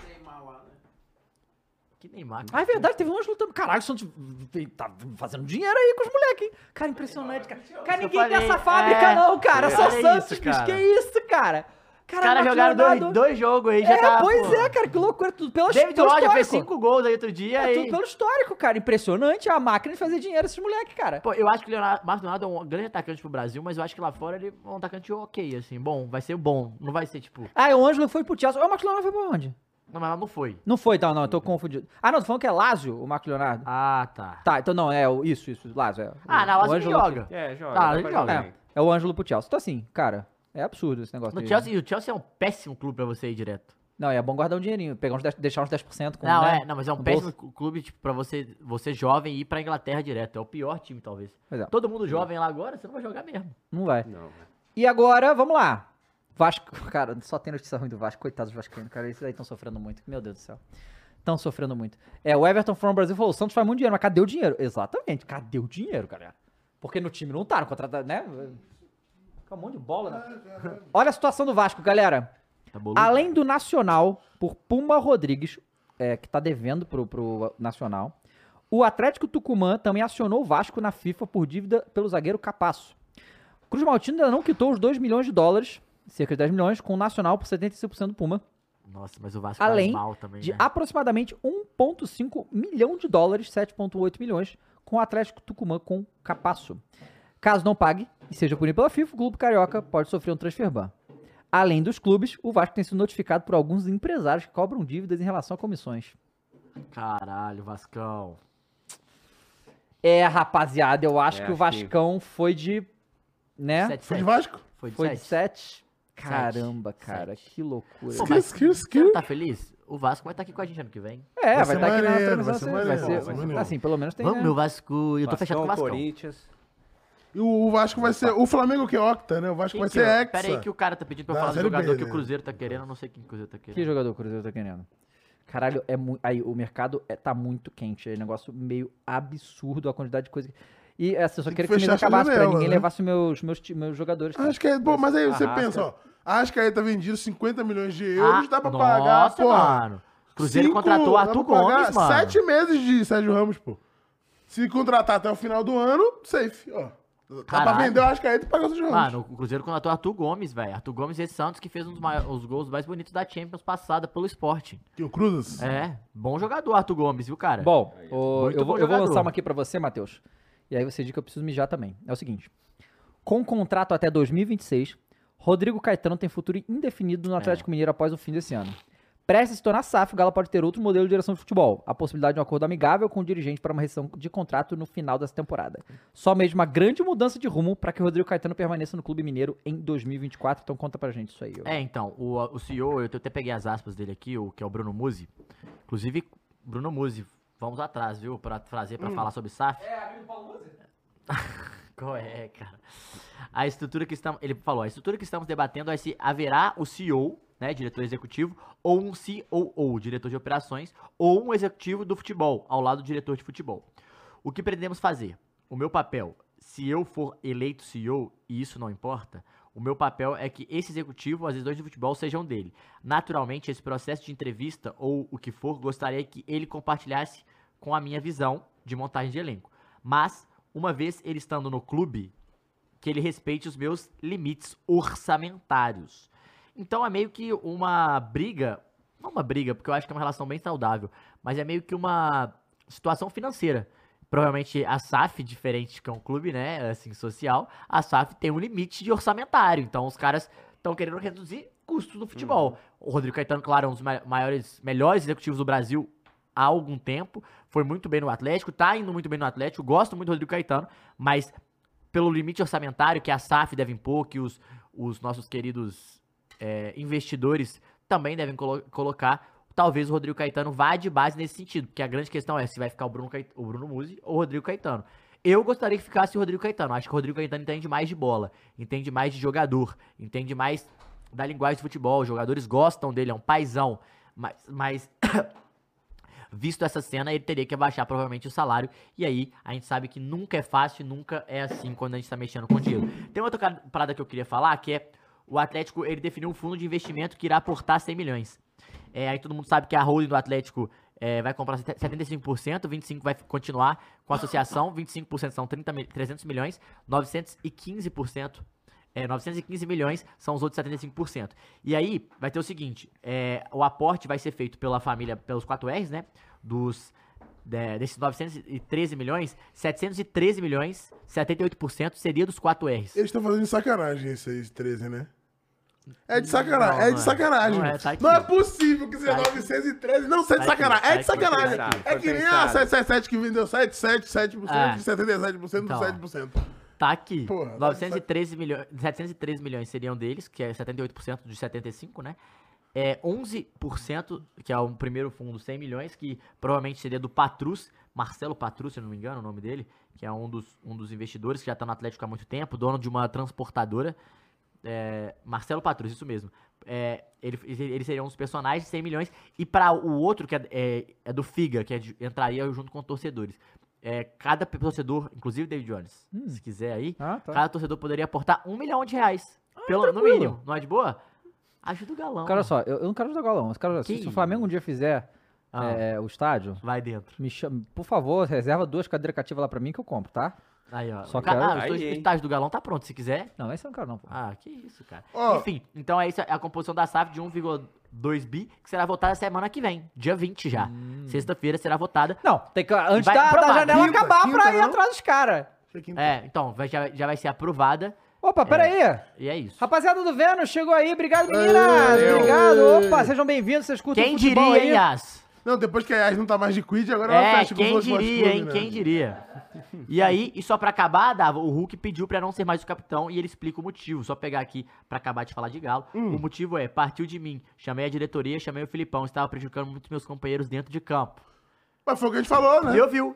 Speaker 4: Que Neymar.
Speaker 1: Ah, é verdade, teve um lance lutando. Caralho, o Santos v- tá fazendo dinheiro aí com os moleques, hein? Cara, impressionante, cara. Cara,
Speaker 4: eu
Speaker 1: ninguém tem
Speaker 4: falei,
Speaker 1: essa fábrica,
Speaker 4: é.
Speaker 1: não, cara. Só
Speaker 4: Olha isso,
Speaker 1: Santos, bicho.
Speaker 4: cara.
Speaker 1: Que isso, cara?
Speaker 4: Os caras jogaram dois, dois jogos aí, já
Speaker 1: É,
Speaker 4: tá.
Speaker 1: pois
Speaker 4: pô.
Speaker 1: é, cara, que loucura. Tudo pelo
Speaker 4: David
Speaker 1: pelo
Speaker 4: Roger fez
Speaker 1: é um histórico.
Speaker 4: cinco gols aí outro dia
Speaker 1: É
Speaker 4: e...
Speaker 1: tudo pelo histórico, cara. Impressionante a máquina de fazer dinheiro, esses moleques, cara.
Speaker 4: Pô, eu acho que o Leonardo, Marcos Leonardo é um grande atacante pro Brasil, mas eu acho que lá fora ele é um atacante ok, assim, bom, vai ser bom, não vai ser tipo...
Speaker 1: Ah, e o Ângelo foi pro Chelsea. Ah, O Marcos Leonardo foi pra onde?
Speaker 4: Não, mas lá não foi.
Speaker 1: Não foi, então, não, eu tô confundido. Ah, não, tu falando que é Lázio, o Marcos Leonardo.
Speaker 4: Ah, tá.
Speaker 1: Tá, então não, é o- isso, isso, Lázio. É,
Speaker 4: Ah,
Speaker 1: O-
Speaker 4: na
Speaker 1: o
Speaker 4: Lazio ele
Speaker 1: Ângelo-
Speaker 4: joga.
Speaker 3: É, joga.
Speaker 4: Tá,
Speaker 3: dá
Speaker 4: ele
Speaker 3: pra
Speaker 4: joga.
Speaker 3: jogar.
Speaker 1: É, é o Ângelo pro Chelsea. Então assim, cara, é absurdo esse negócio
Speaker 4: No
Speaker 1: de-
Speaker 4: Chelsea, e o Chelsea é um péssimo clube pra você ir direto.
Speaker 1: Não, é bom guardar um dinheirinho, pegar uns 10, deixar uns 10% com
Speaker 4: não,
Speaker 1: né?
Speaker 4: é, não, mas é um
Speaker 1: no
Speaker 4: péssimo
Speaker 1: bolso.
Speaker 4: cu- clube tipo, pra você, você jovem ir pra Inglaterra direto. É o pior time, talvez.
Speaker 1: Pois é.
Speaker 4: Todo mundo jovem lá agora, você não vai jogar mesmo.
Speaker 1: Não vai.
Speaker 3: Não.
Speaker 1: E agora, vamos lá. Vasco, cara, só tem notícia ruim do Vasco. Coitados do Vascaíno, cara. Esses aí estão sofrendo muito. Meu Deus do céu. Estão sofrendo muito. É, o Everton from Brasil falou: o Santos faz muito dinheiro, mas cadê o dinheiro? Exatamente, cadê o dinheiro, galera? Porque no time não tá, no contrato, né? Fica um monte de bola, né? Olha a situação do Vasco, galera.
Speaker 4: Tá boludo.
Speaker 1: Além do Nacional, por Puma Rodrigues, é, que tá devendo pro, pro Nacional, o Atlético Tucumã também acionou o Vasco na FIFA por dívida pelo zagueiro Capasso. Cruz Maltino ainda não quitou os 2 milhões de dólares, cerca de 10 milhões, com o Nacional por 75% do Puma,
Speaker 4: Nossa, mas o Vasco
Speaker 1: Além
Speaker 4: faz mal também,
Speaker 1: de
Speaker 4: né?
Speaker 1: aproximadamente 1,5 milhão de dólares, 7,8 milhões, com o Atlético Tucumã com Capasso. Caso não pague e seja punido pela FIFA, o clube carioca pode sofrer um transfer ban. Além dos clubes, o Vasco tem sido notificado por alguns empresários que cobram dívidas em relação a comissões.
Speaker 4: Caralho, Vascão.
Speaker 1: É, rapaziada, eu acho
Speaker 3: É,
Speaker 1: que o
Speaker 3: acho que-
Speaker 1: Vascão foi de. Né?
Speaker 4: Sete,
Speaker 2: Foi de
Speaker 4: sete.
Speaker 2: Vasco?
Speaker 4: Foi de
Speaker 1: foi de
Speaker 4: sete.
Speaker 1: 7. Caramba,
Speaker 4: Sete.
Speaker 1: cara,
Speaker 4: Sete.
Speaker 1: que loucura.
Speaker 4: Pô, mas
Speaker 2: Skis, skis,
Speaker 4: você
Speaker 2: skis.
Speaker 4: não tá feliz? O Vasco vai estar aqui com a gente ano que vem.
Speaker 1: é,
Speaker 2: vai
Speaker 1: vai
Speaker 2: ser
Speaker 1: estar aqui na
Speaker 2: maneiro,
Speaker 1: transmissão.
Speaker 2: vai ser
Speaker 1: assim,
Speaker 2: maneiro,
Speaker 1: vai ser-
Speaker 2: vai ser maneiro.
Speaker 1: Assim, pelo menos tem.
Speaker 4: Vamos,
Speaker 1: né?
Speaker 4: meu Vasco. Eu tô fechado com o
Speaker 3: Vascão,
Speaker 4: Vasco.
Speaker 3: Corinthians.
Speaker 2: E o Vasco vai ser. O Flamengo que é octa, né? O Vasco vai ser hexa.
Speaker 4: Pera aí que o cara tá pedindo pra eu
Speaker 2: Da
Speaker 4: falar do
Speaker 2: Série B,
Speaker 4: jogador que o
Speaker 2: né?
Speaker 4: Cruzeiro tá querendo, eu não sei quem o Cruzeiro tá
Speaker 1: Que
Speaker 4: querendo.
Speaker 1: jogador o Cruzeiro tá querendo? Caralho, é muito. Aí, o mercado é, tá muito quente. É um negócio meio absurdo a quantidade de coisa. que- E assim, eu só
Speaker 2: Tem que
Speaker 1: queria que o menino
Speaker 2: fechar essa
Speaker 1: acabasse pra
Speaker 2: janela,
Speaker 1: ninguém
Speaker 2: né?
Speaker 1: levasse meus, meus, ti- meus jogadores. cara.
Speaker 2: Acho que é. Pô, mas aí você
Speaker 3: Arrasca.
Speaker 2: pensa, ó. Acho que aí tá vendido 50 milhões de euros, dá pra pagar,
Speaker 4: Ah, nossa,
Speaker 2: pô.
Speaker 4: mano. Cruzeiro
Speaker 2: Cinco,
Speaker 4: contratou
Speaker 2: dá
Speaker 4: Arthur
Speaker 2: pra pagar
Speaker 4: Gomes, mano.
Speaker 2: Sete meses de Sérgio Ramos, pô. Se contratar até o final do ano, safe, ó. Dá pra
Speaker 4: Caralho.
Speaker 2: vender o Arrascaeta e pagar o Sérgio Ramos.
Speaker 4: Mano, o Cruzeiro contratou Arthur Gomes, velho. Arthur Gomes e esse Santos que fez um dos mai- os gols mais bonitos da Champions passada pelo Sporting.
Speaker 2: Que o Cruzes.
Speaker 4: É, bom jogador Arthur Gomes, viu, cara?
Speaker 1: Bom, o-
Speaker 4: É Muito
Speaker 1: eu, vou,
Speaker 4: bom
Speaker 1: eu vou lançar
Speaker 4: jogador.
Speaker 1: uma aqui pra você, Matheus. E aí você diz que eu preciso mijar também. É o seguinte: com contrato até 2026, Rodrigo Caetano tem futuro indefinido no
Speaker 4: É.
Speaker 1: Atlético Mineiro após o fim desse ano. Prestes a se tornar SAF, o Galo pode ter outro modelo de direção de futebol. A possibilidade de um acordo amigável com o dirigente para uma rescisão de contrato no final dessa temporada. Só mesmo uma grande mudança de rumo para que o Rodrigo Caetano permaneça no Clube Mineiro em 2024. Então conta pra gente isso aí. ô.
Speaker 4: É, então, o, o CEO, eu até peguei as aspas dele aqui, o que é o Bruno Musi. Inclusive, Bruno Musi, vamos atrás, viu, pra trazer, pra falar sobre SAF. É, amigo do Paulo Musi? Qual é, cara? A estrutura que estamos, ele falou, a estrutura que estamos debatendo é se haverá o CEO, né, diretor executivo, ou um COO, diretor de operações, ou um executivo do futebol, ao lado do diretor de futebol. O que pretendemos fazer? O meu papel, se eu for eleito CEO, e isso não importa, o meu papel é que esse executivo, as decisões de futebol sejam dele. Naturalmente, esse processo de entrevista ou o que for, gostaria que ele compartilhasse com a minha visão de montagem de elenco. Mas, uma vez ele estando no clube, que ele respeite os meus limites orçamentários. Então é meio que uma briga, não uma briga, porque eu acho que é uma relação bem saudável, mas é meio que uma situação financeira. Provavelmente a SAF, diferente que é um clube, né, assim, social, a SAF tem um limite de orçamentário, então os caras estão querendo reduzir custos no futebol. O Rodrigo Caetano, claro, é um dos ma- maiores, melhores executivos do Brasil há algum tempo, foi muito bem no Atlético, tá indo muito bem no Atlético, gosto muito do Rodrigo Caetano, mas pelo limite orçamentário que a SAF deve impor, que os, os nossos queridos é, investidores também devem colo- colocar. Talvez o Rodrigo Caetano vá de base nesse sentido, porque a grande questão é se vai ficar o Bruno, Cait- o Bruno Musi ou o Rodrigo Caetano. Eu gostaria que ficasse o Rodrigo Caetano. Acho que o Rodrigo Caetano entende mais de bola, entende mais de jogador, entende mais da linguagem do futebol. Os jogadores gostam dele, é um paizão. Mas, mas visto essa cena, ele teria que abaixar provavelmente o salário. E aí, a gente sabe que nunca é fácil, nunca é assim quando a gente tá mexendo com dinheiro. Tem outra cara- parada que eu queria falar, que é o Atlético, ele definiu um fundo de investimento que irá aportar 100 milhões. É, aí todo mundo sabe que a holding do Atlético é, vai comprar 75%, 25% vai continuar com a associação, 25% são 30, mil- 300 milhões, 915%. É, 915 milhões são os outros 75%. E aí, vai ter o seguinte: é, o aporte vai ser feito pela família, pelos 4Rs, né? Dos, de- desses 913 milhões, 713 milhões, 78% seria dos 4Rs.
Speaker 2: Eles estão fazendo de sacanagem esse aí, 13, né? É de sacanagem, é
Speaker 4: Não, não
Speaker 2: de
Speaker 4: é.
Speaker 2: sacanagem.
Speaker 4: Não
Speaker 2: Não
Speaker 4: é,
Speaker 2: é,
Speaker 4: tá aqui.
Speaker 2: possível que seja
Speaker 4: Tá aqui.
Speaker 2: 913. Não, você é de
Speaker 4: Tá aqui,
Speaker 2: sacanagem.
Speaker 4: tá
Speaker 2: É de
Speaker 4: aqui, foi
Speaker 2: sacanagem.
Speaker 3: pensado,
Speaker 2: É
Speaker 3: foi
Speaker 2: que nem a
Speaker 3: pensado.
Speaker 2: 777 que vendeu 7, 7, 7%,
Speaker 4: É.
Speaker 2: 77%
Speaker 4: Então.
Speaker 2: do 7%.
Speaker 4: Tá aqui.
Speaker 2: Porra,
Speaker 4: 913 milhões, 713 milhões seriam deles, que é 78% dos 75, né? É 11%, que é o primeiro fundo, 100 milhões, que provavelmente seria do Patrus, Marcelo Patrus, se eu não me engano, o nome dele, que é um dos, um dos investidores que já tá no Atlético há muito tempo, dono de uma transportadora. É, Marcelo Patrus, isso mesmo. É, ele, ele seria um dos personagens, 100 milhões. E para o outro, que é, é, é do Figa, que é de- entraria junto com torcedores. É, cada torcedor, inclusive David Jones, se quiser aí,
Speaker 1: Ah, tá. Ah,
Speaker 4: cada torcedor poderia aportar um milhão de reais. pelo, no
Speaker 1: tranquilo.
Speaker 4: mínimo, não é de boa? Ajuda o galão.
Speaker 1: Cara, olha só, eu, eu não quero jogar golão. Cara, se,
Speaker 4: um. Que
Speaker 1: se o Flamengo um dia fizer
Speaker 4: Ah.
Speaker 1: é, o estádio,
Speaker 4: Vai dentro.
Speaker 1: me chama, por favor, reserva duas cadeiras cativas lá pra mim que eu compro, tá?
Speaker 4: Aí, ó.
Speaker 1: Só
Speaker 4: Só
Speaker 1: que aí-
Speaker 4: os dois
Speaker 3: aí, hein?
Speaker 4: estágios do galão tá pronto, se quiser.
Speaker 1: Não, esse eu não quero não, pô.
Speaker 4: Ah, que isso, cara.
Speaker 2: Ó.
Speaker 4: Enfim, então é isso. É a composição da SAF de 1,2 bi, que será votada semana que vem, dia 20
Speaker 1: Hum.
Speaker 4: já. Sexta-feira será votada.
Speaker 1: Não, tem que, antes
Speaker 4: Hum. Vai
Speaker 1: da, da
Speaker 4: provar.
Speaker 1: janela
Speaker 2: Quinta,
Speaker 1: acabar pra
Speaker 2: quinta,
Speaker 1: ir
Speaker 2: não?
Speaker 1: atrás dos caras.
Speaker 4: É, então, vai- já, já vai ser aprovada.
Speaker 1: Opa, peraí.
Speaker 4: E é isso.
Speaker 1: Rapaziada do Vênus, chegou aí. Obrigado, meninas.
Speaker 2: Valeu.
Speaker 1: Obrigado. Opa, sejam bem-vindos. Vocês curtem
Speaker 4: Quem
Speaker 1: futebol
Speaker 4: diria, hein,
Speaker 1: aí. é
Speaker 4: Yas?
Speaker 2: Não, depois que a Yas não tá mais de quid, agora ela
Speaker 4: É,
Speaker 2: fecha com os
Speaker 4: quem
Speaker 2: outros
Speaker 4: diria,
Speaker 2: clubes,
Speaker 4: hein?
Speaker 2: né?
Speaker 4: Quem diria? E aí, e só pra acabar, Dava, o Hulk pediu pra não ser mais o capitão e ele explica o motivo. Só pegar aqui pra acabar de falar de Galo.
Speaker 2: Hum.
Speaker 4: O motivo é, partiu de mim. Chamei a diretoria, chamei o Filipão. Estava prejudicando muito meus companheiros dentro de campo.
Speaker 2: Mas foi o que a gente falou, né?
Speaker 4: E ouviu.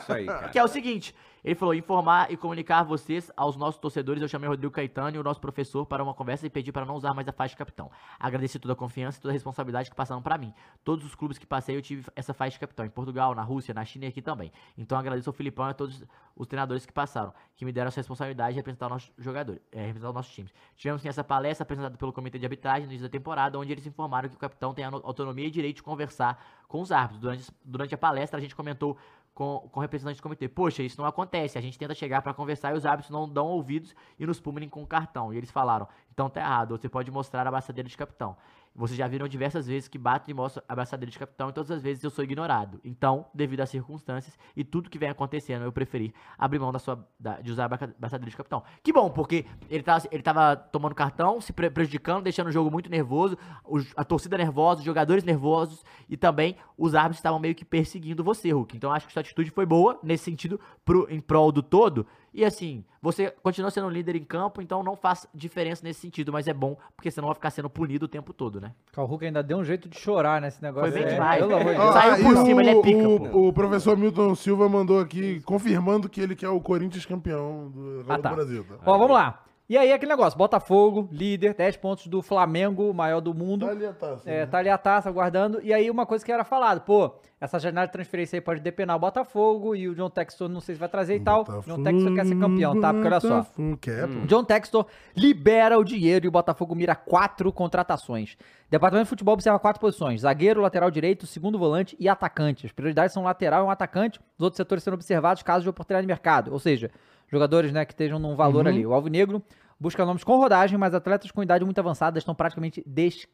Speaker 3: Isso aí, cara.
Speaker 4: Que é o seguinte, ele falou, informar e comunicar vocês aos nossos torcedores, eu chamei o Rodrigo Caetano e o nosso professor para uma conversa e pedi para não usar mais a faixa de capitão. Agradeci toda a confiança e toda a responsabilidade que passaram para mim. Todos os clubes que passei eu tive essa faixa de capitão, em Portugal, na Rússia, na China e aqui também. Então agradeço ao Filipão e a todos os treinadores que passaram, que me deram essa responsabilidade de representar os nossos jogadores, é, representar os nossos times. Tivemos sim essa palestra apresentada pelo Comitê de Arbitragem no início da temporada, onde eles informaram que o capitão tem a no- autonomia e direito de conversar com os árbitros. Durante, durante a palestra, a gente comentou com, com representantes do comitê. Poxa, isso não acontece. A gente tenta chegar pra conversar e os árbitros não dão ouvidos e nos punem com o cartão. E eles falaram: então tá errado, você pode mostrar a abraçadeira de capitão. Vocês já viram diversas vezes que bato e mostro a abraçadeira de capitão e todas as vezes eu sou ignorado. Então, devido às circunstâncias e tudo que vem acontecendo, eu preferi abrir mão da sua, da- de usar a abraca- abraçadeira de capitão. Que bom, porque ele tava, ele tava tomando cartão, se pre- prejudicando, deixando o jogo muito nervoso, os- a torcida nervosa, os jogadores nervosos e também os árbitros estavam meio que perseguindo você, Hulk. Então acho que sua atitude foi boa nesse sentido, pro, em prol do todo. E assim, você continua sendo um líder em campo, então não faz diferença nesse sentido, mas é bom, porque você não vai ficar sendo punido o tempo todo, né?
Speaker 1: Cara, O Hulk ainda deu um jeito de chorar nesse negócio.
Speaker 4: Foi bem
Speaker 1: aí,
Speaker 4: demais.
Speaker 1: Pelo amor de Deus.
Speaker 4: Ó, Saiu
Speaker 2: aí
Speaker 4: por cima, ele é pica,
Speaker 2: O, o professor Milton Silva mandou aqui, confirmando que ele quer o Corinthians campeão do,
Speaker 1: Ah,
Speaker 2: do
Speaker 1: tá.
Speaker 2: Brasil. Tá?
Speaker 1: Ó, vamos lá. E aí, aquele negócio. Botafogo, líder, 10 pontos do Flamengo, maior do mundo.
Speaker 2: Tá ali a taça,
Speaker 1: É,
Speaker 2: né?
Speaker 1: tá ali a taça aguardando. E aí, uma coisa que era falado, pô, essa janela de transferência aí pode depenar o Botafogo e o John Textor não sei se vai trazer e tal. O John Textor quer ser campeão, tá? Porque olha só.
Speaker 2: Botafogo, Quer, pô.
Speaker 1: O John Textor libera o dinheiro e o Botafogo mira quatro contratações. Departamento de Futebol observa quatro posições: zagueiro, lateral direito, segundo volante e atacante. As prioridades são lateral e um atacante, os outros setores sendo observados caso de oportunidade de mercado. Ou seja, jogadores né, que estejam num valor
Speaker 2: Uhum.
Speaker 1: ali. O Alvinegro busca nomes com rodagem, mas atletas com idade muito avançada estão praticamente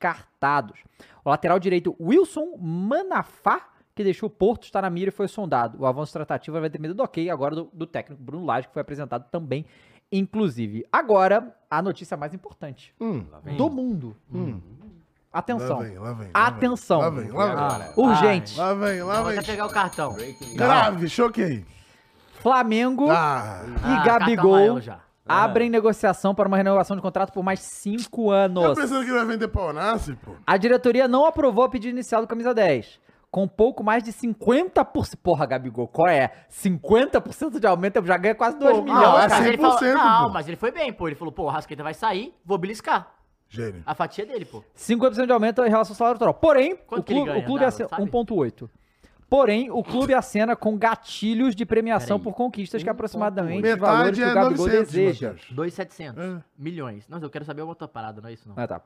Speaker 1: descartados. O lateral direito, Wilson Manafá. Que deixou o Porto, está na mira e foi sondado. O avanço tratativo vai depender do ok agora do, do técnico Bruno Lage, que foi apresentado também Inclusive, agora, a notícia mais importante
Speaker 2: Tá
Speaker 3: Lá vem.
Speaker 1: do mundo.
Speaker 2: Lá
Speaker 1: Atenção.
Speaker 2: vem, Hum. lá vem. lá
Speaker 1: Atenção. Ah,
Speaker 2: vem, Lá vem, lá vem.
Speaker 1: Urgente.
Speaker 2: Lá vem, lá
Speaker 4: Vou até
Speaker 1: é
Speaker 2: vem.
Speaker 4: pegar o cartão.
Speaker 2: Grave, choquei.
Speaker 1: Flamengo
Speaker 2: Ah,
Speaker 4: Ah,
Speaker 1: e
Speaker 4: cartão amarelo
Speaker 1: Gabigol
Speaker 4: já.
Speaker 1: abrem negociação para uma renovação de contrato por mais cinco
Speaker 2: tá
Speaker 1: anos.
Speaker 2: pensando que ele vai vender pra Onassi, pô?
Speaker 1: A diretoria não aprovou a pedida inicial do Camisa 10. Com pouco mais de 50%. Porra, Gabigol, qual é? 50% de aumento, eu já ganha quase 2
Speaker 2: Pô,
Speaker 4: Não,
Speaker 1: milhões, cara.
Speaker 2: é
Speaker 4: mas ele falou-
Speaker 2: 100%,
Speaker 4: não,
Speaker 2: pô.
Speaker 4: mas ele foi bem, pô. Ele falou, pô, o Rasqueta vai sair, vou beliscar.
Speaker 2: Gênio.
Speaker 4: A fatia dele, pô.
Speaker 1: 50% de aumento em relação ao salário total. Porém,
Speaker 4: Quanto
Speaker 1: o
Speaker 4: que ele
Speaker 1: clube,
Speaker 4: ganha,
Speaker 1: o clube
Speaker 4: Dava,
Speaker 1: acena-
Speaker 4: sabe?
Speaker 1: 1.8. Porém, o clube acena com gatilhos de premiação
Speaker 4: Peraí.
Speaker 1: por conquistas que
Speaker 4: 1.8.
Speaker 1: aproximadamente os valores
Speaker 2: Metade
Speaker 1: que o
Speaker 2: é
Speaker 1: Gabigol
Speaker 2: 900,
Speaker 1: deseja.
Speaker 2: Matheus.
Speaker 4: 2,700
Speaker 2: É.
Speaker 4: milhões. Nossa, eu quero saber outra parada, não é isso não.
Speaker 1: Ah, tá.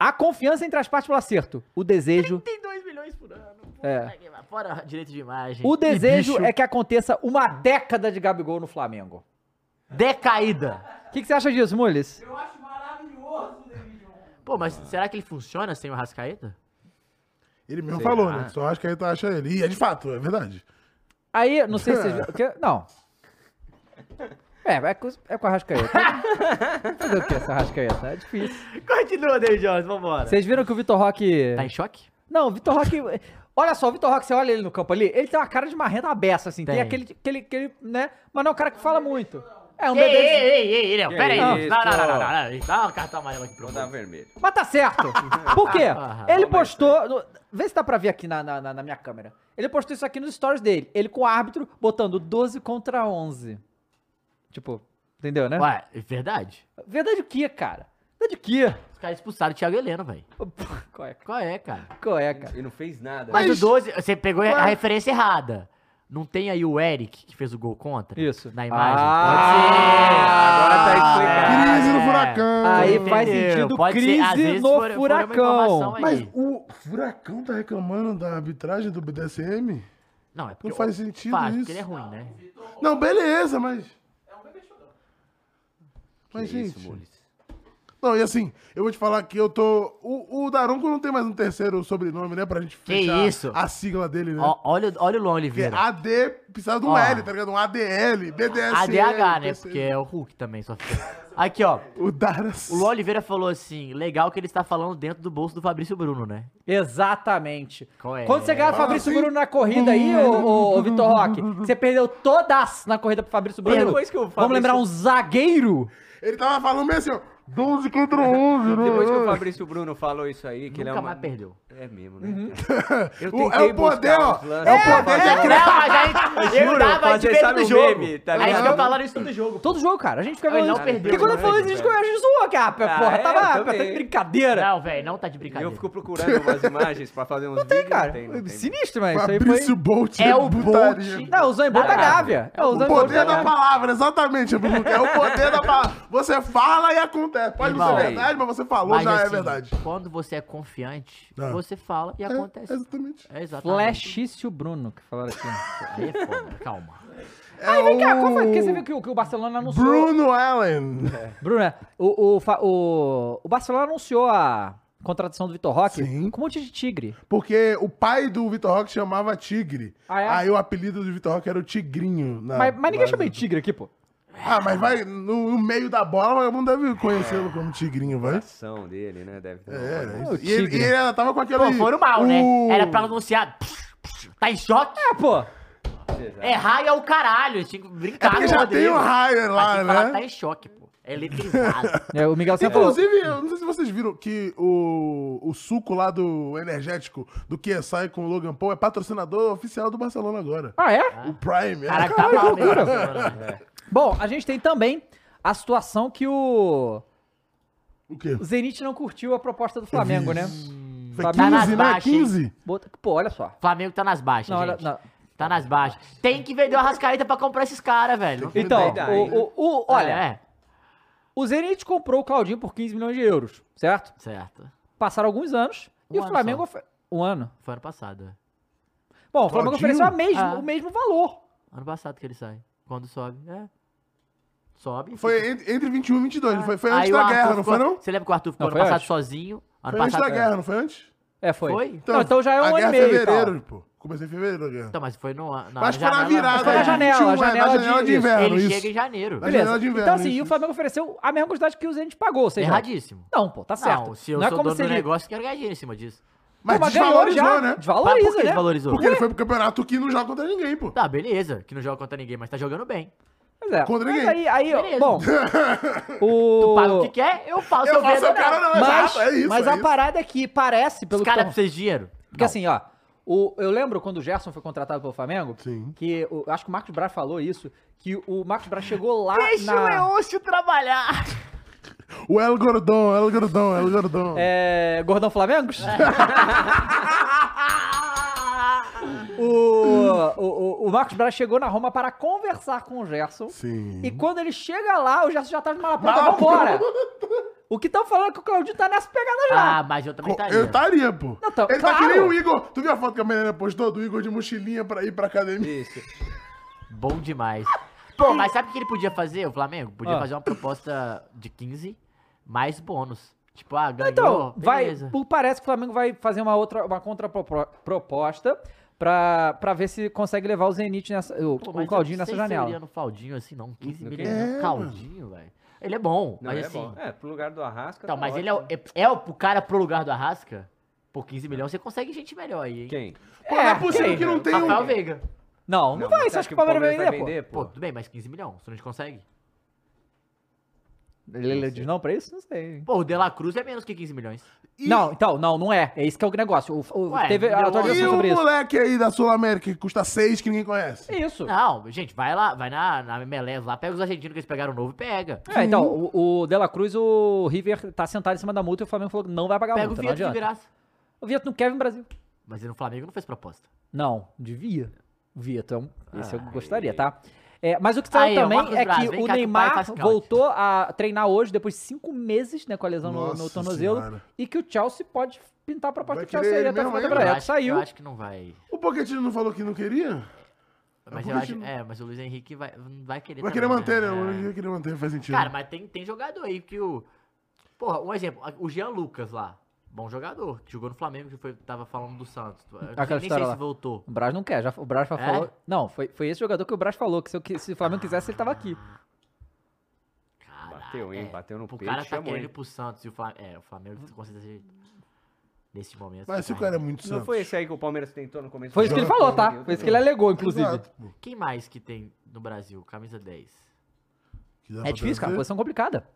Speaker 1: A confiança entre as partes pelo acerto, o desejo
Speaker 4: 32 milhões por ano.
Speaker 1: É.
Speaker 4: Puta que- Fora direito de imagem.
Speaker 1: O desejo
Speaker 4: bicho.
Speaker 1: é que aconteça uma década de Gabigol no Flamengo.
Speaker 4: é- Decaída.
Speaker 1: O que, que você acha disso, Mules?
Speaker 4: Pô, mas será que ele funciona sem o Rascaeta?
Speaker 2: Ele mesmo
Speaker 3: Sei
Speaker 2: falou,
Speaker 3: lá.
Speaker 1: Ah.
Speaker 2: né? Só acho que aí tu acha ele. E é de fato, é verdade.
Speaker 1: Aí, não sei se vocês. que- Não. É, é com, é com a Rascaeta. Fazer o que essa Rascaeta? É difícil.
Speaker 4: Continua, David Jones, vambora.
Speaker 1: Vocês viram que o Vitor Roque.
Speaker 4: Tá em choque?
Speaker 1: Não, o Vitor Roque. Olha só, o Vitor Roque, você olha ele no campo ali, ele tem uma cara de marrenta aberta, assim. Tem,
Speaker 4: Tem.
Speaker 1: aquele, aquele, aquele. né? Mas não é um cara que fala muito. É um
Speaker 4: Ei, ei,
Speaker 1: bebezinho.
Speaker 4: ei, ei, ei, não,
Speaker 3: Que
Speaker 4: pera aí. Não,
Speaker 3: isso?
Speaker 4: não, não, não, não, não, não. Dá um cartão amarelo aqui pro
Speaker 3: Vou dar
Speaker 4: mundo.
Speaker 3: vermelho.
Speaker 1: Mas tá certo. Por quê?
Speaker 4: Ah,
Speaker 1: Ele
Speaker 3: vamos
Speaker 1: postou. no- Vê se dá pra ver aqui na, na, na- na minha câmera. Ele postou isso aqui nos stories dele. Ele com o árbitro botando 12 contra 11. Tipo, entendeu, né?
Speaker 4: Ué, é verdade.
Speaker 1: Verdade o quê, cara? Verdade o quê?
Speaker 4: Os caras expulsaram o Thiago Heleno, velho.
Speaker 1: Qual é,
Speaker 4: Qual é, cara?
Speaker 1: qual é, cara?
Speaker 3: Ele não fez nada.
Speaker 4: Mas,
Speaker 2: Mas-
Speaker 4: o 12, você pegou a
Speaker 2: Ué.
Speaker 4: referência errada. Não tem aí o Eric que fez o gol contra?
Speaker 1: Isso.
Speaker 4: Na imagem?
Speaker 1: Ah,
Speaker 4: Pode ser.
Speaker 3: agora tá explicado.
Speaker 2: Crise no
Speaker 4: É.
Speaker 2: furacão.
Speaker 1: Aí
Speaker 4: Entendeu?
Speaker 1: faz sentido
Speaker 4: Pode ser, às
Speaker 1: crise
Speaker 4: vezes
Speaker 1: no
Speaker 4: foi- foi uma
Speaker 1: furacão.
Speaker 4: informação aí.
Speaker 2: Mas o furacão tá reclamando da arbitragem do BDSM?
Speaker 4: Não, é porque
Speaker 2: Não faz sentido
Speaker 4: faz, porque
Speaker 2: isso.
Speaker 4: ele é ruim, né?
Speaker 2: Não, beleza, mas.
Speaker 1: É um
Speaker 3: Que
Speaker 2: Mas,
Speaker 3: isso,
Speaker 2: gente.
Speaker 3: Mules.
Speaker 2: Não, e assim, eu vou te falar que eu tô. O, o Daronco não tem mais um terceiro sobrenome, né? Pra gente fechar
Speaker 4: isso?
Speaker 2: a sigla dele, né?
Speaker 4: Ó, olha, o- olha o Luan
Speaker 2: Porque
Speaker 4: Oliveira.
Speaker 2: AD precisava de um
Speaker 4: Ó.
Speaker 2: L, tá ligado? Um ADL, BDSM.
Speaker 4: ADH, né?
Speaker 2: BDSM.
Speaker 4: Porque é o Hulk também, só fica. Aqui, ó.
Speaker 2: O Daras.
Speaker 4: O Luan Oliveira falou assim: legal que ele está falando dentro do bolso do Fabrício Bruno, né?
Speaker 1: Exatamente.
Speaker 4: Qual é?
Speaker 1: Quando você ganhar o
Speaker 2: Fala
Speaker 1: Fabrício
Speaker 2: assim.
Speaker 1: Bruno na corrida aí, ô, ô, ô, Vitor Roque, você perdeu todas na corrida pro Fabrício Bruno.
Speaker 3: depois que o
Speaker 1: Vamos
Speaker 3: Fabrício-
Speaker 1: lembrar um zagueiro?
Speaker 2: Ele tava falando meio assim, ó. 12 contra 11, né?
Speaker 3: Depois que o Fabrício Bruno falou isso aí, que ele é
Speaker 4: Nunca
Speaker 3: uma...
Speaker 4: mais perdeu.
Speaker 3: É mesmo, né? Eu
Speaker 2: O- é
Speaker 3: tentei
Speaker 2: o poder,
Speaker 3: buscar
Speaker 2: ó.
Speaker 3: os lances
Speaker 2: É
Speaker 3: pra
Speaker 2: o poder de
Speaker 3: fazer-
Speaker 2: acreditar.
Speaker 4: Não, mas a gente. Eu
Speaker 3: Juro,
Speaker 4: tava de
Speaker 3: fazer,
Speaker 4: medo
Speaker 3: sabe,
Speaker 4: do
Speaker 3: o
Speaker 4: jogo.
Speaker 3: meme, tá
Speaker 4: a gente
Speaker 3: ligado?
Speaker 4: ficou falando isso todo jogo.
Speaker 1: Todo jogo, cara. A gente fica
Speaker 4: Ele não
Speaker 1: isso.
Speaker 4: perdeu,
Speaker 1: Porque quando
Speaker 3: não
Speaker 1: ele falou isso, a
Speaker 3: perdeu,
Speaker 1: gente ficou- a gente zoou, cara. Pô,
Speaker 3: Ah,
Speaker 1: porra,
Speaker 3: é,
Speaker 1: tava,
Speaker 3: eu
Speaker 1: tá de
Speaker 3: também.
Speaker 1: brincadeira.
Speaker 4: Não, velho, não tá de brincadeira.
Speaker 3: Eu fico procurando umas imagens pra fazer uns não
Speaker 1: tem,
Speaker 3: vídeos.
Speaker 1: cara.
Speaker 3: Não tem, não tem.
Speaker 1: Sinistro, mas isso aí
Speaker 2: Fabrício
Speaker 1: foi...
Speaker 2: Bolt né?
Speaker 4: É o
Speaker 2: putaria.
Speaker 4: Bolt.
Speaker 1: Não, o Zambon da
Speaker 4: Caralho.
Speaker 1: Gávea. É o
Speaker 2: O
Speaker 1: Zambon da
Speaker 2: poder da palavra, exatamente, Bruno. É o poder da palavra. Você fala e acontece. Pode não
Speaker 4: Irmão,
Speaker 2: ser verdade, mas você falou,
Speaker 4: Mas,
Speaker 2: já é
Speaker 4: assim,
Speaker 2: verdade.
Speaker 4: Quando você é confiante,
Speaker 2: Ah.
Speaker 4: você fala e acontece.
Speaker 2: É, exatamente.
Speaker 4: É exatamente.
Speaker 1: Flashício Bruno, que falaram aqui.
Speaker 4: Aí é foda, calma.
Speaker 2: É
Speaker 1: Aí vem cá, qual foi?
Speaker 2: o
Speaker 1: Porque você viu que, o- que o Barcelona anunciou...
Speaker 2: Bruno Allen.
Speaker 1: Bruno, é. o, o, fa- o, o Barcelona anunciou a contratação do Vitor Roque
Speaker 2: Sim.
Speaker 1: com um monte de tigre.
Speaker 2: Porque o pai do Vitor Roque chamava Tigre.
Speaker 1: Ah, é?
Speaker 2: Aí o apelido do Vitor Roque era o Tigrinho. na
Speaker 1: mas, mas ninguém
Speaker 2: base.
Speaker 1: chama de tigre aqui, pô.
Speaker 2: Ah, mas vai no, no meio da bola, todo mundo deve conhecê-lo como Tigrinho,
Speaker 3: A
Speaker 2: vai.
Speaker 3: ação dele, né? Deve
Speaker 2: É,
Speaker 3: ter...
Speaker 2: é
Speaker 1: o
Speaker 2: isso. E ele,
Speaker 1: Tigre.
Speaker 2: e ele ainda tava com aquele.
Speaker 4: Pô, foram mal, né?
Speaker 2: o- É
Speaker 4: Era pra anunciar. psh, psh, Tá em choque?
Speaker 1: É, pô.
Speaker 4: É raio ao caralho. Tinha que brincar
Speaker 2: É porque
Speaker 4: com
Speaker 2: já
Speaker 4: Rodrigo.
Speaker 2: tem o Raio
Speaker 4: Mas
Speaker 2: lá,
Speaker 4: tem que falar,
Speaker 2: né?
Speaker 4: Tá em choque, pô. É eletrizado.
Speaker 1: É, o Miguel sempre falou.
Speaker 2: Inclusive, eu não sei se vocês viram que o, o suco lá do energético do QSI com o Logan Paul é patrocinador oficial do Barcelona agora.
Speaker 1: Ah, é?
Speaker 2: O Prime. é.
Speaker 4: Caraca, tá mal, né?
Speaker 1: loucura.
Speaker 4: Barcelona, né?
Speaker 1: Bom, a gente tem também a situação que o
Speaker 2: O quê?
Speaker 1: Zenit não curtiu a proposta do Flamengo, né?
Speaker 2: Foi
Speaker 1: Tá na
Speaker 2: 15, né?
Speaker 4: baixa, hein?
Speaker 2: 15?
Speaker 1: Bota- Pô, olha só.
Speaker 4: Flamengo tá nas baixas,
Speaker 1: Não, olha,
Speaker 4: gente.
Speaker 1: não.
Speaker 4: Tá nas baixas. Tem que vender o Arrascaeta pra comprar esses caras, velho.
Speaker 1: Então,
Speaker 3: Verdade,
Speaker 1: o,
Speaker 2: né?
Speaker 3: hein?
Speaker 1: o- o- olha,
Speaker 4: É,
Speaker 1: o Zenit comprou o Claudinho por 15 milhões de euros, certo?
Speaker 4: certo.
Speaker 1: Passaram alguns anos e
Speaker 4: Um
Speaker 1: o
Speaker 4: ano
Speaker 1: Flamengo.
Speaker 4: só.
Speaker 1: ofe- Um ano.
Speaker 4: Foi ano passado. é.
Speaker 1: Bom, o Flamengo ofereceu
Speaker 2: Claudinho?
Speaker 1: a mesmo-
Speaker 4: Ah.
Speaker 1: o mesmo valor.
Speaker 4: Ano passado que ele sai. Quando sobe, é. Sobe. fica.
Speaker 2: Foi entre, entre 21 e 22, não foi, foi antes
Speaker 4: Aí o
Speaker 2: da
Speaker 4: Arthur
Speaker 2: guerra, não foi
Speaker 4: ficou-
Speaker 2: não?
Speaker 4: Você lembra que o Arthur ficou
Speaker 1: Não,
Speaker 4: ano
Speaker 1: foi
Speaker 4: passado
Speaker 1: antes.
Speaker 4: sozinho? Ano
Speaker 2: Foi antes
Speaker 4: passado. é.
Speaker 2: da guerra, não foi antes?
Speaker 1: É, foi.
Speaker 4: Foi?
Speaker 1: Então, não, então já é um
Speaker 2: a
Speaker 1: ano e
Speaker 2: guerra
Speaker 1: meio.
Speaker 2: é
Speaker 1: e tal.
Speaker 2: fevereiro, pô. Comecei em fevereiro a guerra.
Speaker 4: Então, mas foi no, na,
Speaker 2: Acho que foi na
Speaker 4: janela-
Speaker 2: virada.
Speaker 1: foi na
Speaker 2: né?
Speaker 1: janela,
Speaker 2: 21, é,
Speaker 1: janela
Speaker 2: na janela
Speaker 1: de-
Speaker 2: de,
Speaker 1: isso,
Speaker 2: inverno,
Speaker 4: Ele
Speaker 2: isso.
Speaker 4: chega em janeiro.
Speaker 2: Mas-
Speaker 1: Beleza.
Speaker 2: janela de inverno,
Speaker 1: Então, assim,
Speaker 2: isso.
Speaker 1: e o Flamengo ofereceu a mesma quantidade que o Zenit pagou, ou seja.
Speaker 4: Erradíssimo.
Speaker 1: Não, pô, tá certo.
Speaker 4: Não, se eu
Speaker 1: Não é
Speaker 4: sou
Speaker 1: como
Speaker 4: dono
Speaker 1: se
Speaker 4: do
Speaker 1: ele.
Speaker 4: negócio, eu quero ganhar dinheiro em cima disso.
Speaker 2: Mas
Speaker 1: Pô, ganhou
Speaker 2: desvalorizou,
Speaker 1: já,
Speaker 2: né?
Speaker 4: Mas por
Speaker 1: Desvaloriza,
Speaker 4: que
Speaker 1: né?
Speaker 4: desvalorizou?
Speaker 2: Porque ele foi pro campeonato que não joga contra ninguém, pô.
Speaker 4: Tá, beleza, que não joga contra ninguém, mas tá jogando bem.
Speaker 1: Pois é.
Speaker 2: Contra
Speaker 1: Mas
Speaker 2: ninguém.
Speaker 1: aí, aí, ó,
Speaker 4: Beleza.
Speaker 1: bom.
Speaker 4: Tu paga o
Speaker 1: o...
Speaker 4: que quer, eu faço.
Speaker 2: Eu faço
Speaker 4: vendo,
Speaker 2: o cara, não,
Speaker 1: Mas,
Speaker 2: exato, é isso.
Speaker 1: mas
Speaker 2: é
Speaker 1: a
Speaker 2: isso.
Speaker 1: parada é que parece, pelo
Speaker 4: Os
Speaker 1: que.
Speaker 4: caras
Speaker 1: tão-
Speaker 4: precisam de dinheiro.
Speaker 1: Porque assim, ó. o- eu lembro quando o Gerson foi contratado pelo Flamengo,
Speaker 2: Sim.
Speaker 1: que o- acho que o Marcos Braz falou isso, que o Marcos Braz chegou lá
Speaker 4: Deixa o
Speaker 1: na
Speaker 4: Eúcio trabalhar.
Speaker 2: O El Gordon, El Gordon, El Gordon.
Speaker 1: é, Gordão Flamengos.
Speaker 4: É. Ah,
Speaker 1: o, o, o- o Marcos Braz chegou na Roma para conversar com o Gerson.
Speaker 2: Sim.
Speaker 1: E quando ele chega lá, o Gerson já tá de mala pronta, vambora! O que estão falando é que o Claudinho tá nessa pegada já.
Speaker 4: Ah, mas eu também estaria.
Speaker 2: Eu estaria, pô.
Speaker 1: tá Não, tá-
Speaker 2: Ele tá
Speaker 1: claro.
Speaker 2: que nem o Igor. Tu viu a foto que a Melena postou do Igor de mochilinha pra ir pra academia?
Speaker 3: Isso.
Speaker 4: Bom demais. Pô, mas sabe o que ele podia fazer, o Flamengo? Podia
Speaker 1: Ah.
Speaker 4: fazer uma proposta de 15 mais bônus. Tipo, ah, ganhou,
Speaker 1: então, vai,
Speaker 4: beleza.
Speaker 1: por- parece que o Flamengo vai fazer uma outra, uma contraproposta pra, pra ver se consegue levar o Zenit nessa, o,
Speaker 4: Pô,
Speaker 1: o
Speaker 4: mas eu
Speaker 1: Claudinho
Speaker 4: não sei
Speaker 1: nessa
Speaker 4: se eu iria
Speaker 1: janela.
Speaker 4: no Claudinho assim, não. 15
Speaker 3: No
Speaker 4: milhões
Speaker 3: quê?
Speaker 4: no Claudinho, velho. Ele é bom,
Speaker 3: Não,
Speaker 4: mas
Speaker 3: é
Speaker 4: assim...
Speaker 3: bom. É, pro lugar do Arrasca.
Speaker 4: Então,
Speaker 3: tá
Speaker 4: mas ele é, o-
Speaker 3: ótimo.
Speaker 4: é, é o pro cara pro lugar do Arrasca? Por 15 milhões você consegue gente melhor aí, hein?
Speaker 3: Quem?
Speaker 2: Pô, não é possível
Speaker 1: sim.
Speaker 2: que não tenha um.
Speaker 4: Rafael Veiga.
Speaker 1: Não, não, vai,
Speaker 3: mas
Speaker 1: você acha que o Palmeiras vai vender, pô?
Speaker 4: Pô, tudo bem, mas 15 milhões, você não consegue. é
Speaker 1: Ele, ele diz não pra isso? Não sei.
Speaker 4: Pô, o De La Cruz é menos que 15 milhões.
Speaker 1: Não, então, não, não é. É isso que é o negócio. O, o-
Speaker 4: Ué,
Speaker 1: teve a
Speaker 4: não,
Speaker 2: E
Speaker 1: atualização
Speaker 2: o
Speaker 1: sobre isso. É
Speaker 2: moleque aí da Sul-América que custa seis que ninguém conhece?
Speaker 1: Isso.
Speaker 4: Não, gente, vai lá, vai na, na Melés lá, pega os argentinos que eles pegaram novo e pega.
Speaker 1: É, então,
Speaker 4: Uhum.
Speaker 1: o, o De La Cruz, o River tá sentado em cima da multa e o Flamengo falou que não vai pagar a
Speaker 4: Pega o
Speaker 1: multa, não
Speaker 4: Vieto de
Speaker 1: tá adianta.
Speaker 4: graça.
Speaker 1: O Vieto não quer vir no Brasil.
Speaker 4: Mas ele no Flamengo não fez proposta.
Speaker 1: Não, devia. Vieto, é um- esse eu
Speaker 4: Ai.
Speaker 1: gostaria, tá? É, mas o que saiu
Speaker 4: Aí, ó,
Speaker 1: também
Speaker 4: Marcos
Speaker 1: é
Speaker 4: Braz,
Speaker 1: que
Speaker 4: vem
Speaker 1: o
Speaker 4: cá que o pai
Speaker 1: Neymar
Speaker 4: faz scout.
Speaker 1: voltou a treinar hoje, depois de cinco meses, né, com a lesão no,
Speaker 2: Nossa
Speaker 1: no tornozelo,
Speaker 2: Senhora.
Speaker 1: e que o Chelsea pode pintar a proposta
Speaker 2: Vai
Speaker 1: do Chelsea
Speaker 2: querer
Speaker 1: aí
Speaker 2: ele
Speaker 1: até o
Speaker 2: mesmo é
Speaker 1: final da
Speaker 2: ainda?
Speaker 1: temporada.
Speaker 4: eu, acho,
Speaker 1: Saiu.
Speaker 4: eu acho que não vai.
Speaker 2: O Pochettino não falou que não queria?
Speaker 4: Mas
Speaker 2: porque
Speaker 4: eu acho.
Speaker 2: não-
Speaker 4: É, mas o Luiz Henrique vai, vai querer.
Speaker 2: Vai
Speaker 4: também,
Speaker 2: querer manter, né?
Speaker 4: É.
Speaker 2: O Igor queria manter, faz sentido.
Speaker 4: Cara, mas tem, tem jogador aí que o. Porra, um exemplo, o Jean Lucas lá. Bom jogador, que jogou no Flamengo, que foi, tava falando do Santos. Eu
Speaker 1: Aquela
Speaker 4: nem sei
Speaker 1: história lá.
Speaker 4: se voltou.
Speaker 1: O Braz não quer, já, o Braz já
Speaker 4: É?
Speaker 1: falou. Não, foi, foi esse jogador que o Braz falou, que se, eu qui- se o Flamengo quisesse, ele tava aqui.
Speaker 4: Caraca,
Speaker 3: Bateu, hein?
Speaker 4: é.
Speaker 3: Bateu no
Speaker 4: O
Speaker 3: peito.
Speaker 4: cara tá
Speaker 3: chamou,
Speaker 4: querendo ir
Speaker 3: hein?
Speaker 4: pro Santos e o Flamengo. É, o Flamengo com certeza. Nesse momento.
Speaker 2: Mas se
Speaker 4: tá
Speaker 2: o cara é
Speaker 4: indo.
Speaker 2: muito santo.
Speaker 3: Não foi esse aí que o Palmeiras tentou no começo?
Speaker 1: Foi isso que ele
Speaker 2: Joga
Speaker 1: falou,
Speaker 2: com
Speaker 1: tá? Foi isso que ele alegou, inclusive.
Speaker 4: Quem mais que tem no Brasil? Camisa 10.
Speaker 1: É difícil, cara, uma posição complicada.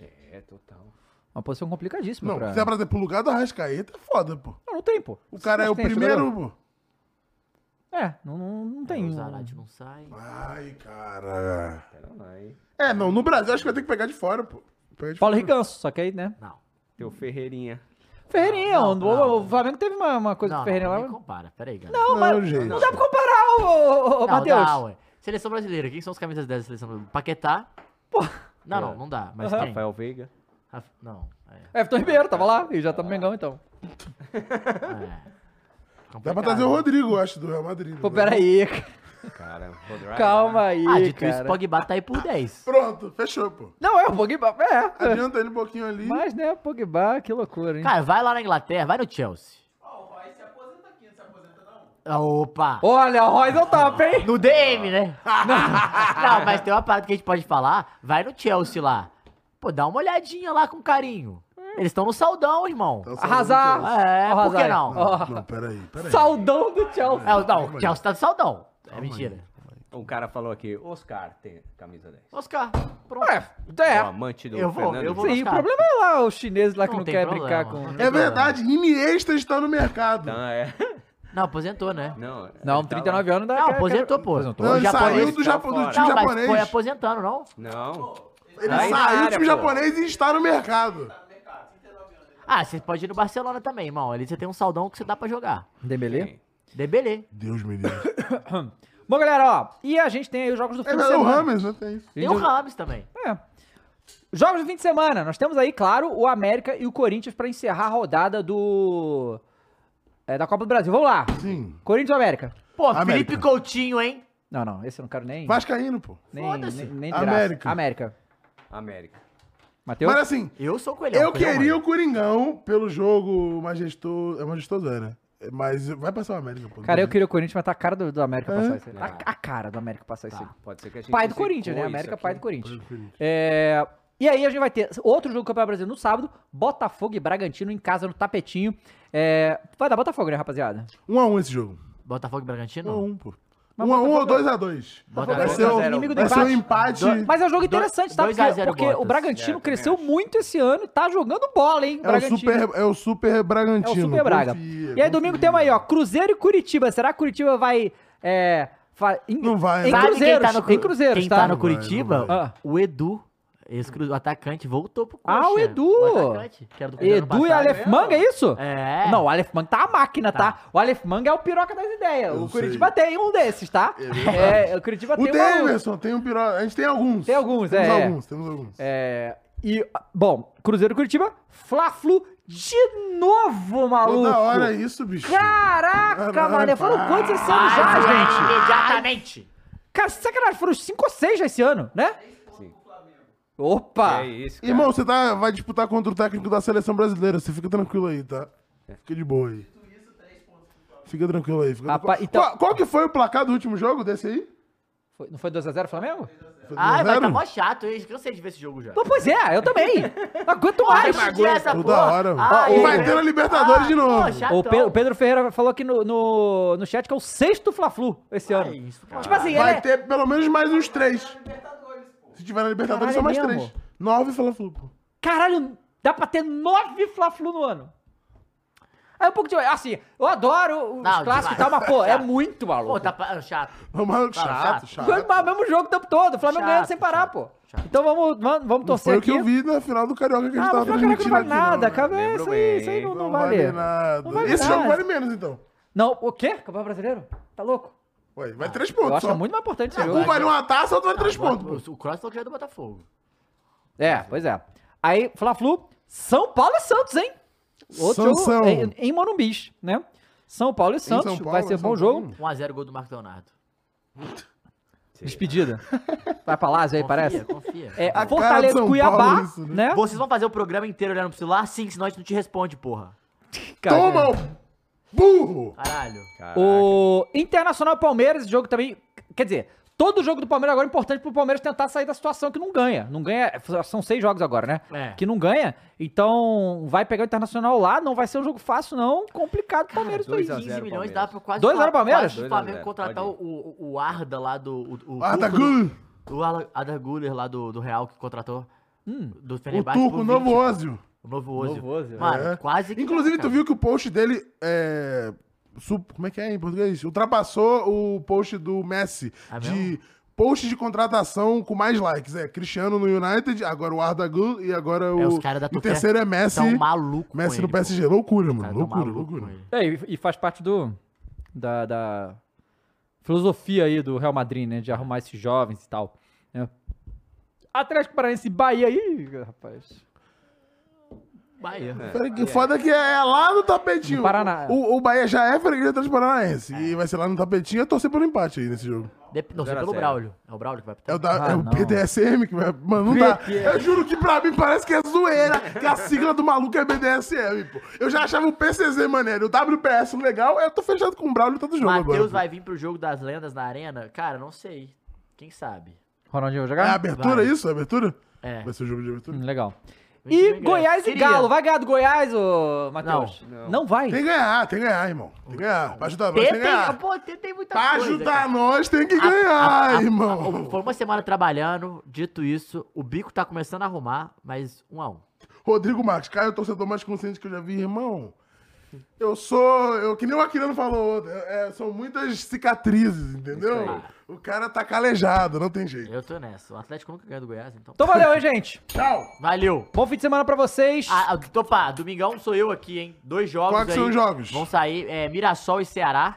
Speaker 3: É, total.
Speaker 1: Uma posição complicadíssima.
Speaker 2: Não,
Speaker 1: pra-
Speaker 2: se der pra ter pro lugar do Arrascaeta, é foda, pô.
Speaker 1: Não, não tem, pô.
Speaker 2: O cara é o
Speaker 1: Tem esse
Speaker 2: primeiro,
Speaker 1: jogador?
Speaker 2: pô.
Speaker 1: É, não, não, não tem.
Speaker 4: O Zarate não sai.
Speaker 2: Ai, cara.
Speaker 3: Pera lá, hein?
Speaker 2: É, não, no Brasil acho que vai ter que pegar de fora, pô. Pegar de
Speaker 1: Paulo
Speaker 2: fora.
Speaker 1: Ricanço, só que aí, né?
Speaker 4: Não.
Speaker 3: Teu Ferreirinha.
Speaker 1: Ferreirinha,
Speaker 4: Não,
Speaker 1: o-
Speaker 4: não.
Speaker 1: o Flamengo teve uma, uma coisa
Speaker 4: não,
Speaker 1: com o Ferreirinha
Speaker 4: não,
Speaker 1: lá.
Speaker 4: nem
Speaker 1: Não,
Speaker 4: compara. Pera aí, galera.
Speaker 1: não, mas
Speaker 2: gente.
Speaker 1: não dá pra comparar, ô, ô, ô, Matheus.
Speaker 4: dá, ué. Seleção brasileira. Quem são os camisas 10 da seleção brasileira? Paquetá. Não, não, não dá. Mas quem?
Speaker 3: Rafael Veiga.
Speaker 4: Raf- Não. É.
Speaker 1: Everton Ribeiro tava lá e já tá no Mengão,
Speaker 2: Uhum.
Speaker 1: então.
Speaker 2: Dá
Speaker 4: é.
Speaker 2: pra
Speaker 4: Complicado.
Speaker 2: trazer o Rodrigo, eu acho, do Real Madrid.
Speaker 1: Pô,
Speaker 2: né?
Speaker 1: peraí,
Speaker 3: Cara, Rodrigo.
Speaker 1: calma aí,
Speaker 4: Ah, dito isso,
Speaker 1: cara.
Speaker 4: Pogba tá aí por 10.
Speaker 2: Pronto, fechou, pô.
Speaker 1: Não, é o Pogba, é.
Speaker 2: Adianta ele um pouquinho ali.
Speaker 1: Mas, né, Pogba, que loucura, hein?
Speaker 4: Cara, vai lá na Inglaterra, vai no Chelsea. Ó, Opa!
Speaker 1: Olha, o Royce é o top, hein?
Speaker 4: No DM, né? Não, mas tem uma parada que a gente pode falar. Vai no Chelsea lá. Pô, dá uma olhadinha lá com carinho. Eles estão no saudão, irmão.
Speaker 2: Tá só
Speaker 1: Arrasar.
Speaker 2: muito-
Speaker 4: É,
Speaker 1: Ó,
Speaker 4: por que
Speaker 1: Hazard.
Speaker 4: não?
Speaker 1: Ó,
Speaker 2: Não, peraí, peraí.
Speaker 1: Saudão do Chelsea.
Speaker 4: É, não, o Chelsea tá no saudão. É mentira.
Speaker 3: O cara falou aqui, Oscar tem camisa 10.
Speaker 4: Oscar, pronto.
Speaker 1: Ué,
Speaker 3: O
Speaker 1: é.
Speaker 3: amante do
Speaker 4: Eu vou,
Speaker 3: Fernando.
Speaker 4: eu vou.
Speaker 1: Sim, o
Speaker 4: Oscar.
Speaker 1: problema é lá os chineses lá que
Speaker 4: Não
Speaker 1: não,
Speaker 4: tem
Speaker 1: querem
Speaker 4: problema,
Speaker 1: brincar com...
Speaker 4: não tem
Speaker 2: É verdade, Iniesta está no mercado.
Speaker 3: Não, é.
Speaker 4: Não, aposentou, né?
Speaker 3: Não,
Speaker 2: Tá
Speaker 1: Não, 39 anos dá...
Speaker 4: Não,
Speaker 1: quer-
Speaker 4: aposentou, pô.
Speaker 1: Aposentou.
Speaker 2: Não, ele
Speaker 4: japonês
Speaker 2: saiu do,
Speaker 3: tá
Speaker 2: Japão, do
Speaker 3: fora.
Speaker 2: time
Speaker 4: Não, mas
Speaker 2: japonês.
Speaker 4: foi aposentando, não?
Speaker 3: Não.
Speaker 2: Ele
Speaker 3: Aí na
Speaker 2: saiu do
Speaker 3: área,
Speaker 2: time
Speaker 3: pô.
Speaker 2: japonês e está no mercado.
Speaker 4: Ah, você pode ir no Barcelona também, irmão. Ali você tem um saudão que você dá pra jogar.
Speaker 1: Dembele?
Speaker 3: Sim.
Speaker 4: Debelê.
Speaker 2: Deus me livre.
Speaker 1: Bom, galera, ó, e a gente tem aí os jogos do fim
Speaker 2: É,
Speaker 1: de
Speaker 2: mas o
Speaker 1: semana.
Speaker 2: Rames, né? Tem isso.
Speaker 4: Tem o Rams também.
Speaker 1: É. Jogos do fim de semana. Nós temos aí, claro, o América e o Corinthians pra encerrar a rodada do. é, da Copa do Brasil. Vamos lá.
Speaker 2: Sim.
Speaker 1: Corinthians ou América?
Speaker 4: Pô,
Speaker 2: América.
Speaker 4: Felipe Coutinho, hein?
Speaker 1: Não, não. Esse eu não quero nem.
Speaker 2: Vascaíno, pô.
Speaker 1: nem,
Speaker 4: foda-se.
Speaker 1: nem, nem de graça.
Speaker 2: América.
Speaker 1: América.
Speaker 3: América.
Speaker 1: Mateus?
Speaker 2: Mas assim,
Speaker 4: Eu sou o Coelhão.
Speaker 2: eu
Speaker 4: Coelhão,
Speaker 2: queria
Speaker 4: mano.
Speaker 2: o Coringão pelo jogo majestoso. É majestoso, era. Mas vai passar o América, pô.
Speaker 1: Cara, eu queria o Corinthians, mas tá a cara do, do América
Speaker 2: É?
Speaker 1: passar isso aí. Tá a cara do América passar isso aí.
Speaker 3: Pode ser que a gente
Speaker 1: Tá. Pai do
Speaker 3: secou
Speaker 1: Corinthians, né?
Speaker 3: isso
Speaker 1: América,
Speaker 3: Tá. aqui.
Speaker 1: pai do Corinthians.
Speaker 2: Corinthians.
Speaker 1: É, E aí a gente vai ter outro jogo do Campeonato Brasileiro no sábado. Botafogo e Bragantino em casa no tapetinho. É, Vai dar Botafogo, né, rapaziada?
Speaker 2: 1 a 1 esse jogo.
Speaker 4: Botafogo
Speaker 2: 1 a
Speaker 4: e
Speaker 1: Um
Speaker 4: Bragantino?
Speaker 2: 1, pô. 1 a 1 ou 2 a 2.
Speaker 4: Botafogo
Speaker 2: Vai
Speaker 4: é
Speaker 2: ser o
Speaker 1: inimigo do
Speaker 2: vai ser um
Speaker 1: empate.
Speaker 2: empate.
Speaker 1: Mas é um jogo
Speaker 4: Do-
Speaker 1: interessante, tá?
Speaker 4: dois
Speaker 1: Porque,
Speaker 4: a zero
Speaker 1: porque
Speaker 4: Botas.
Speaker 1: o
Speaker 3: É, eu
Speaker 1: Bragantino
Speaker 3: também
Speaker 1: cresceu
Speaker 3: acho.
Speaker 1: muito esse ano e tá jogando bola, hein?
Speaker 2: É o, super, é o Super
Speaker 1: É o
Speaker 2: Bragantino.
Speaker 1: Super Braga.
Speaker 2: confia,
Speaker 1: e aí, domingo
Speaker 2: confia.
Speaker 1: temos aí, ó, Cruzeiro e Curitiba. Será que Curitiba vai. É, fa- em-
Speaker 2: Não vai,
Speaker 1: Em
Speaker 2: né?
Speaker 4: Sabe
Speaker 1: Cruzeiros,
Speaker 4: quem tá no, Cru-
Speaker 1: em Cruzeiros,
Speaker 4: quem
Speaker 1: tá?
Speaker 4: tá no
Speaker 2: Não vai, não
Speaker 4: Curitiba?
Speaker 1: vai.
Speaker 4: O Edu. Esse cru- o atacante voltou pro
Speaker 1: Ah,
Speaker 4: Coxa.
Speaker 1: o Edu!
Speaker 4: atacante, que era do Cruzeiro
Speaker 1: Edu e
Speaker 4: passado.
Speaker 1: Aleph Manga, é isso?
Speaker 4: É.
Speaker 1: Não, o Aleph Manga tá a máquina, tá? O Aleph Manga é o piroca das ideias.
Speaker 2: Eu
Speaker 1: o Curitiba tem um desses, tá? É, o Curitiba
Speaker 2: O
Speaker 1: tem um.
Speaker 2: Demerson, tem um piroca. A gente tem alguns.
Speaker 1: Tem alguns,
Speaker 2: temos
Speaker 1: é, é.
Speaker 2: Alguns, temos alguns.
Speaker 1: É, E, bom, Cruzeiro e Curitiba, Fla-Flu de novo, maluco.
Speaker 2: Toda hora é isso, bicho.
Speaker 1: Caraca,
Speaker 2: Caralho,
Speaker 1: mano. Foram
Speaker 2: pai.
Speaker 1: quantos esse ano já, gente?
Speaker 4: Imediatamente.
Speaker 1: Cara, tá sacanagem, foram 5 ou 6 já esse ano, né? Opa!
Speaker 3: É isso, cara.
Speaker 2: Irmão, você tá, vai disputar contra o técnico da seleção brasileira. Você fica tranquilo aí, tá?
Speaker 1: É.
Speaker 2: Fica de boa aí. Fica tranquilo aí. Fica
Speaker 1: Rapaz,
Speaker 2: tranquilo.
Speaker 1: então-
Speaker 2: Qual, qual que foi o placar do último jogo desse aí?
Speaker 1: Foi- não foi 2x0 Flamengo?
Speaker 2: Foi
Speaker 4: Ai, vai
Speaker 2: 2x0?
Speaker 4: tá mó chato, hein? Cansei de ver esse jogo já.
Speaker 1: Não, pois é, eu também. Não aguento mais.
Speaker 4: essa
Speaker 2: Toda
Speaker 4: porra.
Speaker 2: hora, mano.
Speaker 4: Ai,
Speaker 2: E vai ter na Libertadores
Speaker 4: Ah,
Speaker 2: de novo.
Speaker 4: pô, chatão.
Speaker 1: O Pe- o Pedro Ferreira falou aqui no, no, no chat que é o sexto Fla-Flu esse ano.
Speaker 4: Ai, isso, cara.
Speaker 1: Tipo assim, ele
Speaker 2: Vai
Speaker 1: é-
Speaker 2: ter pelo menos mais uns três. Se tiver na
Speaker 1: Caralho,
Speaker 2: Libertadores, são mais
Speaker 1: é
Speaker 2: três.
Speaker 1: mesmo?
Speaker 2: Nove fala flu, pô.
Speaker 1: Caralho, dá pra ter nove Fla-Flu no ano. É um pouco de... Assim, eu adoro os
Speaker 4: Não,
Speaker 1: clássicos e
Speaker 4: demais.
Speaker 1: tal, mas, pô, é
Speaker 4: Chato.
Speaker 1: muito maluco.
Speaker 4: Pô, tá pa- chato.
Speaker 2: Vamos chato,
Speaker 4: chato.
Speaker 2: chato.
Speaker 1: Mas o mesmo jogo o tempo todo, o Flamengo
Speaker 4: Chato,
Speaker 1: ganhando sem parar,
Speaker 4: chato,
Speaker 1: pô.
Speaker 4: chato.
Speaker 1: Então vamos, vamos, vamos torcer
Speaker 2: Foi o
Speaker 1: aqui.
Speaker 2: que eu vi na final do Carioca que a gente
Speaker 1: Ah,
Speaker 2: tava
Speaker 1: mas o Flamengo não
Speaker 2: transmitindo
Speaker 1: vale
Speaker 2: aqui.
Speaker 1: nada,
Speaker 2: não.
Speaker 1: cara,
Speaker 3: Lembro
Speaker 1: isso aí,
Speaker 3: bem,
Speaker 1: isso aí não,
Speaker 3: hein?
Speaker 1: não
Speaker 2: Não
Speaker 1: vale.
Speaker 2: vale nada.
Speaker 1: Não vale
Speaker 2: Esse
Speaker 1: nada.
Speaker 2: jogo vale menos, então.
Speaker 1: Não, o quê? Campeonato Brasileiro? Tá louco?
Speaker 2: Ué, vai três
Speaker 1: Eu
Speaker 2: pontos
Speaker 1: acho
Speaker 2: só.
Speaker 1: que é muito mais importante esse jogo.
Speaker 2: Um vale uma taça, outro vale três pontos, pô.
Speaker 4: O, o Cross falou que já é do Botafogo.
Speaker 1: É, pois é. Aí, Fla-Flu, São Paulo e Santos, hein?
Speaker 2: Sansão.
Speaker 1: jogo em, em Morumbis, né? São Paulo e Santos,
Speaker 2: São
Speaker 1: vai
Speaker 2: Paulo,
Speaker 1: ser
Speaker 2: em São
Speaker 1: bom
Speaker 2: Paulo.
Speaker 1: jogo.
Speaker 4: 1x0 gol do Marco Leonardo.
Speaker 1: Despedida. Vai pra Lázio aí, parece.
Speaker 4: Confia.
Speaker 1: É,
Speaker 2: cara de
Speaker 1: Fortaleza
Speaker 2: São
Speaker 1: e Cuiabá,
Speaker 2: Paulo isso,
Speaker 1: né?
Speaker 2: né?
Speaker 4: Vocês vão fazer o programa inteiro olhando pro celular? Sim, senão a gente não te responde, porra.
Speaker 1: Cara, né?
Speaker 2: Toma, ô burro!
Speaker 4: Caralho.
Speaker 3: Caraca.
Speaker 1: O Internacional e Palmeiras, esse jogo também. Quer dizer, todo jogo do Palmeiras agora é importante pro Palmeiras tentar sair da situação que não ganha. Não ganha. São seis jogos agora, né?
Speaker 4: É.
Speaker 1: Que não ganha. Então, vai pegar o Internacional lá, não vai ser um jogo fácil, não. Complicado pro Palmeiras
Speaker 3: dois a
Speaker 1: aí.
Speaker 3: 0
Speaker 4: 15 milhões
Speaker 3: Palmeiras.
Speaker 4: dá pra quase.
Speaker 1: Dois a zero Palmeiras?
Speaker 4: Quase
Speaker 3: Dois
Speaker 4: o
Speaker 3: a
Speaker 4: Flamengo
Speaker 3: zero,
Speaker 4: contratar o,
Speaker 3: pode
Speaker 4: o, o Arda lá do. O, o
Speaker 2: Arda
Speaker 4: turco do-
Speaker 2: Gül,
Speaker 4: O Arda- Arda Guller lá do, do Real que contratou.
Speaker 3: Hum,
Speaker 4: do
Speaker 2: o
Speaker 4: Fenerbahçe.
Speaker 2: turco,
Speaker 4: por
Speaker 2: o novo
Speaker 4: 20.
Speaker 2: Ózio.
Speaker 4: O novo Ozil.
Speaker 1: Novo Ozil,
Speaker 4: Mano,
Speaker 2: é.
Speaker 4: quase que.
Speaker 2: Inclusive, tu
Speaker 4: cara.
Speaker 2: viu que o post dele é. su- Como é que é em português? Ultrapassou o post do Messi
Speaker 4: É
Speaker 2: de post de contratação com mais likes. É Cristiano no United, agora o Arda Gull e agora o.
Speaker 4: É, os caras da
Speaker 2: o
Speaker 4: Turquia
Speaker 2: terceiro é Messi.
Speaker 4: São Tá um maluco.
Speaker 2: Messi
Speaker 4: com
Speaker 2: no
Speaker 4: ele, pô.
Speaker 2: PSG. Loucura,
Speaker 4: Cara,
Speaker 2: mano.
Speaker 4: tá
Speaker 2: Loucura,
Speaker 4: maluco com
Speaker 2: loucura.
Speaker 4: ele.
Speaker 1: É, e- e faz parte do. Da, da filosofia aí do Real Madrid, né? De arrumar esses jovens e tal. né? Atlético Paranaense e Bahia aí, rapaz.
Speaker 4: Bahia.
Speaker 2: Pera que foda que é lá no tapetinho.
Speaker 1: No Paraná.
Speaker 2: O, o Bahia já é freguês do Paranaense.
Speaker 4: É.
Speaker 2: E vai ser lá no tapetinho e torcer pelo empate aí nesse jogo.
Speaker 4: Dep- Não, sei
Speaker 3: Zero a
Speaker 4: pelo
Speaker 3: zero.
Speaker 4: Braulio. É o Braulio que vai
Speaker 2: É
Speaker 4: apitar.
Speaker 2: o, da,
Speaker 1: Ah,
Speaker 2: é o
Speaker 1: não.
Speaker 2: BDSM que vai. Mano, não dá.
Speaker 4: é.
Speaker 2: Eu juro que pra mim parece que é zoeira. Que a sigla do maluco é BDSM, pô. Eu já achava um o PCZ maneiro. O WPS legal. Eu tô fechado com o Braulio todo jogo
Speaker 4: Matheus
Speaker 2: agora.
Speaker 4: vai vir pro jogo das lendas na arena? Cara, não sei. Quem sabe?
Speaker 1: Ronaldinho vai
Speaker 2: pô. É
Speaker 1: jogar?
Speaker 2: abertura
Speaker 4: vai.
Speaker 2: isso? É abertura?
Speaker 4: É.
Speaker 2: Vai ser o jogo de abertura.
Speaker 1: Hum, Legal.
Speaker 4: Vinte
Speaker 1: E
Speaker 4: mil ingressos.
Speaker 1: Goiás e
Speaker 4: Queria.
Speaker 1: Galo. Vai ganhar do Goiás, ô Matheus? Não, vai?
Speaker 2: Tem que ganhar, tem que ganhar, irmão. Tem que ganhar. Pra ajudar nós, tem que
Speaker 4: Tentem,
Speaker 2: ganhar.
Speaker 4: pô, tentem muita
Speaker 2: Pra
Speaker 4: coisa.
Speaker 2: ajudar
Speaker 4: cara.
Speaker 2: nós, tem que
Speaker 4: A- a-
Speaker 2: ganhar,
Speaker 4: a-
Speaker 2: irmão.
Speaker 4: Foi uma semana trabalhando, dito isso, o bico tá começando a arrumar, mas um a um.
Speaker 2: Rodrigo Marques, cara, é o torcedor mais consciente que eu já vi, irmão. Eu sou. Eu, que nem o Aquilano falou, é, é, são muitas cicatrizes, entendeu? O cara tá calejado, não tem jeito.
Speaker 4: Eu tô nessa. O Atlético nunca ganhou do Goiás, então.
Speaker 1: Então valeu, hein, gente?
Speaker 2: Tchau!
Speaker 4: Valeu!
Speaker 1: Bom fim de semana pra vocês.
Speaker 4: Ah, ah, topa, domingão sou eu aqui, hein? Dois jogos.
Speaker 2: Quais que
Speaker 4: aí
Speaker 2: são os jogos?
Speaker 4: Vão sair é, Mirassol e Ceará.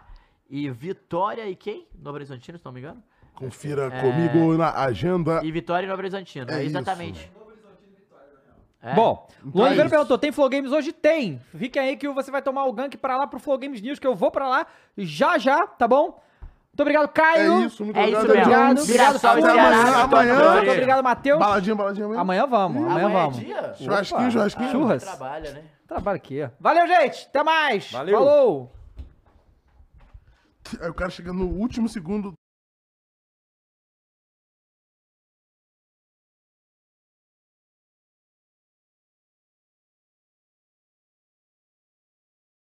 Speaker 4: E Vitória e quem? Novo Horizontino, se não me engano.
Speaker 2: Confira comigo na agenda.
Speaker 4: É. E Vitória e Novo Horizontino.
Speaker 2: É
Speaker 4: exatamente. É.
Speaker 1: Bom, o
Speaker 2: é
Speaker 1: Oliveira
Speaker 2: isso.
Speaker 1: perguntou, tem Flow Games hoje? Tem. Fiquem aí que você vai tomar o gank pra lá pro Flow Games News, que eu vou pra lá já já, tá bom? Muito obrigado, Caio.
Speaker 2: É isso, muito
Speaker 4: é
Speaker 2: obrigado,
Speaker 4: isso mesmo.
Speaker 1: Obrigado,
Speaker 2: Jones.
Speaker 1: obrigado,
Speaker 4: Mirassol
Speaker 1: Saúde.
Speaker 4: e Ceará.
Speaker 2: Amanhã,
Speaker 4: Vitória e
Speaker 2: amanhã.
Speaker 4: Vitória.
Speaker 1: Muito obrigado, Matheus.
Speaker 2: Baladinha, baladinha amanhã.
Speaker 1: Amanhã vamos, amanhã,
Speaker 4: Amanhã
Speaker 1: Então vamos.
Speaker 4: é dia?
Speaker 2: Churrasquinho, churrasquinho.
Speaker 1: Churras.
Speaker 4: Trabalha, né?
Speaker 1: Trabalho aqui. Valeu, gente. Até mais.
Speaker 3: Valeu.
Speaker 1: Falou.
Speaker 2: Aí o cara chega no último segundo